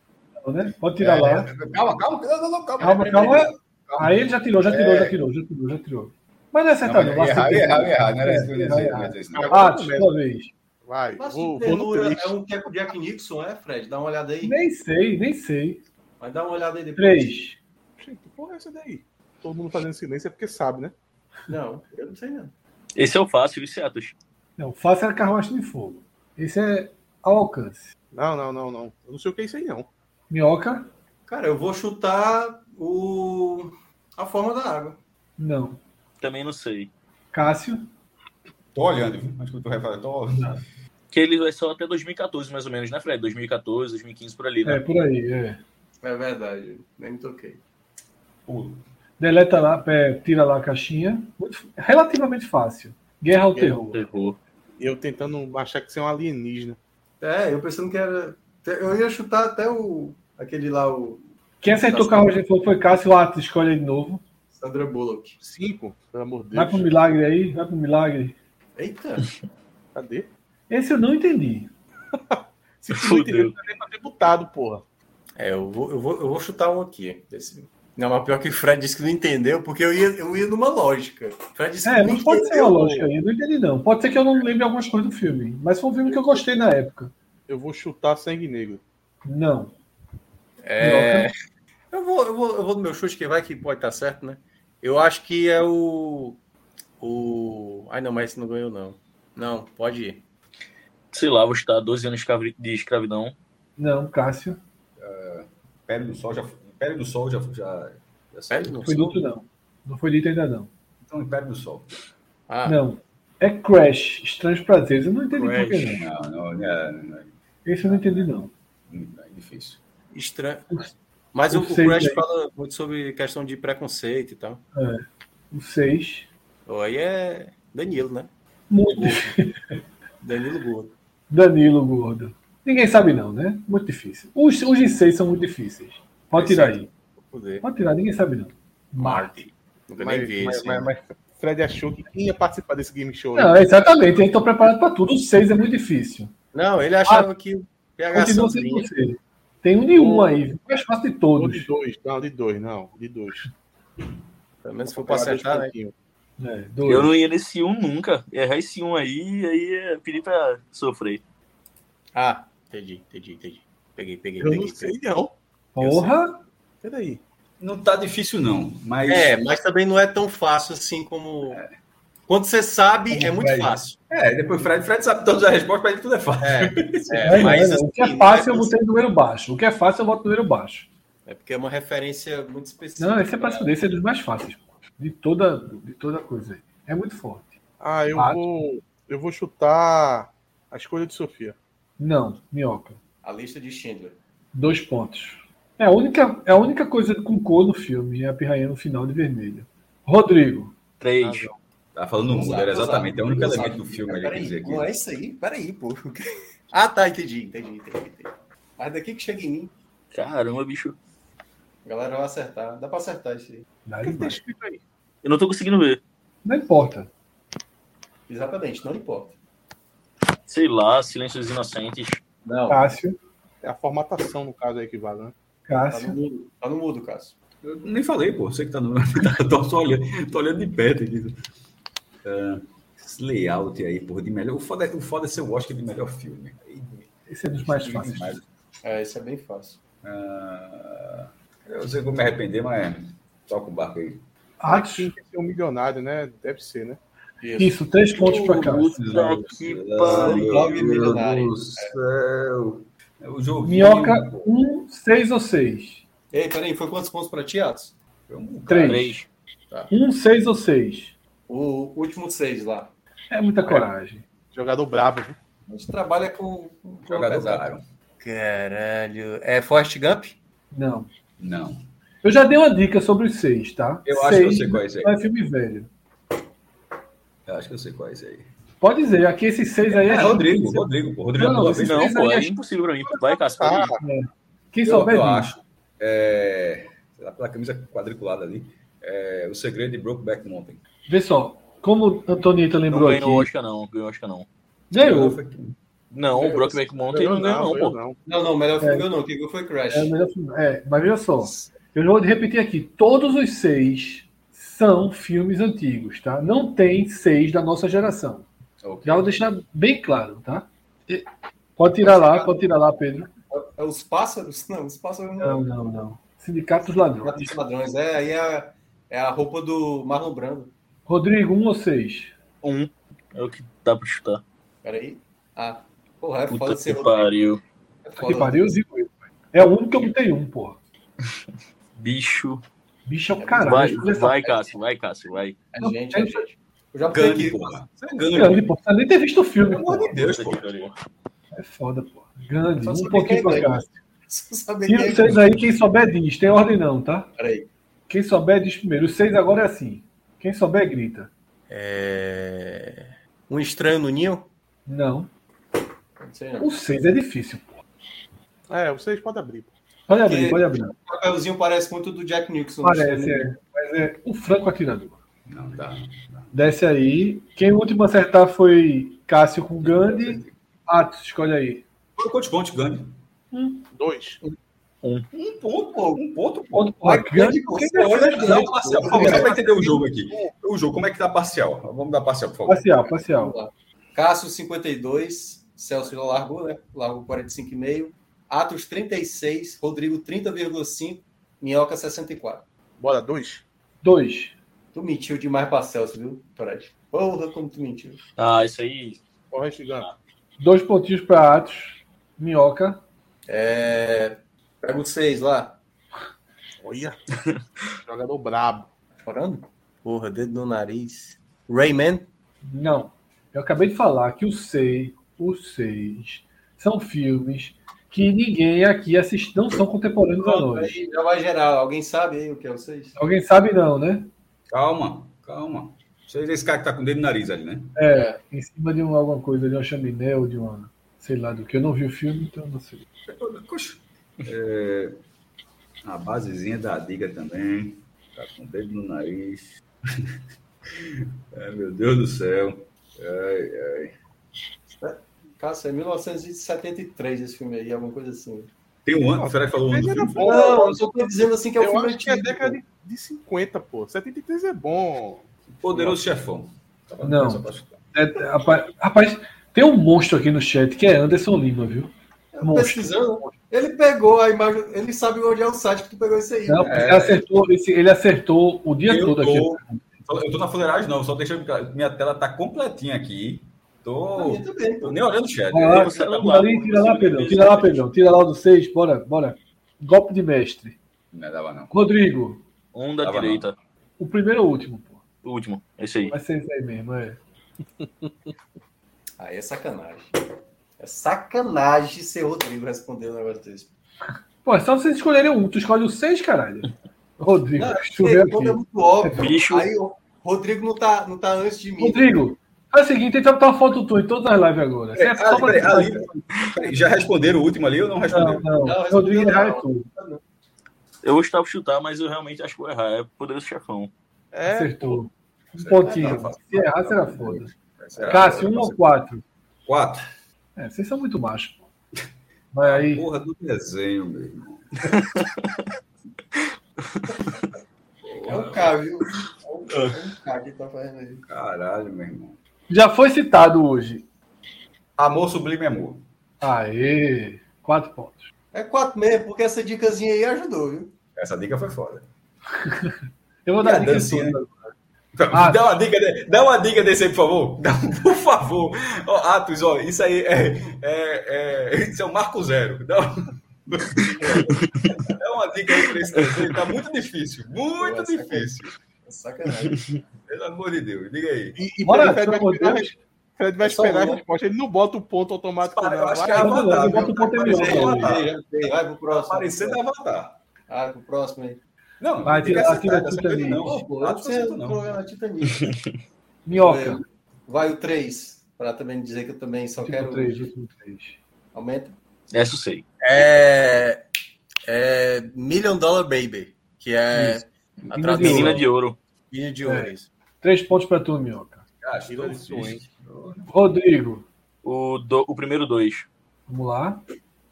Speaker 2: Não, né? Pode
Speaker 7: É,
Speaker 2: tirar lá.
Speaker 7: Calma, calma, não, não, não, calma.
Speaker 2: Calma,
Speaker 7: é,
Speaker 2: calma. Aí ele já tirou, já tirou, já tirou, já tirou, já tirou. Mas não acerta É, não.
Speaker 7: Não, errar,
Speaker 2: acertei.
Speaker 7: errar, errar. Não era isso que eu ia dizer,
Speaker 2: Errar,
Speaker 7: não
Speaker 2: errar.
Speaker 7: ia dizer isso, não.
Speaker 1: Ah,
Speaker 2: Atos, tua vez.
Speaker 4: Vai,
Speaker 5: Mas
Speaker 4: vou,
Speaker 5: o
Speaker 4: vou no
Speaker 5: ternura
Speaker 4: três.
Speaker 5: é um que é com Jack Nixon, é, Fred? Dá uma olhada aí.
Speaker 2: Nem sei, nem sei.
Speaker 5: Mas dá uma olhada aí depois.
Speaker 2: Três.
Speaker 4: Gente, que porra é essa daí? Todo mundo fazendo silêncio é porque sabe, né?
Speaker 5: Não, eu não sei não.
Speaker 6: Esse é o fácil, isso é Atos.
Speaker 2: Não, fácil era carruagem de fogo. Esse é ao alcance.
Speaker 4: Não, não, não, não. Eu não sei o que é isso aí, não.
Speaker 2: Minhoca?
Speaker 5: Cara, eu vou chutar o. A forma da água.
Speaker 2: Não.
Speaker 6: Também não sei.
Speaker 2: Cássio?
Speaker 7: Tô olhando, viu? Acho que eu tô reparando. Tô...
Speaker 6: Que ele vai só até 2014, mais ou menos, né, Fred? 2014, 2015, por ali,
Speaker 2: É,
Speaker 6: né?
Speaker 2: por aí, é.
Speaker 5: É verdade, nem me toquei.
Speaker 7: Pulo.
Speaker 2: Deleta lá, é, tira lá a caixinha. Muito- relativamente fácil. Guerra ao
Speaker 4: Guerra
Speaker 2: terror.
Speaker 6: Errou.
Speaker 4: E eu tentando achar que você é um alienígena.
Speaker 5: É, eu pensando que era. Eu ia chutar até o. aquele lá, o
Speaker 2: Quem acertou
Speaker 5: Nossa.
Speaker 2: carruagem de fogo foi Cássio Atos. Escolhe aí de novo.
Speaker 5: Sandra Bullock.
Speaker 4: Cinco, pelo amor de
Speaker 2: Vai pro
Speaker 4: Deus.
Speaker 2: milagre aí, vai pro milagre.
Speaker 5: Eita!
Speaker 4: Cadê?
Speaker 2: Esse eu não entendi.
Speaker 4: Se tu não
Speaker 6: Fudeu.
Speaker 4: entendeu, não dá nem pra ter botado, porra.
Speaker 3: É, eu vou, eu vou, eu vou chutar um aqui. Desse... Não, mas pior que o Fred disse que não entendeu, porque eu ia, eu ia numa lógica. O Fred disse que
Speaker 2: É, não pode ser
Speaker 3: entendeu,
Speaker 2: uma
Speaker 3: pô.
Speaker 2: lógica aí, eu não entendi não. Pode ser que eu não lembre algumas coisas do filme, mas foi um filme que eu gostei na época.
Speaker 4: Eu vou chutar sangue negro.
Speaker 2: Não.
Speaker 3: É, Eu vou, eu, vou, eu vou no meu chute, que vai que pode estar certo, né? Eu acho que é o. O. Ai, não, mas esse não ganhou, não. Não, pode ir.
Speaker 6: Sei lá, vou estar 12 anos de escravi- de escravidão.
Speaker 2: Não, Cássio.
Speaker 7: Império do Sol já. Império do Sol já. já, já saiu.
Speaker 3: Sério? Não
Speaker 2: Foi
Speaker 3: sei.
Speaker 2: dito não. Não foi dito ainda não.
Speaker 7: Então, Império do Sol.
Speaker 3: Ah,
Speaker 2: Não. É Crash, Estranhos Prazeres. Eu não entendi por
Speaker 3: Crash.
Speaker 2: que não.
Speaker 7: Não, não, não, não, é,
Speaker 2: Esse eu não entendi não.
Speaker 7: não, é difícil.
Speaker 3: estranho. Mas o,
Speaker 2: Não
Speaker 3: o
Speaker 2: sei,
Speaker 3: Crash
Speaker 2: velho.
Speaker 3: fala muito sobre questão de preconceito e tal.
Speaker 2: O 6.
Speaker 3: Ó, Aí é Danilo, né?
Speaker 2: Muito.
Speaker 3: Danilo Gordo.
Speaker 2: Danilo Gordo. Ninguém sabe não, né? Muito difícil. Os, os de 6 são muito difíceis. Pode tirar aí.
Speaker 3: Vou poder.
Speaker 2: Pode tirar, ninguém sabe não.
Speaker 3: Marte. Nunca nem vi
Speaker 4: mas,
Speaker 3: esse.
Speaker 4: mas- mas Fred achou que quem ia participar desse game show. né?
Speaker 2: Não, exatamente. Eles estão preparados para tudo. O 6 é muito difícil.
Speaker 3: Não,
Speaker 1: ah,
Speaker 3: ele achava que o PH
Speaker 2: Continua
Speaker 3: sozinho.
Speaker 2: sendo você. Tem um de um aí. O mais fácil de
Speaker 4: Ou de
Speaker 2: todos.
Speaker 4: dois, não, de dois, não, de dois.
Speaker 3: Pelo menos se for pra acertar, né?
Speaker 2: É,
Speaker 6: Eu
Speaker 2: dois.
Speaker 6: não ia nesse um nunca. Errar esse um aí, aí é pedir pra sofrer.
Speaker 3: Ah, entendi, entendi, entendi. Peguei, peguei,
Speaker 4: Eu não
Speaker 3: peguei.
Speaker 4: sei, não.
Speaker 2: Porra!
Speaker 4: Peraí.
Speaker 7: Não tá difícil, não, mas.
Speaker 3: É, mas também não é tão fácil assim como. Quando você sabe, é muito
Speaker 7: Velho.
Speaker 3: fácil.
Speaker 7: É, depois Fred, Fred sabe todas as respostas, pra ele tudo é fácil.
Speaker 3: É,
Speaker 2: É,
Speaker 3: mas
Speaker 2: né? o que
Speaker 3: assim,
Speaker 2: é fácil,
Speaker 3: não
Speaker 2: eu botei número baixo. O que é fácil, eu boto número baixo.
Speaker 3: É porque é uma referência muito específica. né?
Speaker 2: Não, esse é pra estudar, esse é dos mais fáceis, pô. De toda, de toda coisa aí. É muito forte.
Speaker 4: Ah, eu
Speaker 2: Ah.
Speaker 4: vou. Eu vou chutar a escolha de Sofia.
Speaker 2: Não, minhoca.
Speaker 3: A lista de Schindler.
Speaker 2: Dois pontos. É a única, é a única coisa com cor no filme, é a pirrainha no final de vermelho. Rodrigo.
Speaker 6: Três.
Speaker 7: Tá falando no mundo, era exatamente. É o único elemento do filme ali que
Speaker 3: Peraí,
Speaker 7: dizer aqui. né?
Speaker 3: não é isso aí? Peraí, pô. Ah, tá, entendi, entendi, entendi, entendi. Mas daqui que chega em mim,
Speaker 6: Caramba, bicho.
Speaker 3: a galera vai acertar. Dá pra acertar isso aí.
Speaker 2: Dá
Speaker 4: O que, que tem
Speaker 2: demais.
Speaker 4: escrito aí?
Speaker 6: Eu não tô conseguindo ver.
Speaker 2: Não importa.
Speaker 3: Exatamente, não importa.
Speaker 6: Sei lá, Silêncio dos Inocentes.
Speaker 7: Não,
Speaker 2: Cássio.
Speaker 4: É a formatação, no caso, aí que vale, né?
Speaker 3: Tá no
Speaker 2: Cássio.
Speaker 3: mudo, tá no mudo, Cássio.
Speaker 7: eu nem falei, pô. Você que tá no. tá- tô só olhando, tô olhando de perto aqui. Ah, esse layout aí, porra, de melhor. O foda, é- o foda é ser o Oscar de melhor filme. Aí,
Speaker 2: Esse é dos mais fáceis.
Speaker 7: demais.
Speaker 3: É, isso é bem fácil.
Speaker 7: Ah, eu sei que eu vou me arrepender, mas toca o barco aí.
Speaker 2: Atos.
Speaker 4: Tem que ser um milionário, né? Deve ser, né?
Speaker 2: Isso, três pontos pra Cássio.
Speaker 6: Puta que
Speaker 7: Meu
Speaker 3: Blog
Speaker 7: Deus
Speaker 3: milionário.
Speaker 7: do céu. É o jogo.
Speaker 2: Minhoca, um, seis ou seis?
Speaker 3: Ei, peraí, foi quantos pontos pra ti, Atos?
Speaker 2: Três.
Speaker 6: Três.
Speaker 2: Um, seis ou seis?
Speaker 3: O último seis lá.
Speaker 2: É muita coragem.
Speaker 4: Jogador brabo. viu?
Speaker 3: A gente trabalha com. com
Speaker 7: Jogador
Speaker 3: pesado.
Speaker 7: caro.
Speaker 3: Caralho. É Forrest Gump?
Speaker 2: Não.
Speaker 7: Não.
Speaker 2: Eu já dei uma dica sobre os seis, tá?
Speaker 7: Eu acho que eu
Speaker 2: seis
Speaker 7: sei qual é esse aí.
Speaker 2: não é filme velho.
Speaker 7: Eu acho que eu sei qual é esse aí.
Speaker 2: Pode dizer, aqui esses seis aí é,
Speaker 7: É Rodrigo,
Speaker 2: difícil.
Speaker 7: Rodrigo, pô. Rodrigo
Speaker 2: Não,
Speaker 7: pulou a
Speaker 2: esse-
Speaker 7: vez.
Speaker 6: Não, pô, é impossível Ah, pra mim. Vai, Cássio. pode ir.
Speaker 2: Quem
Speaker 7: eu,
Speaker 2: souber
Speaker 7: eu
Speaker 2: disso.
Speaker 7: acho. É, sei lá, pela camisa quadriculada ali. é, o segredo de Brokeback Mountain.
Speaker 2: Vê só, como Antonieta
Speaker 6: Não
Speaker 2: lembrou aqui,
Speaker 6: ganhou Oscar, não. Ganhou Oscar, não.
Speaker 2: ganhou.
Speaker 6: Não, o Brockback Mountain não ganhou, não,
Speaker 4: foi eu
Speaker 6: pô.
Speaker 4: não.
Speaker 3: Não, não, melhor filme eu não. Quem ganhou foi Crash.
Speaker 2: É, o melhor filme. É, mas veja só, eu vou repetir aqui, todos os seis são filmes antigos, tá? Não tem seis da nossa geração.
Speaker 3: É
Speaker 7: Ok.
Speaker 2: Já vou deixar bem claro, tá? E- Pode tirar lá, pode tirar lá, Pedro.
Speaker 3: É os pássaros? Não, os pássaros não.
Speaker 2: Não, não, não. Sindicato dos Ladrões.
Speaker 3: Os ladrões. É, aí é, é a roupa do Marlon Brando.
Speaker 2: Rodrigo, um ou seis?
Speaker 6: Um. É o que dá pra chutar.
Speaker 3: Peraí. Ah, porra, é
Speaker 6: Puta
Speaker 3: foda ser
Speaker 6: que
Speaker 3: roupa.
Speaker 6: pariu.
Speaker 3: É
Speaker 2: Que
Speaker 3: foda.
Speaker 2: pariu, Zico. eu. É o único que eu botei um, porra.
Speaker 6: Bicho.
Speaker 2: Bicho é o
Speaker 6: Vai,
Speaker 2: caralho.
Speaker 6: vai, Cássio. Vai, Cássio. Vai.
Speaker 3: É
Speaker 2: Não,
Speaker 3: gente, é
Speaker 2: é-
Speaker 3: gente. Eu já botei
Speaker 7: Gangue,
Speaker 3: aqui.
Speaker 7: porra. Isso é gangue.
Speaker 2: Grande, pô. Precisa nem ter visto o filme,
Speaker 7: Pelo amor
Speaker 2: pô.
Speaker 7: de Deus, pô.
Speaker 6: Puta que pariu.
Speaker 2: É foda, pô. Grande,
Speaker 3: Só
Speaker 2: um
Speaker 3: saber
Speaker 2: pouquinho
Speaker 3: quem é
Speaker 2: pra cá.
Speaker 3: grande. Só saber
Speaker 2: Tira os
Speaker 3: quem é.
Speaker 2: seis aí, quem souber diz. Tem ordem não, tá?
Speaker 3: Peraí.
Speaker 2: Quem souber diz primeiro. Os seis agora é assim. Quem souber grita.
Speaker 3: É... Um estranho no ninho?
Speaker 2: Não.
Speaker 3: Não sei não.
Speaker 2: O seis é difícil, pô.
Speaker 4: É, vocês podem abrir.
Speaker 2: Pode
Speaker 3: Porque-
Speaker 2: abrir, pode abrir.
Speaker 3: O papelzinho parece muito do Jack Nixon.
Speaker 2: Parece, é. Mas é o franco atirador.
Speaker 7: Não, dá.
Speaker 2: Desce aí. Quem o último a acertar foi Cássio com Gandhi. Atos, escolhe aí.
Speaker 7: Quantos pontos ganha?
Speaker 4: Dois.
Speaker 7: Um ponto, pô. Um ponto, pô.
Speaker 2: Ponto pra Gandhi. é Quem
Speaker 7: Você olha
Speaker 2: defende
Speaker 7: dá
Speaker 2: Gandhi?
Speaker 7: o parcial. é Por favor, Só pra entender o jogo aqui. O jogo, como é que tá parcial? Vamos dar parcial, por favor.
Speaker 2: Parcial, parcial.
Speaker 3: Cássio 52, Celso já largou, né? Largou 45,5. Atos 36, Rodrigo 30,5, Minhoca 64.
Speaker 4: Bora, dois.
Speaker 2: Dois.
Speaker 5: Tu mentiu demais pra Celso, viu, Fred? Porra, como tu mentiu.
Speaker 6: Ah, isso aí.
Speaker 4: Corre, gigante.
Speaker 2: Dois pontinhos para Atos. Minhoca.
Speaker 3: É... Pega o seis lá.
Speaker 4: Olha. Jogador brabo.
Speaker 3: Chorando? Porra, dedo no nariz. Rayman?
Speaker 2: Não. Eu acabei de falar que o 6, o 6 são filmes que ninguém aqui assiste, não são contemporâneos a
Speaker 5: Pronto,
Speaker 2: nós.
Speaker 5: aí já vai gerar. Alguém sabe aí o que é vocês?
Speaker 2: Alguém sabe não, né?
Speaker 7: Calma, calma. Vocês, esse cara que tá com o dedo no nariz ali, né?
Speaker 2: É, em cima de um, alguma coisa, de uma chaminé ou de uma. Sei lá do que. Eu não vi o filme, então eu não sei.
Speaker 7: Coxa. É, a basezinha da Diga também. Tá com o dedo no nariz. Ai, meu Deus do céu. Ai, ai.
Speaker 5: Cássio, é 1973 esse filme aí, alguma coisa assim.
Speaker 7: Tem um ano, o Ferrari falou um ano do filme.
Speaker 5: Não, eu só tô dizendo assim que é um
Speaker 4: Eu
Speaker 5: filme
Speaker 4: acho que é
Speaker 5: antigo,
Speaker 4: década
Speaker 5: pô.
Speaker 4: de, de 50, pô. 73 é bom.
Speaker 7: Poderoso Chefão. Tava
Speaker 2: Não.
Speaker 7: nessa pra chutar.
Speaker 2: É, é, rapaz, rapaz, tem um monstro aqui no chat que é Anderson Lima, viu?
Speaker 5: Eu
Speaker 2: Monstro.
Speaker 5: pesquisando. Ele pegou a imagem, ele sabe onde é o site que tu pegou isso aí.
Speaker 2: Não,
Speaker 5: né?
Speaker 2: ele, acertou, esse- ele acertou o dia
Speaker 7: É. Eu
Speaker 2: todo aqui.
Speaker 7: tô- Eu tô na fuleiragem, não. Só deixando claro. Minha tela tá completinha aqui.
Speaker 5: A
Speaker 7: Tô,
Speaker 5: minha também, pô.
Speaker 7: tô nem olhando o chat.
Speaker 2: Vai lá,
Speaker 7: Eu-
Speaker 2: tira ali, tira lá, Pedrão. Tira lá, Pedrão. Tira lá o do 6, bora, bora. Golpe de mestre.
Speaker 7: Não é, dava, não.
Speaker 2: Rodrigo,
Speaker 6: Um da
Speaker 7: Tava
Speaker 6: direita.
Speaker 2: o primeiro ou o último, pô.
Speaker 6: O último. Esse aí.
Speaker 2: Vai ser isso aí mesmo, é.
Speaker 5: Aí é sacanagem. É sacanagem ser Rodrigo responder um negócio desse.
Speaker 2: Pô, é só vocês escolherem um. Tu escolhe o 6, caralho. Rodrigo,
Speaker 5: Não,
Speaker 2: deixa eu ver
Speaker 5: Porque Quando é
Speaker 2: aqui.
Speaker 5: muito óbvio.
Speaker 6: Bicho.
Speaker 5: Aí o Rodrigo não tá, não tá antes de mim.
Speaker 2: Rodrigo, é o seguinte, tenta botar uma foto tua em todas as lives agora. Você é só
Speaker 7: Ali,
Speaker 2: pra-
Speaker 7: peraí, ali- peraí, já responderam o último ali ou não
Speaker 2: Não,
Speaker 7: responderam?
Speaker 2: não.
Speaker 5: Não,
Speaker 2: Rodrigo
Speaker 5: não.
Speaker 2: errar é tudo.
Speaker 6: Eu gostava de chutar, mas eu realmente acho que vou errar. É poderoso chefão.
Speaker 4: É,
Speaker 2: Acertou. Um
Speaker 7: Ah,
Speaker 2: pontinho.
Speaker 7: não,
Speaker 2: Se errar,
Speaker 7: não,
Speaker 2: será
Speaker 7: não,
Speaker 2: foda.
Speaker 7: Será?
Speaker 2: Cássio, um ou quatro?
Speaker 7: Quatro.
Speaker 2: É, vocês são muito machos. pô. Vai aí.
Speaker 7: Porra do desenho, meu irmão.
Speaker 5: É o K, viu? É o é o K que tá fazendo aí.
Speaker 7: Caralho, meu irmão.
Speaker 2: Já foi citado hoje.
Speaker 7: Amor sublime amor.
Speaker 2: Aê! Quatro pontos.
Speaker 5: É 4 mesmo, porque essa dicasinha aí ajudou, viu?
Speaker 7: Essa dica foi foda.
Speaker 2: Eu vou
Speaker 7: E
Speaker 2: dar
Speaker 7: a
Speaker 2: dica
Speaker 7: dancinha,
Speaker 2: toda. Ah.
Speaker 7: Então, Dá uma dica, de- dá uma dica desse aí, por favor. Dá um- por favor. Ó, Atos, ó, isso aí é, é, é- isso é o Marco Zero. Dá, um- Dá uma dica aí pra esse desenho. Tá muito difícil.
Speaker 5: Boa,
Speaker 7: Muito difícil.
Speaker 5: É sacanagem.
Speaker 7: Pelo amor de Deus, diga aí.
Speaker 4: E, e
Speaker 2: Bora,
Speaker 4: Fred
Speaker 2: pelo
Speaker 4: vai
Speaker 2: amor de
Speaker 4: esperar,
Speaker 2: Deus.
Speaker 4: Fred vai
Speaker 5: É só
Speaker 4: esperar a
Speaker 5: um, né?
Speaker 4: resposta. Ele não bota o ponto automático.
Speaker 7: Para, eu
Speaker 4: não.
Speaker 7: acho que é
Speaker 4: Vai.
Speaker 2: Vai,
Speaker 7: Avatar.
Speaker 2: vai,
Speaker 7: viu?
Speaker 2: bota o ponto
Speaker 7: Aparecendo
Speaker 2: em mim,
Speaker 7: Avatar.
Speaker 5: Já tem, Vai pro próximo.
Speaker 7: Aparecendo Avatar.
Speaker 5: Ah, pro próximo aí.
Speaker 7: Não,
Speaker 2: Vai,
Speaker 7: não fica
Speaker 2: tira-
Speaker 7: essa-
Speaker 2: tira
Speaker 7: essa
Speaker 2: tudo
Speaker 7: coisa
Speaker 2: ali.
Speaker 7: não.
Speaker 5: Pô, pô, eu
Speaker 7: Ah, não
Speaker 5: não
Speaker 7: sei
Speaker 5: sei
Speaker 7: isso não.
Speaker 5: programa Titanic.
Speaker 2: Minhoca.
Speaker 5: Vai o 3, pra também dizer que eu também só
Speaker 2: Último
Speaker 5: quero.
Speaker 2: Tipo três, né? último três.
Speaker 5: Aumenta.
Speaker 6: Essa eu sei.
Speaker 3: É... é Million Dollar Baby, que é a
Speaker 2: Menina de
Speaker 3: tradução.
Speaker 6: Menina
Speaker 2: ouro.
Speaker 3: Menina de
Speaker 6: de ouro.
Speaker 3: Ouro,
Speaker 2: É.
Speaker 3: isso.
Speaker 2: Três pontos pra tu, Minhoca.
Speaker 7: Gastou
Speaker 4: Tira
Speaker 7: o
Speaker 4: isso, hein?
Speaker 7: fixe.
Speaker 2: Rodrigo.
Speaker 6: O, do- o primeiro dois.
Speaker 2: Vamos lá.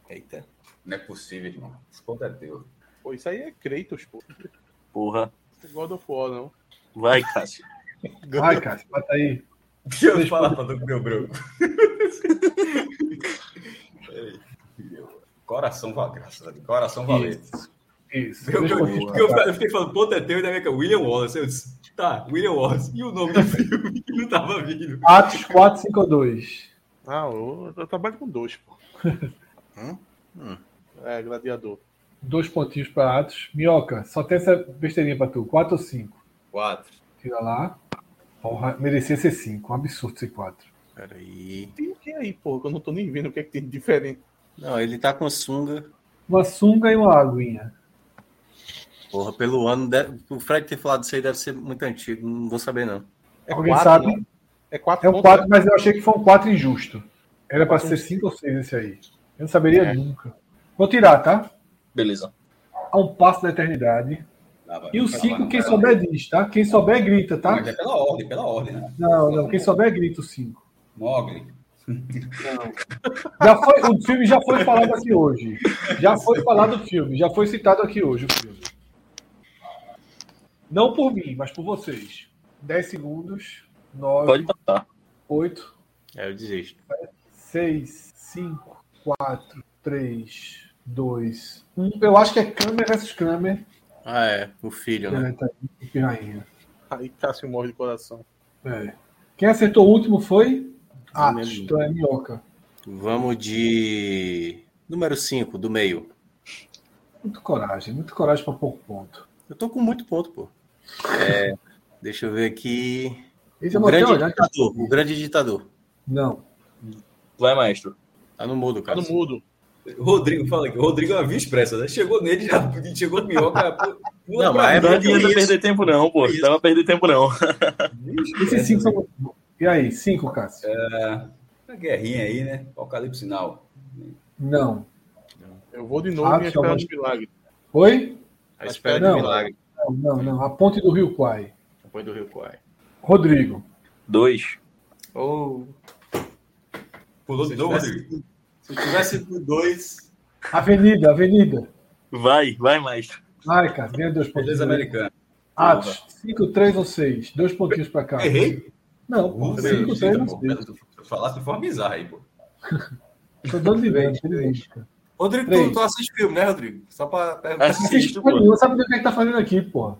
Speaker 3: Eita.
Speaker 7: Não é possível, irmão. Esse ponto é teu.
Speaker 4: Pô, isso aí é Kratos, pô.
Speaker 6: Porra.
Speaker 4: Isso é God of War, não.
Speaker 6: Vai, Cássio.
Speaker 2: Vai, Cássio. Bota aí.
Speaker 7: Deus falava do meu branco. Peraí. Coração valente. Coração valente.
Speaker 2: Isso.
Speaker 7: Eu,
Speaker 2: Três
Speaker 7: eu-
Speaker 2: pontos
Speaker 7: eu-
Speaker 2: pra Cássio.
Speaker 7: eu fiquei falando, ponto é teu, e daí que é William Wallace. Eu disse, tá, William Wallace. E o nome do filme que não tava vindo.
Speaker 2: Atos 452.
Speaker 4: Ah, eu, eu trabalho com dois, pô. Hum? É, gladiador.
Speaker 2: Dois pontinhos pra Atos. Minhoca, só tem essa besteirinha pra tu. Quatro ou cinco?
Speaker 3: Quatro.
Speaker 2: Tira lá. Porra, merecia ser cinco. Um absurdo ser quatro.
Speaker 3: Peraí.
Speaker 4: Tem o que aí, pô? Que eu não tô nem vendo o que é que tem de diferente.
Speaker 3: Não, ele tá com sunga.
Speaker 2: Uma sunga e uma aguinha.
Speaker 3: Porra, pelo ano. deve- O Fred ter falado isso aí deve ser muito antigo. Não vou saber, não.
Speaker 4: É
Speaker 2: Alguém
Speaker 4: quatro,
Speaker 2: sabe?
Speaker 4: né? É quatro
Speaker 2: É um
Speaker 4: pontos,
Speaker 2: 4,
Speaker 4: né?
Speaker 2: mas eu achei que foi um 4 injusto. Era pra ser 5 ou 6 esse aí. Eu não saberia
Speaker 4: É.
Speaker 2: nunca. Vou tirar, tá?
Speaker 6: Beleza.
Speaker 2: A um passo da eternidade.
Speaker 7: Tava,
Speaker 2: E o
Speaker 7: tava,
Speaker 2: 5, quem
Speaker 7: tava.
Speaker 2: souber diz, tá? Quem souber grita, tá?
Speaker 7: Mas é pela ordem, pela ordem, né?
Speaker 2: Não, não. Quem souber grita o 5.
Speaker 7: Mogli.
Speaker 2: Já foi, o filme já foi falado aqui hoje. Já foi falado o filme. Já foi citado aqui hoje o filme. Não por mim, mas por vocês. 10 segundos.
Speaker 6: Pode
Speaker 2: 9,
Speaker 6: passar.
Speaker 2: 8,
Speaker 3: É, eu desisto.
Speaker 2: 6, 5, 4, 3, 2, 1. Eu acho que é Kramer versus Kramer.
Speaker 3: Ah, é. O filho, né?
Speaker 2: Né? Tá aí, o Pirrainha.
Speaker 4: Aí Cássio morre de coração.
Speaker 2: É. Quem acertou o último foi? Ah,
Speaker 3: lembro.
Speaker 2: então é minhoca.
Speaker 3: Vamos de número 5, do meio.
Speaker 2: Muito coragem, muito coragem para pouco ponto.
Speaker 3: Eu tô com muito ponto, pô. É, deixa eu ver aqui.
Speaker 2: Esse é eu
Speaker 3: O
Speaker 2: botei
Speaker 3: Um grande,
Speaker 2: olhar.
Speaker 3: ditador, o grande ditador.
Speaker 2: Não.
Speaker 6: Vai, maestro.
Speaker 3: Tá no mudo,
Speaker 4: Tá
Speaker 3: cara.
Speaker 4: no mudo.
Speaker 7: Rodrigo, fala aqui. Rodrigo é uma via expressa, né? Chegou nele, já chegou no minhoca. pula pra né?
Speaker 6: Não, mas não
Speaker 7: dentro,
Speaker 6: adianta
Speaker 7: isso.
Speaker 6: perder tempo, não, pô. Não vai perder tempo, não.
Speaker 2: Esses cinco são muito bons. E aí, cinco, Cássio?
Speaker 7: Uma guerrinha aí, né? Apocalipse Sinal.
Speaker 2: Não.
Speaker 4: Eu vou de novo
Speaker 2: Ah,
Speaker 4: minha
Speaker 2: tá
Speaker 4: espera
Speaker 2: bom.
Speaker 4: de milagre.
Speaker 2: Foi?
Speaker 3: A espera de
Speaker 2: Não.
Speaker 3: milagre.
Speaker 2: Não, não, não. A ponte do Rio Quai.
Speaker 3: Depois do Rio Quai.
Speaker 2: Rodrigo.
Speaker 6: Dois.
Speaker 8: Ou
Speaker 7: Pulou de novo, Rodrigo.
Speaker 5: tivesse- Se eu tivesse ido dois,
Speaker 2: Avenida, avenida.
Speaker 6: Vai, vai, maestro.
Speaker 2: Ai, Cássio, ganha dois pontos.
Speaker 7: Beleza americana.
Speaker 2: Atos, 5, 3 ou 6? Dois pontinhos para cá.
Speaker 7: Errei.
Speaker 2: Não,
Speaker 7: Pô,
Speaker 2: 5,
Speaker 7: velho,
Speaker 2: 3
Speaker 7: tá
Speaker 2: ou
Speaker 7: bom.
Speaker 2: 6.
Speaker 7: Se eu falasse de forma bizarra aí, pô.
Speaker 2: Estou dando de vento, infelizmente. cara.
Speaker 5: Rodrigo,
Speaker 2: Três.
Speaker 5: tu, tu assiste filme, né, Rodrigo? Só pra perguntar.
Speaker 6: Assisto,
Speaker 2: Pô,
Speaker 6: pô.
Speaker 2: Não sabe do que é que tá fazendo aqui, porra.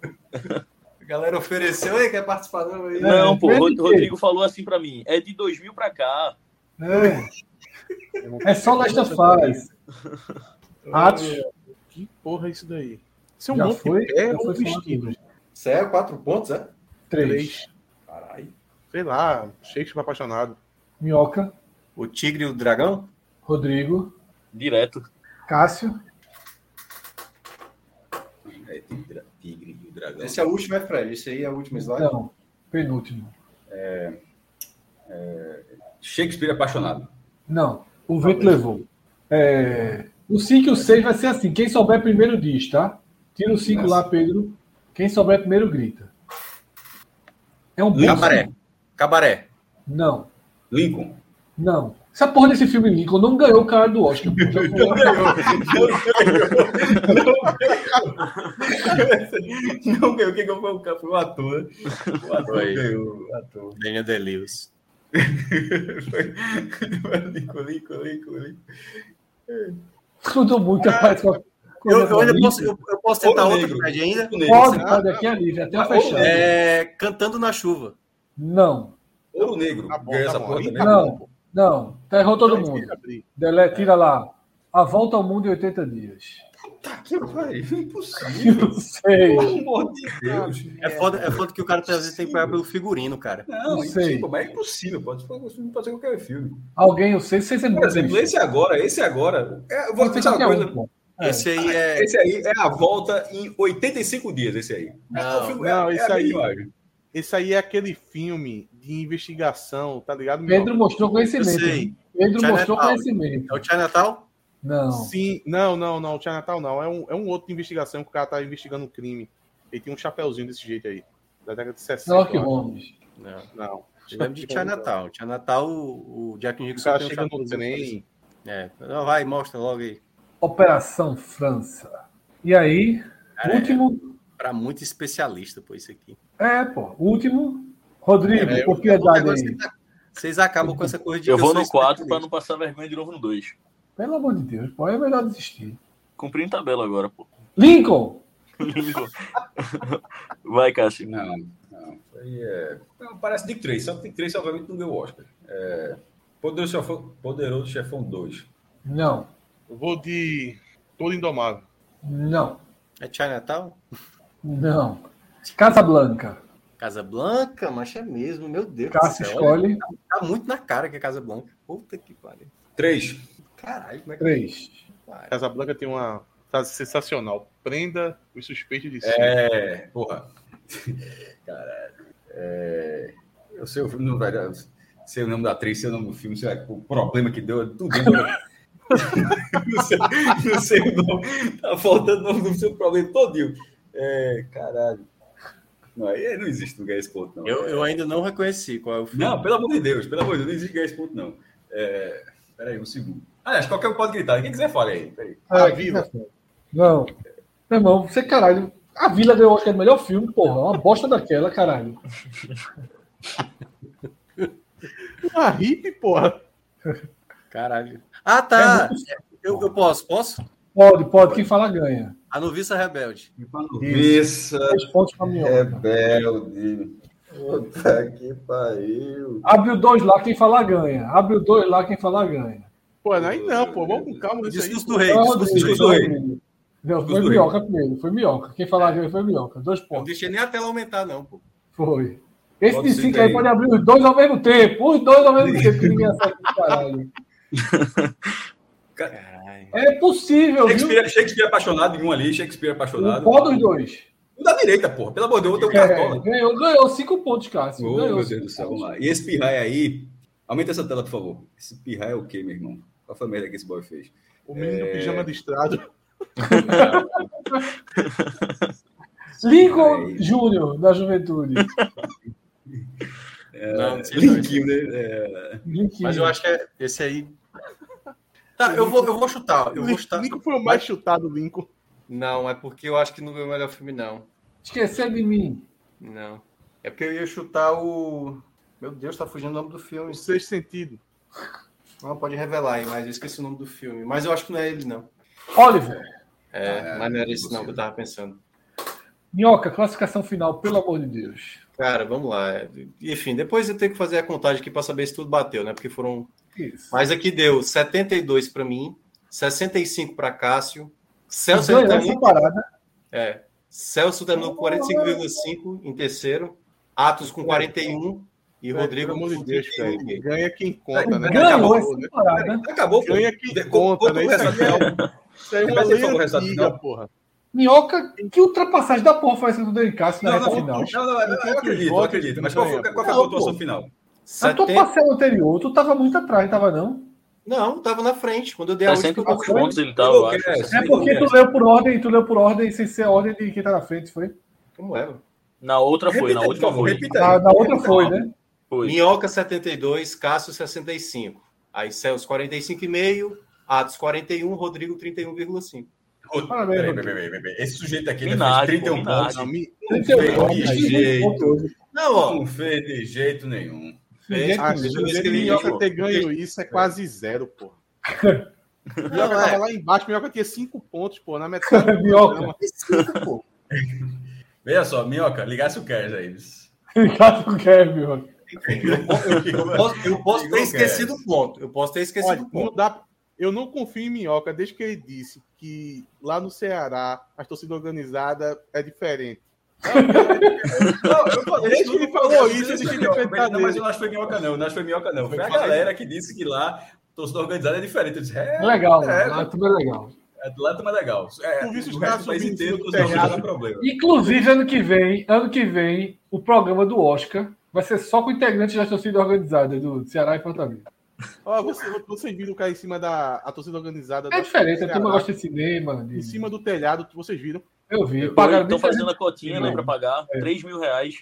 Speaker 5: A galera ofereceu, ei, quer participar? Não, aí.
Speaker 6: Não, pô.
Speaker 2: Vê
Speaker 6: Rod-
Speaker 2: de quê?
Speaker 6: Rodrigo falou assim pra mim. É de 2000 pra cá.
Speaker 2: É. É só Last of Us. Atos,
Speaker 4: Que porra é isso daí? Isso é um
Speaker 2: Já
Speaker 4: monte
Speaker 2: foi?
Speaker 4: de pé
Speaker 2: Já
Speaker 4: ou
Speaker 2: foi falado.
Speaker 4: vestido?
Speaker 5: Isso é quatro pontos, é?
Speaker 2: 3.
Speaker 5: Caralho.
Speaker 4: Sei lá, Shakespeare apaixonado.
Speaker 2: Minhoca,
Speaker 3: O tigre e o dragão?
Speaker 2: Rodrigo,
Speaker 6: Direto.
Speaker 2: Cássio.
Speaker 7: É, tem dra- tigre e o dragão.
Speaker 5: Esse é o último, é, Fred? Esse aí é o último slide?
Speaker 2: Não, penúltimo.
Speaker 7: Shakespeare apaixonado.
Speaker 2: Não, o
Speaker 3: Tá
Speaker 2: vento levou. É, O 5 e o 6 vai ser assim. Quem souber primeiro diz, tá? Tira o 5 lá, Pedro. Quem souber primeiro grita. É um bom
Speaker 3: Cabaré. Cabaré.
Speaker 2: Não,
Speaker 7: Lincoln.
Speaker 2: não. Essa porra desse filme Lincoln não ganhou o cara do Oscar. pô. Já foi lá.
Speaker 7: Não ganhou. Quem ganhou foi o cara? Foi o ator. né? O ator
Speaker 3: Foi.
Speaker 7: ganhou. O ator.
Speaker 3: Daniel Day-Lewis.
Speaker 7: Foi Lincoln, Lincoln, Lincoln, Lincoln.
Speaker 2: Mudou muito.
Speaker 3: Ah,
Speaker 2: rapaz, com a- com a
Speaker 5: Eu, eu
Speaker 2: Lincoln.
Speaker 5: ainda posso, eu, eu posso tentar
Speaker 7: Ouro
Speaker 5: outra,
Speaker 7: negro.
Speaker 5: Fred, ainda?
Speaker 7: Ouro negro.
Speaker 2: Pode, pode aqui ali, já até fechado.
Speaker 3: assim, Ah, É, cantando na chuva.
Speaker 2: Não,
Speaker 7: Ouro negro.
Speaker 4: Tá bom,
Speaker 7: Ganhou
Speaker 4: tá
Speaker 7: essa
Speaker 4: bom.
Speaker 7: porra
Speaker 2: Então
Speaker 4: Aí
Speaker 7: também.
Speaker 4: tá
Speaker 2: não, não. Tá errou todo
Speaker 4: Aí
Speaker 2: mundo.
Speaker 4: fica abrir.
Speaker 2: Dele, tira lá. A volta ao mundo em 80 dias.
Speaker 7: Tá que pariu. Impossível.
Speaker 2: Não sei.
Speaker 7: Pelo amor de Deus.
Speaker 3: É foda, é foda que o cara às vezes tem que pagar pelo figurino, cara.
Speaker 7: Não,
Speaker 2: Não
Speaker 7: impossível,
Speaker 2: sei.
Speaker 7: mas é impossível. Pode, pode fazer qualquer filme.
Speaker 2: Alguém, eu sei, vocês é
Speaker 7: Por
Speaker 2: muito
Speaker 7: exemplo,
Speaker 2: difícil.
Speaker 7: esse agora, esse agora. É, eu vou
Speaker 2: Pode ser
Speaker 7: pensar uma
Speaker 2: qualquer
Speaker 7: coisa.
Speaker 2: um, pô.
Speaker 3: Esse aí é.
Speaker 7: Esse aí é a volta em 85 dias, esse aí. É um
Speaker 3: Não,
Speaker 7: filme-
Speaker 4: não, esse
Speaker 7: a
Speaker 4: aí-
Speaker 7: melhor.
Speaker 4: Esse aí é aquele filme de investigação, tá ligado?
Speaker 2: É. Pedro mostrou
Speaker 3: Eu
Speaker 2: conhecimento.
Speaker 3: sei.
Speaker 2: Pedro
Speaker 3: China
Speaker 2: mostrou
Speaker 3: Town.
Speaker 2: conhecimento.
Speaker 3: É o Chinatown?
Speaker 2: Não.
Speaker 4: Sim, não, não, não. O Tia Natal não. É um, é um outro de investigação que o cara tá investigando um crime. Ele tem um chapéuzinho desse jeito aí. Da década de 60.
Speaker 2: Sherlock
Speaker 4: eu acho.
Speaker 2: Holmes.
Speaker 3: Não.
Speaker 4: Não.
Speaker 3: Eu lembro de Chinatown. Chinatown, o o Jack
Speaker 4: O
Speaker 3: Nicholson
Speaker 4: cara
Speaker 3: tem um
Speaker 4: chega no
Speaker 3: chapéuzinho
Speaker 4: trem.
Speaker 3: parecido. É. Não, vai, mostra logo aí.
Speaker 2: Operação França. E aí,
Speaker 3: Cara,
Speaker 2: último.
Speaker 3: Pra muito especialista, pô, isso aqui.
Speaker 2: É, pô. Último. Rodrigo,
Speaker 4: É, eu-
Speaker 2: propriedade
Speaker 3: Agora
Speaker 2: aí.
Speaker 3: vocês- Vocês acabam com essa coisa de
Speaker 6: Eu
Speaker 3: que
Speaker 6: vou
Speaker 3: sou
Speaker 6: no 4 pra
Speaker 3: especialista.
Speaker 6: não passar vergonha de novo no 2.
Speaker 2: Pelo amor de Deus, pô. É melhor desistir.
Speaker 6: Cumpri em tabela agora, pô.
Speaker 2: Lincoln!
Speaker 6: Vai, Cássio.
Speaker 7: Não, não. Foi, é... não, Parece Dick Tracy, só que Dick Tracy obviamente não ganhou o Oscar. É, Poderoso, Chefão, Poderoso Chefão 2.
Speaker 2: Não.
Speaker 4: Eu vou de Todo Indomável.
Speaker 2: Não.
Speaker 3: É Chinatown?
Speaker 2: Não. Casa Blanca.
Speaker 3: Casa Blanca, mas é mesmo, meu Deus. do
Speaker 2: Cássio
Speaker 3: céu, olha,
Speaker 2: escolhe.
Speaker 3: Tá muito na cara que é Casa Blanca. Puta que pariu.
Speaker 7: 3.
Speaker 3: Caralho, como é que
Speaker 2: Três.
Speaker 3: pariu?
Speaker 4: Casablanca tem uma frase sensacional. Prenda os suspeitos de si.
Speaker 7: É, porra. Caralho. É... Eu sei o filme, não vai dar. Sei o nome da atriz, sei o nome do filme, sei lá, o problema que deu, tudo. não, sei, não sei o nome. Tá faltando o nome do seu problema todinho. É, caralho. Não, aí não existe não ganhar esse ponto, não.
Speaker 3: Eu, eu ainda não reconheci qual é o filme.
Speaker 7: Não, pelo amor de Deus, pelo amor de Deus, não existe ganhar esse ponto, não. É... Peraí, um segundo. Aliás, qualquer um pode gritar. Quem quiser, fala aí. Peraí.
Speaker 4: A
Speaker 2: É,
Speaker 4: Vila.
Speaker 2: Não. Meu irmão, você, caralho. A Vila ganhou o Oscar de melhor filme, porra. É uma bosta daquela, caralho.
Speaker 4: Uma hippie, porra.
Speaker 2: É
Speaker 3: Caralho. Ah, tá. Eu, eu posso, posso?
Speaker 2: Pode, pode. Quem fala ganha.
Speaker 3: A noviça rebelde.
Speaker 7: Isso,
Speaker 2: Três pontos pra mim. ó.
Speaker 7: rebelde. Puta que pariu.
Speaker 2: Abre o dois lá, quem falar ganha. Abre o dois lá, quem falar ganha.
Speaker 4: Pô, né? aí não, pô. Vamos com calma nisso aí.
Speaker 3: Discurso
Speaker 4: pô.
Speaker 3: do rei.
Speaker 2: Não,
Speaker 3: Discurso do
Speaker 2: Rodrigo, então,
Speaker 3: rei.
Speaker 7: do rei.
Speaker 2: Rodrigo. Não, foi
Speaker 7: Discurso do
Speaker 2: Minhoca primeiro, foi Minhoca. Quem falar ganha foi Minhoca. Dois
Speaker 3: Não
Speaker 2: pontos.
Speaker 3: deixei nem a tela aumentar, não, pô.
Speaker 2: Foi. Esse
Speaker 7: Pode
Speaker 2: de
Speaker 7: ser
Speaker 2: cinco aí
Speaker 7: daí.
Speaker 2: pode abrir os dois ao mesmo tempo. Os dois ao mesmo tempo, que ninguém acerta o caralho.
Speaker 3: Caralho.
Speaker 2: É possível, viu?
Speaker 7: Shakespeare, Shakespeare apaixonado em um ali, Shakespeare
Speaker 2: Um
Speaker 7: apaixonado.
Speaker 2: pó dos dois.
Speaker 7: Um da direita, porra. Pelo amor de Deus, eu tenho
Speaker 2: É,
Speaker 7: cartola.
Speaker 2: ganhou, ganhou cinco pontos, Cássio.
Speaker 7: Ô,
Speaker 2: ganhou
Speaker 7: meu Deus
Speaker 2: cinco
Speaker 7: do céu,
Speaker 2: pontos.
Speaker 7: vamos lá. E esse pirraia aí. Aumenta essa tela, por favor. Esse pirraia é o quê, meu irmão? Qual foi a merda que esse boy fez?
Speaker 4: O
Speaker 3: É.
Speaker 4: menino do pijama listrado.
Speaker 2: Lincoln
Speaker 7: Aí.
Speaker 2: Júnior, da Juventude.
Speaker 3: Não, não sei não.
Speaker 7: Linkinho, né? É,
Speaker 3: Mas eu acho que é esse aí. Tá, eu vou, eu vou chutar. Eu vou chutar.
Speaker 4: Lincoln foi o mais chutado, Lincoln.
Speaker 3: Não, é porque eu acho que não é o melhor filme, não.
Speaker 2: Esquecer de mim.
Speaker 3: Não. É porque eu ia chutar o. Meu Deus, tá fugindo o nome do filme.
Speaker 4: O sexto sentido.
Speaker 3: Não, pode revelar aí, mas eu esqueci o nome do filme. Mas eu acho que não é ele, não.
Speaker 2: Oliver,
Speaker 3: É, mas não era esse, não, que eu tava pensando.
Speaker 2: Minhoca, classificação final, pelo amor de Deus.
Speaker 3: Cara, vamos lá. Enfim, depois eu tenho que fazer a contagem aqui pra saber se tudo bateu, né? Porque foram
Speaker 2: Isso.
Speaker 3: Mas aqui deu 72 para mim, 65 para Cássio,
Speaker 7: é assim,
Speaker 3: Celso
Speaker 2: Ganhou
Speaker 7: tá
Speaker 3: terminou,
Speaker 4: né?
Speaker 2: essa parada.
Speaker 3: é, Celso terminou com 45,5 em terceiro, Atos com 41 e
Speaker 4: Velho,
Speaker 3: Rodrigo
Speaker 4: pelo
Speaker 3: com
Speaker 4: amor de Deus,
Speaker 3: 31,5.
Speaker 4: velho. Ganha quem conta, né?
Speaker 2: Ganhou
Speaker 4: Acabou, né?
Speaker 2: essa parada.
Speaker 7: Acabou, pô.
Speaker 4: Ganha quem
Speaker 7: De-
Speaker 4: conta,
Speaker 7: conta
Speaker 4: né?
Speaker 7: o
Speaker 4: Isso
Speaker 7: resultado
Speaker 4: aqui é, isso aí é uma
Speaker 7: Vai ser só o
Speaker 4: lei
Speaker 7: resultado
Speaker 4: antiga,
Speaker 7: final?
Speaker 4: porra.
Speaker 2: Minhoca, que ultrapassagem da porra foi essa do Dani Cássio na
Speaker 7: Não,
Speaker 2: reta
Speaker 7: não,
Speaker 2: final?
Speaker 7: não, não, não, eu acredito, eu acredito. Mas qual foi, qual foi a
Speaker 2: Não,
Speaker 7: pontuação
Speaker 2: pô.
Speaker 7: final?
Speaker 2: A tua
Speaker 3: 70...
Speaker 2: parcela anterior, tu tava muito atrás, tava não?
Speaker 3: Não, tava na frente. Quando eu dei a
Speaker 6: Tá
Speaker 3: última,
Speaker 6: cento e
Speaker 3: eu
Speaker 6: poucos
Speaker 3: fui.
Speaker 6: pontos ele tava, eu
Speaker 7: Eu
Speaker 6: acho. assim.
Speaker 7: quero,
Speaker 2: É porque tu leu por ordem, tu leu por ordem, sem ser a ordem de quem tá na frente, foi?
Speaker 3: como é? era?
Speaker 6: Na outra foi, na
Speaker 7: Repita,
Speaker 6: última
Speaker 7: por favor,
Speaker 6: foi.
Speaker 7: repita
Speaker 2: Na,
Speaker 7: aí.
Speaker 2: na outra foi, né?
Speaker 6: Foi.
Speaker 3: Minhoca 72, Cássio 65. Aí Celso 45,5, Atos 41, Rodrigo 31,5.
Speaker 2: Parabéns,
Speaker 7: Peraí, peraí,
Speaker 2: Rodrigo.
Speaker 7: peraí, peraí. Esse sujeito aqui ele fez
Speaker 6: Minardi,
Speaker 7: 31
Speaker 6: pô, Minardi.
Speaker 7: pontos.
Speaker 4: Não, me-
Speaker 7: Não fez de jeito.
Speaker 2: Ninguém
Speaker 3: Não, ó.
Speaker 7: Não fez de jeito nenhum.
Speaker 3: fez-
Speaker 4: A
Speaker 2: tem
Speaker 4: chance
Speaker 3: que
Speaker 4: de
Speaker 3: ele
Speaker 4: Ah, Minhoca
Speaker 3: ganhou.
Speaker 4: ter ganho isso é quase zero, porra.
Speaker 3: Não,
Speaker 4: Minhoca tava
Speaker 3: é.
Speaker 4: lá embaixo, Minhoca tinha cinco pontos, pô, na metade. do
Speaker 2: Minhoca.
Speaker 4: programa.
Speaker 7: Veja só, minhoca, ligasse o Cash aí.
Speaker 2: Obrigado com o Kevin.
Speaker 3: Eu posso, eu posso ter
Speaker 7: Igual
Speaker 3: esquecido o ponto. Eu posso ter
Speaker 4: Olha,
Speaker 3: esquecido o ponto.
Speaker 4: não dá- Eu não confio em Minhoca desde que ele disse que lá no Ceará a torcida organizada é diferente. é
Speaker 7: Não, eu falei
Speaker 4: Desde
Speaker 7: tudo
Speaker 4: que ele
Speaker 7: pra
Speaker 4: falou
Speaker 7: você,
Speaker 4: isso, eu
Speaker 7: você
Speaker 4: fiquei
Speaker 7: minhoca.
Speaker 4: inventando
Speaker 7: Não, mas
Speaker 4: ele.
Speaker 7: eu não acho que foi minhoca, não. Eu Não acho que foi minhoca, não. Foi a
Speaker 4: Foi
Speaker 7: galera que disse que lá torcida organizada é diferente. Eu disse, é,
Speaker 2: Legal,
Speaker 7: É,
Speaker 2: mano. tudo é legal.
Speaker 7: é do lado, mas legal. É,
Speaker 4: Tu viste os
Speaker 7: o
Speaker 4: caras
Speaker 7: resto do país
Speaker 4: subindo em cima
Speaker 7: inteiro,
Speaker 4: do
Speaker 7: torcida organizada é
Speaker 4: telhado?
Speaker 7: problema.
Speaker 2: Inclusive, ano que vem, ano que vem, o programa do Oscar vai ser só com integrantes das torcidas organizadas do Ceará e Fortaleza.
Speaker 4: Ó, você, vocês viram o cara em cima da a torcida organizada
Speaker 2: É
Speaker 4: da-
Speaker 2: diferente, a turma
Speaker 4: do Ceará,
Speaker 2: gosta de cinema. de-
Speaker 4: em cima do telhado, vocês viram?
Speaker 2: Eu vi, pagaram
Speaker 6: Estão
Speaker 2: 1.300,
Speaker 6: fazendo a cotinha, né, pra pagar.
Speaker 7: É.
Speaker 6: 3 mil reais.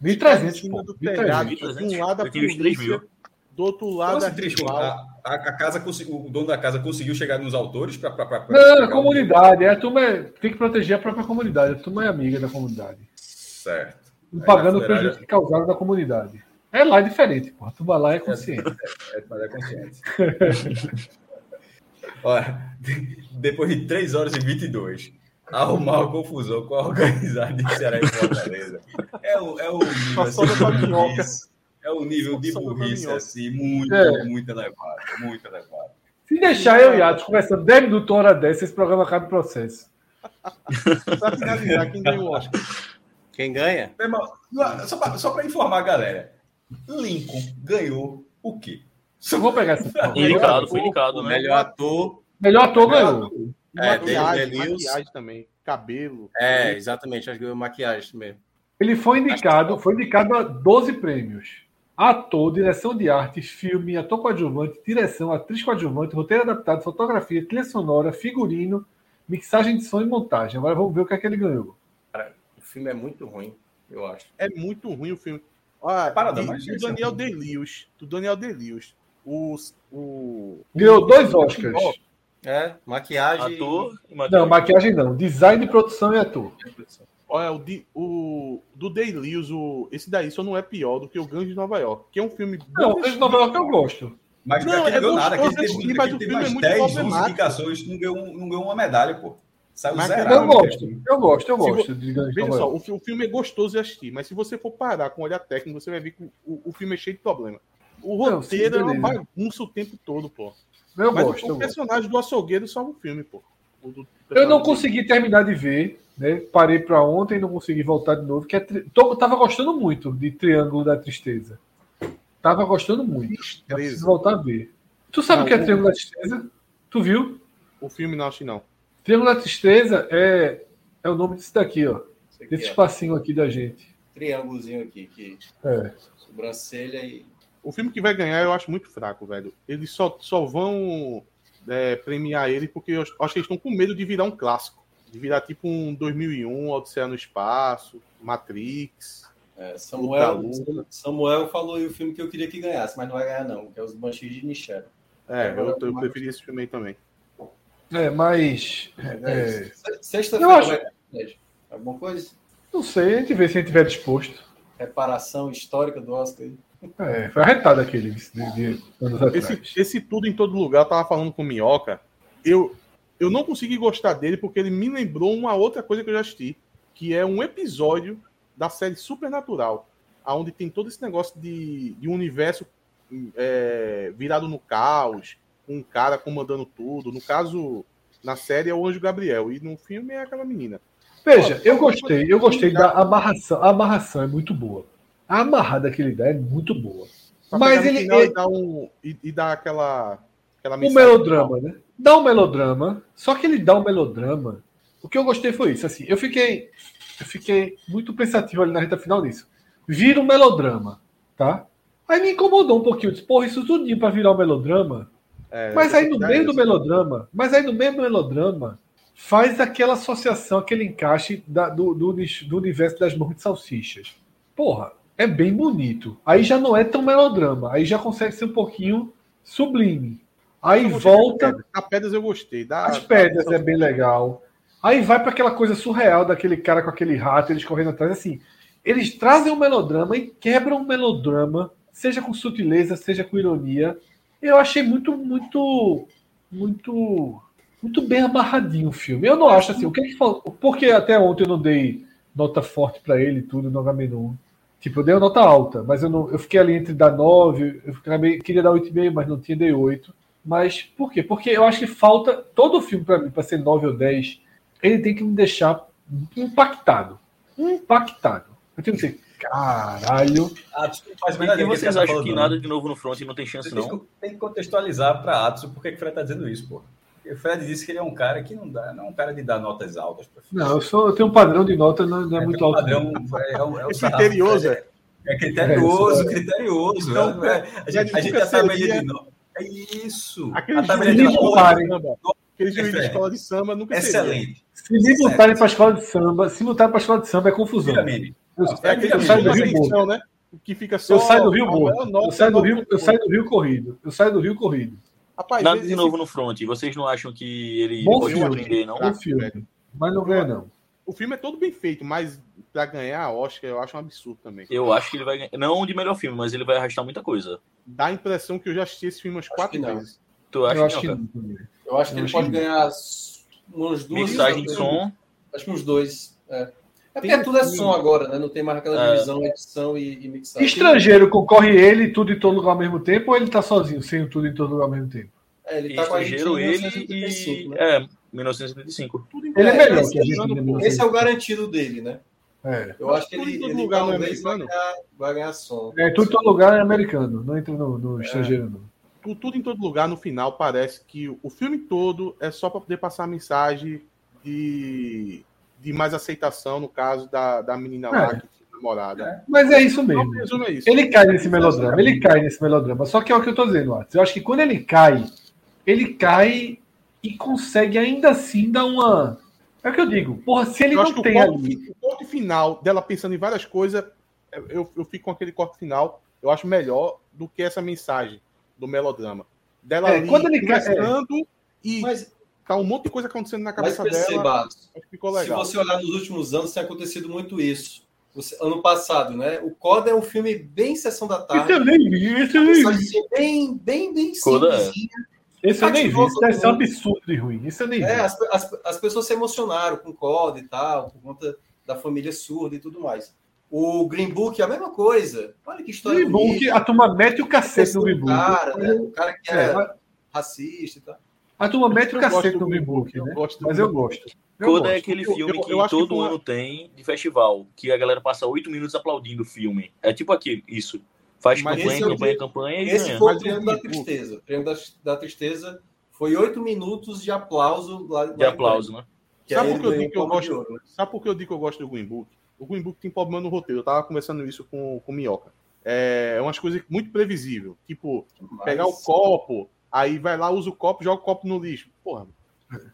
Speaker 2: 1.300,
Speaker 4: Em cima
Speaker 2: pô.
Speaker 4: do
Speaker 2: 1.300.
Speaker 4: telhado, de
Speaker 6: 1.300.
Speaker 4: um lado a
Speaker 6: Eu tive os 3 mil.
Speaker 4: polícia, do outro
Speaker 7: Como
Speaker 4: lado a
Speaker 1: Então,
Speaker 7: assim, triste?
Speaker 4: rival.
Speaker 7: A, a, a casa conseguiu, o dono da casa conseguiu chegar nos autores para
Speaker 4: é
Speaker 2: Não, a comunidade. é, A turma é- tem que proteger a própria comunidade. A turma é amiga da comunidade.
Speaker 7: Certo.
Speaker 2: E pagando
Speaker 7: É,
Speaker 2: o prejuízo que causaram da comunidade. É lá é diferente, pô. A turma lá é consciente.
Speaker 7: É, mas é consciente. Olha, de- depois de 3 horas e 22, arrumar uma confusão com a organizada de Ceará e Fortaleza. É o, é o nível,
Speaker 4: Passou
Speaker 7: assim,
Speaker 4: da
Speaker 7: de
Speaker 4: tapioca.
Speaker 7: burrice. É o nível de
Speaker 4: Passou da
Speaker 7: burrice,
Speaker 4: tapioca.
Speaker 7: assim, muito,
Speaker 2: É.
Speaker 7: muito elevado. Muito elevado.
Speaker 2: Se deixar eu e Atos conversando 10 minutos, hora dessa, esse programa acaba o processo.
Speaker 4: Pra finalizar, quem ganhou o Oscar?
Speaker 3: Quem ganha?
Speaker 7: Meu irmão, lá- só pra- só para informar a galera, Lincoln ganhou o quê?
Speaker 2: Eu vou pegar essa porra.
Speaker 6: Indicado, foi indicado,
Speaker 3: O
Speaker 5: é
Speaker 6: né?
Speaker 3: melhor ator.
Speaker 2: Melhor ator ganhou.
Speaker 3: É,
Speaker 4: maquiagem,
Speaker 3: David Lewis.
Speaker 4: maquiagem também, cabelo.
Speaker 3: É, exatamente. Acho que eu maquiagem mesmo.
Speaker 2: Ele foi indicado, foi indicado a 12 prêmios. Ator, direção de arte, filme, ator coadjuvante, direção, atriz coadjuvante, roteiro adaptado, fotografia, trilha sonora, figurino, mixagem de som e montagem. Agora vamos ver o que é que ele ganhou.
Speaker 3: O filme é muito ruim, eu acho.
Speaker 4: É muito ruim o filme. Olha,
Speaker 7: Parada,
Speaker 4: de-
Speaker 7: mas
Speaker 4: do
Speaker 7: esse é
Speaker 4: Daniel Day-Lewis, do Daniel Day-Lewis, os- o,
Speaker 2: Ganhou dois Oscars.
Speaker 3: É, maquiagem.
Speaker 6: Ator e
Speaker 2: Não,
Speaker 6: maquiagem.
Speaker 2: maquiagem não. Design, produção e ator.
Speaker 4: olha, é o, de- o- do Day-Lewis, o- esse daí só não é pior do que o Gangue de Nova York, que é um filme
Speaker 2: Não,
Speaker 4: bom.
Speaker 2: esse Nova York eu gosto.
Speaker 7: Mas
Speaker 4: Não,
Speaker 7: não,
Speaker 4: é
Speaker 7: ganhou nada.
Speaker 4: gostoso
Speaker 7: Aquele teve,
Speaker 4: assistir, mas
Speaker 7: aquele
Speaker 4: o
Speaker 7: teve
Speaker 4: filme é
Speaker 7: umas
Speaker 4: muito
Speaker 7: 10, 11
Speaker 4: problemático.
Speaker 7: indicações, não ganhou, um- não ganhou uma medalha, pô. Saiu
Speaker 4: Mas- é
Speaker 7: zerado.
Speaker 2: Eu
Speaker 4: Caralho,
Speaker 2: gosto, eu gosto, eu
Speaker 4: Se
Speaker 2: gosto de Gangs
Speaker 4: Veja
Speaker 2: of
Speaker 4: só,
Speaker 2: Hell.
Speaker 4: o, fi- o filme é gostoso de assistir, mas se você for parar com o olhar técnico, você vai ver que o, o filme é cheio de problema. O
Speaker 2: Não, sim,
Speaker 4: roteiro é uma
Speaker 2: beleza.
Speaker 4: bagunça o tempo todo, pô.
Speaker 2: Eu
Speaker 4: mas o-
Speaker 2: gosto,
Speaker 4: o,
Speaker 2: eu gosto.
Speaker 4: personagem do açougueiro salva o filme, pô. O do-
Speaker 2: Eu não
Speaker 4: assim.
Speaker 2: consegui terminar de ver, né? Parei pra ontem, não consegui voltar de novo. Que é tri... Tô- Tava gostando muito de Triângulo da Tristeza. Tava gostando muito. Eu preciso voltar a ver. Tu sabe
Speaker 4: Não,
Speaker 2: o que é
Speaker 4: eu-
Speaker 2: Triângulo da Tristeza? Tu viu?
Speaker 4: O filme não acho, não.
Speaker 2: Triângulo da Tristeza é, é o nome disso daqui, ó.
Speaker 5: Isso aqui,
Speaker 2: Desse
Speaker 5: ó.
Speaker 2: espacinho aqui da gente.
Speaker 5: Triângulozinho aqui, que
Speaker 2: É.
Speaker 5: sobrancelha e.
Speaker 4: O filme que vai ganhar eu acho muito fraco, velho. Eles só, só vão é, premiar ele porque eu acho que eles estão com medo de virar um clássico. De virar tipo um 2001, Odisseia no Espaço, Matrix.
Speaker 5: É, Samuel,
Speaker 4: Luta,
Speaker 5: Samuel falou aí o filme que eu queria que ganhasse, mas não vai ganhar, não, que é os Banshees de Nichero.
Speaker 4: É, eu, eu preferi esse filme aí também.
Speaker 2: É, mas. é,
Speaker 5: Sexta-feira
Speaker 2: Eu acho-
Speaker 5: vai ganhar, Fred. Alguma coisa?
Speaker 2: não sei, a gente vê se a gente tiver disposto.
Speaker 5: Reparação histórica do Oscar aí.
Speaker 2: É, foi arretado aquele de, de anos atrás.
Speaker 4: Esse, tipo esse tudo em todo lugar, eu tava falando com o Minhoca. Eu, eu não consegui gostar dele porque ele me lembrou uma outra coisa que eu já assisti, que é um episódio da série Supernatural, aonde tem todo esse negócio de, de um universo é, virado no caos, com um cara comandando tudo. No caso, na série é o Anjo Gabriel, e no filme é aquela menina.
Speaker 2: Veja, eu gostei, eu gostei da amarração. A amarração é muito boa. A amarrada que ele dá é muito boa.
Speaker 4: Pra
Speaker 2: Mas
Speaker 4: pegar no
Speaker 2: ele- é ele-
Speaker 4: final E dá, um, e, e dá aquela. aquela
Speaker 2: O
Speaker 4: mensagem.
Speaker 2: melodrama, né? Dá um melodrama, só que ele dá um melodrama. O que eu gostei foi isso, assim, eu fiquei eu fiquei muito pensativo ali na reta final disso. Vira um melodrama, tá? Aí me incomodou um pouquinho, eu disse, porra, isso tudinho pra virar um melodrama,
Speaker 4: É,
Speaker 2: Mas aí no
Speaker 4: dá
Speaker 2: meio do
Speaker 4: isso.
Speaker 2: melodrama, mas aí no meio do melodrama, faz aquela associação, aquele encaixe da- do, do nis- do universo das mãos de salsichas. Porra, é bem bonito. Aí já não é tão melodrama, aí já consegue ser um pouquinho sublime. Aí
Speaker 4: Eu gostei das
Speaker 2: volta,
Speaker 4: pedras. Na pedras eu gostei. Da,
Speaker 2: as pedras
Speaker 4: da-
Speaker 2: é bem legal. Aí vai para aquela coisa surreal daquele cara com aquele rato, eles correndo atrás, assim. Eles trazem o melodrama e quebram o melodrama, seja com sutileza, seja com ironia. Eu achei muito, muito, muito, muito bem amarradinho o filme. Eu não acho assim, o que é que faltou? Porque até ontem eu não dei nota forte para ele e tudo no H-Menu. Tipo, eu dei uma nota alta, mas eu, não, eu fiquei ali entre dar 9, eu acabei- queria dar 8,5, mas não tinha, dei 8. Mas por quê? Porque eu acho que falta todo filme para mim, para ser 9 ou 10, ele tem que me deixar impactado. Impactado. Eu tenho que dizer, caralho.
Speaker 7: Atos não faz a menor
Speaker 6: E
Speaker 7: ideia do que
Speaker 6: vocês
Speaker 7: ele tá
Speaker 6: acham
Speaker 7: falando,
Speaker 6: que
Speaker 7: não.
Speaker 6: nada de novo no front não tem chance,
Speaker 7: Você tem,
Speaker 6: não?
Speaker 7: que, tem que contextualizar para Atos por que que o Fred está dizendo isso, pô. Porque o Fred disse que ele é um cara que não dá, não é um cara de dar notas altas para filme.
Speaker 2: Não, eu, sou, eu tenho um padrão de nota, não, não é, muito
Speaker 7: tem um
Speaker 2: alto. não.
Speaker 7: padrão, é, é, um- é, um
Speaker 4: É
Speaker 7: sarrafo,
Speaker 4: criterioso, é.
Speaker 7: É criterioso,
Speaker 2: É, isso,
Speaker 7: criterioso.
Speaker 4: Então,
Speaker 7: é, não é- a, gente, a gente tem
Speaker 4: nunca
Speaker 7: a tabela
Speaker 4: seria-
Speaker 7: de nota. É isso.
Speaker 4: Aquele
Speaker 7: a tabela
Speaker 4: juiz
Speaker 7: de
Speaker 2: Não,
Speaker 4: de
Speaker 7: nota.
Speaker 4: escola
Speaker 2: parem.
Speaker 4: de samba. Aquele juiz de
Speaker 7: Excelente.
Speaker 4: escola de samba nunca seria.
Speaker 7: Excelente.
Speaker 2: Se me botarem para escola de samba, se botarem para escola de samba é confusão.
Speaker 7: Vira, Mini.
Speaker 2: Eu,
Speaker 4: É aquele
Speaker 2: eu
Speaker 4: que
Speaker 2: saio do
Speaker 4: chama
Speaker 2: Rio Morto.
Speaker 4: atenção, né? Que fica só. é
Speaker 2: Eu saio do Rio
Speaker 4: Nossa,
Speaker 2: Morto. Eu
Speaker 4: nossa,
Speaker 2: saio do
Speaker 4: nossa.
Speaker 2: Rio, eu saio do Rio corrido. Eu saio do Rio corrido.
Speaker 4: Rapaz,
Speaker 6: Nada
Speaker 4: esse-
Speaker 6: de novo no front. Vocês não acham que ele
Speaker 2: Bom
Speaker 6: pode
Speaker 2: filme.
Speaker 6: surpreender, não?
Speaker 2: Bom filme. Mas não ganha, não.
Speaker 4: O filme é todo bem feito, mas pra ganhar a Oscar eu acho um absurdo também.
Speaker 6: Eu acho que ele vai ganhar. Não de melhor filme, mas ele vai arrastar muita coisa.
Speaker 4: Dá a impressão que eu já assisti esse filme umas quatro
Speaker 5: que não.
Speaker 4: vezes.
Speaker 6: Tu acha
Speaker 2: eu acho
Speaker 6: que
Speaker 2: que
Speaker 6: não, cara?
Speaker 2: não. também.
Speaker 5: Eu acho que
Speaker 2: Eu
Speaker 5: ele
Speaker 2: acho
Speaker 5: pode
Speaker 2: que-
Speaker 5: ganhar as- umas duas.
Speaker 6: Mixagem de
Speaker 5: duas-
Speaker 6: som.
Speaker 5: Acho que uns dois. É, é
Speaker 4: Tem
Speaker 5: porque tudo é
Speaker 4: um-
Speaker 5: som agora, né? Não tem mais aquela
Speaker 6: É.
Speaker 5: divisão, edição e, e
Speaker 3: Tá,
Speaker 5: mixagem.
Speaker 2: Estrangeiro concorre ele e tudo em todo lugar ao mesmo tempo ou ele tá sozinho, sem o tudo em todo lugar ao mesmo tempo?
Speaker 5: É, ele tá com a gente em
Speaker 6: Estrangeiro ele e.
Speaker 5: 1975, né?
Speaker 6: É, 1975.
Speaker 4: Tudo em-
Speaker 2: Ele é melhor
Speaker 5: esse
Speaker 2: que a gente
Speaker 4: ano,
Speaker 2: ainda
Speaker 4: pô.
Speaker 2: não
Speaker 5: Esse é o garantido dele, né?
Speaker 2: É.
Speaker 5: Eu acho que
Speaker 4: Tudo em
Speaker 5: ele,
Speaker 4: todo
Speaker 5: ele
Speaker 4: lugar,
Speaker 5: talvez
Speaker 4: né,
Speaker 5: vai
Speaker 4: mano?
Speaker 5: ganhar, vai ganhar som.
Speaker 2: É, tudo em todo lugar é americano, não entra no, no estrangeiro, não.
Speaker 4: Tu- tudo em todo lugar, no final, parece que o filme todo é só para poder passar a mensagem de, de mais aceitação, no caso da, da menina lá
Speaker 2: É.
Speaker 4: que fica namorada.
Speaker 2: Mas é isso
Speaker 4: Não,
Speaker 2: mesmo.
Speaker 4: em resumo, é isso.
Speaker 2: Ele cai nesse melodrama, ele cai nesse melodrama. Só que é o que eu tô dizendo, Atos. Eu acho que quando ele cai, ele cai e consegue ainda assim dar uma. É o que eu digo, porra, se ele
Speaker 4: eu acho que
Speaker 2: não
Speaker 4: o
Speaker 2: tem
Speaker 4: corte,
Speaker 2: ali.
Speaker 4: fi- o corte final dela pensando em várias coisas, eu, eu fico com aquele corte final, eu acho melhor do que essa mensagem do melodrama. Dela
Speaker 2: É,
Speaker 4: ali,
Speaker 2: quando ele cai-
Speaker 4: conversando e
Speaker 5: Mas,
Speaker 4: tá um monte de coisa acontecendo na
Speaker 5: mas
Speaker 4: cabeça dela.
Speaker 5: perceba,
Speaker 4: Acho que ficou
Speaker 5: se
Speaker 4: legal.
Speaker 5: você olhar nos últimos anos, tem acontecido muito isso. Você- ano passado, né? O Coda é um
Speaker 3: tá-
Speaker 5: filme bem Sessão da Tarde.
Speaker 4: Então é
Speaker 3: é
Speaker 2: Isso eu nem vi, isso eu nem
Speaker 5: Só
Speaker 2: vi.
Speaker 5: que assim, bem, bem, bem
Speaker 6: Coda é.
Speaker 5: simplesinha.
Speaker 2: Esse eu nem vi.
Speaker 3: Cativou
Speaker 2: Isso deve
Speaker 3: todo
Speaker 2: ser um
Speaker 3: mundo.
Speaker 2: absurdo de ruim. Isso eu nem vi.
Speaker 3: É, as, as, as pessoas se emocionaram com Coda e tal, por conta da família surda e tudo mais. O Green Book é a mesma coisa. Olha que
Speaker 7: é
Speaker 3: história.
Speaker 2: Green Book,
Speaker 3: bonita.
Speaker 2: a turma mete o cacete no
Speaker 3: Esse
Speaker 2: Green
Speaker 4: Uhum.
Speaker 2: Book.
Speaker 3: cara, né? O cara que
Speaker 2: É,
Speaker 3: era
Speaker 2: mas
Speaker 3: racista e tal.
Speaker 2: a turma mete o
Speaker 4: Eu gosto
Speaker 2: cacete
Speaker 4: do
Speaker 2: no Green Book,
Speaker 4: Eu
Speaker 2: né?
Speaker 4: gosto do
Speaker 2: Mas eu gosto. Eu
Speaker 6: Coda é
Speaker 2: gosto.
Speaker 6: aquele
Speaker 4: Eu-
Speaker 6: filme
Speaker 4: eu-
Speaker 6: que
Speaker 4: eu acho que
Speaker 6: todo
Speaker 4: foi uma-
Speaker 6: ano tem de festival, que a galera passa oito minutos aplaudindo o filme. É tipo aqui, isso. Faz
Speaker 4: Mas
Speaker 6: campanha,
Speaker 3: esse é o
Speaker 6: campanha,
Speaker 3: que-
Speaker 6: campanha e
Speaker 3: Esse
Speaker 6: ganha.
Speaker 3: foi o
Speaker 4: é, Mas
Speaker 3: Triângulo
Speaker 4: o
Speaker 3: da
Speaker 4: Green Book-
Speaker 3: Tristeza. O Triângulo da, da Tristeza foi oito minutos de aplauso lá lá
Speaker 6: De
Speaker 3: em
Speaker 6: aplauso, né?
Speaker 3: Que
Speaker 4: Sabe
Speaker 3: aí
Speaker 4: por que eu
Speaker 3: ganhou
Speaker 4: digo que eu
Speaker 3: Palma
Speaker 4: gosto?
Speaker 3: de Ouro, né?
Speaker 4: Sabe por que eu digo que eu gosto do Green Book? O Green Book tem problema no roteiro. Eu tava conversando isso com, com o Minhoca. É umas coisas muito previsível. Tipo, pegar o
Speaker 3: Mas-
Speaker 4: copo, aí vai lá, usa o copo, joga o copo no lixo. Porra,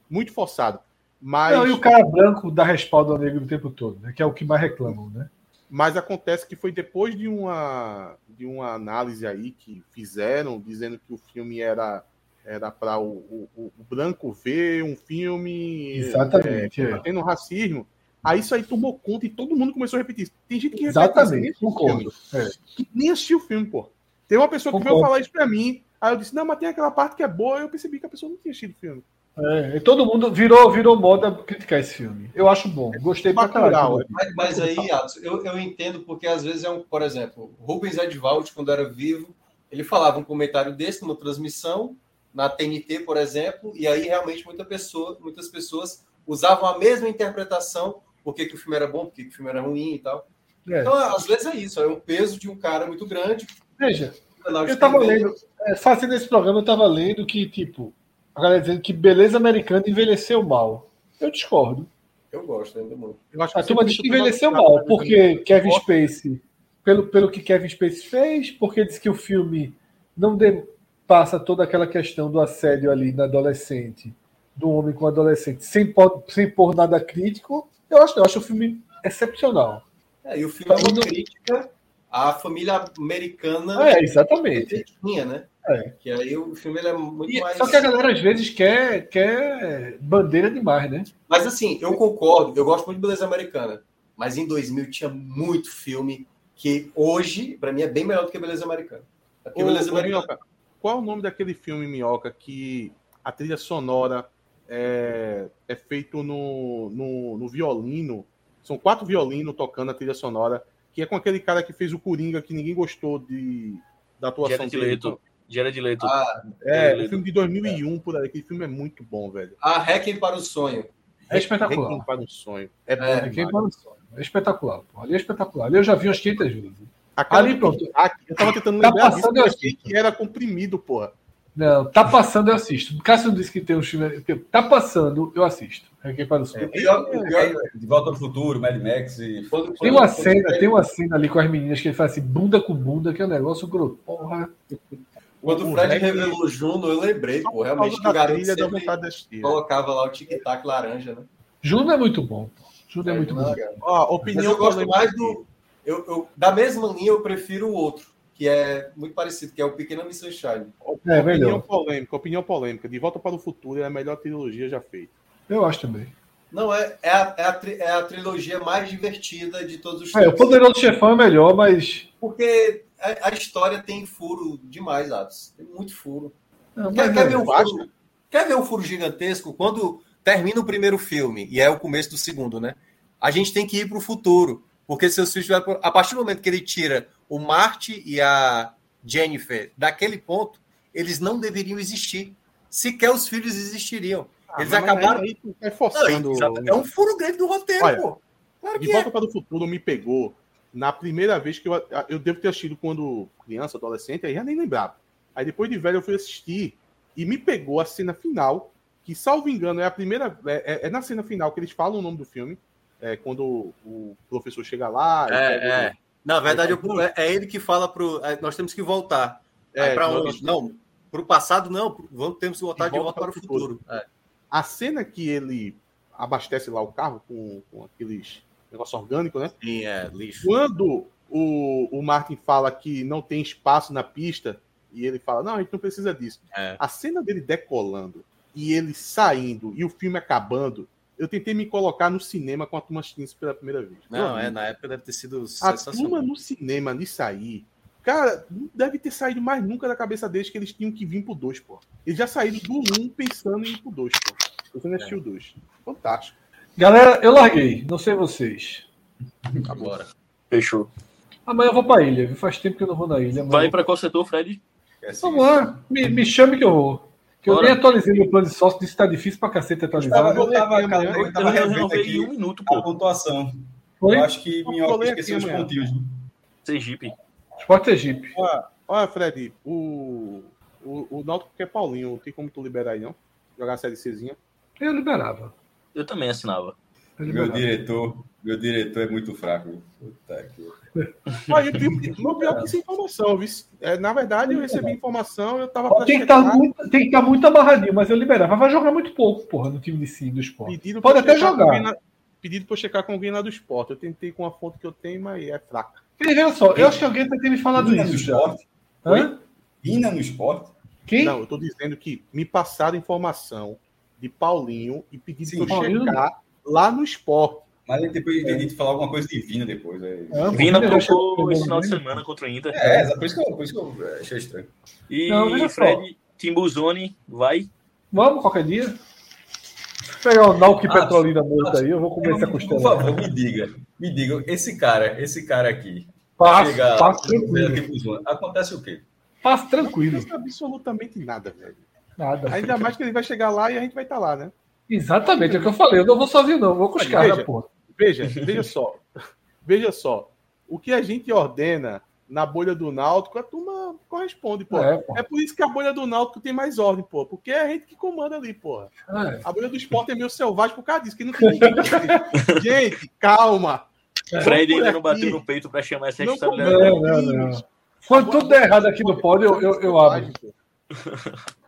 Speaker 4: muito forçado. Mas,
Speaker 2: Não, e o cara branco dá respaldo ao negro o tempo todo, né? Que é o que mais reclamam, né?
Speaker 4: mas acontece que foi depois de uma, de uma análise aí que fizeram, dizendo que o filme era era para o, o- o- o branco ver um filme
Speaker 2: Exatamente. é.
Speaker 4: tendo racismo. Aí isso aí tomou conta e todo mundo começou a repetir. Tem gente que repete
Speaker 2: Exatamente,
Speaker 4: isso, nem assistiu o filme.
Speaker 2: concordo. É.
Speaker 4: que nem assistiu o filme, pô. Tem uma pessoa que veio
Speaker 2: Concordo.
Speaker 4: falar isso pra mim. Aí eu disse, não, mas tem aquela parte que é boa. Aí eu percebi que a pessoa não tinha assistido o filme.
Speaker 2: É, e todo mundo virou, virou moda criticar esse filme. Eu acho bom. Gostei pra
Speaker 4: Bacurau,
Speaker 2: caralho.
Speaker 3: Mas, mas aí, Adson, eu, eu entendo porque às vezes é um, por exemplo, Rubens Edvald, quando era vivo, ele falava um comentário desse numa transmissão, na TNT, por exemplo, e aí realmente muita pessoa, muitas pessoas usavam a mesma interpretação, porque que o filme era bom, porque que o filme era ruim e tal.
Speaker 2: É.
Speaker 3: Então, às vezes é isso, é um peso de um cara muito grande.
Speaker 2: Veja,
Speaker 3: um canal de
Speaker 2: Eu tava
Speaker 3: TV.
Speaker 2: lendo, é, fazendo esse programa, eu tava lendo que, tipo, a galera dizendo que beleza americana envelheceu mal. Eu discordo.
Speaker 3: Eu gosto ainda muito.
Speaker 4: Eu acho
Speaker 2: A turma diz que
Speaker 4: sempre isso
Speaker 2: envelheceu
Speaker 4: tem uma-
Speaker 2: mal, porque Kevin Spacey, pelo, pelo que Kevin Spacey fez, porque diz que o filme não de- passa toda aquela questão do assédio ali na adolescente, do homem com adolescente, sem, pôr- sem pôr nada crítico. Eu acho, eu acho o filme excepcional.
Speaker 3: É, e o filme é uma
Speaker 2: Falando-
Speaker 3: crítica à família americana
Speaker 2: É, exatamente.
Speaker 3: que tinha, né?
Speaker 2: É.
Speaker 3: Que aí o filme ele é muito
Speaker 2: E-
Speaker 3: mais.
Speaker 2: Só que a galera às vezes quer, quer bandeira demais, né?
Speaker 3: Mas assim, eu concordo, eu gosto muito de beleza americana. Mas em 2000 tinha muito filme que hoje, pra mim, é bem melhor do que beleza americana. É Porque
Speaker 4: Ô,
Speaker 3: beleza
Speaker 4: ô,
Speaker 3: americana.
Speaker 4: Minhoca, qual é o nome daquele filme, Minhoca, que a trilha sonora é, é feito no, no, no violino? São quatro violinos tocando a trilha sonora, que é com aquele cara que fez o Coringa, que ninguém gostou de, da atuação
Speaker 6: Jared
Speaker 4: dele.
Speaker 6: Leto. Jared Leto.
Speaker 3: Ah,
Speaker 4: É,
Speaker 6: Jared
Speaker 4: um filme de 2001, por aí. Aquele filme é muito bom, velho.
Speaker 3: a Hacking para o Sonho.
Speaker 2: É
Speaker 4: Requiem
Speaker 2: espetacular.
Speaker 4: para um sonho. É, bom
Speaker 3: É,
Speaker 2: É,
Speaker 4: demais.
Speaker 2: quem manda só. É espetacular, pô. Ali é espetacular. Ali eu já vi umas 500 vezes.
Speaker 4: Aquela
Speaker 2: Ali,
Speaker 4: do
Speaker 2: pronto.
Speaker 4: Dothraki, Eu tava tentando
Speaker 2: Tá
Speaker 4: lembrar
Speaker 2: passando,
Speaker 4: disso, né?
Speaker 2: eu
Speaker 4: eu achei que era comprimido, porra.
Speaker 2: Não, tá passando, eu assisto. Cássio disse que tem um filme. que Tá passando, eu assisto. É quem fala só.
Speaker 3: O pior- o pior-
Speaker 7: De Volta ao Futuro, Mad Max e...
Speaker 3: quando-
Speaker 2: Tem
Speaker 3: quando-
Speaker 2: uma
Speaker 3: quando-
Speaker 2: cena, tem uma cena ali com as meninas que ele faz assim, bunda com bunda, que é um negócio grosso. Porra.
Speaker 3: Quando o
Speaker 4: o
Speaker 3: Fred
Speaker 4: Rec-
Speaker 3: revelou o Juno, eu lembrei, pô,
Speaker 4: Por
Speaker 3: realmente
Speaker 4: causa
Speaker 3: que o
Speaker 4: da
Speaker 3: garoto
Speaker 4: trilha da
Speaker 3: sempre
Speaker 4: vontade de assistir.
Speaker 3: colocava lá o tic-tac laranja, né?
Speaker 2: Juno é muito bom. pô. Juno é muito
Speaker 3: Mas
Speaker 2: bom.
Speaker 4: Ó,
Speaker 3: Mas
Speaker 4: opinião
Speaker 3: eu gosto
Speaker 4: polêmica
Speaker 3: mais
Speaker 4: aqui.
Speaker 3: do. Eu, eu- da mesma linha, eu prefiro o outro, que é muito parecido, que é o Pequena Miss Sunshine.
Speaker 2: É,
Speaker 4: Opinião
Speaker 2: melhor.
Speaker 4: polêmica, opinião polêmica. De Volta para o Futuro é a melhor trilogia já feita.
Speaker 2: Eu acho também.
Speaker 3: Não, é, é, a, é, a, tri- é a trilogia mais divertida de todos os
Speaker 2: É, o Poderoso Chefão é melhor, mas.
Speaker 3: Porque a, a história tem furo demais, Atos. Tem muito furo.
Speaker 2: Não,
Speaker 3: Quer,
Speaker 2: mas
Speaker 3: quer
Speaker 2: é.
Speaker 3: ver um
Speaker 4: Vasco?
Speaker 3: furo? Quer ver um furo gigantesco? Quando termina o primeiro filme, e é o começo do segundo, né? A gente tem que ir para o futuro. Porque seus filhos vai pro- A partir do momento que ele tira o Marte e a Jennifer daquele ponto, eles não deveriam existir. Sequer os filhos existiriam. Eles
Speaker 4: Ah, mas é
Speaker 3: acabaram-
Speaker 4: Aí, tu vai
Speaker 3: Não,
Speaker 4: forçando.
Speaker 3: é um furo grande do roteiro,
Speaker 4: Olha,
Speaker 3: pô. Claro
Speaker 4: De
Speaker 3: que é.
Speaker 4: Volta para o Futuro me pegou na primeira vez que eu, eu devo ter assistido quando criança, adolescente, aí já nem lembrava. Aí depois de velho eu fui assistir e me pegou a cena final, que salvo engano é a primeira, é, é- é na cena final que eles falam o nome do filme, é, quando o professor chega lá. e pega o-
Speaker 3: É, é. Na verdade, eu- é, é ele que fala pro. é, Nós temos que voltar.
Speaker 4: É,
Speaker 3: para
Speaker 4: nós-
Speaker 3: onde? Não. Para o passado, não. Pro- Vamos, temos que voltar
Speaker 4: De
Speaker 3: de,
Speaker 4: volta
Speaker 3: volta para o
Speaker 4: pro
Speaker 3: futuro. É.
Speaker 4: A cena que ele abastece lá o carro com, com aqueles negócio orgânico, né?
Speaker 3: Sim, é lixo.
Speaker 4: Quando o, o Martin fala que não tem espaço na pista, e ele fala, não, a gente não precisa disso.
Speaker 3: É.
Speaker 4: A cena dele decolando e ele saindo e o filme acabando, eu tentei me colocar no cinema com a turma 15 pela primeira vez.
Speaker 3: Não,
Speaker 4: Meu
Speaker 3: é,
Speaker 4: amigo,
Speaker 3: na época deve ter sido
Speaker 4: A turma
Speaker 3: sensacional.
Speaker 4: no cinema nisso aí. Cara, não deve ter saído mais nunca da cabeça deles que eles tinham que vir pro 2, pô. Eles já saíram do 1 um pensando em ir pro 2, pô. Pensando em
Speaker 3: É.
Speaker 4: assistir o 2. Fantástico.
Speaker 2: Galera, eu larguei. Não sei vocês.
Speaker 3: Agora.
Speaker 6: Fechou.
Speaker 2: Amanhã eu vou pra ilha. viu? Faz tempo que eu não vou na ilha. mas-
Speaker 6: Vai pra qual setor, Fred?
Speaker 3: é assim.
Speaker 2: Vamos lá. Me, me chame que eu vou. Que eu
Speaker 6: Bora.
Speaker 2: nem atualizei meu plano de sócio. Disse que tá difícil pra cacete atualizar.
Speaker 7: Tava, eu tava, cara,
Speaker 6: Eu,
Speaker 7: eu tava revendo
Speaker 6: renovei em um
Speaker 7: aqui
Speaker 6: minuto,
Speaker 7: a
Speaker 6: pô.
Speaker 7: pontuação.
Speaker 2: Foi?
Speaker 7: Eu acho que Minhoca
Speaker 4: colei
Speaker 7: esqueceu
Speaker 4: aqui,
Speaker 7: os
Speaker 4: amanhã.
Speaker 7: pontinhos.
Speaker 6: Sergipe.
Speaker 2: Esporte Egípcio.
Speaker 4: Olha, olha, Fred, o, o, o Náutico quer Paulinho. Tem como tu liberar aí, não? Jogar a Série Czinha.
Speaker 2: Eu liberava.
Speaker 6: Eu também assinava.
Speaker 2: Eu
Speaker 7: Meu
Speaker 2: liberava.
Speaker 7: diretor, meu diretor é muito fraco. Puta que
Speaker 4: Olha, meu pior que essa informação, viu? É, na verdade, eu recebi informação, eu tava pra
Speaker 2: Tem que
Speaker 4: checar,
Speaker 2: estar muito, tem que tá muito amarradinho, mas eu liberava. Vai jogar muito pouco, porra, no time de cima do esporte.
Speaker 4: pedido
Speaker 2: Pode
Speaker 4: pra
Speaker 2: até
Speaker 4: checar com
Speaker 2: jogar.
Speaker 4: alguém na- pedido pra eu checar com alguém lá do esporte. Eu tentei com a fonte que eu tenho, mas é fraca.
Speaker 2: E veja só, eu acho que alguém tá ter me falado
Speaker 7: Ina no
Speaker 2: isso já.
Speaker 7: esporte?
Speaker 2: Hã?
Speaker 7: Ina no esporte?
Speaker 2: Quem?
Speaker 4: Não, eu tô dizendo que me passaram informação de Paulinho e pediram
Speaker 7: Sim,
Speaker 4: pra eu
Speaker 2: Paulinho.
Speaker 4: checar lá no esporte.
Speaker 7: Mas ele depois
Speaker 4: É.
Speaker 7: ele tem que falar alguma coisa divina depois. É,
Speaker 2: Não,
Speaker 6: Vina
Speaker 2: eu acho que
Speaker 6: trocou
Speaker 2: eu
Speaker 6: esse final de
Speaker 2: lembro.
Speaker 6: semana contra o Inter.
Speaker 7: é, é, por isso que eu, por isso que eu é, achei estranho.
Speaker 6: E
Speaker 2: Não, veja só.
Speaker 6: Fred, Timbuzoni, vai.
Speaker 2: Vamos qualquer dia? Vou pegar o Nauque
Speaker 7: Ah,
Speaker 2: Petrolina morto aí, eu vou comer essa
Speaker 7: Por
Speaker 2: costela.
Speaker 7: favor, me diga. Me diga, esse cara, esse cara aqui,
Speaker 2: Passo,
Speaker 7: chega-
Speaker 2: passo tranquilo.
Speaker 7: acontece o quê?
Speaker 2: Passo
Speaker 4: Não
Speaker 2: tranquilo.
Speaker 4: sei absolutamente nada, velho.
Speaker 2: Nada.
Speaker 4: Ainda mais que ele vai chegar lá e a gente vai estar lá, né?
Speaker 2: Exatamente, é o que eu falei. Eu não vou sozinho, não. eu Vou com os
Speaker 4: Olha,
Speaker 2: caras,
Speaker 4: veja.
Speaker 2: porra.
Speaker 4: Veja, veja só. Veja só. O que a gente ordena na bolha do Náutico, a turma corresponde, pô. É,
Speaker 2: É, pô.
Speaker 4: por isso que a bolha do Náutico tem mais ordem, pô. Porque é a gente que comanda ali, porra.
Speaker 2: É.
Speaker 4: A bolha do esporte é meio selvagem por causa disso, que não tem ninguém. que diz, gente, calma.
Speaker 6: É. Fred ainda
Speaker 4: É. por
Speaker 6: não
Speaker 4: aqui.
Speaker 6: bateu no peito pra chamar essa
Speaker 4: Não
Speaker 6: responsabilidade.
Speaker 2: Não, não, não. Quando tudo der errado aqui no pódio, eu, eu, eu abro.
Speaker 4: Pô.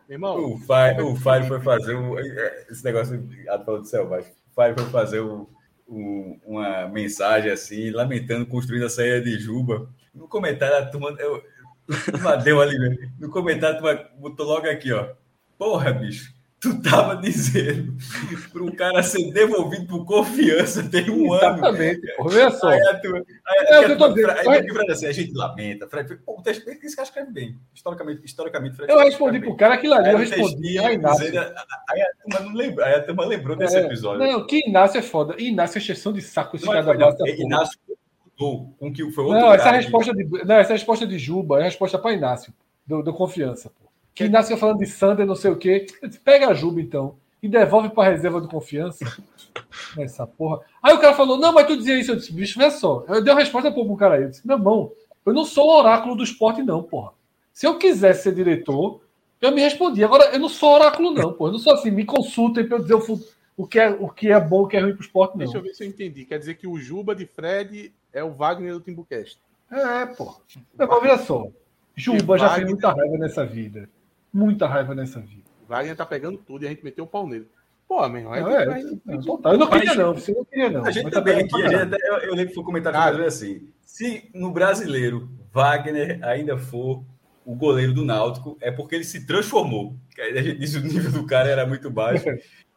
Speaker 4: Meu irmão,
Speaker 7: O Fire, o Fire foi fazer o, é, esse negócio de ah, falando do selvagem. O Fire foi fazer o- o- uma mensagem assim, lamentando, construindo a saída de Juba. No comentário, a turma. Eu, Madeu ali mesmo. No comentário, a turma botou logo aqui, ó. Porra, bicho, tu tava dizendo para um cara ser devolvido por confiança tem um ano.
Speaker 2: Exatamente, porra. Veja só.
Speaker 7: Aí a turma- aí-
Speaker 2: É o que eu tô dizendo,
Speaker 7: aí
Speaker 2: vai-
Speaker 7: o Fred assim, a gente lamenta. Fred, pô, o texto- esse cara escreve bem. Historicamente, historicamente Fred
Speaker 2: Eu
Speaker 7: escreve
Speaker 2: respondi
Speaker 7: bem.
Speaker 2: pro cara aquilo ali,
Speaker 7: Aí
Speaker 2: eu
Speaker 7: o
Speaker 2: respondi.
Speaker 7: textinho
Speaker 2: Ah, Inácio.
Speaker 7: dizendo- aí a turma não lembrou, aí a turma lembrou desse
Speaker 2: É,
Speaker 7: episódio.
Speaker 2: Não, que Inácio é foda. Inácio é exceção de saco, esse
Speaker 7: Não,
Speaker 2: cara da
Speaker 7: foi, não.
Speaker 2: base da porra.
Speaker 7: é, Inácio concordou com que foi outro
Speaker 2: Não, essa
Speaker 7: cara que-
Speaker 2: resposta de, não, essa resposta de Juba é a resposta para Inácio, do, do Confiança. Pô. Que Inácio fica falando de Sander, não sei o quê. Eu disse, Pega a Juba, então, e devolve para a reserva do Confiança. Essa porra. Aí o cara falou, não, mas tu dizia isso. Eu disse, bicho, vê só. Eu dei uma resposta pro pro cara aí. Eu disse, meu irmão, eu não sou o oráculo do esporte, não, porra. Se eu quisesse ser diretor, eu me respondi. Agora, eu não sou oráculo, não, porra. Eu não sou assim, me consultem para eu dizer o, fu- o, que é, o que é bom, o que é ruim pro esporte, não.
Speaker 4: deixa eu ver se eu entendi. Quer dizer que o Juba de Fred é o Wagner do Timbucast.
Speaker 2: É, pô. Agora, olha só. Juba já fez
Speaker 4: Wagner.
Speaker 2: muita raiva nessa vida. Muita raiva nessa vida.
Speaker 4: O Wagner tá pegando tudo e a gente meteu o pau nele. Pô, meu irmão,
Speaker 2: É,
Speaker 4: aí-
Speaker 2: é,
Speaker 4: aí-
Speaker 2: é, total. Eu não queria, não. Você não queria, não.
Speaker 7: A gente
Speaker 2: Mas
Speaker 7: também
Speaker 2: tá
Speaker 7: aqui, a
Speaker 2: bem, Ah.
Speaker 7: gente até- eu, eu lembro que foi um comentário
Speaker 4: Cara.
Speaker 7: que eu falei assim: se no brasileiro Wagner ainda for o goleiro do Náutico, é porque ele se transformou. Que aí A gente disse que o nível do cara era muito baixo.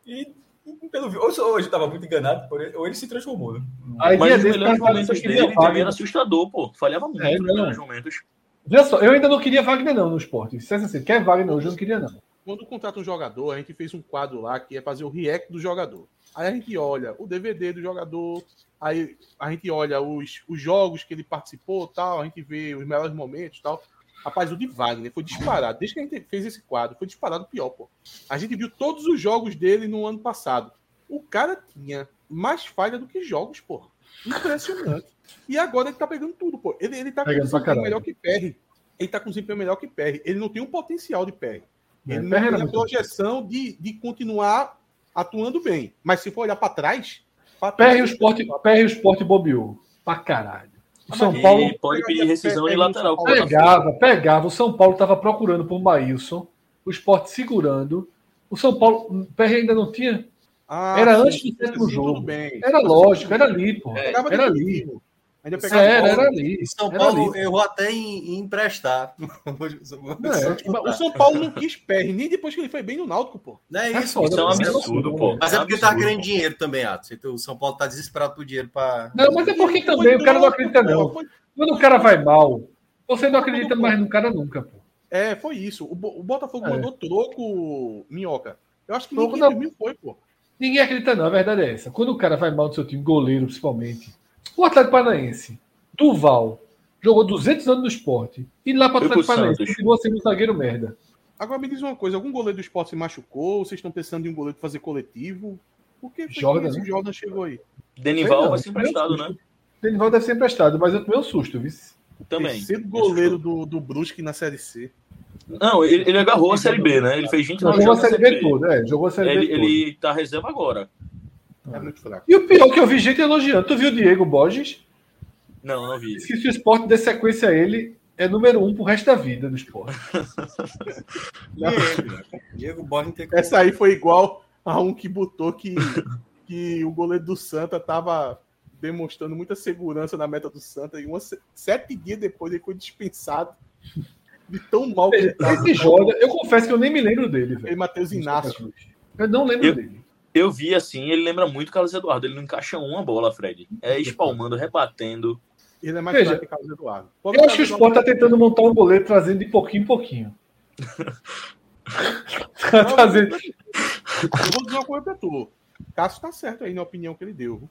Speaker 7: E, e pelo vi- ou, só- ou eu estava muito enganado, por ele- ou ele se transformou. Né?
Speaker 2: A
Speaker 6: Mas
Speaker 2: ideia
Speaker 6: os
Speaker 2: desse
Speaker 6: melhores
Speaker 2: cara falando
Speaker 6: momentos
Speaker 2: que
Speaker 6: dele
Speaker 2: queria
Speaker 6: também era
Speaker 2: Wagner.
Speaker 6: assustador, pô. Falhava muito
Speaker 2: né? É,
Speaker 6: nos
Speaker 2: não.
Speaker 6: melhores momentos.
Speaker 2: Olha só, eu ainda não queria Wagner, não, no esporte. Se assim, quer Wagner hoje, eu não queria, não.
Speaker 4: Quando contrata um jogador, a gente fez um quadro lá que é fazer o react do jogador. Aí a gente olha o DVD do jogador, aí a gente olha os, os jogos que ele participou, tal, a gente vê os melhores momentos, tal. Rapaz, o de Wagner foi disparado. Desde que a gente fez esse quadro, foi disparado o pior, pô. A gente viu todos os jogos dele no ano passado. O cara tinha mais falha do que jogos, pô. Impressionante. E agora ele tá pegando tudo, pô. Ele, ele tá com um
Speaker 2: Pegando pra
Speaker 4: desempenho
Speaker 2: caralho.
Speaker 4: melhor que PR. Ele tá com um desempenho melhor que PR. Ele não tem um potencial de PR.
Speaker 2: É,
Speaker 4: Ele não
Speaker 2: Ferreira
Speaker 4: tem a
Speaker 2: muito-
Speaker 4: projeção de, de continuar atuando bem. Mas se for olhar para trás, pra trás-
Speaker 2: Perre e o esporte, Perre e o esporte bobeou. Pra caralho. O São
Speaker 4: mas-
Speaker 2: Paulo
Speaker 6: E pode pedir
Speaker 4: pegaria-
Speaker 6: rescisão de
Speaker 4: pegaria São
Speaker 6: lateral. pô.
Speaker 4: Paulo.
Speaker 2: Pegava, pegava. O São Paulo estava procurando por Maílson, o esporte segurando. O São Paulo, o PR ainda não tinha.
Speaker 4: Ah,
Speaker 2: Era
Speaker 4: sim,
Speaker 2: antes do sétimo
Speaker 4: sim,
Speaker 2: jogo.
Speaker 4: tudo bem.
Speaker 2: Era
Speaker 4: Assim,
Speaker 2: lógico, era ali, pô.
Speaker 6: É,
Speaker 4: pegava
Speaker 2: Era ali.
Speaker 4: definitivo. Ainda
Speaker 2: É,
Speaker 4: pegava
Speaker 2: Era,
Speaker 4: bola.
Speaker 2: era ali.
Speaker 8: E São
Speaker 2: era
Speaker 8: Paulo
Speaker 2: ali.
Speaker 8: eu vou até em, em emprestar.
Speaker 2: Não, é,
Speaker 4: O São Paulo não quis PR, nem depois que ele foi bem no Náutico, pô.
Speaker 8: Não é
Speaker 2: é
Speaker 8: isso.
Speaker 2: foda,
Speaker 6: Isso é um
Speaker 2: pô.
Speaker 6: absurdo, pô.
Speaker 8: Mas é porque
Speaker 3: tá
Speaker 8: ele tava
Speaker 6: Absurdo,
Speaker 8: querendo
Speaker 6: pô.
Speaker 8: dinheiro também, Atos. Então, o São Paulo tá desesperado por dinheiro pra.
Speaker 2: Não, mas é porque
Speaker 4: Ele foi
Speaker 2: também o
Speaker 4: do
Speaker 2: cara não
Speaker 4: Náutico,
Speaker 2: acredita,
Speaker 4: pô,
Speaker 2: não.
Speaker 4: foi-
Speaker 2: Quando o cara vai mal, Você não acredita mais no cara nunca, pô.
Speaker 4: É, foi isso. O, Bo- o Botafogo
Speaker 2: É.
Speaker 4: mandou troco, minhoca. Eu acho que
Speaker 2: Troco
Speaker 4: ninguém
Speaker 2: não.
Speaker 4: dormiu, foi, pô.
Speaker 2: Ninguém acredita, não. A verdade é essa. Quando o cara vai mal do seu time, goleiro principalmente. O Atlético Paranaense, Duval, jogou 200 anos no esporte. E lá para o
Speaker 6: Foi
Speaker 2: Atlético
Speaker 6: pro
Speaker 2: Paranaense,
Speaker 6: Santos.
Speaker 2: continua sendo um zagueiro merda.
Speaker 4: Agora me diz uma coisa: algum goleiro do esporte se machucou? Vocês estão pensando em um goleiro pra fazer coletivo? Por que foi que
Speaker 2: Jordan,
Speaker 4: esse
Speaker 2: né?
Speaker 4: Jordan chegou aí?
Speaker 2: Sei
Speaker 6: Denival
Speaker 2: não,
Speaker 6: vai ser
Speaker 2: tomei um
Speaker 6: emprestado,
Speaker 2: susto.
Speaker 6: né?
Speaker 2: Denival deve ser emprestado, mas eu tomei um susto, viu?
Speaker 6: Também.
Speaker 4: Terceiro goleiro do, do Brusque na Série C.
Speaker 6: Não, ele, ele agarrou a Série B, né? Ele fez 29
Speaker 2: Jogou a
Speaker 6: jogos na
Speaker 2: Série B toda, é. Jogou a Série B
Speaker 6: Ele,
Speaker 2: toda.
Speaker 6: ele tá reserva agora.
Speaker 4: É muito fraco.
Speaker 2: E o pior que eu vi gente elogiando. Tu viu o Diego Borges?
Speaker 6: Não, não vi.
Speaker 2: Disse que se o esporte der sequência a ele, é número um pro resto da vida do esporte.
Speaker 8: Diego Borne tem que.
Speaker 4: Essa aí foi igual a um que botou que, que o goleiro do Santa tava demonstrando muita segurança na meta do Santa e uma, se- sete dias depois ele foi dispensado de tão mal que ele tava.
Speaker 2: Esse Jordan, eu confesso que eu nem me lembro dele,
Speaker 4: Ele
Speaker 2: velho.
Speaker 4: Matheus Inácio.
Speaker 2: Eu não lembro
Speaker 6: Eu-
Speaker 2: dele.
Speaker 6: Eu vi assim, ele lembra muito o Carlos Eduardo. Ele não encaixa uma bola, Fred. É espalmando, rebatendo.
Speaker 4: Ele é mais
Speaker 2: Veja,
Speaker 4: fraco que Carlos Eduardo. Pode
Speaker 2: Eu acho que o
Speaker 4: botar
Speaker 2: Sport tá tentando montar um goleiro trazendo de pouquinho em pouquinho. Tá
Speaker 4: Não,
Speaker 2: trazendo-
Speaker 4: Eu vou dizer uma coisa pra tu. Cássio tá certo aí na opinião que ele deu. viu?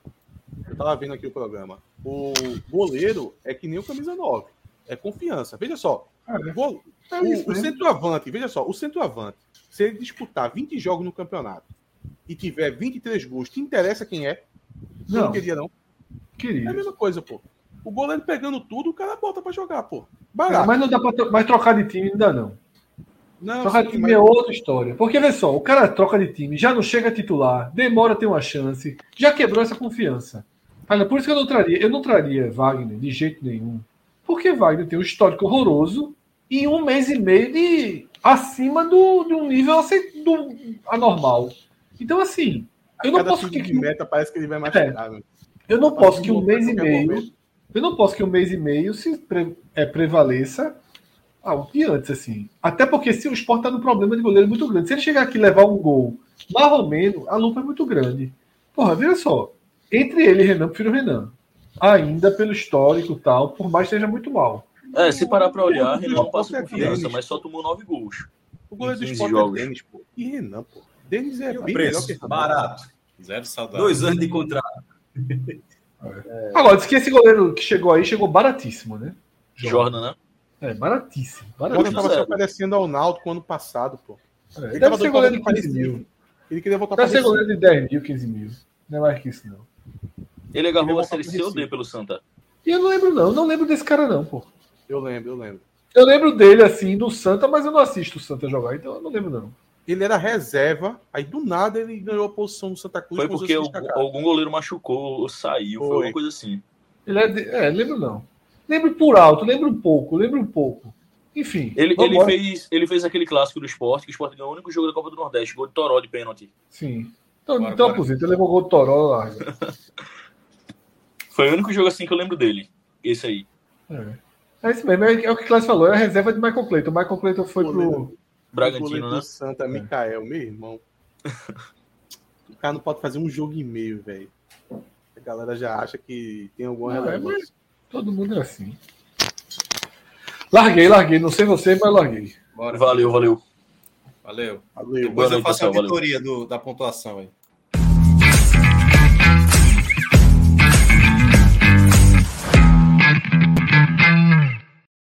Speaker 4: Eu tava vendo aqui o programa. O goleiro é que nem o camisa 9. É confiança. Veja só. O, gol-
Speaker 2: é
Speaker 4: o- o
Speaker 2: né?
Speaker 4: centroavante, veja só, o centroavante, se ele disputar 20 jogos no campeonato e tiver 23 gols, te interessa quem é? Eu
Speaker 2: Não,
Speaker 4: queria, não. É a
Speaker 2: queria.
Speaker 4: mesma coisa, pô. O goleiro pegando tudo, o cara bota pra jogar, pô.
Speaker 2: Cara,
Speaker 4: Barato.
Speaker 2: Mas não dá pra tro- mas trocar de time, não dá não.
Speaker 4: Não,
Speaker 2: Trocar de
Speaker 4: sim,
Speaker 2: time
Speaker 4: mas-
Speaker 2: é outra história. Porque, vê só, o cara troca de time, já não chega titular, demora a ter uma chance, já quebrou essa confiança. Olha, por isso que eu não traria, eu não traria Wagner de jeito nenhum. Porque Wagner tem um histórico horroroso e um mês e meio de acima do, de um nível acei- do, anormal. Então, assim, eu não
Speaker 4: cada
Speaker 2: posso
Speaker 4: tiro
Speaker 2: que- É.
Speaker 4: de meta parece que ele vai machucar. velho.
Speaker 2: eu não
Speaker 4: Pode
Speaker 2: posso que um
Speaker 4: voltar a
Speaker 2: mês e
Speaker 4: qualquer
Speaker 2: meio.
Speaker 4: momento.
Speaker 2: Eu não posso que um mês e meio se pre- é, prevaleça ao que antes, assim. Até porque se o Sport tá num problema de goleiro muito grande. Se ele chegar aqui e levar um gol mais ou menos, a lupa é muito grande. Porra, veja só. Entre ele e Renan, eu prefiro o Renan. Ainda pelo histórico e tal, por mais que esteja muito mal.
Speaker 6: É, se parar pra
Speaker 4: Não,
Speaker 6: olhar, Renan passa
Speaker 4: não,
Speaker 6: confiança,
Speaker 4: não.
Speaker 6: mas só tomou nove gols.
Speaker 4: O goleiro do
Speaker 6: 15
Speaker 4: esporte
Speaker 6: jogos.
Speaker 4: é Denis, pô. E Renan, pô. Denis é
Speaker 7: E o
Speaker 4: bem melhor que
Speaker 7: preço?
Speaker 4: Renan.
Speaker 7: Barato.
Speaker 8: Zero saudade.
Speaker 7: Dois anos de contrato.
Speaker 4: É.
Speaker 2: Agora, diz que esse goleiro que chegou aí chegou baratíssimo, né?
Speaker 6: Jordan, né?
Speaker 2: É, baratíssimo.
Speaker 4: O Jordan
Speaker 2: baratíssimo.
Speaker 4: tava se
Speaker 6: Zero.
Speaker 4: oferecendo ao Náutico ano passado, pô.
Speaker 2: É,
Speaker 4: Ele
Speaker 2: deve
Speaker 4: tava
Speaker 2: ser
Speaker 4: doido
Speaker 2: goleiro de
Speaker 4: pra
Speaker 2: 15 mil.
Speaker 4: Ele queria voltar pra
Speaker 2: Deve ser
Speaker 4: Recife.
Speaker 2: goleiro de 10 mil, 15 mil. Não é mais que isso, não.
Speaker 6: Ele agarrou
Speaker 4: Ele
Speaker 6: a Série
Speaker 4: volta pro
Speaker 6: C ou D
Speaker 4: Recife.
Speaker 6: pelo Santa.
Speaker 2: E eu não lembro, não. Eu não lembro desse cara, não, pô.
Speaker 4: Eu lembro, eu lembro.
Speaker 2: Eu lembro dele, assim, do Santa, mas eu não assisto o Santa jogar, então eu não lembro, não.
Speaker 4: Ele era reserva, aí do nada ele ganhou a posição no Santa Cruz.
Speaker 6: Foi
Speaker 4: começou a
Speaker 6: porque
Speaker 4: se
Speaker 6: algum
Speaker 4: destacar.
Speaker 6: algum goleiro machucou ou saiu, foi
Speaker 4: Foi.
Speaker 6: alguma coisa assim.
Speaker 2: Ele é, de... é, lembro, não. Lembro por alto, lembro um pouco, lembro um pouco. Enfim.
Speaker 6: Ele,
Speaker 2: vamos
Speaker 6: ele,
Speaker 2: embora.
Speaker 6: fez, ele fez aquele clássico do esporte, que o esporte ganhou o único jogo da Copa do Nordeste, gol de Toró de pênalti.
Speaker 2: Sim. Então,
Speaker 8: Bora,
Speaker 2: então
Speaker 8: bora.
Speaker 2: aposenta, ele levou o gol do Toró lá.
Speaker 6: Foi o único jogo assim que eu lembro dele. Esse aí.
Speaker 2: É. é isso mesmo, é, é o que o Clássico falou, é a reserva de Michael Clayton. O Michael Clayton foi pro.
Speaker 4: Goleiro.
Speaker 6: Bragantino,
Speaker 4: Goleiro do
Speaker 6: né?
Speaker 4: Santa, Mikael, meu irmão. o cara não pode fazer um jogo e meio, velho. A galera já acha que tem alguma
Speaker 2: Não, é,
Speaker 4: relevância.
Speaker 2: Todo mundo era assim. Larguei, larguei. Não sei você, mas larguei.
Speaker 8: Bora.
Speaker 6: Valeu, valeu.
Speaker 8: Valeu.
Speaker 4: Valeu.
Speaker 8: Depois
Speaker 6: Boa
Speaker 8: eu
Speaker 6: noite,
Speaker 8: faço a
Speaker 6: pessoal, valeu.
Speaker 8: auditoria do- da pontuação aí.